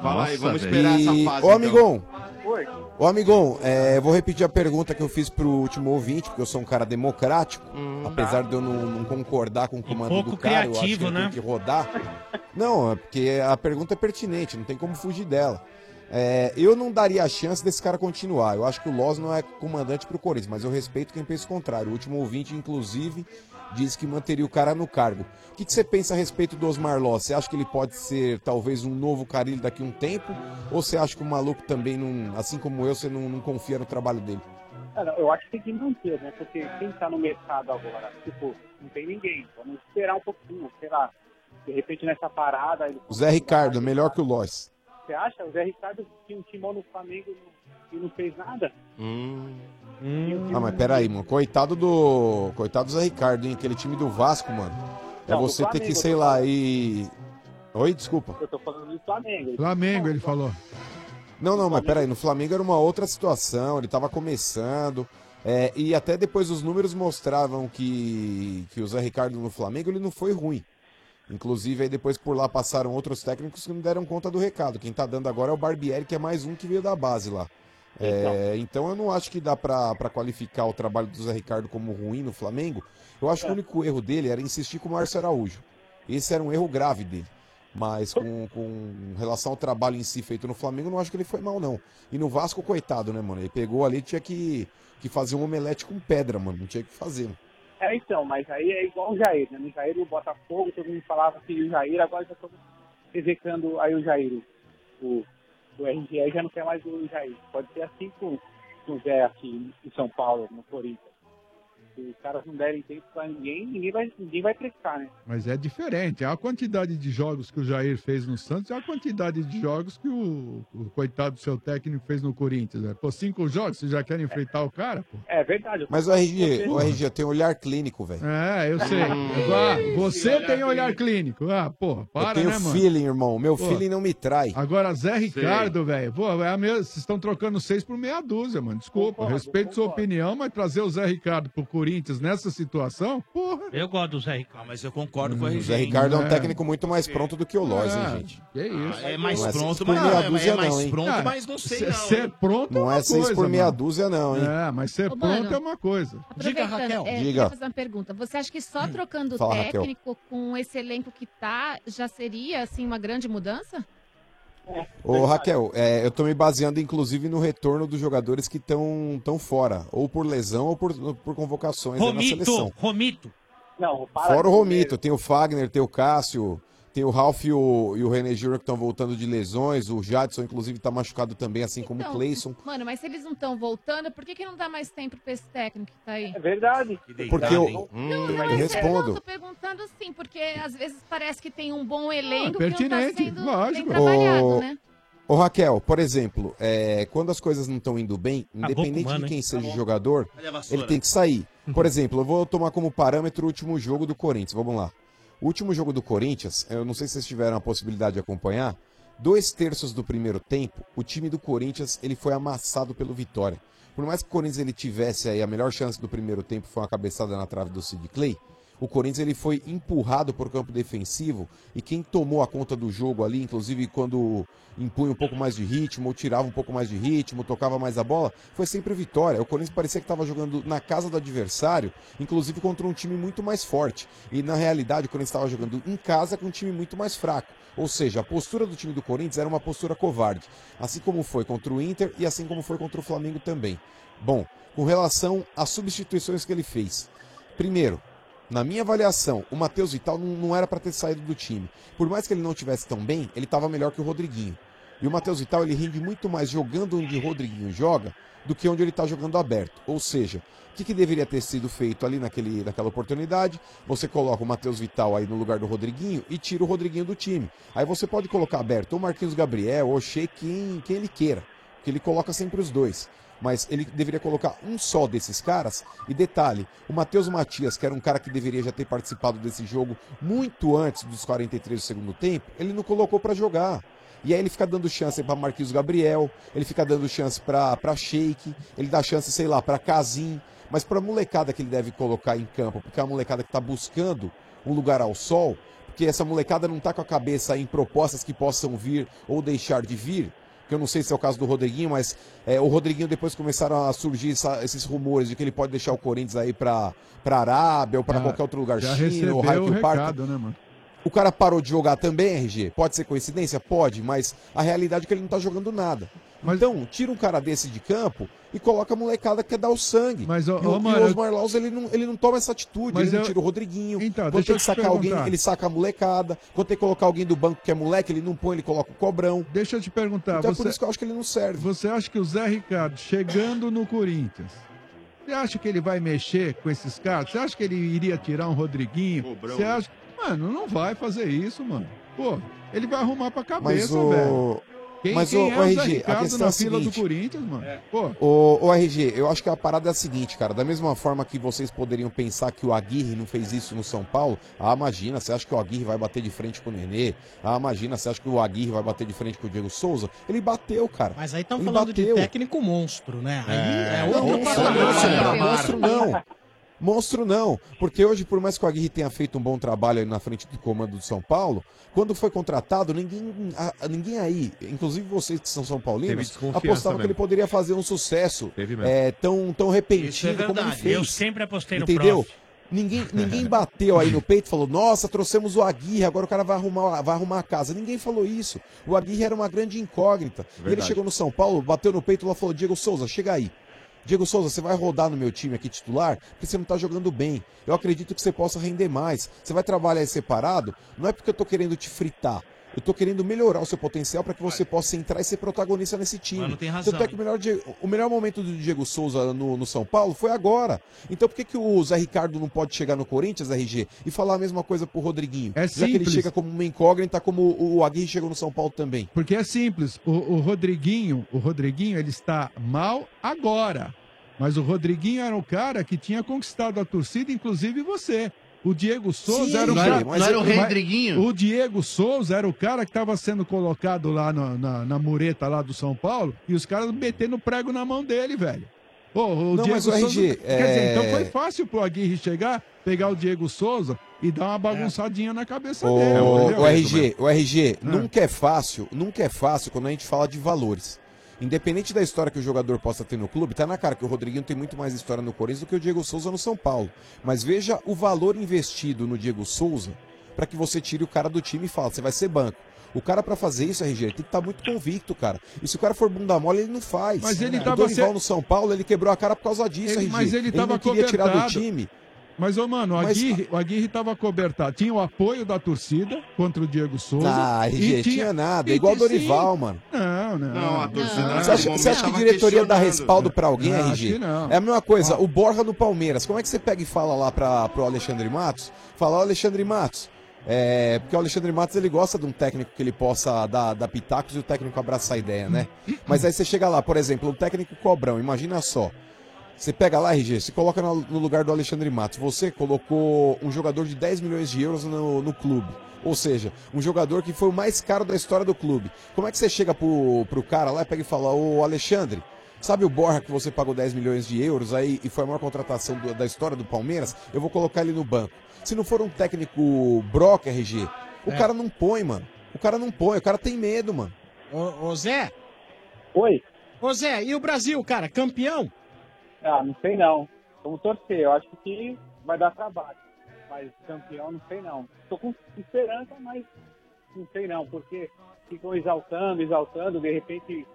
Speaker 4: Fala aí,
Speaker 7: Nossa,
Speaker 4: vamos
Speaker 7: velho.
Speaker 4: esperar
Speaker 7: E-
Speaker 4: essa fase. então.
Speaker 7: Ô, amigão.
Speaker 12: Oi.
Speaker 7: Ô, amigão, é, vou repetir a pergunta que eu fiz pro último ouvinte, porque eu sou um cara democrático,
Speaker 4: Hum.
Speaker 7: apesar de eu não, não concordar com o comando
Speaker 3: pouco
Speaker 7: do cara, eu acho que
Speaker 3: criativo,
Speaker 7: ele
Speaker 3: né?
Speaker 7: tem que rodar. Não, é porque a pergunta é pertinente, não tem como fugir dela. É, eu não daria a chance desse cara continuar. Eu acho que o Loz não é comandante pro Corinthians, mas eu respeito quem pensa o contrário. O último ouvinte, inclusive, disse que manteria o cara no cargo. O que, que você pensa a respeito do Osmar Loz? Você acha que ele pode ser talvez um novo Carilho daqui a um tempo? Ou você acha que o maluco também, não, assim como eu, você não, não confia no trabalho dele?
Speaker 12: Cara, eu acho que tem que manter, né? Porque quem tá no mercado agora, tipo, não tem ninguém. Vamos esperar um pouquinho, sei lá. De repente nessa parada, ele...
Speaker 7: O Zé Ricardo é melhor que o Loz.
Speaker 12: você acha? O Zé Ricardo tinha um timão no Flamengo e não- e não fez nada? Hum.
Speaker 7: Ah, mas peraí, mano. Coitado do. Coitado do Zé Ricardo, hein? Aquele time do Vasco, mano. É
Speaker 12: Não, do
Speaker 7: você ter que,
Speaker 12: Flamengo,
Speaker 7: sei
Speaker 12: eu tô
Speaker 7: lá, e. Oi, desculpa.
Speaker 12: Eu tô falando do Flamengo.
Speaker 7: Flamengo, ele falou. Não, não, mas peraí, no Flamengo era uma outra situação, ele tava começando. é, e até depois os números mostravam que, que o Zé Ricardo no Flamengo ele não foi ruim. Inclusive, aí depois por lá passaram outros técnicos que não deram conta do recado. Quem tá dando agora é o Barbieri, que é mais um que veio da base lá. É, então eu não acho que dá pra pra qualificar o trabalho do Zé Ricardo como ruim no Flamengo. Eu
Speaker 8: É.
Speaker 7: acho que o único erro dele era insistir com o Márcio Araújo. Esse era um erro grave dele. Mas com, com relação ao trabalho em si feito no Flamengo, eu não acho que ele foi mal, não. E no Vasco, coitado, né, mano? Ele pegou ali, tinha que, que fazer um omelete com pedra, mano. Não tinha que fazer. mano.
Speaker 12: É, então, mas aí é igual o Jair, né? No Jair o Botafogo, todo mundo falava que o Jair, agora já estamos execrando aí o Jair. O, o RGE já não quer mais o Jair. Pode ser assim com, com o Zé aqui em São Paulo, no Corinthians. Se os caras não derem tempo pra ninguém, ninguém vai, ninguém vai prestar, né?
Speaker 8: Mas é diferente. A quantidade de jogos que o Jair fez no Santos é a quantidade de jogos que o, o coitado do seu técnico fez no Corinthians. Né? Pô, cinco jogos, vocês já querem enfrentar o cara, pô?
Speaker 12: É verdade.
Speaker 7: Mas o RG, o RG tem um olhar clínico, velho.
Speaker 8: É, eu sei. Ah, você tem olhar clínico. Ah, pô, para,
Speaker 7: eu tenho
Speaker 8: né, mano?
Speaker 7: feeling, irmão. Meu
Speaker 8: Pô.
Speaker 7: feeling não me trai.
Speaker 8: Agora, Zé Ricardo, velho, pô, é a mesma- vocês estão trocando seis por meia dúzia, mano. Desculpa, respeito sua opinião, mas trazer o Zé Ricardo pro Corinthians nessa situação, porra.
Speaker 3: Eu gosto do Zé Ricardo.
Speaker 6: Ah, mas eu
Speaker 11: Hum,
Speaker 6: concordo com o
Speaker 7: O
Speaker 6: RG.
Speaker 7: Zé Ricardo é um
Speaker 6: É.
Speaker 7: técnico muito mais pronto do que o Loz,
Speaker 6: É,
Speaker 7: hein, gente?
Speaker 8: Que isso.
Speaker 13: Ah,
Speaker 6: É mais
Speaker 7: Não é seis
Speaker 6: pronto,
Speaker 7: por
Speaker 6: mas
Speaker 7: meia
Speaker 6: não, é,
Speaker 7: dúzia,
Speaker 6: é mais
Speaker 7: não, hein?
Speaker 6: pronto,
Speaker 7: Cara,
Speaker 6: mas não sei
Speaker 8: ser,
Speaker 6: não.
Speaker 8: ser pronto
Speaker 7: Não
Speaker 8: Ah, é uma
Speaker 7: é seis
Speaker 8: coisa,
Speaker 7: por meia
Speaker 8: mano.
Speaker 7: dúzia, não, hein?
Speaker 8: É, mas ser pronto é uma coisa.
Speaker 17: Aproveitando, É, eu
Speaker 7: Diga. Hum.
Speaker 17: queria fazer uma pergunta. Você acha que só trocando o
Speaker 7: Fala, Raquel.
Speaker 17: técnico com esse elenco que tá, já seria, assim, uma grande mudança?
Speaker 7: Ô, Raquel, é, eu tô me baseando inclusive no retorno dos jogadores que estão tão fora, ou por lesão ou por, por convocações aí na
Speaker 3: Romito,
Speaker 7: seleção.
Speaker 3: Romito.
Speaker 18: Não,
Speaker 7: é Fora o Romito, tem o Fagner, tem o Cássio, tem o Ralf e o, e o René Júnior que estão voltando de lesões, o Jadson inclusive tá machucado também, assim como o Cleison.
Speaker 17: Então, Mano, mas se eles não estão voltando, por que, que não dá mais tempo pra esse técnico que tá aí? É
Speaker 18: verdade.
Speaker 7: Porque eu,
Speaker 6: Hum.
Speaker 7: eu
Speaker 17: Não, eu sei, não,
Speaker 7: respondo.
Speaker 17: tô perguntando sim, porque às vezes parece que tem um bom elenco
Speaker 7: Ah,
Speaker 17: que não tá
Speaker 7: pertinente,
Speaker 17: sendo bem
Speaker 7: lógico.
Speaker 17: trabalhado,
Speaker 7: Ô,
Speaker 17: né?
Speaker 7: Ô Raquel, por exemplo, é, quando as coisas não estão indo bem, independente
Speaker 9: Tá mano,
Speaker 7: de
Speaker 9: hein?
Speaker 7: quem seja o jogador,
Speaker 9: Cadê a vassoura?
Speaker 7: ele tem
Speaker 9: <laughs>
Speaker 7: que sair. Por exemplo, eu vou tomar como parâmetro o último jogo do Corinthians. Vamos lá. O último jogo do Corinthians, eu não sei se vocês tiveram a possibilidade de acompanhar. Dois terços do primeiro tempo, o time do Corinthians ele foi amassado pelo Vitória. Por mais que o Corinthians ele tivesse aí a melhor chance do primeiro tempo, foi uma cabeçada na trave do Sid Clay. O Corinthians ele foi empurrado por campo defensivo e quem tomou a conta do jogo ali, inclusive quando impunha um pouco mais de ritmo, ou tirava um pouco mais de ritmo, tocava mais a bola, foi sempre o vitória. O Corinthians parecia que estava jogando na casa do adversário, inclusive contra um time muito mais forte. E na realidade, o Corinthians estava jogando em casa com um time muito mais fraco. Ou seja, a postura do time do Corinthians era uma postura covarde, assim como foi contra o Inter e assim como foi contra o Flamengo também. Bom, com relação às substituições que ele fez. Primeiro, na minha avaliação, o Matheus Vital não, não era para ter saído do time. Por mais que ele não tivesse tão bem, ele estava melhor que o Rodriguinho. E o Matheus Vital ele rende muito mais jogando onde o Rodriguinho joga do que onde ele está jogando aberto. Ou seja, o que, que deveria ter sido feito ali naquele, naquela oportunidade? Você coloca o Matheus Vital aí no lugar do Rodriguinho e tira o Rodriguinho do time. Aí você pode colocar aberto ou Marquinhos Gabriel, ou Shea, quem, quem ele queira porque ele coloca sempre os dois. Mas ele deveria colocar um só desses caras. E detalhe, o Matheus Matias, que era um cara que deveria já ter participado desse jogo muito antes dos 43 do segundo tempo, ele não colocou pra jogar. E aí ele fica dando chance pra Marquinhos Gabriel, ele fica dando chance pra para Sheik, ele dá chance, sei lá, pra Casim. Mas pra molecada que ele deve colocar em campo, porque é uma molecada que tá buscando um lugar ao sol, porque essa molecada não tá com a cabeça em propostas que possam vir ou deixar de vir, que eu não sei se é o caso do Rodriguinho, mas é, o Rodriguinho depois começaram a surgir essa- esses rumores de que ele pode deixar o Corinthians aí pra, pra Arábia ou pra
Speaker 8: Já-
Speaker 7: qualquer outro lugar,
Speaker 8: já
Speaker 7: China,
Speaker 8: recebeu
Speaker 7: ou raio que
Speaker 8: o
Speaker 7: o parta.
Speaker 8: recado, né, mano?
Speaker 7: O cara parou de jogar também, RG? Pode ser coincidência? Pode, mas a realidade é que ele não tá jogando nada. Então, tira um cara desse de campo e coloca a molecada que quer dar o sangue.
Speaker 8: Mas, ó,
Speaker 7: e, o-
Speaker 8: ó,
Speaker 7: e
Speaker 8: mano,
Speaker 7: o
Speaker 8: eu-
Speaker 7: Osmar Laus, ele não, ele não toma essa atitude,
Speaker 8: Mas
Speaker 7: ele não
Speaker 8: eu-
Speaker 7: tira o Rodriguinho.
Speaker 8: Então,
Speaker 7: Quando
Speaker 8: deixa
Speaker 7: tem
Speaker 8: eu
Speaker 7: que
Speaker 8: te
Speaker 7: sacar alguém,
Speaker 8: perguntar.
Speaker 7: ele saca a molecada. Quando tem que colocar alguém do banco que é moleque, ele não põe, ele coloca o cobrão.
Speaker 8: Deixa eu te perguntar.
Speaker 7: Então é
Speaker 8: você-
Speaker 7: por isso que eu acho que ele não serve.
Speaker 8: Você acha que o Zé Ricardo, chegando no Corinthians, você acha que ele vai mexer com esses caras? Você acha que ele iria tirar um Rodriguinho? Você
Speaker 7: né?
Speaker 8: acha... Mano, não vai fazer isso, mano. Pô, ele vai arrumar pra
Speaker 7: Mas
Speaker 8: cabeça,
Speaker 7: o.
Speaker 8: velho. Quem,
Speaker 7: mas
Speaker 8: quem
Speaker 7: o,
Speaker 8: é
Speaker 7: o
Speaker 8: o Zé
Speaker 7: RG, a
Speaker 8: Ricardo
Speaker 7: questão é a
Speaker 8: na fila do
Speaker 7: seguinte,
Speaker 8: Corinthians, mano? Pô,
Speaker 7: Ô, ô, RG, eu acho que a parada é a seguinte, cara. Da mesma forma que vocês poderiam pensar que o Aguirre não fez isso no São Paulo, ah, imagina, você acha que o Aguirre vai bater de frente com o Nenê? Ah, imagina, você acha que o Aguirre vai bater de frente com o Diego Souza? Ele bateu, cara.
Speaker 2: Mas aí estão
Speaker 7: Ele
Speaker 2: falando
Speaker 7: bateu.
Speaker 2: de técnico monstro, né? Aí é,
Speaker 7: não,
Speaker 2: outro
Speaker 7: monstro não,
Speaker 2: patamar.
Speaker 7: cara, monstro não. Monstro não, porque hoje, por mais que o Aguirre tenha feito um bom trabalho aí na frente do comando do São Paulo, quando foi contratado, ninguém, a- a- ninguém aí, inclusive vocês que são São
Speaker 5: Teve
Speaker 7: Paulinos,
Speaker 5: desconfiança
Speaker 7: apostava que
Speaker 5: mesmo.
Speaker 7: ele poderia fazer um sucesso
Speaker 5: mesmo.
Speaker 7: é, tão, tão
Speaker 3: Isso é
Speaker 7: repentino como ele
Speaker 3: verdade.
Speaker 7: fez.
Speaker 3: Eu sempre apostei no
Speaker 7: Entendeu?
Speaker 3: prof.
Speaker 7: Ninguém, ninguém bateu aí no peito e falou: Nossa, trouxemos o Aguirre, agora o cara vai arrumar, vai arrumar a casa. Ninguém falou isso. O Aguirre era uma grande incógnita. E ele
Speaker 9: Verdade.
Speaker 7: chegou no São Paulo, bateu no peito lá e falou: Diego Souza, chega aí. Diego Souza, você vai rodar no meu time aqui titular porque você não tá jogando bem. Eu acredito que você possa render mais. Você vai trabalhar aí separado. Não é porque eu tô querendo te fritar. Eu tô querendo melhorar o seu potencial para que você possa entrar e ser protagonista nesse time.
Speaker 6: Mano, tem razão,
Speaker 7: Tanto é que o melhor, Diego- o melhor momento do Diego Souza no, no São Paulo foi agora. Então por que, que o Zé Ricardo não pode chegar no Corinthians, RG, e falar a mesma coisa pro Rodriguinho?
Speaker 8: É
Speaker 7: Já que ele
Speaker 8: simples.
Speaker 7: chega como uma incógnita, como o, o Aguirre chegou no São Paulo também.
Speaker 8: Porque é simples, o, o Rodriguinho, o Rodriguinho, ele está mal agora. Mas o Rodriguinho era o cara que tinha conquistado a torcida, inclusive você. O Diego Souza
Speaker 11: Sim,
Speaker 8: era o
Speaker 11: não
Speaker 8: cara.
Speaker 11: era- não era o
Speaker 8: mas-
Speaker 11: Rodriguinho?
Speaker 8: O Diego Souza era o cara que estava sendo colocado lá na, na, na mureta lá do São Paulo e os caras metendo prego na mão dele, velho. Pô, o
Speaker 7: Não,
Speaker 8: Diego
Speaker 7: mas o
Speaker 8: Souza...
Speaker 7: RG,
Speaker 8: Quer dizer, então
Speaker 7: é-
Speaker 8: foi fácil pro Aguirre chegar, pegar o Diego Souza e dar uma bagunçadinha na cabeça
Speaker 7: É. Ô,
Speaker 8: dele. entendeu?
Speaker 7: o RG, o RG, nunca é fácil, nunca é fácil quando a gente fala de valores. Independente da história que o jogador possa ter no clube, tá na cara que o Rodriguinho tem muito mais história no Corinthians do que o Diego Souza no São Paulo. Mas veja o valor investido no Diego Souza para que você tire o cara do time e fala, você vai ser banco. O cara pra fazer isso, RG, ele tem que estar muito convicto, cara. E se o cara for bunda mole, ele não faz.
Speaker 8: Mas ele
Speaker 7: o
Speaker 8: tava
Speaker 7: Dorival
Speaker 8: se-
Speaker 7: no São Paulo, ele quebrou a cara por causa disso,
Speaker 8: Ele-
Speaker 7: RG.
Speaker 8: mas ele tava
Speaker 7: não queria tirar do
Speaker 8: cobertado.
Speaker 7: time.
Speaker 8: Mas, ô, mano, o
Speaker 7: Mas-
Speaker 8: Aguirre, o Aguirre tava cobertado. Tinha o apoio da torcida contra o Diego Souza.
Speaker 7: Ah,
Speaker 8: e
Speaker 7: RG, tinha nada. É igual o
Speaker 8: sim.
Speaker 7: Dorival, mano.
Speaker 8: Não, não.
Speaker 7: Não,
Speaker 8: a torcida
Speaker 7: Você acha, você acha que a diretoria dá respaldo pra alguém,
Speaker 8: Não, acho
Speaker 7: RG?
Speaker 8: que não.
Speaker 7: É a mesma coisa, o Borja do Palmeiras. Como é que você pega e fala lá pra, pro Alexandre Matos? Fala, ó, Alexandre Matos. É, porque o Alexandre Matos ele gosta de um técnico que ele possa dar, dar pitacos e o técnico abraça a ideia, né?
Speaker 8: Hum.
Speaker 7: Mas aí você chega lá, por exemplo, o técnico Cobrão, imagina só. Você pega lá, RG, se coloca no no lugar do Alexandre Matos. Você colocou um jogador de 10 milhões de euros no, no clube. Ou seja, um jogador que foi o mais caro da história do clube. Como é que você chega pro, pro cara lá e pega e fala, ô Alexandre, sabe o Borja que você pagou 10 milhões de euros aí e foi a maior contratação do- da história do Palmeiras? Eu vou colocar ele no banco. Se não for um técnico Brock, RG, o cara não põe, mano. O cara não põe, o cara tem medo, mano.
Speaker 2: Ô, ô Zé?
Speaker 9: Oi.
Speaker 2: Ô Zé, e o Brasil, cara, campeão?
Speaker 9: Ah, não sei não. Vamos torcer. Eu acho que vai dar trabalho. Mas campeão, não sei não. Tô com esperança, mas não sei não. Porque ficam exaltando, exaltando. De repente,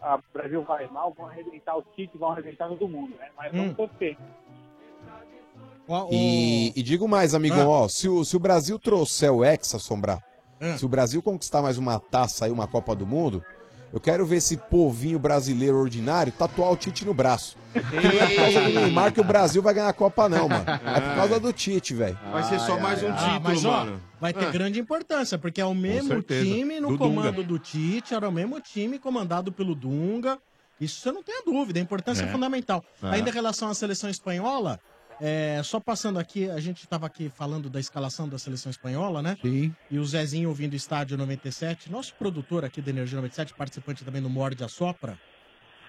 Speaker 9: a Brasil vai mal, vão arrebentar o Tite, vão arrebentar todo mundo, né? Mas vamos torcer.
Speaker 16: Oh.
Speaker 7: E, e digo mais, amigão,
Speaker 9: Ah.
Speaker 7: ó, se o, se o Brasil trouxer o Hexa, Sombrar,
Speaker 16: Ah.
Speaker 7: se o Brasil conquistar mais uma taça aí, uma Copa do Mundo, eu quero ver esse povinho brasileiro ordinário tatuar o Tite no braço. Não é por causa do Neymar que o Brasil vai ganhar a Copa, não, mano. É por causa do Tite, velho.
Speaker 16: Vai ser só mais um
Speaker 2: Ah,
Speaker 16: título,
Speaker 2: mas ó,
Speaker 16: mano.
Speaker 2: vai ter
Speaker 16: Ah.
Speaker 2: grande importância, porque é o mesmo
Speaker 16: certeza.
Speaker 2: time no
Speaker 16: Do Dunga.
Speaker 2: comando do Tite, era o mesmo time comandado pelo Dunga. Isso você não tem a dúvida, a importância é,
Speaker 15: É.
Speaker 2: fundamental.
Speaker 15: É.
Speaker 2: Ainda em relação à seleção espanhola, é, só passando aqui, a gente estava aqui falando da escalação da seleção espanhola, né?
Speaker 8: Sim.
Speaker 2: E o Zezinho ouvindo o Estádio 97, nosso produtor aqui da Energia 97, participante também do Morde a Sopra,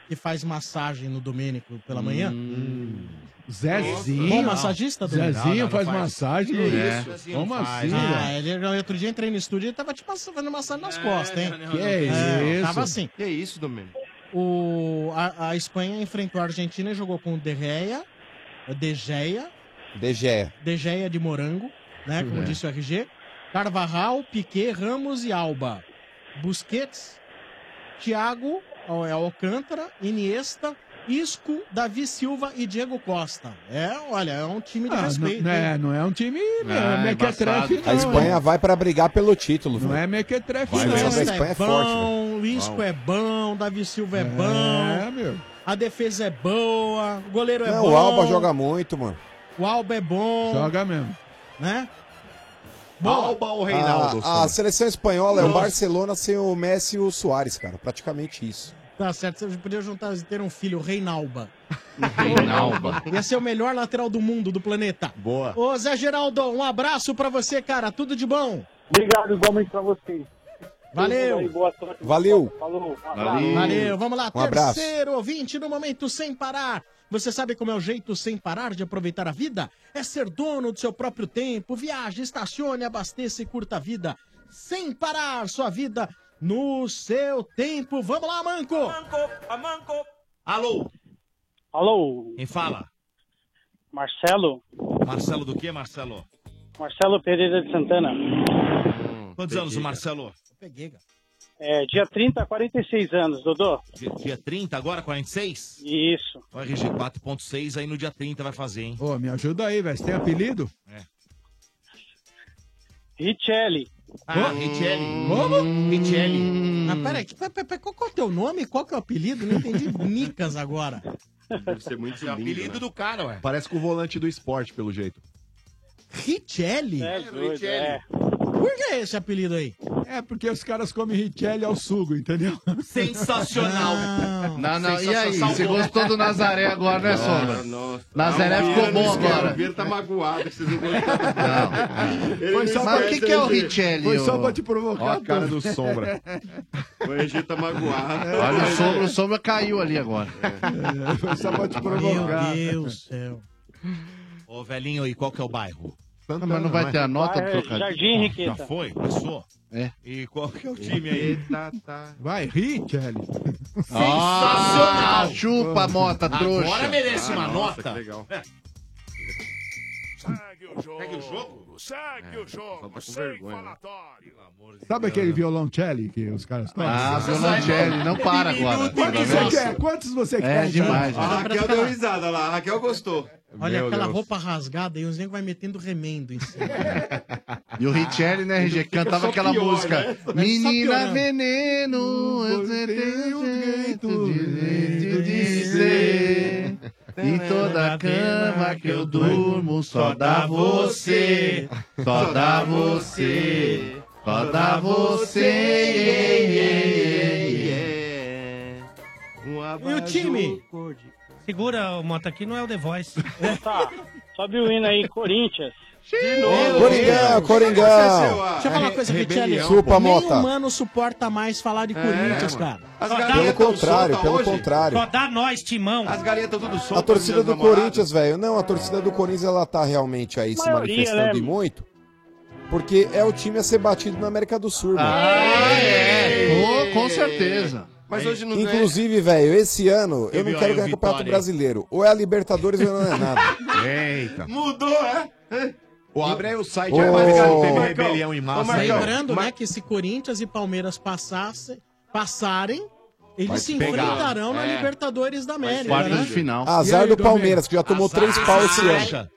Speaker 2: que faz massagem no Domênico pela manhã.
Speaker 16: Hum.
Speaker 8: Zezinho.
Speaker 2: Bom massagista, Domênico?
Speaker 8: Zezinho faz massagem,
Speaker 2: Que
Speaker 8: Luiz?
Speaker 2: isso, Zezinho
Speaker 8: Como
Speaker 2: não faz.
Speaker 8: assim,
Speaker 2: Ah,
Speaker 8: velho?
Speaker 2: ele, outro dia entrei no estúdio e ele tava te passando, fazendo massagem nas costas, hein?
Speaker 8: Que é isso?
Speaker 2: Tava assim.
Speaker 16: Que isso, Domênico?
Speaker 2: O, a, a Espanha enfrentou a Argentina e jogou com o De Gea, De Gea,
Speaker 7: De
Speaker 8: É,
Speaker 7: Gea.
Speaker 2: De Gea de morango, né? Como
Speaker 7: É.
Speaker 2: disse o RG. Carvajal, Piquet, Ramos e Alba. Busquets, Thiago, ó, é Alcântara, Iniesta, Isco, Davi Silva e Diego Costa. É, olha, é um time de
Speaker 8: Ah,
Speaker 2: respeito.
Speaker 8: não,
Speaker 2: hein?
Speaker 8: é, não é um time não,
Speaker 2: Ah,
Speaker 8: é mequetrefe, não.
Speaker 7: A Espanha
Speaker 8: é.
Speaker 7: vai pra brigar pelo título, velho.
Speaker 8: Não é mequetrefe,
Speaker 7: Vai
Speaker 8: não. né?
Speaker 7: mesmo, a Espanha é forte,
Speaker 2: né? bom,
Speaker 7: velho.
Speaker 2: o Isco
Speaker 7: Bom.
Speaker 2: é bom, Davi Silva é,
Speaker 8: É,
Speaker 2: bom. A defesa é boa, o goleiro é
Speaker 7: Não,
Speaker 2: bom.
Speaker 7: o Alba joga muito, mano.
Speaker 2: O Alba é bom.
Speaker 8: Joga mesmo.
Speaker 2: Né?
Speaker 7: Alba
Speaker 2: ou
Speaker 8: Ah,
Speaker 7: A, a seleção espanhola é o
Speaker 2: Nossa.
Speaker 7: Barcelona sem o Messi e o Soares, cara. Praticamente isso.
Speaker 2: Tá certo, você podia juntar e ter um filho, o Reinalba.
Speaker 7: Reinalba.
Speaker 2: Ia ser o melhor lateral do mundo, do planeta.
Speaker 16: Boa.
Speaker 2: Ô, Zé Geraldo, um abraço pra você, cara. Tudo de bom.
Speaker 9: Obrigado igualmente pra vocês.
Speaker 2: Valeu.
Speaker 9: Boa sorte.
Speaker 2: Valeu.
Speaker 9: Falou.
Speaker 2: Valeu. Valeu, vamos lá.
Speaker 7: Um abraço.
Speaker 2: Terceiro ouvinte do Momento Sem Parar. Você sabe como é o jeito sem parar de aproveitar a vida? É ser dono do seu próprio tempo. Viaje, estacione, abasteça e curta a vida. Sem parar sua vida no seu tempo. Vamos lá, Manco!
Speaker 6: Alô?
Speaker 9: Alô?
Speaker 6: Quem fala?
Speaker 9: Marcelo?
Speaker 6: Marcelo do quê, Marcelo?
Speaker 9: Marcelo Pereira de Santana.
Speaker 6: Quantos anos o Marcelo?
Speaker 9: É, dia 30, 46 anos, Dodô.
Speaker 6: Dia, dia 30 agora, 46?
Speaker 9: Isso.
Speaker 6: O RG 4.6 aí no dia 30 vai fazer, hein?
Speaker 8: Ô, me ajuda aí, velho. Você tem apelido?
Speaker 9: Richelli.
Speaker 6: Ah, Richelli.
Speaker 8: Como?
Speaker 6: Richelli.
Speaker 2: Ah, peraí, que- pe- pe- pe- qual que é o teu nome? Qual que é o apelido? Não entendi. Nicas agora.
Speaker 16: Deve ser muito lindo, né?
Speaker 6: cara, ué.
Speaker 5: Parece com o volante do esporte, pelo jeito.
Speaker 2: Richelli?
Speaker 9: É, doido,
Speaker 6: Richelli.
Speaker 9: é.
Speaker 2: Por que esse apelido aí?
Speaker 8: É porque os caras comem Richelli ao sugo, entendeu?
Speaker 6: Sensacional.
Speaker 11: Não, não, e aí?
Speaker 8: Sensação
Speaker 11: Você
Speaker 8: boa.
Speaker 11: gostou do Nazaré agora,
Speaker 7: É.
Speaker 11: né,
Speaker 8: Nossa,
Speaker 11: Sombra?
Speaker 8: nossa.
Speaker 11: Nazaré
Speaker 8: Não,
Speaker 11: ficou
Speaker 8: o
Speaker 11: bom
Speaker 8: Vieira-
Speaker 11: agora.
Speaker 8: o Vieira
Speaker 16: tá magoado que vocês não
Speaker 11: Foi só pra- o que, que é o Richelli?
Speaker 8: Foi só
Speaker 11: ô?
Speaker 8: pra te provocar.
Speaker 11: Ó a cara
Speaker 8: Tom.
Speaker 11: do Sombra.
Speaker 16: O Egito tá magoado.
Speaker 4: É.
Speaker 11: Olha, o Sombra, o Sombra caiu ali agora.
Speaker 6: É.
Speaker 8: Foi É, só pra te
Speaker 2: Meu
Speaker 6: provocar.
Speaker 2: Deus do céu.
Speaker 6: Ô, velhinho, e qual que é o bairro?
Speaker 11: Não, mas não
Speaker 8: né?
Speaker 11: vai ter a nota,
Speaker 9: Ah, é
Speaker 6: Vai,
Speaker 11: trocadinho?
Speaker 6: Jardim Henriqueta.
Speaker 11: Já
Speaker 6: foi? Passou?
Speaker 11: É.
Speaker 6: E qual que é o time aí?
Speaker 11: Eita, tá.
Speaker 8: Vai, Richelli.
Speaker 11: Sensacional. Ah, chupa, Mota, trouxa.
Speaker 6: Agora merece uma
Speaker 11: Ah, nossa,
Speaker 6: nota.
Speaker 11: que legal.
Speaker 6: Segue o jogo?
Speaker 19: Segue o jogo, sem falatório.
Speaker 8: Sabe aquele violoncelli que os caras tocam?
Speaker 11: Ah, violoncelli, não para agora. tá
Speaker 8: Quantos você quer? Quantos você quer?
Speaker 11: É demais.
Speaker 16: A Raquel deu risada lá, a Raquel gostou.
Speaker 2: Olha
Speaker 11: Meu
Speaker 2: aquela
Speaker 11: Deus.
Speaker 2: roupa rasgada e os negros vai metendo remendo em cima.
Speaker 11: E o Richelli, né, RG, cantava
Speaker 2: só
Speaker 11: aquela
Speaker 2: pior,
Speaker 11: música.
Speaker 2: né? Só
Speaker 11: Menina
Speaker 2: piorando.
Speaker 11: Veneno, eu tenho um jeito de dizer. Em toda cama que eu durmo, só dá você, só dá você, só dá você.
Speaker 16: Um
Speaker 2: E o time?
Speaker 3: Segura o moto aqui, não é o The Voice.
Speaker 13: Tá, sobe o hino aí, Corinthians.
Speaker 2: De
Speaker 13: novo.
Speaker 7: É, Coringão,
Speaker 16: é
Speaker 7: Coringão.
Speaker 16: ah,
Speaker 2: Deixa eu falar uma coisa, Richelli.
Speaker 7: Chupa, Mota.
Speaker 2: Nenhum humano suporta mais falar
Speaker 16: É,
Speaker 2: de Corinthians, cara. Tá
Speaker 7: Pelo
Speaker 16: tá
Speaker 7: contrário, pelo contrário.
Speaker 3: dá nós, timão.
Speaker 16: As galinhas estão tudo soltas.
Speaker 7: A torcida
Speaker 16: meus
Speaker 7: do
Speaker 16: namorados.
Speaker 7: Corinthians, velho. Não, a torcida do Corinthians, ela tá realmente aí se
Speaker 16: Maioria,
Speaker 7: manifestando
Speaker 16: né?
Speaker 7: e muito. Porque é o time a ser batido na América do Sul, mano.
Speaker 11: é. Com certeza.
Speaker 16: Mas hoje não é. ganha.
Speaker 7: Inclusive, velho, esse ano eu
Speaker 16: Teve
Speaker 7: não
Speaker 16: aí
Speaker 7: quero
Speaker 16: o
Speaker 7: ganhar Campeonato
Speaker 16: Vitória.
Speaker 7: Brasileiro. Ou é a Libertadores ou não é nada.
Speaker 5: Eita.
Speaker 16: Mudou, é?
Speaker 5: O abre aí o site,
Speaker 7: Ô,
Speaker 5: é marcado, teve
Speaker 7: Marcão.
Speaker 5: rebelião em massa.
Speaker 2: Lembrando, né, que se Corinthians e Palmeiras passassem, passarem, eles
Speaker 7: Vai
Speaker 2: se
Speaker 7: pegar.
Speaker 2: enfrentarão na
Speaker 7: É.
Speaker 2: Libertadores da América.
Speaker 7: quartas
Speaker 2: né?
Speaker 7: de final. Azar do Palmeiras, que já tomou três
Speaker 6: desses
Speaker 7: pau esse
Speaker 6: trouxa.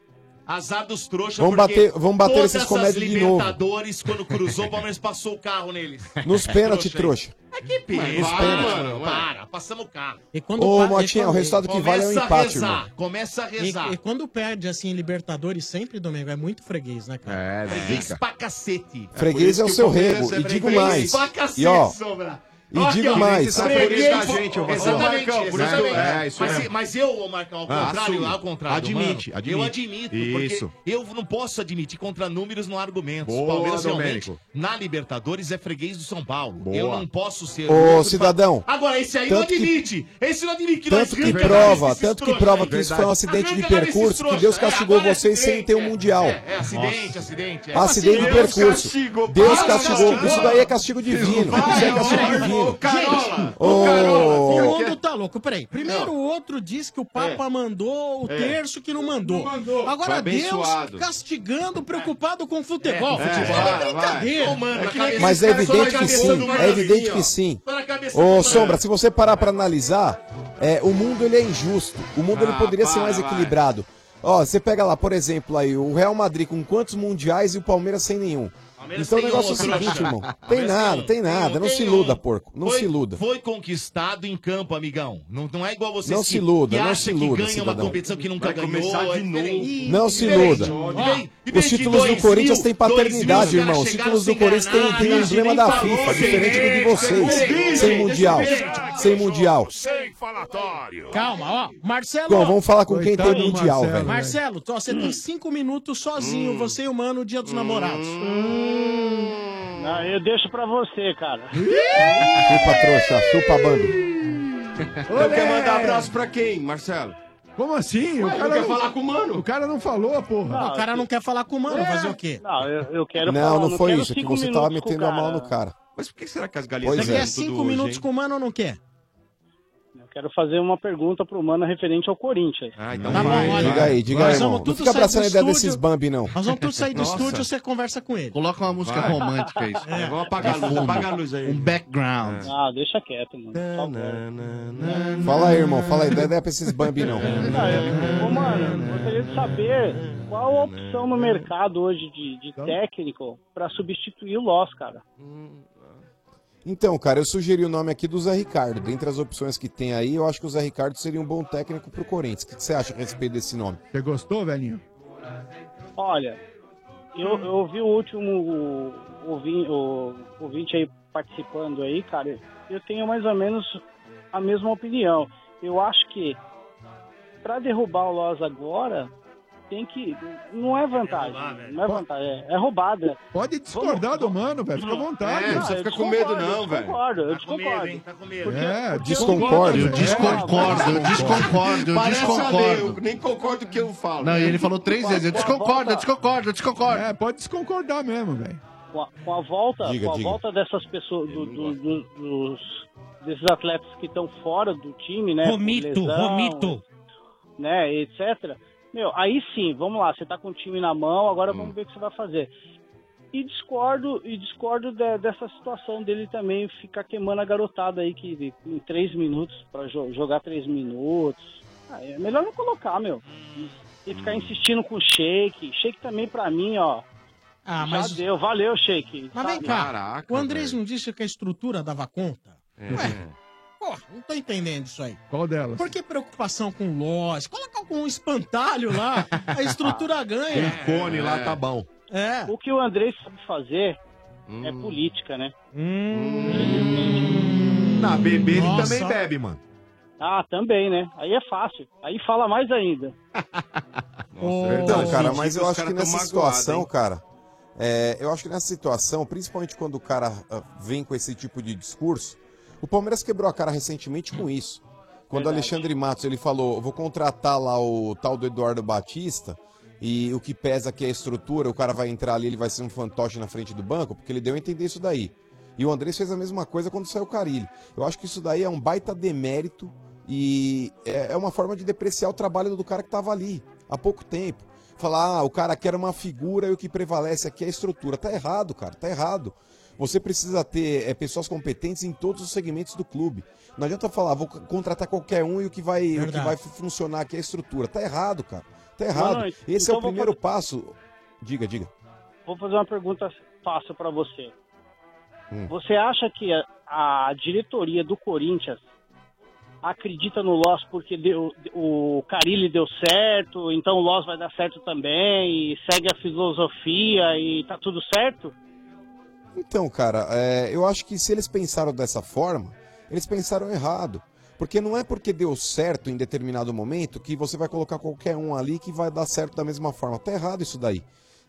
Speaker 6: Azar dos trouxas,
Speaker 7: Vão bater- vão bater esses comédias de novo.
Speaker 6: libertadores, quando cruzou, o Palmeiras passou o carro neles.
Speaker 7: Nos pênalti,
Speaker 6: Trouxa
Speaker 7: trouxa.
Speaker 6: aí. É que
Speaker 7: Mas
Speaker 6: pena,
Speaker 7: nos
Speaker 6: para,
Speaker 7: pênalti.
Speaker 6: mano, para, passamos o carro.
Speaker 2: E
Speaker 7: Ô,
Speaker 2: pa- e
Speaker 7: Motinha,
Speaker 2: quando-
Speaker 7: o resultado que vale é um
Speaker 2: Começa a
Speaker 7: empate,
Speaker 2: rezar.
Speaker 7: irmão.
Speaker 6: Começa a
Speaker 2: E, e quando perde, assim, em Libertadores, sempre, Domingo, é muito freguês, né,
Speaker 5: cara?
Speaker 6: É, Freguês pra cacete.
Speaker 7: Freguês é o seu rego. E digo mais.
Speaker 6: Pra cacete,
Speaker 7: E ó,
Speaker 6: Sombra.
Speaker 7: e
Speaker 6: Ó,
Speaker 7: digo
Speaker 6: aqui, ó,
Speaker 7: mais.
Speaker 6: esse freguês
Speaker 7: Freguês da gente, ô,
Speaker 6: Exatamente,
Speaker 7: Marcão, por isso
Speaker 6: exatamente.
Speaker 7: é, é, isso
Speaker 6: mas,
Speaker 7: mesmo.
Speaker 6: mas eu, ô, Marcão, ao
Speaker 5: Ah,
Speaker 6: contrário,
Speaker 5: assume.
Speaker 6: ao contrário.
Speaker 5: Admite,
Speaker 6: mano,
Speaker 5: admite.
Speaker 6: Eu admito,
Speaker 5: Isso.
Speaker 6: porque eu não posso admitir contra números no argumento. O
Speaker 5: Boa,
Speaker 6: Palmeiras realmente,
Speaker 5: Domênico.
Speaker 6: na Libertadores, é freguês do São Paulo.
Speaker 7: Boa.
Speaker 6: Eu não posso ser.
Speaker 7: Ô,
Speaker 6: outro pra-
Speaker 7: cidadão.
Speaker 6: Agora, esse aí não
Speaker 7: Tanto que-
Speaker 6: admite. Esse não admite que nós
Speaker 7: Tanto que
Speaker 6: ganhamos
Speaker 7: prova,
Speaker 6: esses
Speaker 7: tanto que
Speaker 6: trouxa
Speaker 7: prova
Speaker 6: aí.
Speaker 7: que isso foi um acidente de
Speaker 6: Ganhamos esses
Speaker 7: percurso, que
Speaker 6: trouxa.
Speaker 7: Deus
Speaker 6: É,
Speaker 7: castigou
Speaker 6: agora é
Speaker 7: vocês sem ter um mundial.
Speaker 6: é, é acidente, acidente. É.
Speaker 7: Acidente de
Speaker 6: Deus
Speaker 7: percurso.
Speaker 6: castigou.
Speaker 7: Deus
Speaker 6: Para,
Speaker 7: castigou.
Speaker 6: castigou.
Speaker 7: Isso daí é castigo divino. Isso é castigo divino.
Speaker 2: Gente,
Speaker 7: Ô,
Speaker 2: o mundo tá louco. Peraí, primeiro o outro diz que o Papa mandou, o
Speaker 16: É.
Speaker 2: terço que não mandou.
Speaker 16: Foi
Speaker 2: Agora Deus
Speaker 16: abençoado.
Speaker 2: castigando, preocupado com futebol.
Speaker 16: É,
Speaker 2: futebol
Speaker 16: é,
Speaker 2: é,
Speaker 16: vai,
Speaker 2: brincadeira.
Speaker 16: vai. Ô, mano,
Speaker 2: que nem esses
Speaker 7: Mas é
Speaker 2: caras só na
Speaker 7: evidente que
Speaker 2: cabeça do
Speaker 7: sim, é
Speaker 2: Marcelinho,
Speaker 7: evidente
Speaker 2: ó.
Speaker 7: que sim.
Speaker 2: Só na cabeça do
Speaker 7: Ô,
Speaker 2: Marcelinho.
Speaker 7: Sombra, se você parar pra analisar, é, o mundo ele é injusto. O mundo ele
Speaker 16: Ah,
Speaker 7: poderia ser
Speaker 16: para,
Speaker 7: mais
Speaker 16: vai.
Speaker 7: equilibrado. Ó, você pega lá, por exemplo, aí o Real Madrid com quantos mundiais e o Palmeiras sem nenhum.
Speaker 6: Palmeiras
Speaker 7: então o
Speaker 6: tem
Speaker 7: negócio é o
Speaker 6: um, trouxa.
Speaker 7: seguinte, irmão. Tem
Speaker 6: Palmeiras
Speaker 7: nada,
Speaker 6: tem um,
Speaker 7: tem nada. Não
Speaker 6: tem
Speaker 7: se
Speaker 6: um.
Speaker 7: iluda, porco. Não
Speaker 6: Foi-
Speaker 7: se iluda.
Speaker 6: Foi conquistado em campo, amigão. Não, não é igual você
Speaker 7: Não se iluda,
Speaker 6: que
Speaker 7: não
Speaker 6: acha
Speaker 7: se
Speaker 6: que
Speaker 7: iluda,
Speaker 6: ganha uma
Speaker 7: cidadão.
Speaker 6: competição que nunca
Speaker 16: Vai
Speaker 6: ganhou.
Speaker 16: começar de
Speaker 6: é diferente.
Speaker 7: Não se
Speaker 6: Diferente.
Speaker 7: iluda.
Speaker 6: Ó, diferente
Speaker 7: Os
Speaker 6: de
Speaker 7: títulos do
Speaker 6: 2000,
Speaker 7: Corinthians
Speaker 6: 2000,
Speaker 7: têm
Speaker 6: os
Speaker 7: paternidade,
Speaker 6: caras
Speaker 7: irmão. Os
Speaker 6: chegaram
Speaker 7: títulos do
Speaker 6: sem
Speaker 7: Corinthians têm
Speaker 6: ganhar
Speaker 7: têm o
Speaker 6: nada,
Speaker 7: emblema da
Speaker 6: ninguém falou,
Speaker 7: FIFA, diferente do de
Speaker 6: gente,
Speaker 7: vocês. Sem mundial. Sem mundial.
Speaker 19: Sem falatório.
Speaker 2: Calma, ó. Marcelo.
Speaker 7: Bom, vamos falar com quem tem
Speaker 2: Coitado do
Speaker 7: mundial,
Speaker 2: Marcelo,
Speaker 11: né?
Speaker 7: velho.
Speaker 2: Marcelo, tô- você tem cinco minutos sozinho, você e o mano, dia dos namorados.
Speaker 13: Hum. Não, eu deixo pra você, cara.
Speaker 7: Chupa trouxa, chupa bando.
Speaker 16: Eu quero mandar abraço pra quem, Marcelo?
Speaker 8: Como assim?
Speaker 16: Ué,
Speaker 8: o
Speaker 16: não
Speaker 8: cara
Speaker 16: quer falar com o mano? É.
Speaker 8: O cara não falou, porra.
Speaker 2: Não, o cara não quer falar com o mano, fazer o quê?
Speaker 13: Não, eu, eu quero falar,
Speaker 7: Não, não foi
Speaker 13: quero
Speaker 7: isso. É que
Speaker 13: cinco
Speaker 7: você tava
Speaker 13: minutos com o
Speaker 7: metendo a mão
Speaker 13: cara.
Speaker 7: no cara.
Speaker 16: Mas por que será que as
Speaker 7: galinhas
Speaker 8: é.
Speaker 2: Você quer cinco minutos com o mano ou não quer?
Speaker 13: Eu quero fazer uma pergunta pro Mano referente ao Corinthians.
Speaker 2: Tá bom, vai, olha,
Speaker 7: Diga aí, diga aí,
Speaker 2: nós
Speaker 7: irmão.
Speaker 2: vamos
Speaker 7: Não
Speaker 2: tudo
Speaker 7: fica
Speaker 2: sair
Speaker 7: abraçando a
Speaker 2: do
Speaker 7: ideia
Speaker 2: estúdio.
Speaker 7: desses Bambi, não.
Speaker 2: Nós vamos tudo sair do
Speaker 7: Nossa.
Speaker 2: estúdio, você conversa com ele.
Speaker 11: Coloca uma música
Speaker 7: Vai.
Speaker 11: romântica aí.
Speaker 2: <laughs> É,
Speaker 16: vamos apagar a luz,
Speaker 11: Fundo.
Speaker 16: apaga a luz aí.
Speaker 11: Um background.
Speaker 13: Ah, deixa quieto, mano. por favor.
Speaker 7: Fala aí, irmão. Fala aí, não é ideia pra esses Bambi, não.
Speaker 13: Ah, eu- Ô, mano, gostaria de saber qual a opção no mercado hoje de,
Speaker 2: Então?
Speaker 13: de técnico pra substituir o Loss, cara.
Speaker 7: Então, cara, eu sugeri o nome aqui do Zé Ricardo. Dentre as opções que tem aí, eu acho que o Zé Ricardo seria um bom técnico pro Corinthians. O que que você acha a respeito desse nome?
Speaker 8: Você gostou, velhinho?
Speaker 13: Olha, Eu, eu ouvi o último ouvinte, o, ouvinte aí participando aí, cara. Eu tenho mais ou menos a mesma opinião. Eu acho que para derrubar o Loz agora tem que não é vantagem, não é vantagem, é, é roubada.
Speaker 8: Pode discordar do mano, velho. Fica à
Speaker 11: tá?
Speaker 8: vontade.
Speaker 13: É, não precisa ficar com medo não, velho. Concordo, eu desconcordo.
Speaker 8: É,
Speaker 11: Desconcordo, eu
Speaker 8: velho.
Speaker 11: desconcordo, eu desconcordo, eu
Speaker 4: né?
Speaker 16: um
Speaker 4: Parece um a lei, eu
Speaker 11: desconcordo.
Speaker 4: nem concordo com o que eu falo.
Speaker 11: Não, e
Speaker 16: né?
Speaker 11: ele falou três vezes, eu desconcordo, eu desconcordo, eu desconcordo.
Speaker 8: É, pode desconcordar mesmo, velho.
Speaker 13: Com a, com a volta,
Speaker 11: Diga,
Speaker 13: com a
Speaker 11: diga.
Speaker 13: volta dessas pessoas, do- do- do- dos, desses atletas que estão fora do time, né? por
Speaker 3: Romito,
Speaker 13: lesão,
Speaker 3: Romito.
Speaker 13: né, etc. Meu, aí sim, vamos lá, você tá com o time na mão, agora vamos ver o que você vai fazer. E discordo, e discordo de- dessa situação dele também ficar queimando a garotada aí que em três minutos, pra jo- jogar três minutos. Ah, é melhor não colocar, meu. E ficar insistindo com o Shake. Shake também pra mim, ó.
Speaker 2: Ah,
Speaker 13: já
Speaker 2: mas-
Speaker 13: deu, valeu, Shake.
Speaker 2: Mas vem
Speaker 13: sabe?
Speaker 2: cá, o Andrés não disse que a estrutura dava conta?
Speaker 8: É.
Speaker 2: Ué, porra, não tô entendendo isso aí.
Speaker 8: Qual delas?
Speaker 2: Por que preocupação com loja? Coloca um espantalho lá, a
Speaker 13: <laughs>
Speaker 2: estrutura ganha. É.
Speaker 5: Um cone lá tá bom.
Speaker 13: É.
Speaker 5: Hum.
Speaker 13: O que o Andrei sabe fazer é política, né?
Speaker 2: Hum.
Speaker 5: Na bebê ele
Speaker 13: Nossa.
Speaker 5: também bebe, mano.
Speaker 13: Ah, também, né? Aí é fácil. Aí fala mais
Speaker 5: <laughs>
Speaker 13: ainda.
Speaker 5: é
Speaker 7: Então, cara,
Speaker 13: Senti
Speaker 7: mas
Speaker 13: que
Speaker 7: eu
Speaker 13: os
Speaker 7: acho
Speaker 13: caras
Speaker 7: que
Speaker 13: tão
Speaker 7: nessa
Speaker 13: magoado,
Speaker 7: situação,
Speaker 13: hein?
Speaker 7: cara, é, eu acho que nessa situação, principalmente quando o cara ah, vem com esse tipo de discurso, o Palmeiras quebrou a cara recentemente com isso. Quando o Alexandre Matos ele falou, "Eu vou contratar lá o tal do Eduardo Batista e o que pesa aqui é a estrutura, o cara vai entrar ali, ele vai ser um fantoche na frente do banco, porque ele deu a entender isso daí. E o Andrés fez a mesma coisa quando saiu o Carilli. Eu acho que isso daí é um baita demérito e é é uma forma de depreciar o trabalho do cara que estava ali há pouco tempo. Falar, ah, o cara quer uma figura e o que prevalece aqui é a estrutura. Tá errado, cara, tá errado. Você precisa ter é, pessoas competentes em todos os segmentos do clube. Não adianta falar, vou c- contratar qualquer um e o que vai, o que
Speaker 5: Verdade.
Speaker 7: vai fu- funcionar aqui é a estrutura. Tá errado, cara. Tá errado.
Speaker 13: Manoel,
Speaker 7: Esse
Speaker 13: então
Speaker 7: é o
Speaker 13: eu vou
Speaker 7: primeiro passo. Diga, diga.
Speaker 13: Vou fazer uma pergunta fácil pra você.
Speaker 7: Hum.
Speaker 13: Você acha que a, a diretoria do Corinthians acredita no Loss porque deu, o Carilli deu certo, então o Loss vai dar certo também, e segue a filosofia e tá tudo certo?
Speaker 7: Então, cara, é, eu acho que se eles pensaram dessa forma, eles pensaram errado. Porque não é porque deu certo em determinado momento que você vai colocar qualquer um ali que vai dar certo da mesma forma. Tá errado isso daí.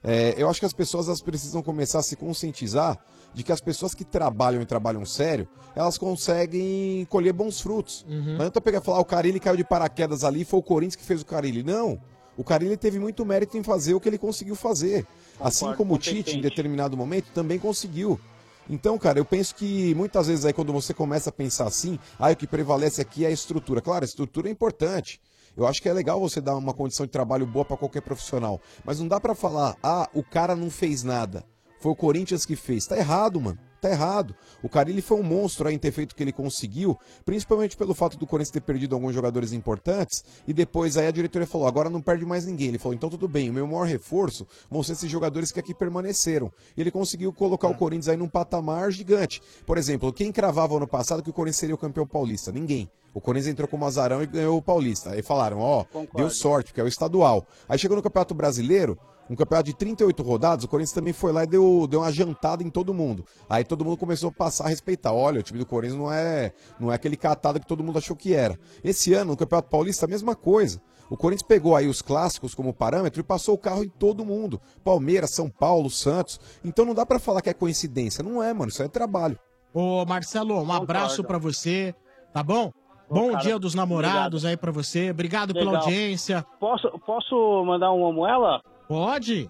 Speaker 7: É, eu acho que as pessoas elas precisam começar a se conscientizar de que as pessoas que trabalham e trabalham sério, elas conseguem colher bons frutos. Não adianta pegar e falar, "Ah, o Carilli caiu de paraquedas ali, foi o Corinthians que fez o Carilli. Não. O Carilli teve muito mérito em fazer o que ele conseguiu fazer. assim como o Tite, em determinado momento, também conseguiu. Então, cara, eu penso que muitas vezes aí quando você começa a pensar assim, ah, o que prevalece aqui é a estrutura. Claro, a estrutura é importante. Eu acho que é legal você dar uma condição de trabalho boa pra qualquer profissional, mas não dá pra falar, ah, o cara não fez nada. Foi o Corinthians que fez. Tá errado, mano. Tá errado. O Carilli foi um monstro aí em ter feito o que ele conseguiu, principalmente pelo fato do Corinthians ter perdido alguns jogadores importantes. E depois aí a diretoria falou: agora não perde mais ninguém. Ele falou: então tudo bem, o meu maior reforço vão ser esses jogadores que aqui permaneceram. E ele conseguiu colocar o Corinthians aí num patamar gigante. Por exemplo, quem cravava ano passado que o Corinthians seria o campeão paulista? Ninguém. O Corinthians entrou como azarão e ganhou o paulista. Aí falaram: ó, deu sorte, porque é o estadual. Aí chegou no Campeonato Brasileiro. Um campeonato de 38 rodadas, o Corinthians também foi lá e deu, deu uma jantada em todo mundo. Aí todo mundo começou a passar a respeitar. Olha, o time do Corinthians não é, não é aquele catado que todo mundo achou que era. Esse ano, no Campeonato Paulista, a mesma coisa. O Corinthians pegou aí os clássicos como parâmetro e passou o carro em todo mundo. Palmeiras, São Paulo, Santos. Então não dá pra falar que é coincidência. Não é, mano. Isso é trabalho.
Speaker 2: Ô, Marcelo, um abraço pra você, tá bom? Bom,
Speaker 13: cara,
Speaker 2: dia dos namorados aí pra você. Obrigado pela
Speaker 13: Legal.
Speaker 2: audiência.
Speaker 13: Posso, posso mandar uma moela?
Speaker 2: Pode.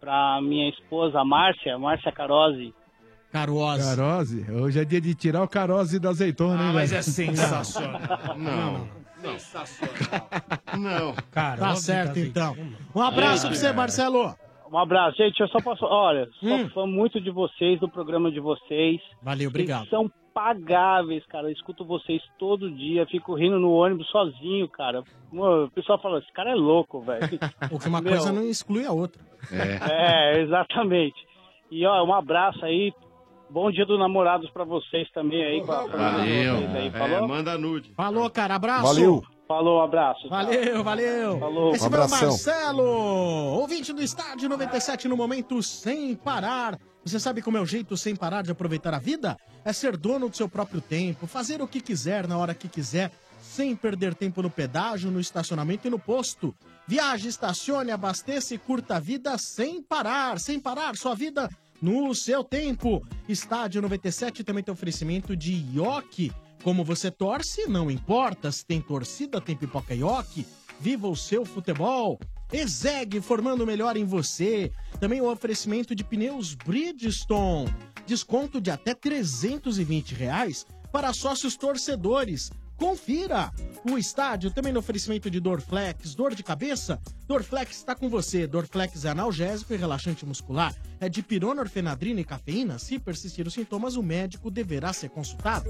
Speaker 13: Pra minha esposa Márcia, Márcia Carozzi.
Speaker 2: Carose.
Speaker 8: Carose. Hoje é dia de tirar o carose da azeitona,
Speaker 2: Ah,
Speaker 8: hein,
Speaker 2: é
Speaker 8: velho? <laughs>
Speaker 4: Não.
Speaker 12: Sensacional.
Speaker 4: Não.
Speaker 12: Cara,
Speaker 2: tá certo, então. Um abraço pra você, Marcelo.
Speaker 13: É.
Speaker 2: Hum.
Speaker 13: Um abraço, gente. Eu só posso. Olha, sou fã muito de vocês, do programa de vocês.
Speaker 2: Valeu, obrigado.
Speaker 13: Vocês são pagáveis, cara. Eu escuto vocês todo dia, fico rindo no ônibus sozinho, cara. Mano, O pessoal fala, esse cara é louco, velho.
Speaker 2: <laughs> Porque uma
Speaker 13: Meu,
Speaker 2: coisa não exclui a outra.
Speaker 13: É, exatamente. E ó, um abraço aí. Bom dia do namorados pra vocês também aí. com a família de
Speaker 4: Valeu.
Speaker 13: vocês aí,
Speaker 4: É,
Speaker 13: falou?
Speaker 4: manda nude.
Speaker 2: Falou, cara. Abraço.
Speaker 4: Valeu.
Speaker 9: Falou, um abraço. tchau.
Speaker 2: Valeu, valeu.
Speaker 9: Falou.
Speaker 2: Esse
Speaker 9: Um
Speaker 2: foi o
Speaker 9: abração.
Speaker 2: Marcelo, ouvinte do Estádio 97 no momento sem parar. Você sabe como é o jeito sem parar de aproveitar a vida? É ser dono do seu próprio tempo, fazer o que quiser na hora que quiser, sem perder tempo no pedágio, no estacionamento e no posto. Viaje, estacione, abasteça e curta a vida sem parar, sem parar sua vida no seu tempo. Estádio 97 também tem oferecimento de ioki. Como você torce, não importa. Se tem torcida, tem pipoca ioki. Viva o seu futebol. Exeg, formando o melhor em você. Também o oferecimento de pneus Bridgestone. Desconto de até 320 reais para sócios torcedores. Confira! O estádio também no oferecimento de Dorflex. Dor de cabeça? Dorflex está com você. Dorflex é analgésico e relaxante muscular. É de pirona, orfenadrina e cafeína. Se persistir os sintomas, o médico deverá ser consultado.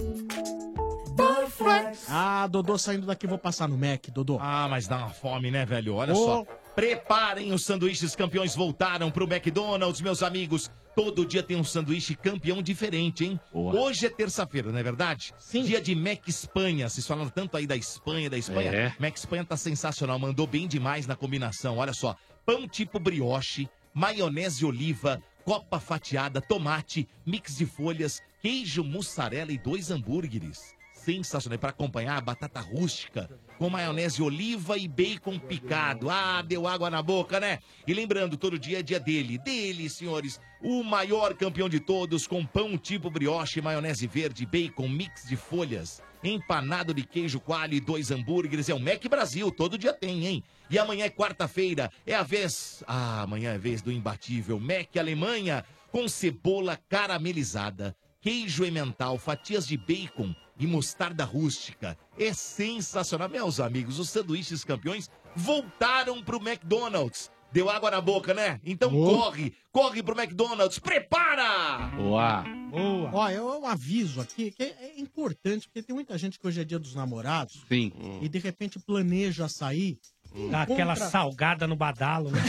Speaker 2: Ah, Dodô, saindo daqui, vou passar no Mac, Dodô.
Speaker 6: Ah, mas dá uma fome, né, velho? Olha
Speaker 2: Ô.
Speaker 6: só. Preparem os sanduíches campeões voltaram pro McDonald's, meus amigos. Todo dia tem um sanduíche campeão diferente, hein? Hoje é terça-feira, não é verdade? Sim. Dia de Mac Espanha. Vocês falaram tanto aí da Espanha, da Espanha.
Speaker 11: É.
Speaker 6: Mac Espanha tá sensacional, mandou bem demais na combinação. Olha só, pão tipo brioche, maionese oliva, copa fatiada, tomate, mix de folhas, queijo mussarela e dois hambúrgueres. Sensacional. E para acompanhar, batata rústica com maionese oliva e bacon picado. Ah, deu água na boca, né? E lembrando, todo dia é dia dele. Dele, senhores, o maior campeão de todos com pão tipo brioche, maionese verde, bacon, mix de folhas empanado de queijo coalho e dois hambúrgueres. É o Mac Brasil, todo dia tem, hein? E amanhã é quarta-feira, é a vez. Ah, amanhã é a vez do imbatível Mac Alemanha com cebola caramelizada, queijo emmental, fatias de bacon e mostarda rústica. É sensacional, meus amigos. Os sanduíches campeões voltaram pro McDonald's. Deu água na boca, né? Então corre, corre pro McDonald's, prepara!
Speaker 2: Boa. Boa. Ó, eu, eu aviso aqui que é é importante, porque tem muita gente que hoje é dia dos namorados
Speaker 11: Sim.
Speaker 2: e de repente planeja sair.
Speaker 16: Hum.
Speaker 3: Dá aquela
Speaker 2: salgada.
Speaker 3: salgada no badalo. né?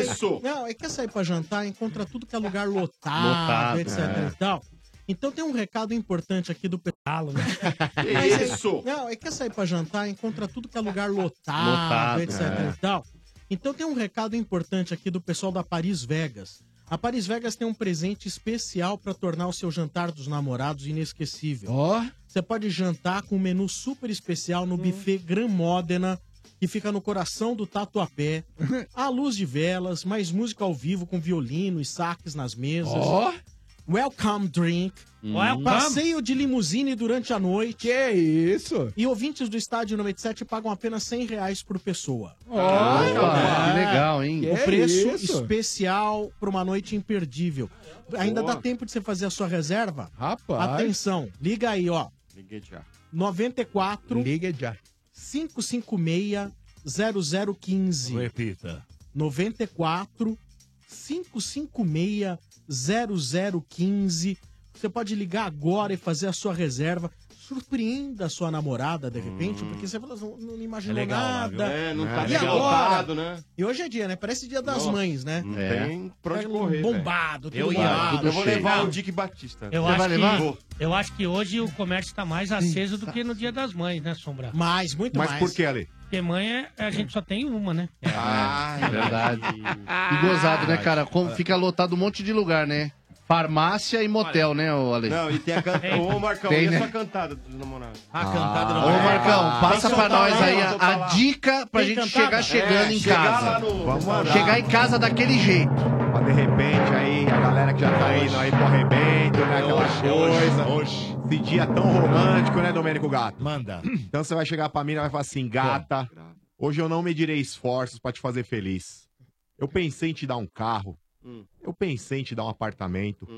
Speaker 2: Isso! Não, é quer sair pra jantar, encontra tudo que é lugar lotado,
Speaker 3: Lotado,
Speaker 2: etc
Speaker 3: é.
Speaker 2: e tal. Então tem um recado importante aqui do pedalo, né?
Speaker 11: Isso!
Speaker 2: É, não, é quer sair pra jantar, encontra tudo que é lugar lotado,
Speaker 11: Lotado,
Speaker 2: etc
Speaker 11: é.
Speaker 2: e tal. Então tem um recado importante aqui do pessoal da Paris Vegas. A Paris Vegas tem um presente especial pra tornar o seu jantar dos namorados inesquecível. Ó. Você pode jantar com um menu super especial no buffet Gran Modena, que fica no coração do <laughs> Tatuapé. à luz de velas, mais música ao vivo com violino e saques nas mesas.
Speaker 11: Ó.
Speaker 2: Welcome drink.
Speaker 11: Welcome.
Speaker 2: Passeio de limusine durante a noite. Hum. Que isso? E ouvintes do Estádio 97 pagam apenas 100 reais por pessoa.
Speaker 11: Olha,
Speaker 2: Opa!
Speaker 11: que legal, hein?
Speaker 2: O
Speaker 11: Que
Speaker 2: preço
Speaker 11: isso?
Speaker 2: especial para uma noite imperdível. Ainda
Speaker 11: Boa.
Speaker 2: dá tempo de você fazer a sua reserva?
Speaker 8: Rapaz.
Speaker 2: Atenção, liga aí, ó.
Speaker 16: Liguei já.
Speaker 2: 94 Liga já. 556 0015.
Speaker 6: Repita.
Speaker 2: 94 556 0015. Você pode ligar agora e fazer a sua reserva. Surpreenda a sua namorada, de repente, porque você fala, não, não imaginou
Speaker 16: É legal lá, viu?
Speaker 2: nada.
Speaker 16: É, não tá
Speaker 2: e
Speaker 16: legal
Speaker 2: agora?
Speaker 16: lotado, né?
Speaker 2: E hoje é dia, né? Parece dia das
Speaker 16: Nossa,
Speaker 2: mães, né?
Speaker 16: não É. tem pra onde correr,
Speaker 2: Bombado,
Speaker 16: velho. Eu
Speaker 2: tudo
Speaker 16: ia,
Speaker 2: bombado.
Speaker 16: tudo Eu vou cheio. levar o Dick Batista.
Speaker 3: Eu
Speaker 16: Você
Speaker 3: acho,
Speaker 16: vai levar? Vou.
Speaker 3: que, eu acho que hoje o comércio tá mais aceso do que no Dia das Mães, né, Sombra?
Speaker 2: Mais, muito
Speaker 5: Mas mais. por que, Ale?
Speaker 3: Porque mãe, é, a gente só tem uma, né?
Speaker 5: Ah,
Speaker 11: É verdade. E gozado, né, cara? Como fica lotado um monte de lugar, né? Farmácia e motel, né, ô Ale?
Speaker 16: Não, e tem a cantada. Ô, Marcão,
Speaker 11: <laughs> Tem,
Speaker 16: e a
Speaker 11: né?
Speaker 16: sua cantada dos namorados?
Speaker 11: A cantada não Ah, Ô, vai. Marcão, passa pra nós aí a- a dica pra gente chegar chegando em casa.
Speaker 5: Vamos mandar.
Speaker 11: Chegar em casa daquele jeito.
Speaker 5: Mas de repente aí a galera que já tá indo aí pro arrebento, né? Aquela coisa. Esse dia é tão romântico, né, Domênico Gato?
Speaker 6: Manda.
Speaker 5: <clears throat> Então você vai chegar pra mim e vai falar assim, gata, hoje eu não medirei esforços pra te fazer feliz. Eu pensei em te dar um carro,
Speaker 16: Hum,
Speaker 5: eu pensei em te dar um apartamento,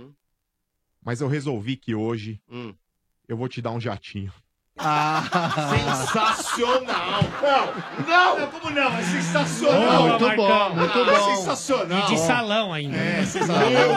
Speaker 5: mas eu resolvi que hoje eu vou te dar um jatinho.
Speaker 6: Ah, Sensacional! Não, não! como não? É sensacional!
Speaker 11: Muito bom, muito
Speaker 6: Ah,
Speaker 11: bom.
Speaker 6: Sensacional!
Speaker 11: E de salão né?
Speaker 3: ainda.
Speaker 6: É,
Speaker 11: Meu
Speaker 6: sensacional.
Speaker 11: Piada-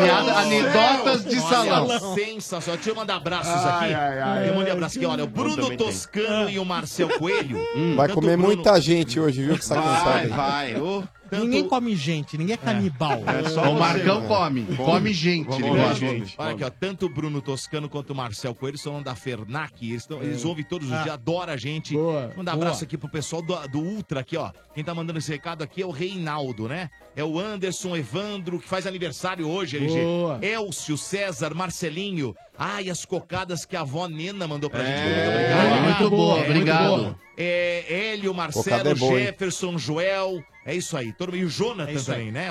Speaker 6: Meu
Speaker 11: piada-
Speaker 6: Deus
Speaker 11: anedotas
Speaker 6: do
Speaker 11: de
Speaker 6: céu.
Speaker 11: salão.
Speaker 6: Olha, Sensacional. Deixa eu mandar abraços
Speaker 11: Ai,
Speaker 6: aqui.
Speaker 11: ai, ai.
Speaker 6: eu mandei abraço aqui, olha. O Bruno
Speaker 11: também tenho. Ah. Hum.
Speaker 6: Toscano e o Marcel Coelho.
Speaker 7: Vai
Speaker 6: Tanto o
Speaker 7: comer
Speaker 6: Bruno-
Speaker 7: muita gente hoje, viu? Que tá essa
Speaker 6: Hum. Vai,
Speaker 7: cansada aí.
Speaker 6: vai. ô.
Speaker 2: Ninguém come gente, ninguém é canibal.
Speaker 6: É, só
Speaker 11: O Marcão come. Come gente, ele
Speaker 6: Come
Speaker 11: gosta.
Speaker 6: gente.
Speaker 11: Come.
Speaker 6: Olha aqui, ó. Tanto o Bruno Toscano quanto o Marcel Coelho são da Fernac. Eles, tão, eles
Speaker 11: É.
Speaker 6: ouvem todos os
Speaker 11: Ah.
Speaker 6: dias, adoram a gente. Manda um
Speaker 11: boa.
Speaker 6: abraço aqui pro pessoal do, do Ultra aqui, ó. Quem tá mandando esse recado aqui é o Reinaldo, né? É o Anderson Evandro, que faz aniversário hoje, LG.
Speaker 11: Boa.
Speaker 6: Elcio, César, Marcelinho. Ai, as cocadas que a avó Nena mandou pra gente.
Speaker 11: É. muito boa,
Speaker 6: É,
Speaker 11: obrigado.
Speaker 6: muito boa. É, Hélio, Marcelo,
Speaker 11: Cocada é boa, hein?
Speaker 6: Jefferson, Joel. É isso aí. Todo, e o Jonathan
Speaker 2: É isso aí.
Speaker 6: também, né?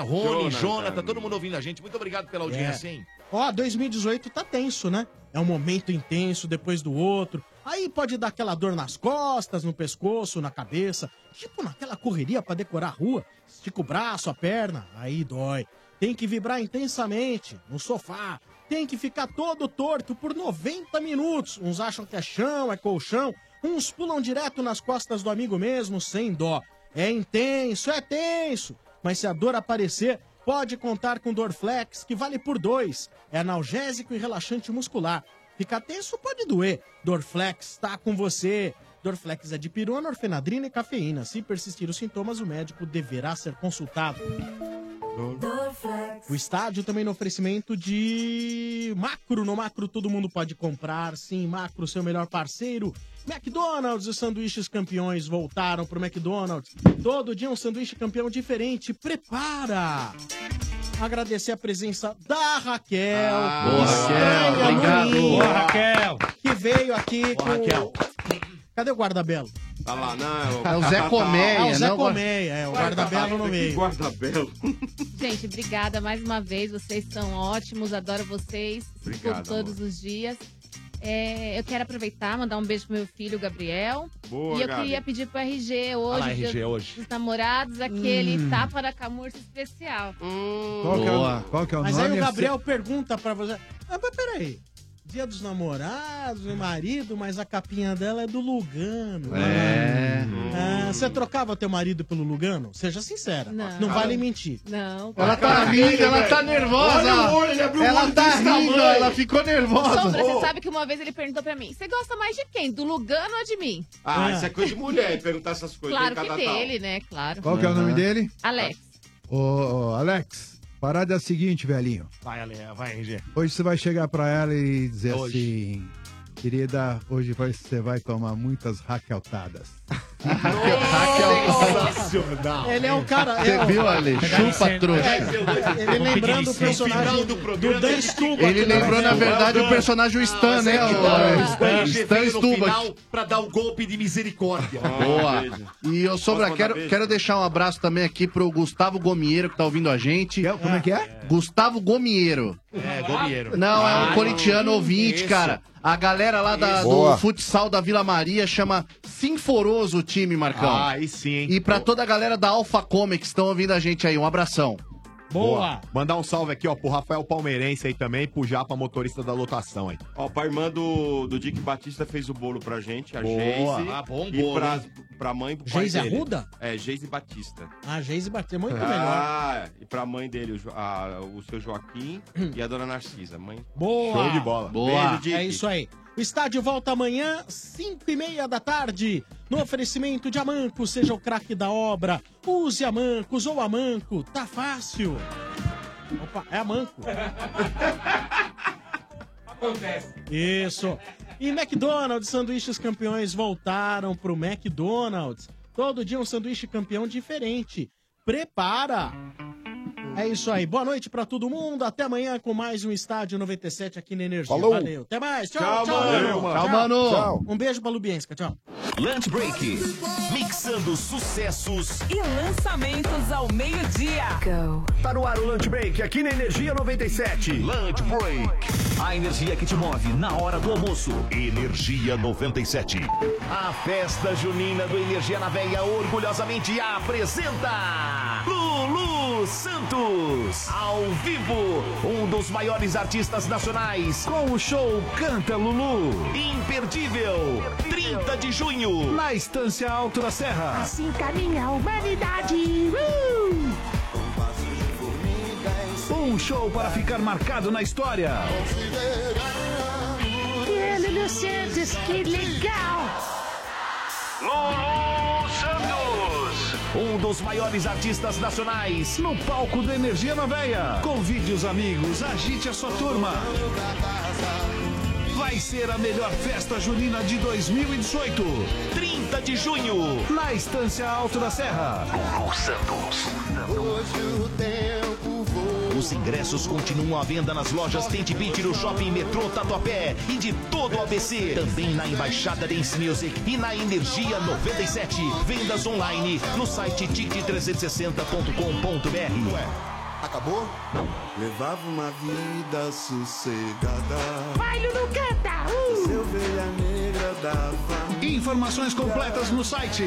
Speaker 2: Jonathan.
Speaker 6: Rony, Jonathan, todo mundo ouvindo a gente. Muito obrigado pela audiência,
Speaker 2: É.
Speaker 6: hein?
Speaker 2: Ó, 2018 tá tenso, né? É um momento intenso depois do outro. Aí pode dar aquela dor nas costas, no pescoço, na cabeça. Tipo naquela correria pra decorar a rua. Estica o braço, a perna, aí dói. Tem que vibrar intensamente no sofá. Tem que ficar todo torto por 90 minutos. Uns acham que é chão, é colchão. Uns pulam direto nas costas do amigo mesmo, sem dó. É intenso, é tenso. Mas se a dor aparecer, Pode contar com Dorflex, que vale por dois. É analgésico e relaxante muscular. Ficar tenso pode doer. Dorflex está com você. Dorflex é de pirona, orfenadrina e cafeína. Se persistir os sintomas, o médico deverá ser consultado. O estádio também no oferecimento de macro. No macro todo mundo pode comprar. Sim, macro, seu melhor parceiro. McDonald's, os sanduíches campeões voltaram pro McDonald's. Todo dia um sanduíche campeão diferente. Prepara! Agradecer a presença da Raquel.
Speaker 11: Ah, boa, Raquel,
Speaker 2: Estranha
Speaker 11: obrigado.
Speaker 2: Muniz,
Speaker 11: Boa, Raquel.
Speaker 2: Que veio aqui com... Cadê o guarda-belo?
Speaker 16: Tá lá, não.
Speaker 2: É o Zé Colmeia,
Speaker 16: Coméia,
Speaker 2: Ah, o
Speaker 11: né?
Speaker 2: Zé não- Colmeia, é, o guarda-belo no meio.
Speaker 16: <laughs> Guarda-belo.
Speaker 17: Gente, obrigada mais uma vez. Vocês são ótimos, adoro vocês.
Speaker 16: Obrigado,
Speaker 17: Escuto todos os dias. É, eu quero aproveitar, mandar um beijo pro meu filho, Gabriel.
Speaker 6: Boa,
Speaker 17: e eu
Speaker 6: Gabi.
Speaker 17: queria pedir pro RG hoje,
Speaker 6: Ah lá,
Speaker 17: dia
Speaker 6: RG hoje.
Speaker 17: dos namorados, aquele
Speaker 8: Hum.
Speaker 17: tapa da camurça especial.
Speaker 8: Qual que é o-
Speaker 11: Boa.
Speaker 8: Qual que é o
Speaker 2: Mas
Speaker 8: nome?
Speaker 2: aí o
Speaker 8: É
Speaker 2: Gabriel pergunta pra você. Ah, mas peraí. Dia dos namorados, meu marido, mas a capinha dela é do Lugano.
Speaker 11: É.
Speaker 2: Ah, Você trocava teu marido pelo Lugano? Seja sincera. Não, vale mentir.
Speaker 17: Não. é
Speaker 11: Ela tá rindo, ela tá nervosa.
Speaker 2: Olha o olho, ele abriu o
Speaker 11: ela
Speaker 2: olho
Speaker 11: tá
Speaker 2: desse
Speaker 11: rindo,
Speaker 2: tamanho.
Speaker 11: ela ficou nervosa.
Speaker 17: Sombra, você sabe que uma vez ele perguntou pra mim: você gosta mais de quem? Do Lugano ou de mim?
Speaker 16: Ah, isso é coisa de mulher, perguntar essas coisas.
Speaker 17: Claro
Speaker 16: em
Speaker 17: que
Speaker 16: cada
Speaker 17: dele, né? Claro.
Speaker 8: Qual que é o nome dele?
Speaker 17: Alex.
Speaker 8: Ô, ô, Alex, parada é a seguinte, velhinho.
Speaker 6: Vai, Ale, vai, RG.
Speaker 8: Hoje você vai chegar pra ela e dizer
Speaker 6: Hoje.
Speaker 8: assim: Querida, hoje vai- você vai tomar muitas raqueltadas.
Speaker 11: Sensacional.
Speaker 2: Ele é um cara.
Speaker 8: Você
Speaker 2: é um-
Speaker 8: viu, Ale? Chupa,
Speaker 2: É,
Speaker 8: trouxa.
Speaker 2: Ele lembrando o personagem do, Dan Stuba. tá
Speaker 11: Ele
Speaker 6: tá
Speaker 11: lembrou, na verdade,
Speaker 6: Ah,
Speaker 11: o personagem o Stan,
Speaker 6: é
Speaker 11: né? o-
Speaker 6: O
Speaker 11: Stan,
Speaker 6: RG
Speaker 11: Stan
Speaker 6: veio no
Speaker 11: Stubach.
Speaker 6: final pra dar o golpe de misericórdia.
Speaker 11: Boa. E eu sobra,
Speaker 6: Posso mandar
Speaker 11: quero,
Speaker 6: beijo?
Speaker 11: quero deixar um abraço também aqui pro Gustavo Gomieiro, que tá ouvindo a gente. Ah,
Speaker 8: Como é que é?
Speaker 11: Gustavo Gomieiro.
Speaker 6: É, Gomieiro.
Speaker 11: Não, é um
Speaker 6: Ah,
Speaker 11: corintiano
Speaker 6: não.
Speaker 11: ouvinte,
Speaker 6: Isso.
Speaker 11: cara. A galera lá da-
Speaker 6: Isso.
Speaker 11: do
Speaker 6: Boa.
Speaker 11: futsal da Vila Maria chama Sinforoso o time, Marcão.
Speaker 5: Ah, aí sim, hein?
Speaker 11: E pra toda a galera da Alpha Comics que estão ouvindo a gente aí, um abração.
Speaker 5: Mandar um salve aqui, ó, pro Rafael Palmeirense aí também, pro Japa, motorista da lotação aí.
Speaker 16: Ó, pra irmã do, do Dick Batista fez o bolo pra gente, a
Speaker 5: Boa.
Speaker 16: Geise.
Speaker 5: Ah, bom
Speaker 16: e
Speaker 5: bolo,
Speaker 16: pra,
Speaker 5: hein?
Speaker 16: pra mãe e pro pai
Speaker 2: Geise
Speaker 16: dele.
Speaker 2: Arruda?
Speaker 16: É, Geise Batista.
Speaker 2: Ah, Geise bateu muito melhor.
Speaker 16: ah, e pra mãe dele, o, Jo- a- o seu Joaquim e a dona Narcisa. Mãe.
Speaker 2: Boa!
Speaker 16: Show de bola. Beijo, Dick.
Speaker 2: é isso aí. O estádio volta amanhã, 5 e meia da tarde. No oferecimento de Amanco, seja o craque da obra. Use Amanco, usou Amanco, tá fácil. Opa, é Amanco.
Speaker 1: Acontece.
Speaker 2: Isso. E McDonald's, sanduíches campeões voltaram pro McDonald's. Todo dia um sanduíche campeão diferente. Prepara! É isso aí. Boa noite pra todo mundo. Até amanhã com mais um Estádio 97 aqui na Energia.
Speaker 11: Falou.
Speaker 2: Valeu. Até mais. Tchau,
Speaker 11: Tchau,
Speaker 2: tchau.
Speaker 11: mano. Tchau, mano. Tchau.
Speaker 2: Um beijo pra Lubienska. Tchau.
Speaker 6: Lunch Break. Mixando sucessos
Speaker 1: e lançamentos ao meio-dia.
Speaker 26: Tá no ar o Lunch Break aqui na Energia 97. Lunch Break. A energia que te move na hora do almoço. Energia 97.
Speaker 6: A festa junina do Energia na Veia orgulhosamente apresenta Lulu Santos, ao vivo, um dos maiores artistas nacionais, com o show Canta Lulu, imperdível, 30 de junho, na Estância Alto da Serra. Uh!
Speaker 1: Assim caminha a humanidade.
Speaker 26: Um show para ficar marcado na história.
Speaker 1: Ele Santos, que legal! Lulu Santos!
Speaker 27: um dos maiores artistas nacionais, no palco do Energia Naveia. Convide os amigos, agite a sua turma. Vai ser a melhor festa junina de 2018. 30 de junho, na Estância Alto da Serra. Lulu Santos.
Speaker 6: Os ingressos continuam à venda nas lojas Tente Beat no Shopping Metrô Tatuapé e de todo o ABC. Também na Embaixada Dance Music e na Energia 97. Vendas online no site tique360.com.br. Acabou? Não.
Speaker 2: Levava uma vida sossegada.
Speaker 12: Vai, Lulu, canta!
Speaker 2: Seu velha negra dava.
Speaker 27: Informações completas no site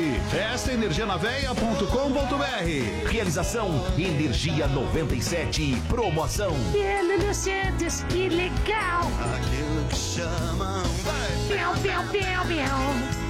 Speaker 27: festaenergianaveia.com.br.
Speaker 6: Realização Energia 97. Promoção.
Speaker 12: E Lulu Santos, que legal!
Speaker 2: Aquilo que chamam.
Speaker 12: Piau, piau, piau, piau!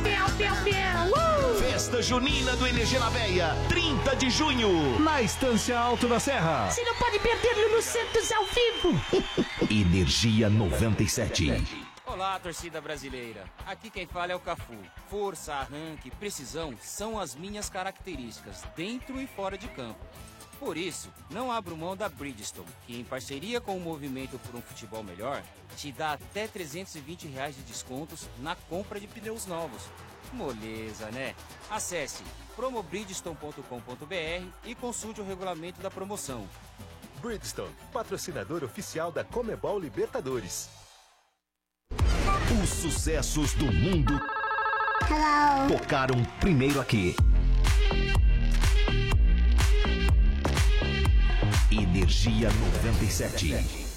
Speaker 12: Piau, piau, piau! Uh!
Speaker 6: Festa Junina do Energia na Veia, 30 de junho.
Speaker 27: Na Estância Alto da Serra.
Speaker 12: Você não pode perder Lulu Santos ao vivo!
Speaker 6: Energia 97.
Speaker 26: Olá, torcida brasileira. Aqui quem fala é o Cafu. Força, arranque, precisão são as minhas características, dentro e fora de campo. Por isso, não abro mão da Bridgestone, que em parceria com o Movimento por um Futebol Melhor, te dá até 320 reais de descontos na compra de pneus novos. Moleza, né? Acesse promobridgestone.com.br e consulte o regulamento da promoção.
Speaker 27: Bridgestone, patrocinador oficial da Comebol Libertadores.
Speaker 6: Os sucessos do mundo tocaram primeiro aqui. Energia 97.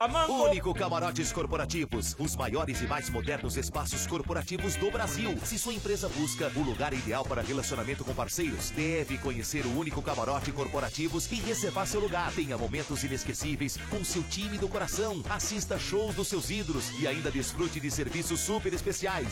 Speaker 6: A Manco! Único Camarotes Corporativos. Os maiores e mais modernos espaços corporativos do Brasil. Se sua empresa busca o lugar ideal para relacionamento com parceiros, deve conhecer o Único Camarote Corporativos e reservar seu lugar. Tenha momentos inesquecíveis com seu time do coração. Assista shows dos seus ídolos e ainda desfrute de serviços super especiais.